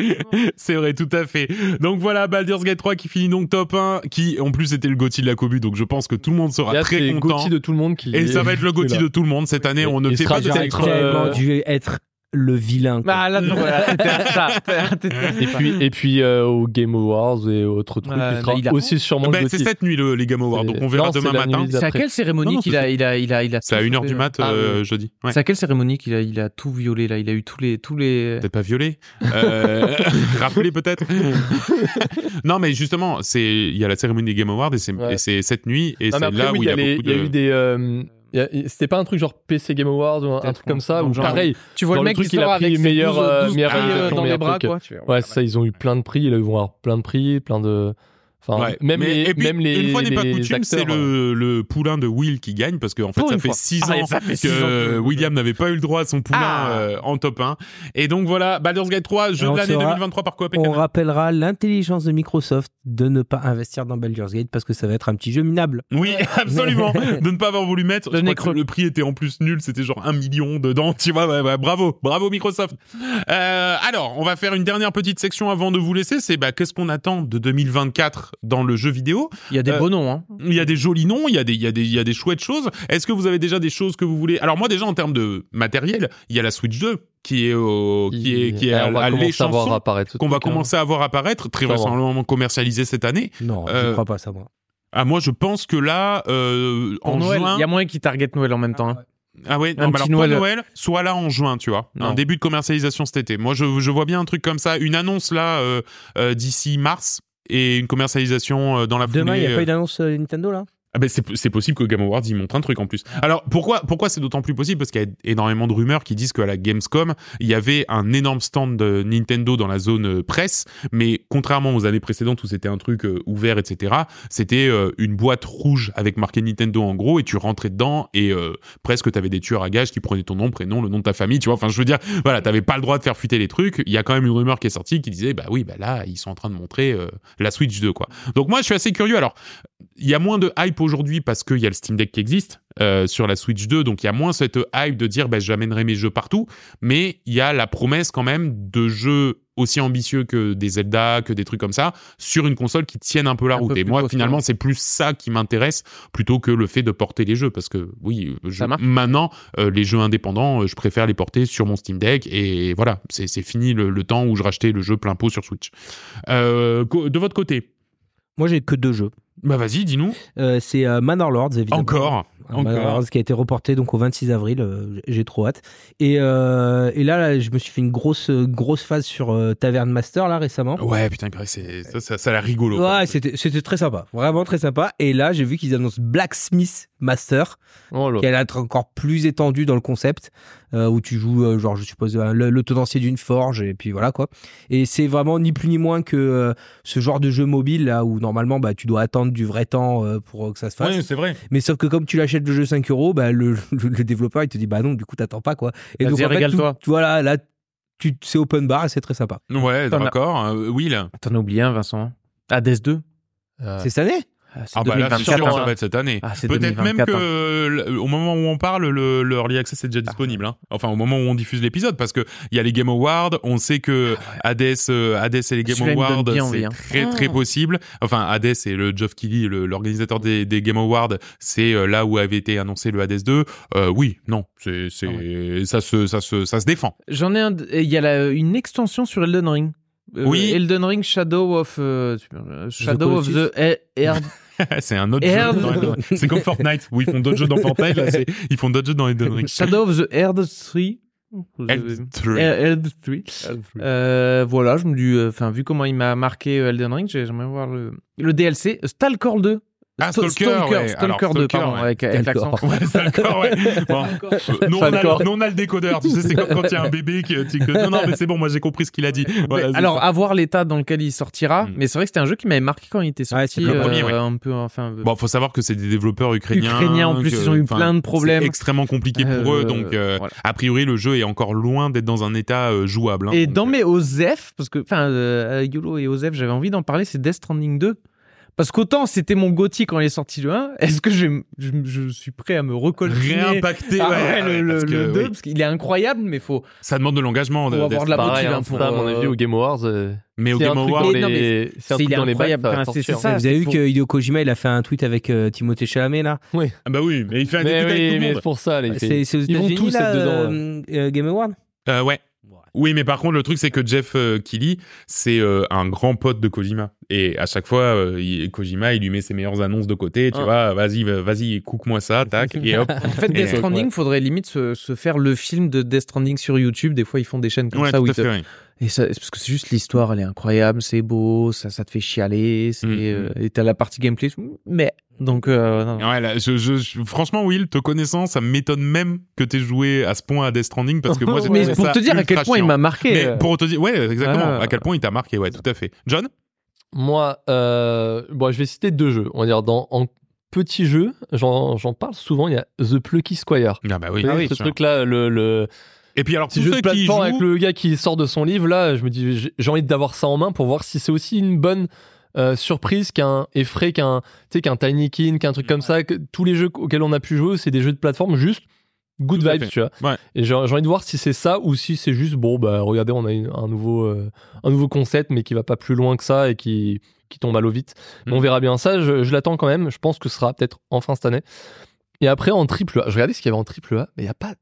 Speaker 4: c'est vrai, tout à fait. Donc voilà, Baldur's Gate 3 qui finit donc top 1, qui en plus était le Gotti de la Cobu, donc je pense que tout le monde sera
Speaker 7: Là, c'est
Speaker 4: très content.
Speaker 7: Gauthier de tout le monde qui.
Speaker 4: Et ça va être le Gotti
Speaker 7: Voilà.
Speaker 4: de tout le monde cette année. On ne
Speaker 7: Il
Speaker 4: fait
Speaker 7: sera
Speaker 4: pas de
Speaker 7: direct-
Speaker 4: cette
Speaker 7: Peut-être,
Speaker 6: Tellement
Speaker 7: euh,
Speaker 6: dû être le vilain. quoi.
Speaker 2: Bah là non, voilà, t'étais ça.
Speaker 7: Et puis, et puis euh, au Game Awards et autres trucs,
Speaker 2: Euh,
Speaker 7: il sera
Speaker 2: il a-
Speaker 7: aussi sûrement
Speaker 4: Ben,
Speaker 7: Gauthier.
Speaker 4: c'est cette nuit le, les Game Awards, donc on verra
Speaker 7: Non, c'est
Speaker 4: demain
Speaker 7: la nuit
Speaker 4: matin.
Speaker 7: des
Speaker 2: C'est à
Speaker 7: après.
Speaker 2: quelle cérémonie
Speaker 4: Non, non,
Speaker 2: qu'il a il a il a il a
Speaker 4: C'est à 1h du mat
Speaker 2: Ah,
Speaker 4: euh,
Speaker 2: ouais.
Speaker 4: jeudi. Ouais.
Speaker 2: C'est à quelle cérémonie qu'il a il a tout violé là il a eu tous les tous les
Speaker 4: Peut-être pas violé. Euh, rappelé peut-être. non, mais justement, c'est il y a la cérémonie des Game Awards et c'est
Speaker 7: Ouais.
Speaker 4: et c'est cette nuit et
Speaker 7: Non, mais
Speaker 4: c'est
Speaker 7: après,
Speaker 4: là
Speaker 7: oui,
Speaker 4: où il y a,
Speaker 7: les-
Speaker 4: beaucoup
Speaker 7: il y a
Speaker 4: de.
Speaker 7: eu des. euh, il y a- C'était pas un truc genre PC Game Awards ou un, un
Speaker 2: Peut-être
Speaker 7: truc comme ça,
Speaker 2: qu'on-
Speaker 7: ou
Speaker 2: genre-
Speaker 7: pareil.
Speaker 2: tu vois
Speaker 7: dans
Speaker 2: le
Speaker 7: le
Speaker 2: mec
Speaker 7: truc,
Speaker 2: qui
Speaker 7: il a
Speaker 2: sort
Speaker 7: pris
Speaker 2: avec ses
Speaker 7: meilleur,
Speaker 2: 12,
Speaker 7: euh,
Speaker 2: 12
Speaker 7: meilleur
Speaker 2: prix, euh,
Speaker 4: réalisation,
Speaker 2: dans les
Speaker 7: meilleur
Speaker 2: bras
Speaker 7: truc.
Speaker 2: quoi. tu vois.
Speaker 7: Ouais, ça, ils ont eu plein de prix, ils vont avoir plein de prix, plein de. Enfin,
Speaker 4: Ouais.
Speaker 7: même,
Speaker 4: Mais-
Speaker 7: les,
Speaker 4: et puis,
Speaker 7: même les.
Speaker 4: une fois n'est pas
Speaker 7: les
Speaker 4: coutume, c'est
Speaker 7: acteurs, euh,
Speaker 4: le, le poulain de Will qui gagne parce qu'en fait,
Speaker 2: Pour
Speaker 4: ça
Speaker 2: une
Speaker 4: fait
Speaker 2: fois.
Speaker 4: 6
Speaker 2: Ah,
Speaker 4: ans
Speaker 2: et ça fait
Speaker 4: que
Speaker 2: six ans que-
Speaker 4: William n'avait pas eu le droit à son poulain
Speaker 2: Ah.
Speaker 4: euh, en top 1. Et donc voilà, Baldur's Gate 3, jeu
Speaker 6: Et on
Speaker 4: de l'année
Speaker 6: saura-
Speaker 4: 2023 par Coop et
Speaker 6: On
Speaker 4: Canal.
Speaker 6: rappellera l'intelligence de Microsoft de ne pas investir dans Baldur's Gate parce que ça va être un petit jeu minable.
Speaker 4: Oui, absolument. de ne pas avoir voulu mettre.
Speaker 2: Le
Speaker 4: je crois
Speaker 2: nécro-
Speaker 4: que le prix était en plus nul. C'était genre un million dedans. Tu vois, ouais, ouais, bravo, bravo Microsoft. Euh, alors, on va faire une dernière petite section avant de vous laisser. C'est bah, qu'est-ce qu'on attend de 2024 dans le jeu vidéo
Speaker 2: Il y a des
Speaker 4: Euh,
Speaker 2: beaux noms hein.
Speaker 4: Il y a des jolis noms, il y a des, il y a des, il y a des chouettes choses. Est-ce que vous avez déjà des choses que vous voulez Alors moi déjà en termes de matériel, il y a la Switch 2 qui est au, qui est qui est
Speaker 7: et
Speaker 4: à,
Speaker 7: hein, eh, on va
Speaker 4: à
Speaker 7: commencer à voir
Speaker 4: l'échanson,
Speaker 7: apparaître ce
Speaker 4: qu'on va
Speaker 7: truc-là.
Speaker 4: commencer à voir apparaître, très
Speaker 7: Ça va.
Speaker 4: vraisemblablement commercialisé cette année.
Speaker 6: Non,
Speaker 4: Euh,
Speaker 6: je crois pas ça, moi.
Speaker 4: Ah moi je pense que là euh,
Speaker 2: Pour
Speaker 4: en
Speaker 2: Noël,
Speaker 4: juin,
Speaker 2: il y a moyen qu'ils target Noël en même temps. hein.
Speaker 4: ah ouais, non,
Speaker 2: un
Speaker 4: bah alors
Speaker 2: petit
Speaker 4: soit
Speaker 2: Noël.
Speaker 4: Noël, soit là en juin, tu vois, un
Speaker 2: Non.
Speaker 4: début de commercialisation cet été. Moi je, je vois bien un truc comme ça, une annonce là euh, euh, d'ici mars et une commercialisation euh, dans la
Speaker 6: Demain, il n'y
Speaker 4: foulée,
Speaker 6: a
Speaker 4: euh,
Speaker 6: pas une annonce euh, Nintendo, là
Speaker 4: Ah ben c'est c'est possible que Game Awards y montre un truc en plus. Alors pourquoi pourquoi c'est d'autant plus possible parce qu'il y a énormément de rumeurs qui disent qu'à la Gamescom il y avait un énorme stand de Nintendo dans la zone euh, presse, mais contrairement aux années précédentes où c'était un truc euh, ouvert etc, c'était euh, une boîte rouge avec marqué Nintendo en gros et tu rentrais dedans et euh, presque t'avais des tueurs à gages qui prenaient ton nom prénom le nom de ta famille tu vois enfin je veux dire voilà t'avais pas le droit de faire fuiter les trucs il y a quand même une rumeur qui est sortie qui disait bah oui bah là ils sont en train de montrer euh, la Switch 2 quoi donc moi je suis assez curieux alors il y a moins de hype aujourd'hui parce qu'il y a le Steam Deck qui existe euh, sur la Switch 2, donc il y a moins cette hype de dire bah, j'amènerai mes jeux partout, mais il y a la promesse quand même de jeux aussi ambitieux que des Zelda, que des trucs comme ça, sur une console qui tienne un peu la
Speaker 2: Un
Speaker 4: route.
Speaker 2: peu
Speaker 4: Et
Speaker 2: plus
Speaker 4: moi,
Speaker 2: costaud.
Speaker 4: finalement, c'est plus ça qui m'intéresse plutôt que le fait de porter les jeux, parce que oui, je-
Speaker 2: Ça marche.
Speaker 4: maintenant, euh, les jeux indépendants, euh, je préfère les porter sur mon Steam Deck, et voilà, c'est c'est fini le, le temps où je rachetais le jeu plein pot sur Switch. Euh, co- de votre côté,
Speaker 6: Moi, j'ai que deux jeux.
Speaker 4: bah vas-y, dis-nous.
Speaker 6: Euh, c'est euh, Manor Lords, évidemment.
Speaker 4: Encore Encore.
Speaker 6: Malheureusement, ce qui a été reporté donc au 26 avril. euh, j- J'ai trop hâte. Et, euh, et là, là, je me suis fait une grosse euh, grosse phase sur euh, Tavern Master là récemment.
Speaker 1: Oh.
Speaker 4: Ouais, putain, il paraît que c'est- ça, ça, ça a l'air rigolo. quoi.
Speaker 6: Ouais, c'était c'était très sympa, vraiment très sympa. Et là, j'ai vu qu'ils annoncent Blacksmith Master,
Speaker 7: Oh là.
Speaker 6: qui allait être encore plus étendue dans le concept, euh, où tu joues, euh, genre, je suppose, euh, le, le tenancier d'une forge, et puis voilà quoi. Et c'est vraiment ni plus ni moins que euh, ce genre de jeu mobile là où normalement bah, tu dois attendre du vrai temps euh, pour euh, que ça se fasse.
Speaker 4: Ouais, c'est vrai.
Speaker 6: Mais sauf que comme tu l'achètes le jeu 5 euros, bah, le, le- le développeur il te dit bah non, du coup t'attends pas quoi. Et
Speaker 2: Vas-y,
Speaker 6: en fait,
Speaker 2: régale-toi.
Speaker 6: tout- Voilà, là tu, c'est open bar et c'est très sympa.
Speaker 4: Ouais,
Speaker 2: T'en as-
Speaker 4: d'accord. Euh, Will.
Speaker 2: T'en as oublié un, Vincent Ah, Death 2
Speaker 7: Euh,
Speaker 6: C'est cette année
Speaker 2: Ah, c'est
Speaker 4: Ah bah là, c'est sûr,
Speaker 2: 2024, hein.
Speaker 4: ça va être cette année.
Speaker 2: Ah, c'est
Speaker 4: Peut-être même
Speaker 2: 2024,
Speaker 4: que
Speaker 2: hein.
Speaker 4: euh, le- au moment où on parle, le, le early access est déjà disponible. hein. Enfin, au moment où on diffuse l'épisode, parce que il y a les Game Awards. On sait que Hades, euh, Hades et les Game
Speaker 2: Celui-là, il me donne
Speaker 4: Awards,
Speaker 2: bien envie,
Speaker 4: c'est
Speaker 2: hein.
Speaker 4: très très possible. Enfin, Hades et le Geoff Keighley, le- l'organisateur des, des Game Awards, c'est euh, là où avait été annoncé le Hades 2. Euh, oui, non, c'est c'est-
Speaker 2: Ah
Speaker 4: ça se ça se ça se défend.
Speaker 2: J'en ai un. d- et Il y a la- une extension sur Elden Ring. Euh,
Speaker 4: Oui.
Speaker 2: Elden Ring Shadow of euh, euh, Shadow of the E- Air.
Speaker 4: c'est un autre
Speaker 2: Merde.
Speaker 4: jeu. dans Elden Ring. C'est comme Fortnite où ils font d'autres jeux dans Fortnite. Là, c'est- ils font d'autres jeux dans Elden Ring.
Speaker 2: Shadow of the Earth 3.
Speaker 4: Elden
Speaker 2: Eh,
Speaker 4: Ring.
Speaker 2: Elden Ring. Euh, voilà, je me dis, euh, enfin, vu comment il m'a marqué euh, Elden Ring, j'ai- j'aimerais voir le, le DLC euh, Stalker 2.
Speaker 4: Ah,
Speaker 2: Sto-
Speaker 4: Stalker, ouais.
Speaker 2: Stalker
Speaker 4: Alors,
Speaker 2: 2,
Speaker 4: Stalker,
Speaker 2: pardon,
Speaker 4: ouais.
Speaker 2: avec, avec l'accent.
Speaker 4: Ouais, c'est d'accord, ouais. Bon, euh, nous, on a,
Speaker 7: D'accord.
Speaker 4: nous, on a le décodeur, tu sais, c'est comme quand il y a un bébé qui qui- que- non, non, mais c'est bon, moi j'ai compris ce qu'il a dit. Voilà,
Speaker 2: Mais
Speaker 4: c'est
Speaker 2: alors,
Speaker 4: ça.
Speaker 2: à voir l'état dans lequel il sortira.
Speaker 4: Mm.
Speaker 2: Mais c'est vrai que c'était un jeu qui m'avait marqué quand il était
Speaker 6: Ouais,
Speaker 2: sorti.
Speaker 6: c'est
Speaker 4: le premier, ouais.
Speaker 2: Un peu, enfin, euh,
Speaker 4: bon, faut savoir que c'est des développeurs ukrainiens.
Speaker 2: Ukrainiens, en plus,
Speaker 4: que-
Speaker 2: ils ont eu
Speaker 4: enfin,
Speaker 2: plein de problèmes.
Speaker 4: C'est extrêmement compliqué pour
Speaker 2: Euh,
Speaker 4: eux, donc euh,
Speaker 2: voilà.
Speaker 4: a priori, le jeu est encore loin d'être dans un état euh, jouable. hein,
Speaker 2: Et
Speaker 4: donc,
Speaker 2: dans
Speaker 4: euh,
Speaker 2: mes OZEF, parce que, enfin, euh, YOLO et OZEF, j'avais envie d'en parler, c'est Death Stranding 2. Parce qu'autant c'était mon Gotti quand il est sorti le 1, est-ce que je, vais m- je, je suis prêt à me recoltiner
Speaker 4: Réimpacté,
Speaker 2: Ah
Speaker 4: ouais, ouais,
Speaker 2: ouais, le, le-
Speaker 4: parce que,
Speaker 2: le 2,
Speaker 4: oui,
Speaker 2: parce qu'il est incroyable, mais faut.
Speaker 4: ça demande de l'engagement.
Speaker 2: Faut
Speaker 4: de-
Speaker 2: avoir de la
Speaker 7: Pareil,
Speaker 2: motive,
Speaker 7: hein,
Speaker 2: hein, pour,
Speaker 7: ça, à mon
Speaker 2: euh,
Speaker 7: avis, au Game Awards. euh,
Speaker 4: Mais au
Speaker 7: c'est un
Speaker 4: Game
Speaker 7: truc
Speaker 4: Awards,
Speaker 7: dans
Speaker 2: Mais non, mais
Speaker 7: les- c'est un
Speaker 2: c'est-
Speaker 7: truc
Speaker 2: il est
Speaker 7: dans les bacs,
Speaker 2: incroyable,
Speaker 7: ça va
Speaker 2: enfin,
Speaker 7: être
Speaker 2: c'est- c'est
Speaker 7: torture.
Speaker 2: ça.
Speaker 6: Vous avez vu
Speaker 2: faut-
Speaker 6: que Hideo Kojima il a fait un tweet avec euh, Timothée Chalamet là
Speaker 4: Ah bah oui, mais il fait un
Speaker 7: Mais
Speaker 4: étude avec tout
Speaker 7: oui,
Speaker 4: le
Speaker 7: mais
Speaker 4: monde.
Speaker 7: c'est pour ça, les
Speaker 6: C'est c'est aux
Speaker 7: Ils vont
Speaker 6: États-Unis
Speaker 7: tous
Speaker 6: là,
Speaker 7: être dedans,
Speaker 6: euh, euh, Game Award.
Speaker 4: Euh, ouais. Oui, mais par contre, le truc, c'est que Jeff euh, Keighley, c'est euh, un grand pote de Kojima. Et à chaque fois, euh, il- Kojima, il lui met ses meilleures annonces de côté. Tu
Speaker 2: Ah.
Speaker 4: vois, vas-y, va- vas-y, coupe-moi ça, tac. Et hop.
Speaker 2: En fait, Death
Speaker 4: Et-
Speaker 2: Stranding, faudrait limite se, se faire le film de Death Stranding sur YouTube. Des fois, ils font des chaînes comme
Speaker 4: Ouais,
Speaker 2: ça
Speaker 4: tout
Speaker 2: où
Speaker 4: à
Speaker 2: ils te-
Speaker 4: fait. ouais.
Speaker 2: Et ça, c'est parce que c'est juste l'histoire, elle est incroyable, c'est beau, ça, ça te fait chialer, c'est,
Speaker 4: Mm.
Speaker 2: euh, et t'as la partie gameplay, mais, donc, euh, non.
Speaker 4: Ouais, là, je- je- je- franchement, Will, te connaissant, ça m'étonne même que t'aies joué à ce point à Death Stranding parce que moi, j'ai
Speaker 2: mais
Speaker 4: trouvé
Speaker 2: pour
Speaker 4: ça
Speaker 2: te dire à
Speaker 4: ultra
Speaker 2: quel point il
Speaker 4: chiant.
Speaker 2: m'a marqué.
Speaker 4: Mais
Speaker 2: euh,
Speaker 4: pour te dire, ouais, exactement,
Speaker 2: Ah.
Speaker 4: à quel point il t'a marqué, ouais, tout à fait. John
Speaker 7: Moi, euh, bon, je vais citer deux jeux. On va dire, dans, en petit jeu, j'en j'en parle souvent, il y a The Plucky Squire.
Speaker 4: Ah bah oui.
Speaker 7: Vous voyez
Speaker 4: bien
Speaker 7: ce
Speaker 4: sûr.
Speaker 7: truc-là, le, le
Speaker 4: Et puis alors,
Speaker 7: petit
Speaker 4: tous
Speaker 7: jeu de
Speaker 4: ceux qui
Speaker 7: plateforme avec
Speaker 4: jouent...
Speaker 7: le gars qui sort de son livre, là, je me dis, j'ai- j'ai envie d'avoir ça en main pour voir si c'est aussi une bonne euh, surprise qu'un effray, qu'un tu sais, qu'un Tiny King, qu'un truc comme ça. Que, tous les jeux auxquels on a pu jouer, c'est des jeux de plateforme juste good
Speaker 4: Tout à
Speaker 7: vibes,
Speaker 4: fait.
Speaker 7: tu vois.
Speaker 4: Ouais.
Speaker 7: Et j'ai j'ai envie de voir si c'est ça ou si c'est juste, bon, bah, regardez, on a une- un, nouveau, euh, un nouveau concept, mais qui va pas plus loin que ça et qui, qui tombe à l'eau vite. Mais
Speaker 4: Mm.
Speaker 7: on verra bien ça. Je, je l'attends quand même. Je pense que ce sera peut-être enfin cette année. Et après, en triple A, je regardais ce qu'il y avait en triple A, mais il n'y a pas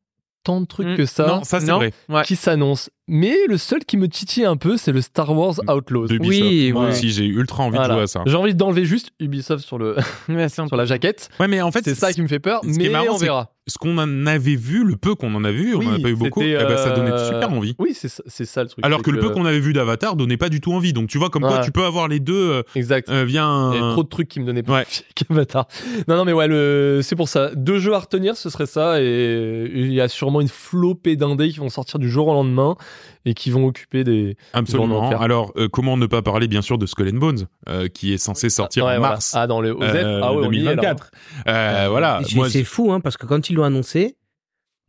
Speaker 7: tant de trucs
Speaker 2: Mm.
Speaker 7: que ça
Speaker 4: Non, ça c'est
Speaker 2: Non.
Speaker 4: vrai.
Speaker 2: Ouais.
Speaker 7: qui s'annonce. Mais le seul qui me titille un peu, c'est le Star Wars Outlaws.
Speaker 4: De Ubisoft.
Speaker 2: Oui,
Speaker 4: Moi
Speaker 2: oui.
Speaker 4: aussi, j'ai ultra envie
Speaker 7: Voilà.
Speaker 4: de jouer à ça.
Speaker 7: J'ai envie d'enlever juste Ubisoft sur, le,
Speaker 2: ouais, c'est un
Speaker 7: sur la jaquette.
Speaker 4: Ouais, mais en fait,
Speaker 7: c'est ça qui me fait peur,
Speaker 4: ce qui est
Speaker 7: mais
Speaker 4: marrant,
Speaker 7: on
Speaker 4: c'est
Speaker 7: verra.
Speaker 4: ce qu'on en avait vu, le peu qu'on en a vu, on
Speaker 7: Oui,
Speaker 4: en a pas eu beaucoup,
Speaker 7: c'était,
Speaker 4: eh ben, ça donnait
Speaker 7: euh,
Speaker 4: super envie.
Speaker 7: Oui, c'est ça, c'est ça le truc.
Speaker 4: Alors
Speaker 7: c'est
Speaker 4: que le peu qu'on avait vu d'Avatar donnait pas du tout envie. Donc tu vois, comme quoi
Speaker 7: Ouais.
Speaker 4: tu peux avoir les deux euh,
Speaker 7: Exact.
Speaker 4: euh, via un.
Speaker 7: Il y avait trop de trucs qui me donnaient pas
Speaker 4: Ouais.
Speaker 7: envie, quel bâtard. Non, non, mais ouais, le... c'est pour ça. Deux jeux à retenir, ce serait ça. Et il y a sûrement une flopée d'indés qui vont sortir du jour au lendemain et qui vont occuper des. Bon, on
Speaker 4: Absolument.
Speaker 7: va faire.
Speaker 4: Alors, euh, comment ne pas parler, bien sûr, de Skull and Bones, euh, qui est censé sortir
Speaker 7: Ouais,
Speaker 4: en
Speaker 7: voilà.
Speaker 4: mars
Speaker 7: Ah, dans le OZEF.
Speaker 4: euh,
Speaker 7: ah ouais, on y est, là. Ah,
Speaker 4: 2024. Euh, voilà.
Speaker 6: Et c'est-
Speaker 4: Moi,
Speaker 6: c'est fou hein, parce que quand ils l'ont annoncé,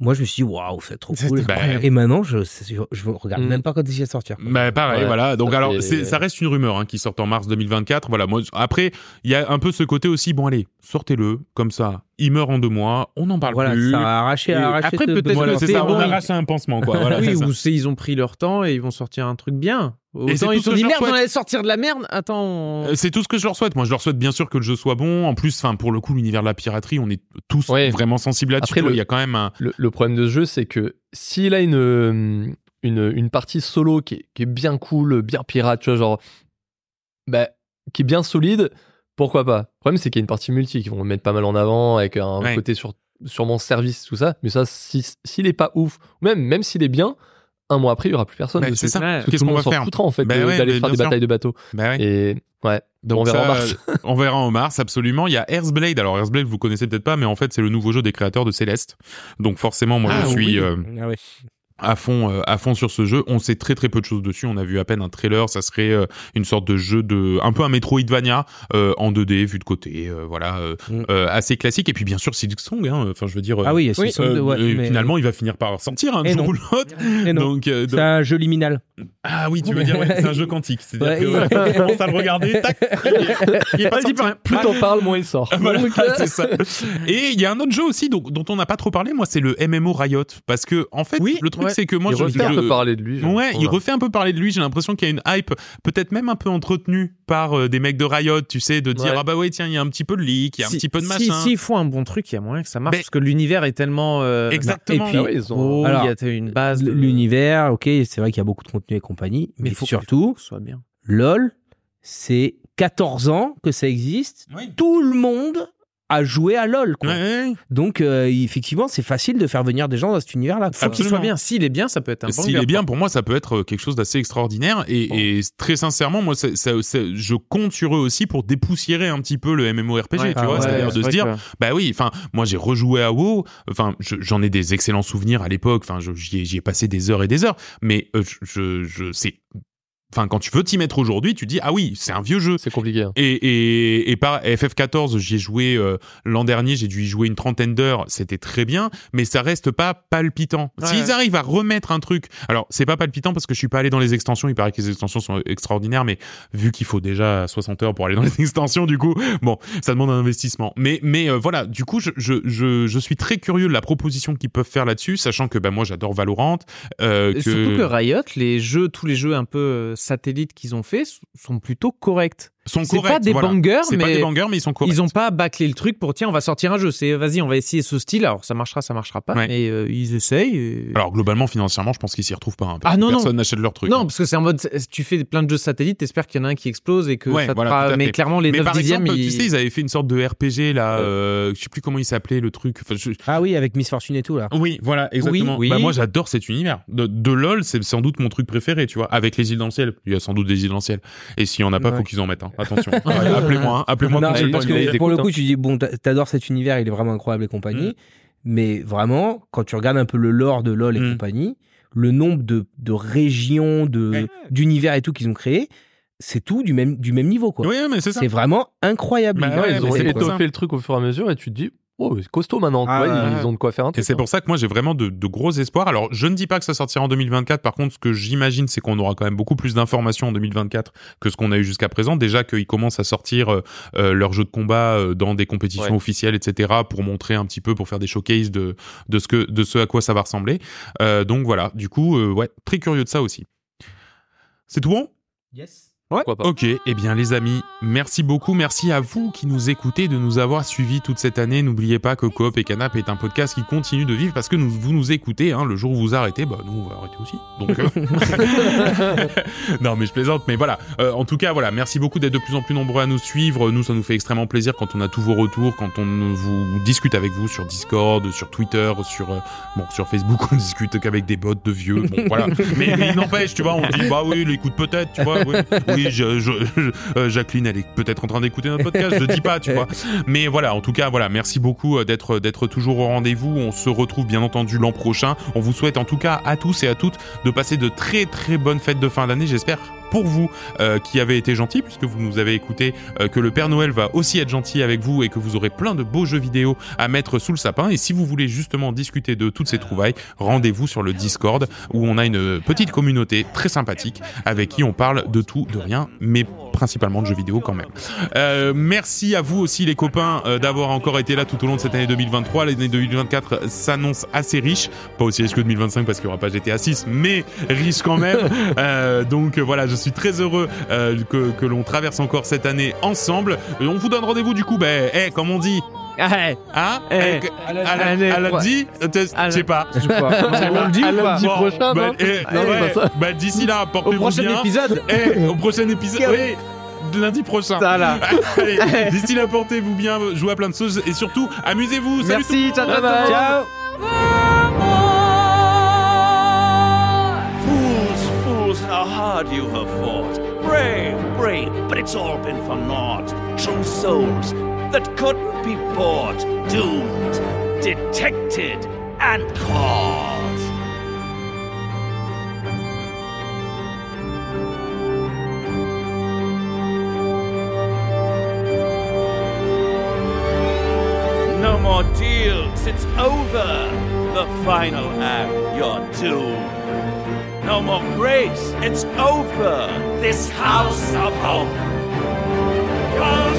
Speaker 6: moi je me suis dit waouh c'est trop cool.
Speaker 4: Bah, incroyable.
Speaker 6: Et maintenant je je, je regarde
Speaker 7: Mm.
Speaker 6: même pas quand il va sortir.
Speaker 4: Bah, pareil,
Speaker 7: Ouais,
Speaker 4: voilà. Donc
Speaker 7: ça
Speaker 4: alors,
Speaker 7: fait-
Speaker 4: c'est- ça reste une rumeur hein, qui sort en mars 2024. Voilà. Moi, je- après, il y a un peu ce côté aussi. Bon, allez, sortez-le comme ça. Il meurt en deux mois. On n'en parle
Speaker 6: Voilà,
Speaker 4: plus.
Speaker 6: ça a arraché, a arraché
Speaker 2: Après,
Speaker 6: ce-
Speaker 2: peut-être
Speaker 4: Voilà,
Speaker 2: que
Speaker 4: c'est
Speaker 2: c'est
Speaker 4: ça.
Speaker 2: bon,
Speaker 4: on
Speaker 2: il-
Speaker 4: arrache un pansement, quoi. Voilà,
Speaker 2: oui,
Speaker 4: c'est ça.
Speaker 2: ou c'est ils ont pris leur temps et ils vont sortir un truc bien.
Speaker 4: Et c'est
Speaker 2: Autant
Speaker 4: tout
Speaker 2: ils
Speaker 4: ce
Speaker 2: se sont
Speaker 4: que
Speaker 2: dit
Speaker 4: je leur
Speaker 2: merde, on
Speaker 4: souhaite.
Speaker 2: allait sortir de la merde. Attends, on-
Speaker 4: Euh, C'est tout ce que je leur souhaite. Moi, je leur souhaite bien sûr que le jeu soit bon. En plus, enfin, pour le coup, l'univers de la piraterie, on est tous
Speaker 7: Ouais.
Speaker 4: vraiment sensibles là-dessus.
Speaker 7: Après, le-
Speaker 4: Il y a quand même un.
Speaker 7: Le, le problème de ce jeu, c'est que s'il a une, euh, une, une partie solo qui est, qui est bien cool, bien pirate, tu vois, genre, bah, qui est bien solide, pourquoi pas. Le problème, c'est qu'il y a une partie multi qui vont le mettre pas mal en avant avec un
Speaker 4: Ouais.
Speaker 7: côté sur, sûrement service, tout ça. Mais ça, si- s'il est pas ouf, ou même, même s'il est bien, un mois après, il y aura plus personne.
Speaker 4: Mais
Speaker 7: dessus.
Speaker 4: c'est ça.
Speaker 2: Ouais.
Speaker 7: Parce que
Speaker 4: Qu'est-ce
Speaker 7: tout le
Speaker 4: qu'on
Speaker 7: monde
Speaker 4: va
Speaker 7: s'en
Speaker 4: faire
Speaker 7: foutra en fait
Speaker 4: Bah
Speaker 7: de-
Speaker 4: ouais,
Speaker 7: d'aller
Speaker 4: mais
Speaker 7: faire
Speaker 4: bien
Speaker 7: des
Speaker 4: sûr.
Speaker 7: batailles de bateaux.
Speaker 4: Bah ouais.
Speaker 7: Et ouais,
Speaker 4: Donc
Speaker 7: on verra en
Speaker 4: ça,
Speaker 7: mars.
Speaker 4: euh, on verra en mars, absolument. Il y a Airsblade. Alors Airsblade, vous connaissez peut-être pas, mais en fait, c'est le nouveau jeu des créateurs de Céleste. Donc forcément, moi,
Speaker 1: Ah,
Speaker 4: je suis
Speaker 1: oui.
Speaker 4: euh,
Speaker 1: Ah ouais.
Speaker 4: à fond, euh, à fond sur ce jeu. On sait très très peu de choses dessus. On a vu à peine un trailer. Ça serait euh, une sorte de jeu de, un peu un Metroidvania euh, en 2D, vu de côté. euh, voilà, euh,
Speaker 1: Mm.
Speaker 4: euh, assez classique. Et puis bien sûr, Silk Song. hein. Enfin, je veux dire.
Speaker 1: Ah oui, il y a
Speaker 4: euh,
Speaker 1: Silksong deux, ouais,
Speaker 4: euh,
Speaker 1: mais-
Speaker 4: finalement, il va finir par sortir un
Speaker 1: Et
Speaker 4: jour
Speaker 1: non.
Speaker 4: ou l'autre.
Speaker 1: Et non.
Speaker 4: Donc, euh, donc-
Speaker 1: C'est un jeu liminal.
Speaker 4: ah oui, tu veux dire, ouais, c'est un jeu quantique. C'est-à-dire que,
Speaker 1: Ouais, il-
Speaker 4: voilà, tu commences à le regarder, tac, il est- il est pas sorti.
Speaker 7: Plus t'en
Speaker 4: ah,
Speaker 7: parles, moins il sort.
Speaker 4: Voilà,
Speaker 1: euh,
Speaker 4: c'est ça. Et il y a un autre jeu aussi donc, dont on n'a pas trop parlé, moi, c'est le MMO Riot. Parce que, en fait,
Speaker 2: Oui,
Speaker 4: le truc,
Speaker 2: ouais.
Speaker 4: c'est que moi,
Speaker 7: il
Speaker 4: je.
Speaker 7: refait un
Speaker 4: je-
Speaker 7: peu parler de lui. je
Speaker 4: Ouais,
Speaker 7: trouve,
Speaker 4: il
Speaker 7: là.
Speaker 4: refait un peu parler de lui. J'ai l'impression qu'il y a une hype, peut-être même un peu entretenue par euh, des mecs de Riot, tu sais, de dire
Speaker 7: Ouais.
Speaker 4: ah bah ouais, tiens, il y a un petit peu de leak, il y a un
Speaker 2: Si-
Speaker 4: petit peu de
Speaker 2: Si,
Speaker 4: machin.
Speaker 2: s'ils font un bon truc, il y a moyen que ça marche
Speaker 4: Mais-
Speaker 2: parce que l'univers est tellement. euh,
Speaker 4: Exactement.
Speaker 1: Et puis,
Speaker 7: Ah ouais, ils ont-
Speaker 2: gros,
Speaker 1: Alors,
Speaker 2: oh, il y a t'as une base. de-
Speaker 1: L'univers, ok, c'est vrai qu'il y a beaucoup de contenu et compagnie, mais,
Speaker 2: Mais faut que-
Speaker 1: surtout,
Speaker 2: soit bien.
Speaker 1: LOL, c'est 14 ans que ça existe.
Speaker 4: Oui.
Speaker 1: Tout le monde a joué à LOL.
Speaker 4: Ouais,
Speaker 1: Quoi.
Speaker 4: ouais.
Speaker 1: Donc, euh, effectivement, c'est facile de faire venir des gens dans cet univers-là. quoi.
Speaker 2: Faut qu'il soit
Speaker 4: Absolument.
Speaker 2: bien. S'il est bien, ça peut être un bon.
Speaker 4: S'il est bien, pour moi, ça peut être euh, quelque chose d'assez extraordinaire. Et, et très sincèrement, moi, c'est- ça- c'est- je compte sur eux aussi pour dépoussiérer un petit peu le MMORPG, tu
Speaker 1: ah
Speaker 4: vois.
Speaker 1: ouais,
Speaker 4: C'est-à-dire de se dire, Bah oui, enfin, moi j'ai rejoué à WoW. Enfin, je- j'en ai des excellents souvenirs à l'époque. Enfin, je- j'y ai, j'y ai passé des heures et des heures. Mais euh, je, je, je- c'est, enfin, quand tu veux t'y mettre aujourd'hui, tu dis ah oui, c'est un vieux jeu.
Speaker 7: C'est compliqué. hein.
Speaker 4: Et, et, et par FF14, j'y ai joué euh, l'an dernier, j'ai dû y jouer une trentaine d'heures, c'était très bien, mais ça reste pas palpitant.
Speaker 2: Ouais,
Speaker 4: S'ils
Speaker 2: ouais.
Speaker 4: arrivent à remettre un truc, alors c'est pas palpitant parce que je suis pas allé dans les extensions, il paraît que les extensions sont extraordinaires, mais vu qu'il faut déjà 60 heures pour aller dans les extensions, du coup, bon, ça demande un investissement. Mais, mais euh, voilà, du coup, je, je, je, je suis très curieux de la proposition qu'ils peuvent faire là-dessus, sachant que bah, moi j'adore Valorant. euh, que...
Speaker 2: Surtout que Riot, les jeux, tous les jeux un peu euh, satellites qu'ils ont fait s- sont plutôt corrects.
Speaker 4: sont
Speaker 2: C'est
Speaker 4: corrects,
Speaker 2: pas des
Speaker 4: voilà.
Speaker 2: bangers,
Speaker 4: C'est
Speaker 2: mais
Speaker 4: pas des bangers, mais ils sont corrects.
Speaker 2: ils ont pas bâclé le truc pour tiens, on va sortir un jeu. C'est vas-y, on va essayer ce style. Alors ça marchera, ça marchera pas,
Speaker 4: Ouais.
Speaker 2: mais euh, ils essayent. et-
Speaker 4: Alors globalement, financièrement, je pense qu'ils s'y retrouvent pas. hein, parce
Speaker 2: Ah,
Speaker 4: que
Speaker 2: non, non.
Speaker 4: personne n'achète leur truc. hein.
Speaker 2: Non, parce que c'est en mode, c'est- tu fais plein de jeux satellites, t'espères qu'il y en a un qui explose et que
Speaker 4: Ouais,
Speaker 2: ça te
Speaker 4: voilà,
Speaker 2: fera-
Speaker 4: tout à fait.
Speaker 2: Mais clairement, les
Speaker 4: mais
Speaker 2: 9
Speaker 4: par
Speaker 2: dixièmes,
Speaker 4: exemple, tu
Speaker 2: ils-
Speaker 4: sais, ils avaient fait une sorte de RPG là, euh, je sais plus comment il s'appelait le truc. Enfin, je-
Speaker 1: Ah oui, avec Miss Fortune et tout, là.
Speaker 4: Oui, voilà, exactement.
Speaker 2: oui.
Speaker 4: Bah, moi, j'adore cet univers. De, de LOL, c'est sans doute mon truc préféré, tu vois. Avec les îles dans le ciel, il y a sans doute des îles dans le ciel. Et s'il y en a pas,
Speaker 1: Ouais.
Speaker 4: faut qu'ils en mettent. hein. Attention, Ouais, appelez-moi, hein. appelez-moi.
Speaker 1: Non,
Speaker 4: quand
Speaker 1: mais
Speaker 4: j'ai le
Speaker 1: parce
Speaker 4: temps.
Speaker 1: que
Speaker 7: ils
Speaker 1: pour le
Speaker 7: écoutent,
Speaker 4: hein.
Speaker 1: coup, tu dis, bon, t'a- t'adores cet univers, il est vraiment incroyable et compagnie.
Speaker 4: Mm.
Speaker 1: Mais vraiment, quand tu regardes un peu le lore de LoL et
Speaker 4: Mm.
Speaker 1: compagnie, le nombre de, de régions, de,
Speaker 4: Ouais.
Speaker 1: d'univers et tout qu'ils ont créé, c'est tout du même, du même niveau, quoi.
Speaker 4: Oui, mais c'est ça.
Speaker 1: c'est vraiment incroyable.
Speaker 4: Bah
Speaker 1: les gars.
Speaker 4: ouais,
Speaker 7: ils
Speaker 4: mais
Speaker 7: ont
Speaker 4: c'est pour ça.
Speaker 7: étoffé le truc au fur et à mesure et tu te dis, oh, c'est costaud maintenant. tu
Speaker 1: Ah,
Speaker 7: vois,
Speaker 1: ouais,
Speaker 7: ils,
Speaker 1: ouais.
Speaker 7: ils ont de quoi faire un
Speaker 4: Et
Speaker 7: truc.
Speaker 4: c'est
Speaker 7: hein.
Speaker 4: pour ça que moi j'ai vraiment de, de gros espoirs. Alors je ne dis pas que ça sortira en 2024. Par contre, ce que j'imagine, c'est qu'on aura quand même beaucoup plus d'informations en 2024 que ce qu'on a eu jusqu'à présent. Déjà qu'ils commencent à sortir euh, euh, leurs jeux de combat euh, dans des compétitions
Speaker 7: Ouais.
Speaker 4: officielles, etc. Pour montrer un petit peu, pour faire des showcases de, de ce que de ce à quoi ça va ressembler. Euh, donc voilà. Du coup, euh, ouais, très curieux de ça aussi. C'est tout bon
Speaker 7: Pourquoi pas.
Speaker 4: Ok, eh bien les amis, merci beaucoup, merci à vous qui nous écoutez, de nous avoir suivis toute cette année. N'oubliez pas que Coop et Canap est un podcast qui continue de vivre parce que nous, vous nous écoutez. hein. le jour où vous arrêtez, bah nous on va arrêter aussi. Donc euh, non mais je plaisante, mais voilà. Euh, en tout cas voilà, merci beaucoup d'être de plus en plus nombreux à nous suivre. Nous ça nous fait extrêmement plaisir quand on a tous vos retours, quand on vous discute avec vous sur Discord, sur Twitter, sur euh, Bon, sur Facebook, on discute qu'avec des bots de vieux. Bon, voilà. Mais, mais il n'empêche, tu vois, on dit, bah oui, il écoute peut-être, tu vois. Oui, oui, je- je- je- euh, Jacqueline, elle est peut-être en train d'écouter notre podcast, je dis pas, tu vois. Mais voilà, en tout cas, voilà, merci beaucoup euh, d'être d'être toujours au rendez-vous. On se retrouve bien entendu l'an prochain. On vous souhaite en tout cas à tous et à toutes de passer de très très bonnes fêtes de fin d'année, j'espère. Pour vous euh, qui avez été gentil, puisque vous nous avez écouté, euh, que le Père Noël va aussi être gentil avec vous et que vous aurez plein de beaux jeux vidéo à mettre sous le sapin. Et si vous voulez justement discuter de toutes ces trouvailles, rendez-vous sur le Discord où on a une petite communauté très sympathique avec qui on parle de tout, de rien, mais principalement de jeux vidéo quand même. Euh, merci à vous aussi les copains euh, d'avoir encore été là tout au long de cette année 2023. L'année 2024 s'annonce assez riche, pas aussi riche que 2025 parce qu'il n'y aura pas GTA 6, mais riche quand même. Euh, donc euh, voilà, je suis très heureux euh, que, que l'on traverse encore cette année ensemble. Et on vous donne rendez-vous du coup, ben, eh, comme on dit,
Speaker 2: Ah,
Speaker 4: Hein
Speaker 2: Eh,
Speaker 4: Eh, que-
Speaker 2: à la-
Speaker 4: à
Speaker 2: allez,
Speaker 4: la- à la
Speaker 2: ouais.
Speaker 4: dit Euh, t'es-
Speaker 2: À la-
Speaker 4: Je sais pas.
Speaker 2: je sais pas. On le dit hein Ah,
Speaker 7: À
Speaker 2: ou
Speaker 7: lundi
Speaker 2: pas
Speaker 4: Bon,
Speaker 7: prochain,
Speaker 4: bah,
Speaker 7: non
Speaker 4: eh,
Speaker 7: Non, c'est
Speaker 4: ouais,
Speaker 7: pas ça.
Speaker 4: bah, d'ici là,
Speaker 2: Au
Speaker 4: portez-vous
Speaker 2: prochain
Speaker 4: bien.
Speaker 2: épisode.
Speaker 4: Eh, au prochain épisode. oui. lundi prochain.
Speaker 2: Ça, là.
Speaker 4: Allez, d'ici là, portez-vous bien, jouez à plein de choses et surtout, amusez-vous. Salut tout le
Speaker 2: Merci, ciao,
Speaker 4: monde.
Speaker 2: ciao, ciao. ciao.
Speaker 5: Fools, fools, how hard you have fought. Brave, brave, but it's all been for naught. True souls that couldn't be bought, doomed, detected, and caught. No more deals, it's over. The final act, you're doomed. No more grace. It's over. This house of hope. Go